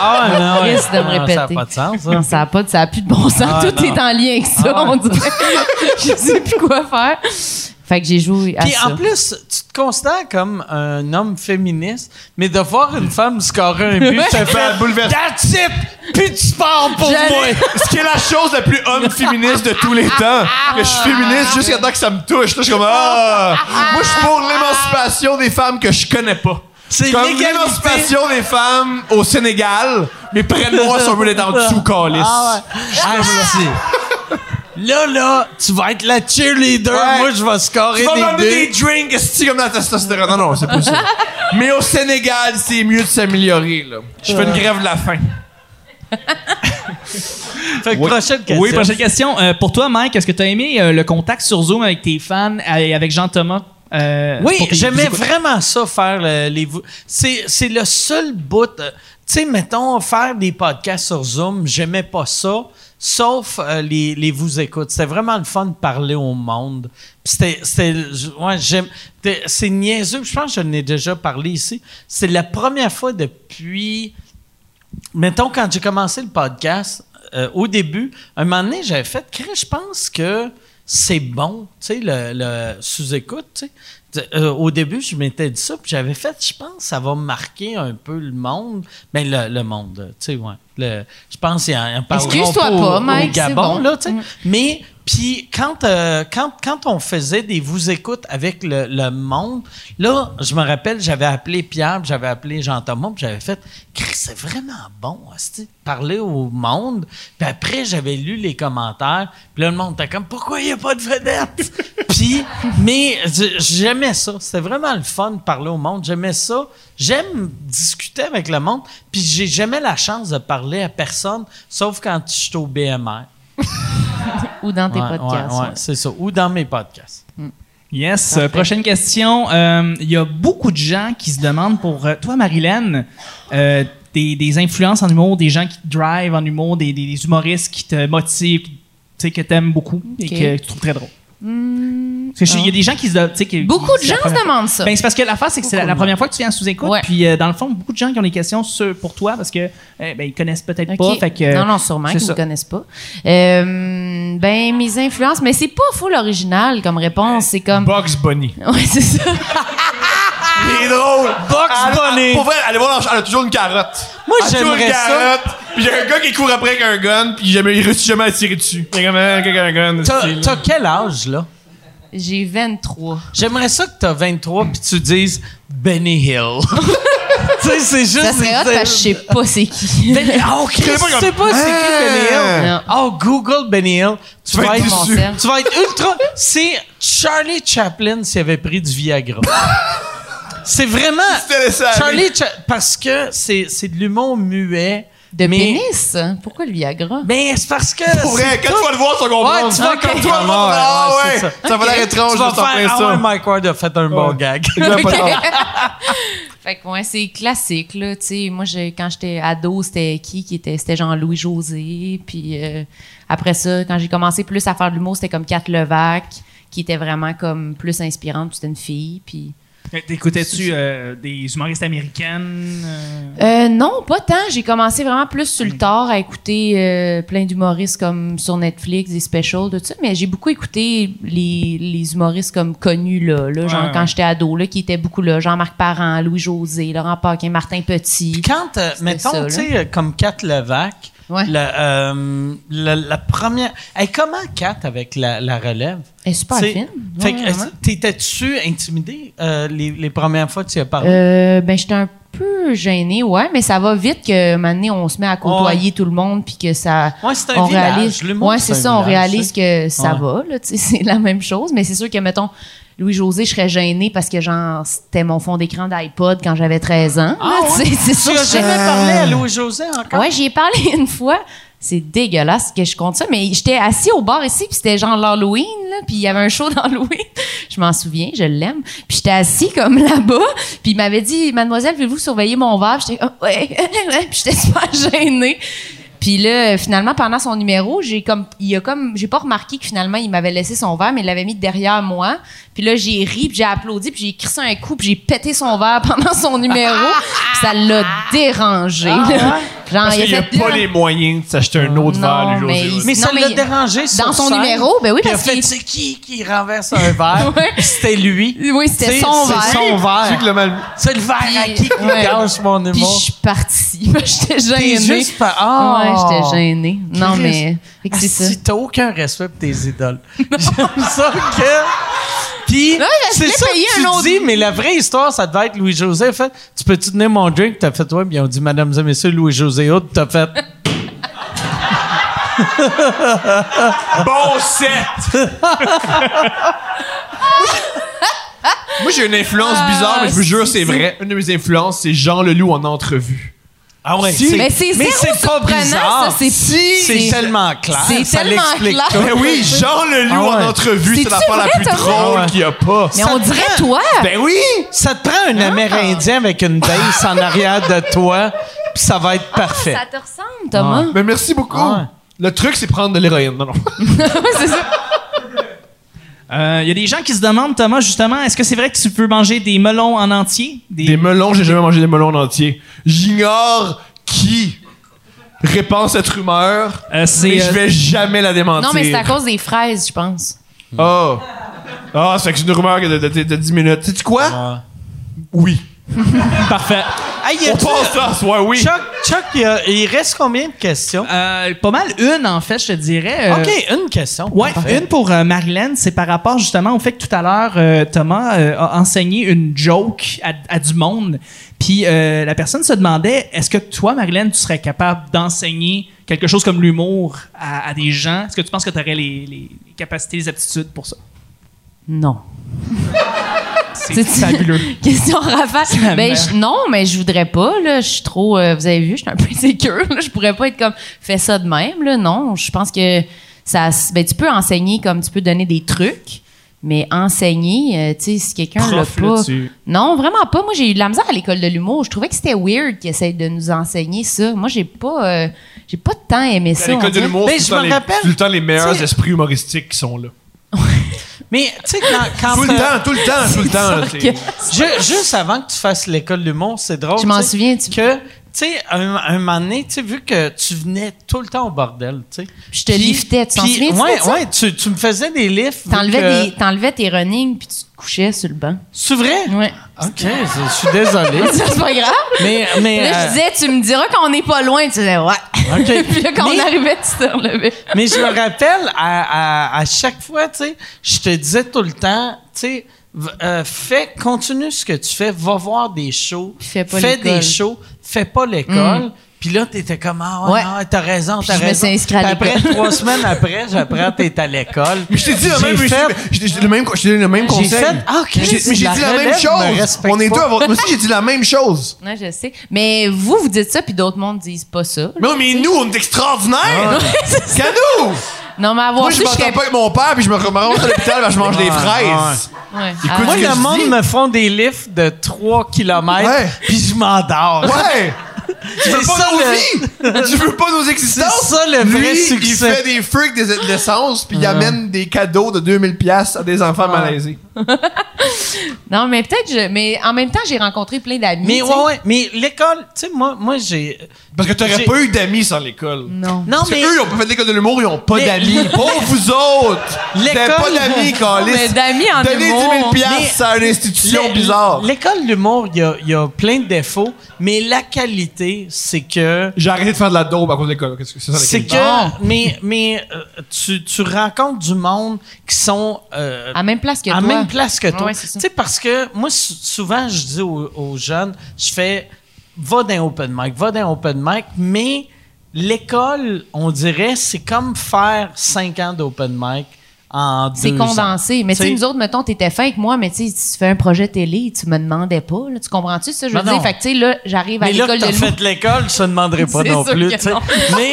Speaker 1: Ah, ouais, non, ouais.
Speaker 4: risque de me
Speaker 1: Non, Ça n'a
Speaker 4: répéter.
Speaker 1: pas de sens, ça.
Speaker 4: Non, ça n'a pas, de- ça a plus de bon sens.
Speaker 1: Ah,
Speaker 4: Tout
Speaker 1: non.
Speaker 4: est en lien avec ça, on dirait. Je sais plus quoi faire. Fait que j'ai joué à
Speaker 1: Puis
Speaker 4: ça.
Speaker 1: en plus, tu te considères comme un homme féministe, mais de voir une femme scorer un but, ça
Speaker 6: Ça fait
Speaker 1: fait
Speaker 6: un bouleversement.
Speaker 1: That's it! Plus de sport pour moi!
Speaker 6: Ce qui est la chose la plus homme féministe de tous les temps. Que je suis féministe jusqu'à temps que ça me touche. Là, je suis comme ah! Moi, je suis pour l'émancipation des femmes que je connais pas.
Speaker 1: C'est
Speaker 6: Comme
Speaker 1: l'égalité.
Speaker 6: l'émancipation des femmes au Sénégal, mais prenne-moi si on veut l'être en dessous, calice.
Speaker 1: Ah ouais. Ah, si. Là, là, tu vas être la cheerleader.
Speaker 6: Ouais.
Speaker 1: Moi, je vais scorer
Speaker 6: Tu vas
Speaker 1: des buts.
Speaker 6: m'amener des drinks, est comme dans la testostérone? Non, non, c'est pas ça. Mais au Sénégal, c'est mieux de s'améliorer, là. Je fais une grève de la faim.
Speaker 1: Fait que prochaine question.
Speaker 3: Oui, prochaine question. Euh, pour toi, Mike, est-ce que tu as aimé euh, le contact sur Zoom avec tes fans et avec Jean-Thomas? euh,
Speaker 1: Oui,
Speaker 3: pour tes-
Speaker 1: j'aimais vraiment ça, faire le- les... vo- C'est, c'est le seul bout... euh, Tu sais, mettons, faire des podcasts sur Zoom, j'aimais pas ça, sauf euh, les, les vous écoutes. C'était vraiment le fun de parler au monde. Puis c'était... c'était j- ouais, j'aime, t'es- c'est niaiseux. Je pense que je n'ai déjà parlé ici. C'est la première fois depuis... mettons, quand j'ai commencé le podcast, euh, au début, un moment donné, j'avais fait, Chris, je pense que c'est bon, tu sais, le, le sous-écoute, tu sais. Tu- euh, au début, je m'étais dit ça, puis j'avais fait, je pense, que ça va marquer un peu le monde, mais le, le monde, euh, tu sais, ouais. Le- je pense qu'il y en parleront
Speaker 4: Excuse-toi
Speaker 1: au-
Speaker 4: pas,
Speaker 1: au
Speaker 4: Mike, c'est
Speaker 1: Gabon,
Speaker 4: bon.
Speaker 1: là, tu sais.
Speaker 4: Mm.
Speaker 1: Mais, puis, quand, euh, quand, quand on faisait des vous écoutes avec le, le monde, là, je me rappelle, j'avais appelé Pierre, puis j'avais appelé Jean-Thomas, puis j'avais fait, Chris, c'est vraiment bon, hostie, de parler au monde. Puis après, j'avais lu les commentaires, puis là, le monde était comme, pourquoi il n'y a pas de vedette? puis, mais je- j'aimais ça. C'était vraiment le fun de parler au monde. J'aimais ça. J'aime discuter avec le monde, puis j'ai jamais la chance de parler à personne, sauf quand je suis au BMR.
Speaker 4: Ou dans tes
Speaker 1: Ouais,
Speaker 4: podcasts.
Speaker 1: ouais, ouais,
Speaker 4: ouais.
Speaker 1: c'est ça. Ou dans mes podcasts.
Speaker 3: Yes. euh, prochaine question. Euh, Il y a beaucoup de gens qui se demandent pour euh, toi, Marilyn, euh, des, des influences en humour, des gens qui te drive en humour, des, des- des humoristes qui te motivent, qui- tu sais, que t'aimes beaucoup
Speaker 4: Ok. Hmm.
Speaker 3: et que tu trouves très drôle. Parce que je- Il y a des gens qui se de- tu sais, que-
Speaker 4: Beaucoup de
Speaker 3: c'est la
Speaker 4: gens
Speaker 3: première-
Speaker 4: se demandent ça.
Speaker 3: Ben, c'est parce que l'affaire, c'est que c'est la, la première fois que tu viens sous écoute.
Speaker 4: Ouais.
Speaker 3: Puis, euh, dans le fond, beaucoup de gens qui ont des questions sur, pour toi parce que eh, ben, ils connaissent peut-être
Speaker 4: OK.
Speaker 3: pas. Fait que,
Speaker 4: non, non, sûrement
Speaker 3: c'est
Speaker 4: qu'ils ne
Speaker 3: ça.
Speaker 4: connaissent pas. Euh, ben, mes influences, mais c'est pas full original comme réponse. C'est comme.
Speaker 6: Box Bunny.
Speaker 4: Ouais, c'est ça.
Speaker 6: Il est drôle.
Speaker 1: Box
Speaker 6: Elle- elle-
Speaker 1: Bunny.
Speaker 6: Pour vrai, allez voir, elle a toujours une carotte.
Speaker 1: Moi,
Speaker 6: Elle a toujours une
Speaker 1: j'aimerais ça.
Speaker 6: carotte, Puis il y a un gars qui court après avec un gun, puis jamais, il réussit jamais à tirer dessus. Il y a comme un gars qui a un gun.
Speaker 1: T'as,
Speaker 6: style.
Speaker 1: t'as quel âge, là?
Speaker 4: J'ai 23.
Speaker 1: J'aimerais ça que t'as 23 puis tu dises Benny Hill. tu sais, c'est juste.
Speaker 4: Ça serait hot parce que je sais pas c'est qui.
Speaker 1: Ben- oh, Chris, tu sais pas c'est qui Benny Hill?
Speaker 4: Non.
Speaker 1: Oh, Google Benny Hill. Tu, vas
Speaker 4: être
Speaker 1: être,
Speaker 4: déçu.
Speaker 1: tu vas être ultra. C'est Charlie Chaplin s'il avait pris du Viagra. c'est vraiment.
Speaker 6: s'était laissé aller.
Speaker 1: Charlie Cha- Parce que c'est c'est de l'humour muet.
Speaker 4: De
Speaker 1: mais-
Speaker 4: pénis? hein? Pourquoi le Viagra?
Speaker 1: Mais c'est parce que.
Speaker 6: Pour
Speaker 1: c'est
Speaker 6: vrai, quand
Speaker 1: tout-
Speaker 6: tu vas le voir, tu vas comprendre.
Speaker 1: Ouais, tu vas
Speaker 6: Quand
Speaker 1: comprendre.
Speaker 6: tu vas le voir,
Speaker 1: Ouais,
Speaker 6: tu vas- ah
Speaker 1: ouais,
Speaker 6: ouais,
Speaker 1: c'est
Speaker 6: ça va l'air étrange,
Speaker 1: tu vas
Speaker 6: juste en plein
Speaker 1: faire. Ah ouais,
Speaker 6: ça.
Speaker 1: Mike Ward a fait un bon gag.
Speaker 4: Fait que ouais, c'est classique là, tu sais, moi j'ai- quand j'étais ado, c'était qui qui était c'était Jean-Louis José, puis euh, après ça, quand j'ai commencé plus à faire de l'humour, c'était comme Kat Levac qui était vraiment comme plus inspirante, puis c'était une fille, puis
Speaker 3: T'écoutais-tu euh, des humoristes américaines? euh?
Speaker 4: Euh, non, pas tant. J'ai commencé vraiment plus sur
Speaker 1: Mm.
Speaker 4: le tard à écouter euh, plein d'humoristes comme sur Netflix, des specials, tout ça. Mais j'ai beaucoup écouté les, les humoristes comme connus là, là genre
Speaker 3: Ouais, ouais.
Speaker 4: quand j'étais ado, là, qui étaient beaucoup là, Jean-Marc Parent, Louis José, Laurent Paquin, Martin Petit.
Speaker 1: Puis quand, euh,
Speaker 4: ça,
Speaker 1: mettons,
Speaker 4: là.
Speaker 1: tu sais, euh, comme Kat Levac,
Speaker 4: Ouais.
Speaker 1: la, euh, la, la première. Hey, comment Kat avec la, la relève?
Speaker 4: Elle est Euh, super
Speaker 1: Tu sais,
Speaker 4: fine.
Speaker 1: Fait
Speaker 4: Ouais,
Speaker 1: que,
Speaker 4: vraiment.
Speaker 1: euh, T'étais-tu intimidé euh, les, les premières fois que tu y as parlé?
Speaker 4: Euh, ben, j'étais un peu gênée, ouais, mais ça va vite que maintenant on se met à côtoyer tout le monde puis que ça.
Speaker 1: Ouais, c'est un
Speaker 4: on
Speaker 1: village,
Speaker 4: réalise,
Speaker 1: l'humour,
Speaker 4: ouais,
Speaker 1: c'est
Speaker 4: c'est
Speaker 1: un
Speaker 4: ça, on
Speaker 1: village,
Speaker 4: réalise que ça
Speaker 1: Ouais.
Speaker 4: va, là, tu sais, c'est la même chose, mais c'est sûr que, mettons, Louis-José, je serais gênée parce que, genre, c'était mon fond d'écran d'iPod quand j'avais 13 ans. là, tu sais, c'est
Speaker 1: Ah tu
Speaker 4: sûr que
Speaker 1: as
Speaker 4: je-
Speaker 1: jamais parlé à Louis-José encore?
Speaker 4: Ouais, j'y ai parlé une fois. C'est dégueulasse que je compte ça, mais j'étais assis au bar ici, puis c'était genre l'Halloween, là, puis il y avait un show d'Halloween. Je m'en souviens, je l'aime. Puis j'étais assis comme là-bas, puis il m'avait dit, Mademoiselle, voulez-vous surveiller mon verre? Puis J'étais comme, ouais, ouais, puis j'étais super gênée. Puis là, finalement, pendant son numéro, j'ai comme, il a comme, j'ai pas remarqué que finalement, il m'avait laissé son verre, mais il l'avait mis derrière moi. Puis là, j'ai ri, puis j'ai applaudi, puis j'ai crissé un coup, puis j'ai pété son verre pendant son numéro. Puis ça l'a dérangé. là. Genre,
Speaker 6: Parce qu'il
Speaker 4: il
Speaker 6: n'y
Speaker 4: a
Speaker 6: a
Speaker 4: fait
Speaker 6: pas
Speaker 4: là.
Speaker 6: les moyens de s'acheter un autre
Speaker 4: Non,
Speaker 6: verre, lui, José.
Speaker 4: mais-
Speaker 1: Mais
Speaker 4: Non,
Speaker 1: ça l'a
Speaker 4: il-
Speaker 1: dérangé sur
Speaker 4: dans son
Speaker 1: scène,
Speaker 4: numéro, ben oui,
Speaker 1: puis il a
Speaker 4: parce
Speaker 1: fait,
Speaker 4: qu'il-
Speaker 1: c'est qui qui renverse un verre?
Speaker 4: Ouais.
Speaker 1: C'était lui.
Speaker 4: Oui,
Speaker 1: Tu sais,
Speaker 4: c'était son verre.
Speaker 1: C'est son
Speaker 6: C'est que
Speaker 1: verre.
Speaker 6: le mal.
Speaker 1: C'est le verre à
Speaker 4: Puis-
Speaker 1: qui qui
Speaker 4: Ouais.
Speaker 1: gâche mon
Speaker 4: Puis
Speaker 1: humour.
Speaker 4: je suis partie. j'étais
Speaker 1: T'es
Speaker 4: gênée.
Speaker 1: juste Ah, pas.
Speaker 4: Ouais,
Speaker 1: Ah!
Speaker 4: j'étais gênée. Non,
Speaker 1: Christ.
Speaker 4: mais. fait que c'est ça.
Speaker 1: Si t'as aucun respect pour tes idoles. J'aime ça que. Puis,
Speaker 4: Ouais, je
Speaker 1: c'est
Speaker 4: l'ai
Speaker 1: ça
Speaker 4: payé
Speaker 1: que tu
Speaker 4: un autre-
Speaker 1: dis, mais la vraie histoire, ça devait être Louis-José. Fait, tu peux-tu tenir mon drink? T'as fait, ouais, puis ils ont dit, Mesdames et Messieurs, Louis-José Hood, t'as fait.
Speaker 6: Bon set! Moi, j'ai une influence bizarre, mais je vous jure, c'est vrai. Une de mes influences, c'est Jean Leloup en entrevue.
Speaker 1: Ah ouais,
Speaker 6: Si.
Speaker 4: Mais c'est
Speaker 1: mais
Speaker 4: zéro
Speaker 1: c'est pas
Speaker 4: surprenant,
Speaker 1: bizarre.
Speaker 4: ça, c'est
Speaker 1: Si, c'est tellement clair.
Speaker 4: c'est
Speaker 1: ça
Speaker 4: tellement
Speaker 1: l'explique
Speaker 4: clair.
Speaker 1: tout. Ben
Speaker 6: Mais oui, Jean Leloup
Speaker 1: Ah ouais.
Speaker 6: en entrevue, c'est
Speaker 4: C'est-tu
Speaker 6: la part la
Speaker 4: vrai,
Speaker 6: plus
Speaker 4: t'as
Speaker 6: drôle
Speaker 1: raison?
Speaker 6: qu'il n'y a pas.
Speaker 4: Mais
Speaker 1: ça
Speaker 4: on
Speaker 1: te
Speaker 4: dirait,
Speaker 1: prend-
Speaker 4: toi. Ah.
Speaker 6: Ben oui!
Speaker 1: Ça te prend un Amérindien avec une base en arrière de toi, puis ça va être parfait.
Speaker 4: Ça te ressemble, Thomas.
Speaker 6: Mais Ben merci beaucoup.
Speaker 1: Ouais.
Speaker 6: Le truc, c'est prendre de l'héroïne. Non, non.
Speaker 4: c'est ça.
Speaker 3: Euh, Il y a des gens qui se demandent, Thomas, justement, est-ce que c'est vrai que tu peux manger des melons en entier?
Speaker 6: Des melons, j'ai jamais mangé des melons en entier. J'ignore qui répand cette rumeur,
Speaker 3: Euh, c'est,
Speaker 6: mais je
Speaker 3: euh,
Speaker 6: vais jamais la démentir.
Speaker 4: Non, mais c'est à cause des fraises, je pense.
Speaker 6: Oh! Ah, ça fait que c'est une rumeur de, de, de- de 10 minutes. Sais-tu
Speaker 1: Ah.
Speaker 6: quoi? Oui.
Speaker 3: Parfait.
Speaker 1: Hey, y
Speaker 6: On
Speaker 1: a-tu-
Speaker 6: passe ça, soit oui.
Speaker 1: Chuck, Chuck, y a- il reste combien de questions?
Speaker 3: Euh, pas mal une, en fait, je te dirais. euh,
Speaker 1: OK, une question.
Speaker 3: Ouais,
Speaker 1: Parfait.
Speaker 3: une pour euh, Marilyn, c'est par rapport justement au fait que tout à l'heure, euh, Thomas euh, a enseigné une joke à, à du monde. Puis euh, la personne se demandait, est-ce que toi, Marilyn, tu serais capable d'enseigner quelque chose comme l'humour à, à des gens? Est-ce que tu penses que tu aurais les, les capacités, les aptitudes pour ça?
Speaker 4: Non.
Speaker 3: C'est fabuleux.
Speaker 4: Question Raphaël. Ben,
Speaker 3: merde.
Speaker 4: je- non, mais je voudrais pas. Là, je suis trop. euh, vous avez vu, je suis un peu insécure. là. Je pourrais pas être comme fais ça de même. Là, non, je pense que ça. s- Ben, tu peux enseigner comme tu peux donner des trucs, mais enseigner, euh, tu sais, si quelqu'un l'a
Speaker 3: Prof, là,
Speaker 4: pas.
Speaker 3: tu-
Speaker 4: Non, vraiment pas. Moi, j'ai eu de la misère à l'école de l'humour. Je trouvais que c'était weird qu'ils essayent de nous enseigner ça. Moi, j'ai pas. euh, j'ai pas tant aimé
Speaker 6: À
Speaker 4: ça. on
Speaker 6: l'école de
Speaker 4: dirait.
Speaker 6: l'humour,
Speaker 1: Ben,
Speaker 6: c'est
Speaker 1: je
Speaker 6: tout le temps
Speaker 1: me
Speaker 6: les-
Speaker 1: rappelle.
Speaker 6: tout le temps les meilleurs
Speaker 1: T'sais-
Speaker 6: esprits humoristiques qui sont là.
Speaker 1: Mais, tu sais, quand. quand
Speaker 6: Tout le
Speaker 1: t'as-
Speaker 6: temps, tout le temps, tout le temps. là,
Speaker 4: sûr
Speaker 6: c'est-
Speaker 4: que-
Speaker 1: Ju- juste avant que tu fasses l'école du monde, c'est drôle.
Speaker 4: Je m'en
Speaker 1: tu sais,
Speaker 4: souviens, tu-
Speaker 1: Que, tu sais, un, un moment donné, tu sais, vu que tu venais tout le temps au bordel, tu sais.
Speaker 4: Je te
Speaker 1: Puis-
Speaker 4: liftais, tu t'en
Speaker 1: puis-
Speaker 4: souviens-tu de
Speaker 1: Ouais,
Speaker 4: ça?
Speaker 1: ouais, tu, tu me faisais des lifts. vu
Speaker 4: T'enlevais
Speaker 1: que-
Speaker 4: des- t'enlevais tes running puis tu te couchais sur le banc.
Speaker 1: C'est vrai?
Speaker 4: Ouais.
Speaker 1: OK, je je suis désolé.
Speaker 4: C'est pas grave.
Speaker 1: mais, mais.
Speaker 4: Là, je
Speaker 1: euh,
Speaker 4: disais, tu me diras qu'on n'est pas loin. Tu disais, ouais.
Speaker 1: OK.
Speaker 4: Puis là, quand
Speaker 1: Mais-
Speaker 4: on arrivait, tu te relevais.
Speaker 1: Mais je me rappelle, à, à- à chaque fois, tu sais, je te disais tout le temps, tu sais, v- euh, fais, continue ce que tu fais, va voir des shows,
Speaker 4: Fais pas l'école. Mm.
Speaker 1: des shows, fais pas l'école. Puis là, t'étais comme, ah ouais,
Speaker 4: Ouais.
Speaker 1: ah ouais, t'as raison,
Speaker 4: Puis
Speaker 1: t'as
Speaker 4: je me
Speaker 1: raison.
Speaker 4: suis inscrite à
Speaker 1: Puis après,
Speaker 4: l'école.
Speaker 1: trois semaines après, j'apprends que t'es à l'école.
Speaker 6: Mais je t'ai dit le
Speaker 1: J'ai
Speaker 6: même, j'ai-
Speaker 1: fait-
Speaker 6: j'ai- j'ai- j'ai le même, co- je t'ai donné le même
Speaker 1: J'ai
Speaker 6: conseil.
Speaker 1: fait, ah, ok,
Speaker 6: J'ai-
Speaker 1: c'est
Speaker 6: mais j'ai
Speaker 1: la
Speaker 6: dit la
Speaker 1: relève,
Speaker 6: même
Speaker 1: me
Speaker 6: chose.
Speaker 1: respecte
Speaker 6: On est
Speaker 1: pas.
Speaker 6: deux à avoir- Moi aussi, j'ai dit la même chose.
Speaker 4: Ouais, je sais. Mais vous, vous dites ça, puis d'autres mondes disent pas ça.
Speaker 6: Mais, non, mais nous, on est extraordinaires.
Speaker 1: Ah.
Speaker 6: Cadeau!
Speaker 4: Non, mais avoir
Speaker 6: Moi, je
Speaker 4: su,
Speaker 6: m'entends
Speaker 4: serais-
Speaker 6: pas avec mon père, puis je me rencontre à l'hôpital, parce que je mange des fraises.
Speaker 4: Ouais.
Speaker 6: Écoute,
Speaker 4: Ah,
Speaker 1: Moi,
Speaker 6: ce que
Speaker 1: le
Speaker 6: je
Speaker 1: monde
Speaker 6: dis.
Speaker 1: me font des lifts de 3 km,
Speaker 6: Ouais.
Speaker 1: puis je m'endors.
Speaker 6: Ouais! Tu veux
Speaker 1: C'est
Speaker 6: pas
Speaker 1: ça,
Speaker 6: nos
Speaker 1: le-
Speaker 6: vies! Tu veux pas nos existences!
Speaker 1: C'est ça, le vrai
Speaker 6: Lui,
Speaker 1: succès.
Speaker 6: il fait des freaks des de l'essence, puis il amène des cadeaux de 2000 pièces à des enfants malaisés.
Speaker 4: Non, mais peut-être, je... mais en même temps, j'ai rencontré plein d'amis.
Speaker 1: Mais
Speaker 4: tu
Speaker 1: ouais,
Speaker 4: sais.
Speaker 1: ouais, mais l'école, tu sais, moi, moi j'ai.
Speaker 6: Parce que t'aurais
Speaker 1: J'ai-
Speaker 6: pas eu d'amis sans l'école.
Speaker 4: Non.
Speaker 1: Non,
Speaker 6: Parce
Speaker 1: mais.
Speaker 6: que eux, ils ont pas fait de l'école de l'humour, ils ont pas
Speaker 1: Mais-
Speaker 6: d'amis. Pauvres vous autres! Vous avez
Speaker 1: L'école-
Speaker 6: pas d'amis, Calis!
Speaker 4: Mais d'amis en
Speaker 6: Donnez 10
Speaker 4: humour.
Speaker 6: 000
Speaker 1: Mais-
Speaker 6: piastres à une institution
Speaker 1: l'é-
Speaker 6: bizarre.
Speaker 1: L'école de l'humour, il y a, il y a plein de défauts, mais la qualité, c'est que.
Speaker 6: J'ai arrêté de faire de la daube Oh, bah, à cause de l'école. Qu'est-ce que c'est ça,
Speaker 1: C'est
Speaker 6: l'école?
Speaker 1: que. Mais, mais euh, tu, tu rencontres du monde qui sont. euh,
Speaker 4: À même place que
Speaker 1: à
Speaker 4: toi.
Speaker 1: même place que toi.
Speaker 4: Ouais,
Speaker 1: tu
Speaker 4: c'est ça.
Speaker 1: sais, parce que moi, sou- souvent, je dis aux, aux jeunes, je fais va d'un open mic, va d'un open mic, mais l'école, on dirait, c'est comme faire cinq ans d'open mic en deux
Speaker 4: C'est condensé.
Speaker 1: ans.
Speaker 4: Mais tu sais,
Speaker 1: T'sais,
Speaker 4: nous autres, mettons, t'étais fin avec moi, mais tu sais, si tu fais un projet télé, tu me demandais pas. là. tu comprends-tu ça? Je veux
Speaker 1: Ben non.
Speaker 4: dire, fait que tu sais, là, j'arrive à
Speaker 1: mais là
Speaker 4: l'école
Speaker 1: que
Speaker 4: de
Speaker 1: t'as
Speaker 4: l'humour.
Speaker 1: fait l'école, je te demanderai pas
Speaker 4: C'est
Speaker 1: non
Speaker 4: sûr
Speaker 1: plus.
Speaker 4: que
Speaker 1: tu sais.
Speaker 4: non.
Speaker 1: mais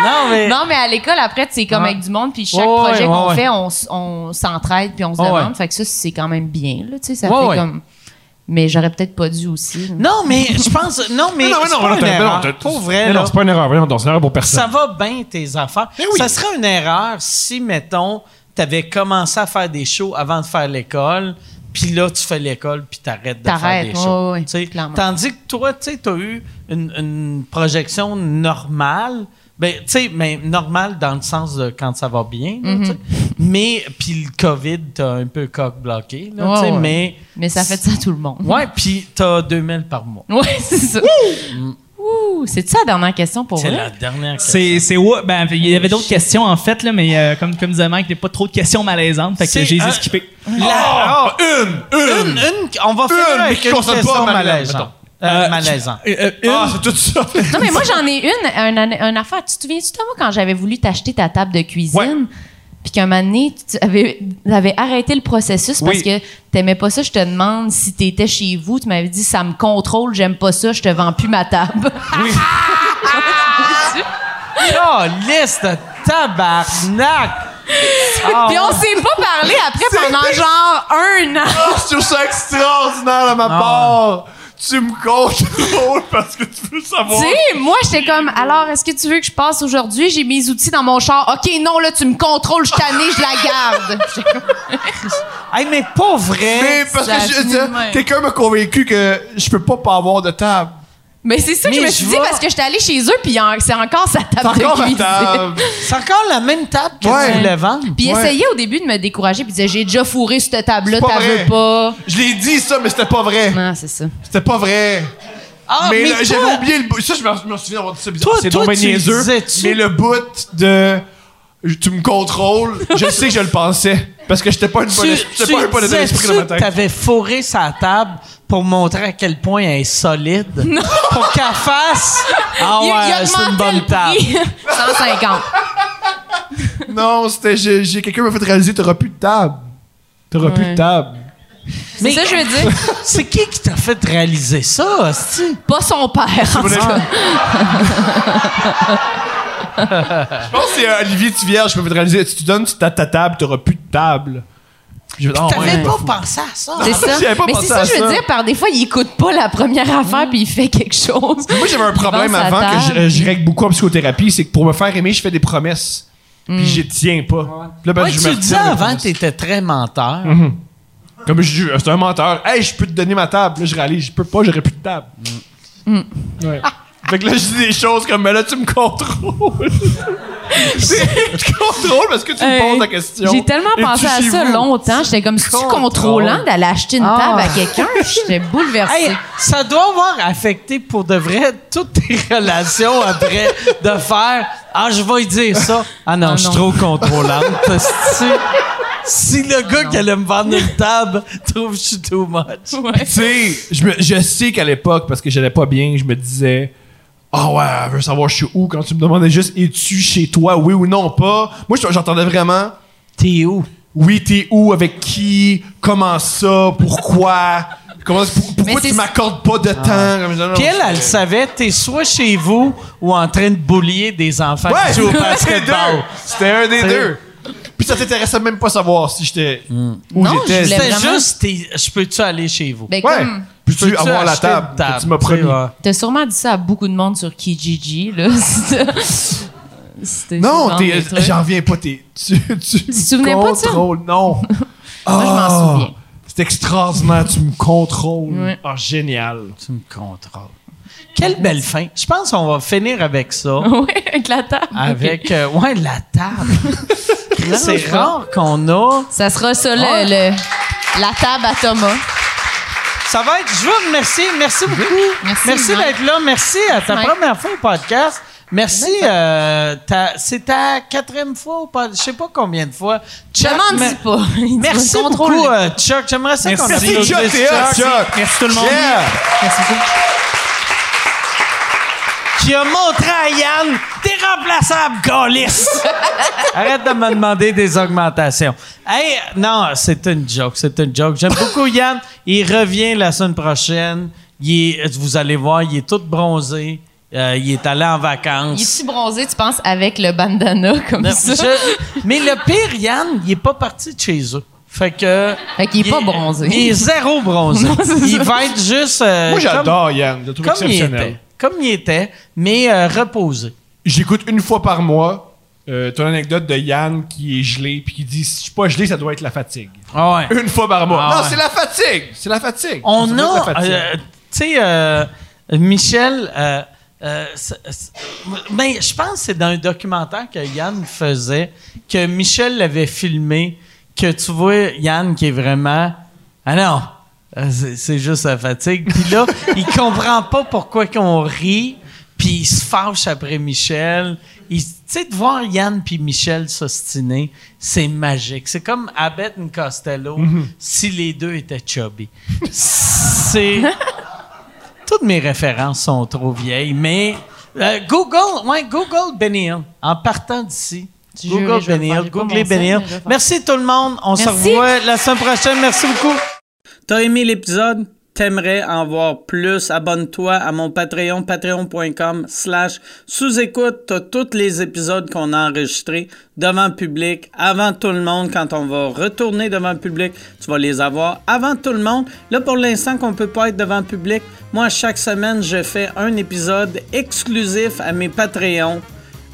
Speaker 1: non, mais
Speaker 4: Non, mais à l'école, après, c'est comme
Speaker 1: Ouais.
Speaker 4: avec du monde, puis chaque
Speaker 1: Ouais, ouais,
Speaker 4: projet qu'on
Speaker 1: ouais, ouais.
Speaker 4: fait, on, s- on s'entraide, puis on se
Speaker 1: Ouais,
Speaker 4: demande.
Speaker 1: ouais.
Speaker 4: Fait que ça, c'est quand même bien, là, tu sais, ça
Speaker 1: Ouais,
Speaker 4: fait
Speaker 1: ouais.
Speaker 4: comme... Mais j'aurais peut-être pas dû aussi. là.
Speaker 1: non, mais je pense non, mais
Speaker 6: Non, non,
Speaker 1: c'est
Speaker 6: non,
Speaker 1: pas
Speaker 6: non,
Speaker 1: une
Speaker 6: t'as-
Speaker 1: erreur.
Speaker 6: non, t'as-
Speaker 1: Pour vrai,
Speaker 6: Mais
Speaker 1: là.
Speaker 6: Non, c'est pas une erreur, voyons, donc, c'est une erreur pour personne.
Speaker 1: ça va bien tes affaires.
Speaker 4: Ben
Speaker 6: oui.
Speaker 1: Ça serait une erreur si, mettons, tu avais commencé à faire des shows avant de faire l'école, puis là, tu fais l'école, puis tu arrêtes de faire
Speaker 4: T'arrêtes,
Speaker 1: des shows.
Speaker 4: ouais, ouais,
Speaker 1: Tu sais,
Speaker 4: clairement.
Speaker 1: Tandis que toi, tu as eu une, une projection normale. Ben, tu sais, mais normale dans le sens de quand ça va bien.
Speaker 4: Mhm.
Speaker 1: là, tu sais. Mais, puis le COVID t'a un peu cock-bloqué, là, tu sais,
Speaker 4: Ouais, ouais.
Speaker 1: mais...
Speaker 4: Mais ça fait de ça à tout le monde.
Speaker 1: Ouais, puis t'as 2000 par mois.
Speaker 4: Ouais, c'est ça. Ouh! C'est-tu la dernière question pour
Speaker 1: C'est
Speaker 4: vous?
Speaker 1: la dernière question. Euh,
Speaker 3: C'est, c'est ouais, ben, il y avait d'autres questions en fait là, mais euh, comme comme disait Mike, il n'y a pas trop de questions malaisantes, fait que
Speaker 1: C'est
Speaker 3: j'ai les ai
Speaker 1: un-
Speaker 3: skippées.
Speaker 1: La-
Speaker 6: Une!
Speaker 1: Ah, Une,
Speaker 6: Ah, Une!
Speaker 1: une, on va finir
Speaker 6: Une, mais
Speaker 1: avec
Speaker 6: qui
Speaker 1: une
Speaker 6: concerne pas
Speaker 1: question
Speaker 6: Madeleine,
Speaker 1: malaisante. Euh, malaisante.
Speaker 3: Euh, euh, une-
Speaker 6: Ah, c'est tout ça!
Speaker 4: Non, mais moi, j'en ai une, un, un- un affaire. Tu te souviens-tu, Thomas, quand j'avais voulu t'acheter ta table de cuisine?
Speaker 6: Ouais.
Speaker 4: Puis qu'un moment donné, tu avais, avais arrêté le processus parce
Speaker 6: Oui.
Speaker 4: que t'aimais pas ça. Je te demande si t'étais chez vous. Tu m'avais dit, ça me contrôle, j'aime pas ça, je te vends plus ma table.
Speaker 1: Caliste de Oh, tabarnak! Ah,
Speaker 4: Puis on s'est pas parlé après pendant genre un an.
Speaker 6: Ah, je trouve ça extraordinaire de ma part! Tu me contrôles parce que tu veux
Speaker 1: Ah
Speaker 6: savoir.
Speaker 4: Tu sais, moi, j'étais comme, alors, est-ce que tu veux que je passe aujourd'hui? J'ai mes outils dans mon char. OK, non, là, tu me contrôles, je t'année, je la garde. J'étais comme,
Speaker 1: hey, mais pas vrai!
Speaker 6: Mais parce
Speaker 4: Ça
Speaker 6: que je-
Speaker 4: finit de
Speaker 6: je-
Speaker 4: même.
Speaker 6: quelqu'un m'a convaincu que je peux pas pas avoir de table.
Speaker 4: Mais c'est ça que
Speaker 1: Mais
Speaker 4: je me suis
Speaker 1: je
Speaker 4: dit
Speaker 1: vois-
Speaker 4: parce que j'étais allée chez eux, puis il y a- c'est encore sa
Speaker 6: T'as
Speaker 4: table de
Speaker 6: encore ma
Speaker 4: cuisine.
Speaker 6: table.
Speaker 1: C'est encore la même table que
Speaker 6: Ouais.
Speaker 1: tu voulais vendre?
Speaker 4: Puis il
Speaker 6: Ouais.
Speaker 4: essayait au début de me décourager, puis il disait J'ai déjà fourré cette table-là,
Speaker 6: C'est pas
Speaker 4: t'as
Speaker 6: vrai.
Speaker 4: veux pas.
Speaker 6: Je l'ai dit ça, mais c'était pas vrai.
Speaker 4: Non, c'est ça.
Speaker 6: C'était pas vrai.
Speaker 1: Ah,
Speaker 6: mais
Speaker 1: mais,
Speaker 6: là,
Speaker 1: toi,
Speaker 6: j'avais oublié le bout. Ça, je me- je me souviens d'avoir dit ça bizarre.
Speaker 1: Toi-
Speaker 6: C'est
Speaker 1: toi,
Speaker 6: donc bien
Speaker 1: tu le
Speaker 6: niaiseux.
Speaker 1: disais-tu?
Speaker 6: Mais le bout de. Tu me contrôles. Je sais que je le pensais. Parce que j'étais pas une bonne.
Speaker 1: tu,
Speaker 6: j'étais
Speaker 1: tu
Speaker 6: pas un bon état
Speaker 1: disais-tu
Speaker 6: d'esprit dans ma
Speaker 1: que
Speaker 6: tête.
Speaker 1: t'avais fourré sa table pour montrer à quel point elle est solide? Pour qu'elle fasse... Ah
Speaker 4: Il- il
Speaker 1: ouais, c'est
Speaker 4: augmentait
Speaker 1: une
Speaker 4: le
Speaker 1: bonne table.
Speaker 4: prix. 150.
Speaker 6: Non, c'était. j'ai- j'ai- Quelqu'un m'a fait réaliser t'auras plus de table. T'auras plus de
Speaker 1: Ah,
Speaker 6: table.
Speaker 4: C'est ça, que je veux dire.
Speaker 1: C'est qui qui t'a fait réaliser ça, hostie?
Speaker 4: Pas son père. en tout cas.
Speaker 6: Je pense que c'est euh, Olivier Tivierge qui m'a fait réaliser. Si tu donnes ta, ta table, t'auras plus de table. Puis j'ai fait, Ah, ouais,
Speaker 1: T'avais
Speaker 6: bah,
Speaker 1: pas pensé à ça?
Speaker 4: C'est ça.
Speaker 6: J'y avais pas
Speaker 4: Mais
Speaker 6: pensé
Speaker 4: c'est ça,
Speaker 6: à
Speaker 4: que je veux
Speaker 6: ça.
Speaker 4: dire. Par des fois, il écoute pas la première affaire, puis il fait quelque chose.
Speaker 6: Moi, j'avais un problème
Speaker 4: Pense à
Speaker 6: avant que
Speaker 4: table.
Speaker 6: je, je règle beaucoup en psychothérapie, c'est que pour me faire aimer, je fais des promesses.
Speaker 4: Mm.
Speaker 6: Puis j'y tiens pas. Puis là, ben,
Speaker 1: Ouais,
Speaker 6: je
Speaker 1: tu
Speaker 6: me
Speaker 1: le disais
Speaker 6: retiens mes
Speaker 1: avant,
Speaker 6: promesses.
Speaker 1: t'étais très menteur.
Speaker 6: Comme je dis, c'est un menteur. Hey, je peux te donner ma table. Là, je réalise, je peux pas, j'aurais plus de table.
Speaker 4: Mm.
Speaker 6: Ouais. Fait que là, je dis des choses comme, mais là, tu me contrôles. C'est- tu contrôles parce que tu me
Speaker 4: Hey,
Speaker 6: poses la question.
Speaker 4: Euh, J'ai tellement
Speaker 6: Et
Speaker 4: pensé
Speaker 6: tu
Speaker 4: à
Speaker 6: chez
Speaker 4: ça
Speaker 6: vous?
Speaker 4: longtemps. J'étais comme, c'est-tu
Speaker 1: Contrôle.
Speaker 4: contrôlant d'aller acheter une table à quelqu'un? J'étais bouleversée.
Speaker 1: Hey, ça doit avoir affecté pour de vrai toutes tes relations après de faire Ah, je vais lui dire ça. Ah non,
Speaker 4: Ah
Speaker 1: je suis trop
Speaker 4: non.
Speaker 1: contrôlante. C'est- si le gars qui allait me vendre une table trouve que je suis too much.
Speaker 4: Ouais.
Speaker 6: Tu sais, je, me- je sais qu'à l'époque, parce que j'allais pas bien, je me disais. Ah ouais, elle veut savoir je suis où quand tu me demandais juste es-tu chez toi, oui ou non, pas. Moi, je- j'entendais vraiment
Speaker 1: T'es où?
Speaker 6: oui, t'es où, avec qui, comment ça, pourquoi, comment, pour- pourquoi
Speaker 4: Mais c'est-
Speaker 6: tu m'accordes pas de temps. Comme, non, non,
Speaker 1: Ah. Puis elle,
Speaker 6: je-
Speaker 1: elle le savait, t'es soit chez vous ou en train de boulier des enfants
Speaker 6: Ouais,
Speaker 1: qui jouent au
Speaker 6: c'était
Speaker 1: basketball.
Speaker 6: deux. C'était un des
Speaker 1: C'est-
Speaker 6: deux. Puis ça t'intéressait même pas savoir si j'étais
Speaker 1: Mm.
Speaker 6: où
Speaker 4: Non,
Speaker 6: j'étais.
Speaker 4: je voulais
Speaker 1: C'était
Speaker 4: vraiment-
Speaker 1: juste, t'es- je peux-tu aller chez vous?
Speaker 4: Ben,
Speaker 6: Ouais.
Speaker 4: comme,
Speaker 6: Peux-tu
Speaker 1: Peux-tu
Speaker 6: avoir la
Speaker 1: acheter
Speaker 6: table,
Speaker 1: une
Speaker 6: que tu m'as promis?
Speaker 1: sais, ouais.
Speaker 4: t'as sûrement dit ça à beaucoup de monde sur Kijiji, là. C'était
Speaker 6: Non,
Speaker 4: souvent
Speaker 6: t'es-
Speaker 4: des trucs.
Speaker 6: j'en reviens pas. T'es, tu, tu,
Speaker 4: te souvenais pas de ça?
Speaker 6: contrôles, non.
Speaker 4: Moi, je
Speaker 6: ah!
Speaker 4: m'en souviens.
Speaker 6: C'est extraordinaire, tu me contrôles.
Speaker 4: Ouais.
Speaker 6: Ah, génial.
Speaker 1: Tu me contrôles. Quelle belle fin. Je pense qu'on va finir avec ça.
Speaker 4: Oui, avec la table.
Speaker 1: Avec, euh, ouais, la table. Chris, C'est
Speaker 4: je
Speaker 1: rare qu'on a.
Speaker 4: Ça sera ça, le-
Speaker 1: Ouais.
Speaker 4: le- la table à Thomas.
Speaker 1: Ça va être, je veux remercier, merci beaucoup.
Speaker 4: Merci, Mike.
Speaker 1: d'être là. Merci à ta
Speaker 4: Mike.
Speaker 1: première fois au podcast. Merci, euh, ta- c'est ta quatrième fois au podcast. Je sais pas combien de fois. Chuck,
Speaker 4: Demande-y
Speaker 1: me-
Speaker 4: pas. Il dit,
Speaker 1: Merci
Speaker 4: on contrôle.
Speaker 1: beaucoup, euh, Chuck. J'aimerais ça qu'on
Speaker 6: Merci,
Speaker 1: applaudisse
Speaker 6: Chuck, t'es hot, Chuck.
Speaker 3: Merci tout le monde.
Speaker 6: Yeah.
Speaker 3: Merci beaucoup.
Speaker 1: qui a montré à Yann t'es remplaçable, Gaulis! Arrête de me demander des augmentations. Hey, non, c'est une joke, c'est une joke. J'aime beaucoup Yann. Il revient la semaine prochaine. Il est- vous allez voir, il est tout bronzé. Euh, il est allé en
Speaker 4: Il
Speaker 1: vacances.
Speaker 4: est-tu bronzé, tu penses, avec le bandana comme
Speaker 1: Non,
Speaker 4: ça?
Speaker 1: je- mais le pire, Yann, il est pas parti de chez eux. Fait que.
Speaker 4: Fait qu'il est pas bronzé.
Speaker 1: Il est zéro bronzé. il va être juste. euh,
Speaker 6: Moi,
Speaker 1: comme-
Speaker 6: j'adore Yann. Je le trouve
Speaker 1: Comme, il
Speaker 6: exceptionnel.
Speaker 1: était. Comme il était, mais euh, reposé.
Speaker 6: J'écoute une fois par mois euh, ton anecdote de Yann qui est gelé puis qui dit si je suis pas gelé, ça doit être la fatigue.
Speaker 1: Ah ouais.
Speaker 6: Une fois par mois.
Speaker 1: Ah
Speaker 6: non,
Speaker 1: ouais.
Speaker 6: c'est la fatigue. C'est la fatigue. Ça
Speaker 1: On
Speaker 6: doit être la
Speaker 1: a,
Speaker 6: fatigue.
Speaker 1: euh, tu sais, euh, Michel, euh, euh, c'est- c'est- ben, je pense que c'est dans un documentaire que Yann faisait, que Michel l'avait filmé, que tu vois Yann qui est vraiment, ah non, euh, c'est c'est juste la fatigue. Puis là, il comprend pas pourquoi qu'on rit, puis il se fâche après Michel. Il- Tu sais, de voir Yann puis Michel s'ostiner, c'est magique. C'est comme Abbott et Costello si les deux étaient chubby. C'est. Toutes mes références sont trop vieilles, mais euh, Google, ouais, Google Benny Hill, en partant d'ici.
Speaker 4: Tu jurais,
Speaker 1: Google
Speaker 4: je vais
Speaker 1: Benny
Speaker 4: le faire,
Speaker 1: Hill,
Speaker 4: j'ai pas mon
Speaker 1: Googlez
Speaker 4: sel,
Speaker 1: Benny
Speaker 4: mais
Speaker 1: Hill.
Speaker 4: je vais le faire.
Speaker 1: Merci tout le monde. On se
Speaker 4: Merci.
Speaker 1: revoit la semaine prochaine. Merci beaucoup.
Speaker 9: T'as aimé l'épisode? T'aimerais en voir plus? Abonne-toi à mon Patreon, patreon.com slash sous-écoute. T'as tous les épisodes qu'on a enregistrés devant le public, avant tout le monde. Quand on va retourner devant le public, tu vas les avoir avant tout le monde. Là, pour l'instant qu'on peut pas être devant le public, moi, chaque semaine, je fais un épisode exclusif à mes Patreons.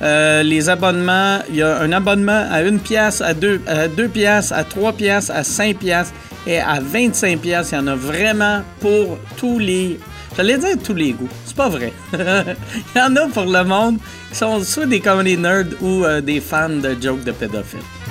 Speaker 9: Euh, les abonnements, il y a un abonnement à 1 pièce, à 2 à deux pièces, à 3 pièces, à 5 pièces et à 25 pièces. Il y en a vraiment pour tous les J'allais dire tous les goûts, c'est pas vrai. il y en a pour le monde qui sont soit des comedy nerds ou euh, des fans de jokes de pédophiles.